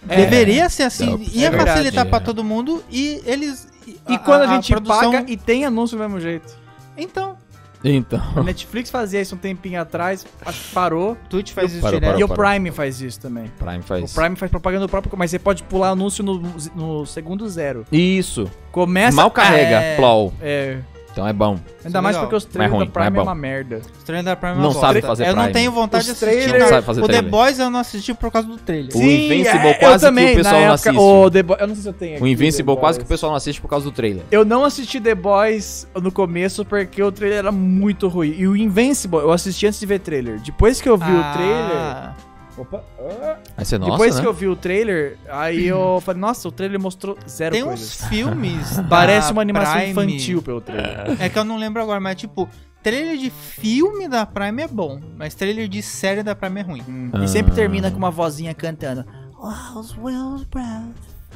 S3: Deveria ser assim,
S1: dá opção.
S3: ia
S1: É verdade,
S3: facilitar
S1: é.
S3: pra todo mundo e eles
S2: E quando a, gente paga e tem anúncio do mesmo jeito.
S3: então,
S1: Então.
S2: A Netflix fazia isso um tempinho atrás, acho que parou.
S3: Twitch faz isso
S1: Parou,
S3: direto.
S1: parou.
S2: e o Prime faz isso também.
S1: Prime faz.
S2: O Prime faz propaganda do próprio, mas você pode pular anúncio no, no segundo zero.
S1: Isso.
S2: Começa
S1: Mal carrega.
S3: é-
S1: Plow.
S2: É,
S1: Então é bom.
S2: ainda mais
S3: legal.
S2: porque os trailers da
S1: ruim, mas é
S2: Prime é,
S1: bom.
S2: uma merda.
S3: Os trailhos da Prime é uma
S1: Não
S3: bosta.
S1: sabe fazer
S3: Eu não
S1: Prime.
S3: tenho vontade de
S2: Os
S3: assistir.
S2: trailers-
S3: não.
S1: Não sabe fazer
S3: o The
S1: trailer.
S3: Boys eu não assisti por causa do trailer.
S1: O Invincible quase que o pessoal
S2: é, na época-
S1: não assiste.
S2: o The Boy- eu não sei se eu tenho aqui
S1: O Invincible
S2: The
S1: quase que o
S2: É Boys.
S1: pessoal não assiste por causa do trailer.
S2: Eu não assisti The Boys no começo porque o trailer era muito ruim. E o Invincible eu assisti antes de ver trailer. Depois que eu vi o trailer.
S3: Ah,
S2: Opa,
S1: Aí você, nossa,
S2: depois
S1: né?
S2: que eu vi o trailer, aí eu falei, nossa, o trailer mostrou zero
S3: Tem
S2: coisas.
S3: uns filmes. da
S2: Parece uma animação
S3: Prime.
S2: infantil pelo trailer.
S3: É que eu não lembro agora, mas tipo, trailer de filme da Prime é bom, mas trailer de série da Prime é ruim.
S1: Ah.
S2: E sempre termina com uma vozinha cantando.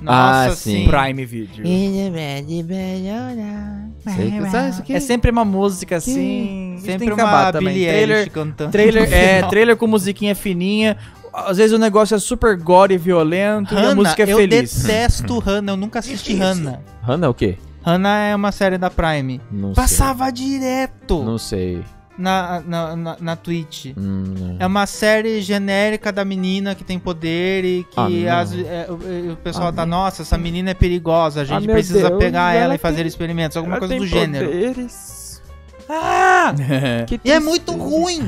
S1: Ah, sim.
S2: Prime Video. É sempre uma música assim. isso tem
S3: Sempre
S2: que
S3: uma
S2: acabar
S3: Billie
S2: também.
S3: Eilish
S2: Trailer,
S3: cantando.
S2: trailer, é,
S3: No final.
S2: trailer com musiquinha fininha. Às vezes o negócio é super gore e violento e a
S3: Hannah,
S2: música é
S3: eu
S2: feliz.
S3: detesto Hannah, eu nunca assisti Hannah.
S1: Hannah é o quê?
S3: Hannah é uma série da Prime.
S1: Não
S3: Passava direto
S1: sei. Não sei.
S3: na, na, na, na Twitch.
S1: Hum, não.
S3: É uma série genérica da menina que tem poder e
S1: Ah,
S3: que
S1: não.
S3: as- é, o- o pessoal
S1: Ah,
S3: tá, nossa, essa menina é perigosa, a gente
S1: meu
S3: precisa
S1: Deus,
S3: pegar
S1: ela
S3: ela, e fazer experimentos, alguma coisa do gênero. E é muito ruim.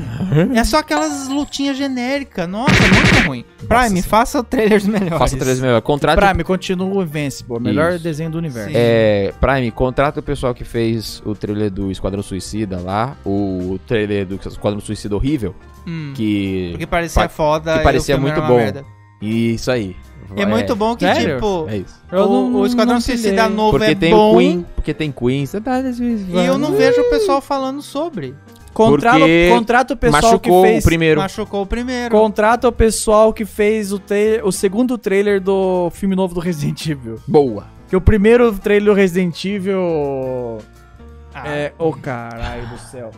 S3: É só aquelas lutinhas genéricas. Nossa, é muito ruim. Prime, faça trailers melhores.
S1: Faça três melhor. Contrato.
S2: Prime, continua o Invincible, o melhor
S1: Isso.
S2: desenho do universo.
S3: Sim.
S1: É, Prime, contrata o pessoal que fez o trailer do Esquadrão Suicida lá, o trailer do Esquadrão Suicida horrível,
S3: Hum,
S1: que.
S3: porque parecia
S1: pa-
S3: foda.
S1: que
S3: e o
S1: parecia
S3: filme
S1: muito
S3: era uma
S1: bom.
S3: merda.
S1: Isso aí.
S3: E é, muito bom que,
S2: Sério?
S3: tipo,
S1: É isso.
S2: Eu
S3: o,
S2: não-
S3: o Esquadrão
S2: não
S3: Suicida
S2: pilhei.
S3: novo
S1: Porque
S3: é
S1: tem
S3: bom.
S1: o Queen, porque tem Queen.
S3: E eu não vejo o pessoal falando sobre.
S2: Contrata,
S1: Porque
S2: contrata o pessoal
S1: Machucou
S2: que fez.
S1: o primeiro.
S3: Machucou o primeiro.
S2: Contrata o pessoal que fez o, trailer- o segundo trailer do filme novo do Resident Evil.
S1: Boa.
S2: Que o primeiro trailer do Resident Evil.
S3: Ah,
S2: É. Ô caralho do céu.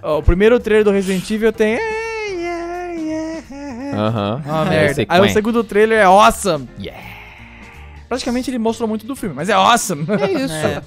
S2: Ó, o primeiro trailer do Resident Evil tem. "Ei, yeah, yeah".
S1: Aham.
S2: Uma
S1: É,
S2: merda.
S1: sei
S2: Aí o
S1: Queen.
S2: segundo trailer é awesome. Praticamente ele mostrou muito do filme, mas é awesome.
S1: É isso.
S3: É.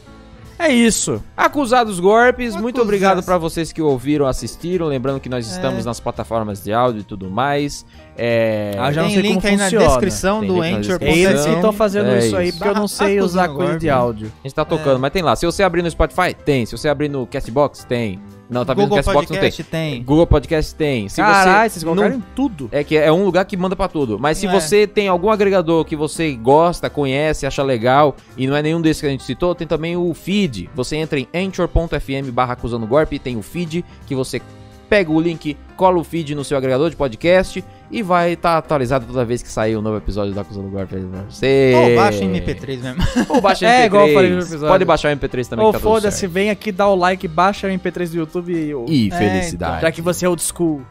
S2: É isso.
S1: Acusados golpes, muito
S3: Acusados. É.
S1: obrigado pra vocês que ouviram, assistiram. Lembrando que nós estamos nas plataformas de áudio e tudo mais. É...
S2: Ah, já não
S3: Tem
S2: sei como
S3: link aí na
S2: funciona.
S3: descrição
S1: Tem
S3: do
S1: link na
S3: Anchor.
S1: descrição.
S2: É eles que
S1: Então,
S2: estão fazendo
S1: é
S2: isso aí,
S1: isso.
S2: porque eu não sei
S3: Barra-
S2: usar
S3: acusando
S2: coisa de
S3: agora,
S2: áudio.
S1: A gente tá
S3: É.
S1: tocando, mas tem lá. Se você abrir no Spotify, tem. Se você abrir no Castbox, tem. Não, tá vendo no
S3: Google
S1: Castbox, não tem.
S3: Podcast tem.
S1: Google Podcast tem. Se
S2: Caralho,
S1: você
S2: vocês
S1: não-
S2: colocaram tudo.
S1: É que é um lugar que manda pra tudo. Mas se
S3: É.
S1: você tem algum agregador que você gosta, conhece, acha legal e não é nenhum desses que a gente citou, tem também o feed. Você entra em anchor.fm barra acusando golpe e tem o feed que você pega o link, cola o feed no seu agregador de podcast e vai estar atualizado toda vez que sair um novo episódio da Acusando Golpe aí pra você.
S3: Ou baixa em MP3 mesmo.
S1: Ou baixa em MP3.
S2: É, igual eu falei no episódio.
S1: Pode baixar o MP3 também
S2: Ô,
S1: que tá tudo
S2: foda-se,
S1: certo.
S2: vem aqui, dá o like, baixa o MP3 do YouTube e... o-
S1: E
S3: É,
S1: felicidade.
S2: Já que você é old school.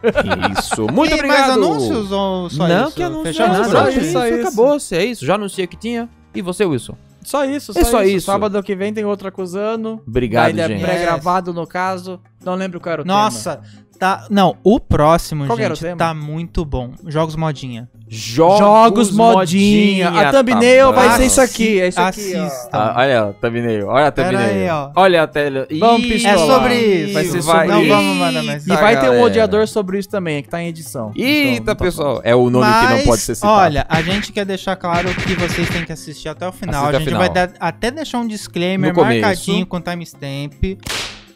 S1: Isso. Muito
S3: Tem
S1: obrigado.
S3: mais anúncios ou só
S1: não,
S3: isso?
S1: que anúncio
S3: Fechamos
S1: não é
S3: por
S1: nada.
S2: hoje?
S1: Isso,
S2: Só isso.
S1: acabou, é isso. Já anunciei o que tinha. E você, Wilson?
S2: Só isso, só,
S1: É só
S2: isso.
S1: isso.
S2: Sábado que vem tem outro acusando.
S1: Obrigado,
S2: Ainda é
S1: gente.
S2: pré-gravado, no caso.
S6: Não lembro qual era o
S3: Nossa, tá. Não, o próximo,
S6: Qual que era o
S3: gente,
S6: tema?
S3: tá muito bom. Jogos modinha.
S1: Jogos, tá
S6: Jogos modinha. A thumbnail vai
S1: bom.
S6: ser isso aqui. É isso aqui. ó.
S3: Assista.
S1: Ah, olha, a thumbnail. Olha a
S3: Pera
S1: thumbnail.
S3: aí, ó.
S1: Olha a tela. Ih,
S6: Vamos pistolar.
S3: É sobre isso.
S1: Vai ser
S3: Vai-
S1: sobre
S3: Não
S1: isso.
S3: vamos mandar mais.
S6: E vai ter um
S1: galera.
S6: odiador sobre isso também, que tá em edição.
S1: Eita,
S6: Então, não tá
S1: pessoal. É o nome que não pode ser citado.
S3: Olha, a gente quer deixar claro que vocês têm que assistir até o final.
S1: Assista
S3: a gente
S1: ao
S3: vai
S1: final.
S3: dar- até deixar um disclaimer
S1: No começo.
S3: marcadinho com timestamp.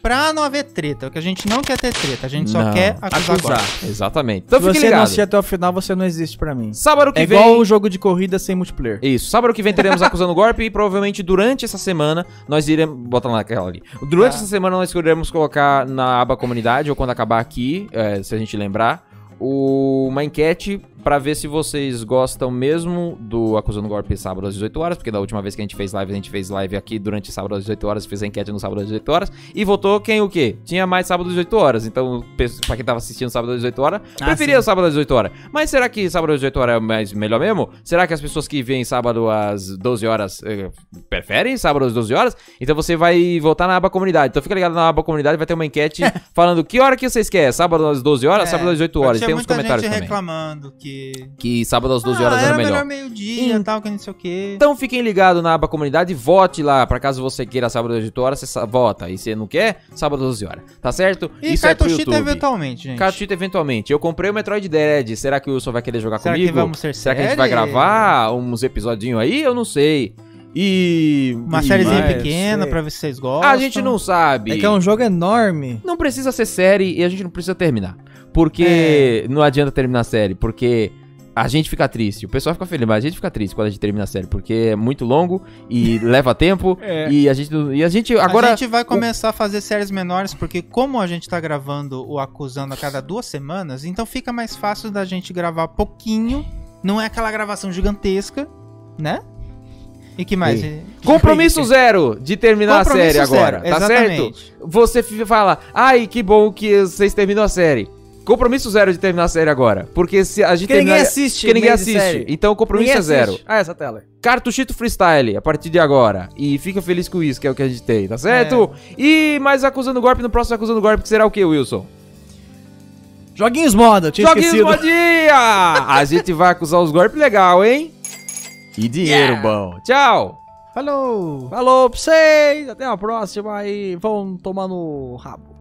S3: Pra não haver treta, porque a gente não quer ter treta, a gente só
S1: Não.
S3: quer acusar.
S6: Acusar.
S3: agora.
S1: Exatamente. Então
S6: Se
S1: fique
S6: você não
S1: ligado.
S6: assistir até o final, você não existe pra mim.
S1: Sábado que
S6: É
S1: vem.
S6: igual um jogo de corrida sem multiplayer.
S1: Isso. Sábado que vem teremos acusando golpe e provavelmente durante essa semana nós iremos. Bota lá aquela ali. Durante essa semana nós iremos colocar na aba comunidade ou quando acabar aqui, eh, se a gente lembrar, o- uma enquete pra ver se vocês gostam mesmo do acusando golpe sábado às 18 horas, porque da última vez que a gente fez live, a gente fez live aqui durante sábado às 18 horas, fez a enquete no sábado às 18 horas e votou quem o quê? Tinha mais sábado às 18 horas. Então, pe- pra quem tava assistindo sábado às 18 horas, preferia o sábado às 18 horas. Mas será que sábado às 18 horas é mais melhor mesmo? Será que as pessoas que vêm sábado às 12 horas eh, preferem sábado às 12 horas? Então você vai votar na aba comunidade. Então fica ligado na aba comunidade, vai ter uma enquete falando que hora que vocês querem, sábado às 12 horas,
S3: É,
S1: sábado às 18
S3: Porque
S1: horas.
S3: tinha
S1: Tem uns
S3: muita
S1: comentários
S3: gente
S1: também.
S3: reclamando que.
S1: Que sábado às 12
S3: Ah,
S1: horas era,
S3: era
S1: melhor.
S3: meio-dia e tal, que não sei o quê.
S1: Então fiquem ligados na aba comunidade, vote lá. Pra caso você queira sábado às 18 horas, você sa- vota. E se não quer, sábado às 12 horas. Tá certo?
S3: E
S1: Isso é pro
S3: cartuchita
S1: YouTube.
S3: eventualmente, gente.
S1: Cartuchito eventualmente. Eu comprei o Metroid Dread. Será que o Wilson vai querer jogar
S3: Será
S1: comigo?
S3: que vamos ser
S1: Será que a gente vai
S3: série?
S1: gravar uns episodinhos aí? Eu não sei. E.
S3: Uma
S1: e
S3: sériezinha
S1: mais?
S3: pequena
S6: sei.
S3: pra ver se vocês gostam.
S1: A gente não sabe.
S6: É que é um jogo enorme.
S1: Não precisa ser série e a gente não precisa terminar.
S6: É.
S1: Porque não adianta terminar a série, porque a gente fica triste. O pessoal fica feliz, mas a gente fica triste quando a gente termina a série, porque é muito longo e leva tempo.
S6: É.
S1: E a gente. não- E a gente agora.
S3: a gente vai começar a fazer séries menores, porque como a gente tá gravando o Acusando a cada duas semanas, então fica mais fácil da gente gravar pouquinho. Não é aquela gravação gigantesca, né? E que mais?
S1: Compromisso zero de terminar a série agora, tá certo?
S3: certo?
S1: você fi- fala, ai, que bom que vocês terminam a série. Compromisso zero de terminar a série agora. Porque se a gente
S6: Porque ninguém
S1: terminar-
S6: assiste.
S1: Porque ninguém
S6: meio de
S1: assiste.
S6: série.
S1: Então o compromisso
S6: Ninguém
S1: é zero.
S6: assiste. Ah, essa tela.
S1: Cartuchito Freestyle, a partir de agora. E fica feliz com isso, que é o que a gente tem, tá certo?
S6: É.
S1: E mais acusando golpe no próximo acusando golpe, que será o que, Wilson?
S6: Joguinhos moda, tipo. eu tinha
S1: Joguinhos
S6: esquecido.
S1: modinha! a gente vai acusar os golpes legal, hein? E dinheiro bom. Tchau!
S3: Falou!
S6: Falou pra vocês, até a próxima e vão tomar no rabo.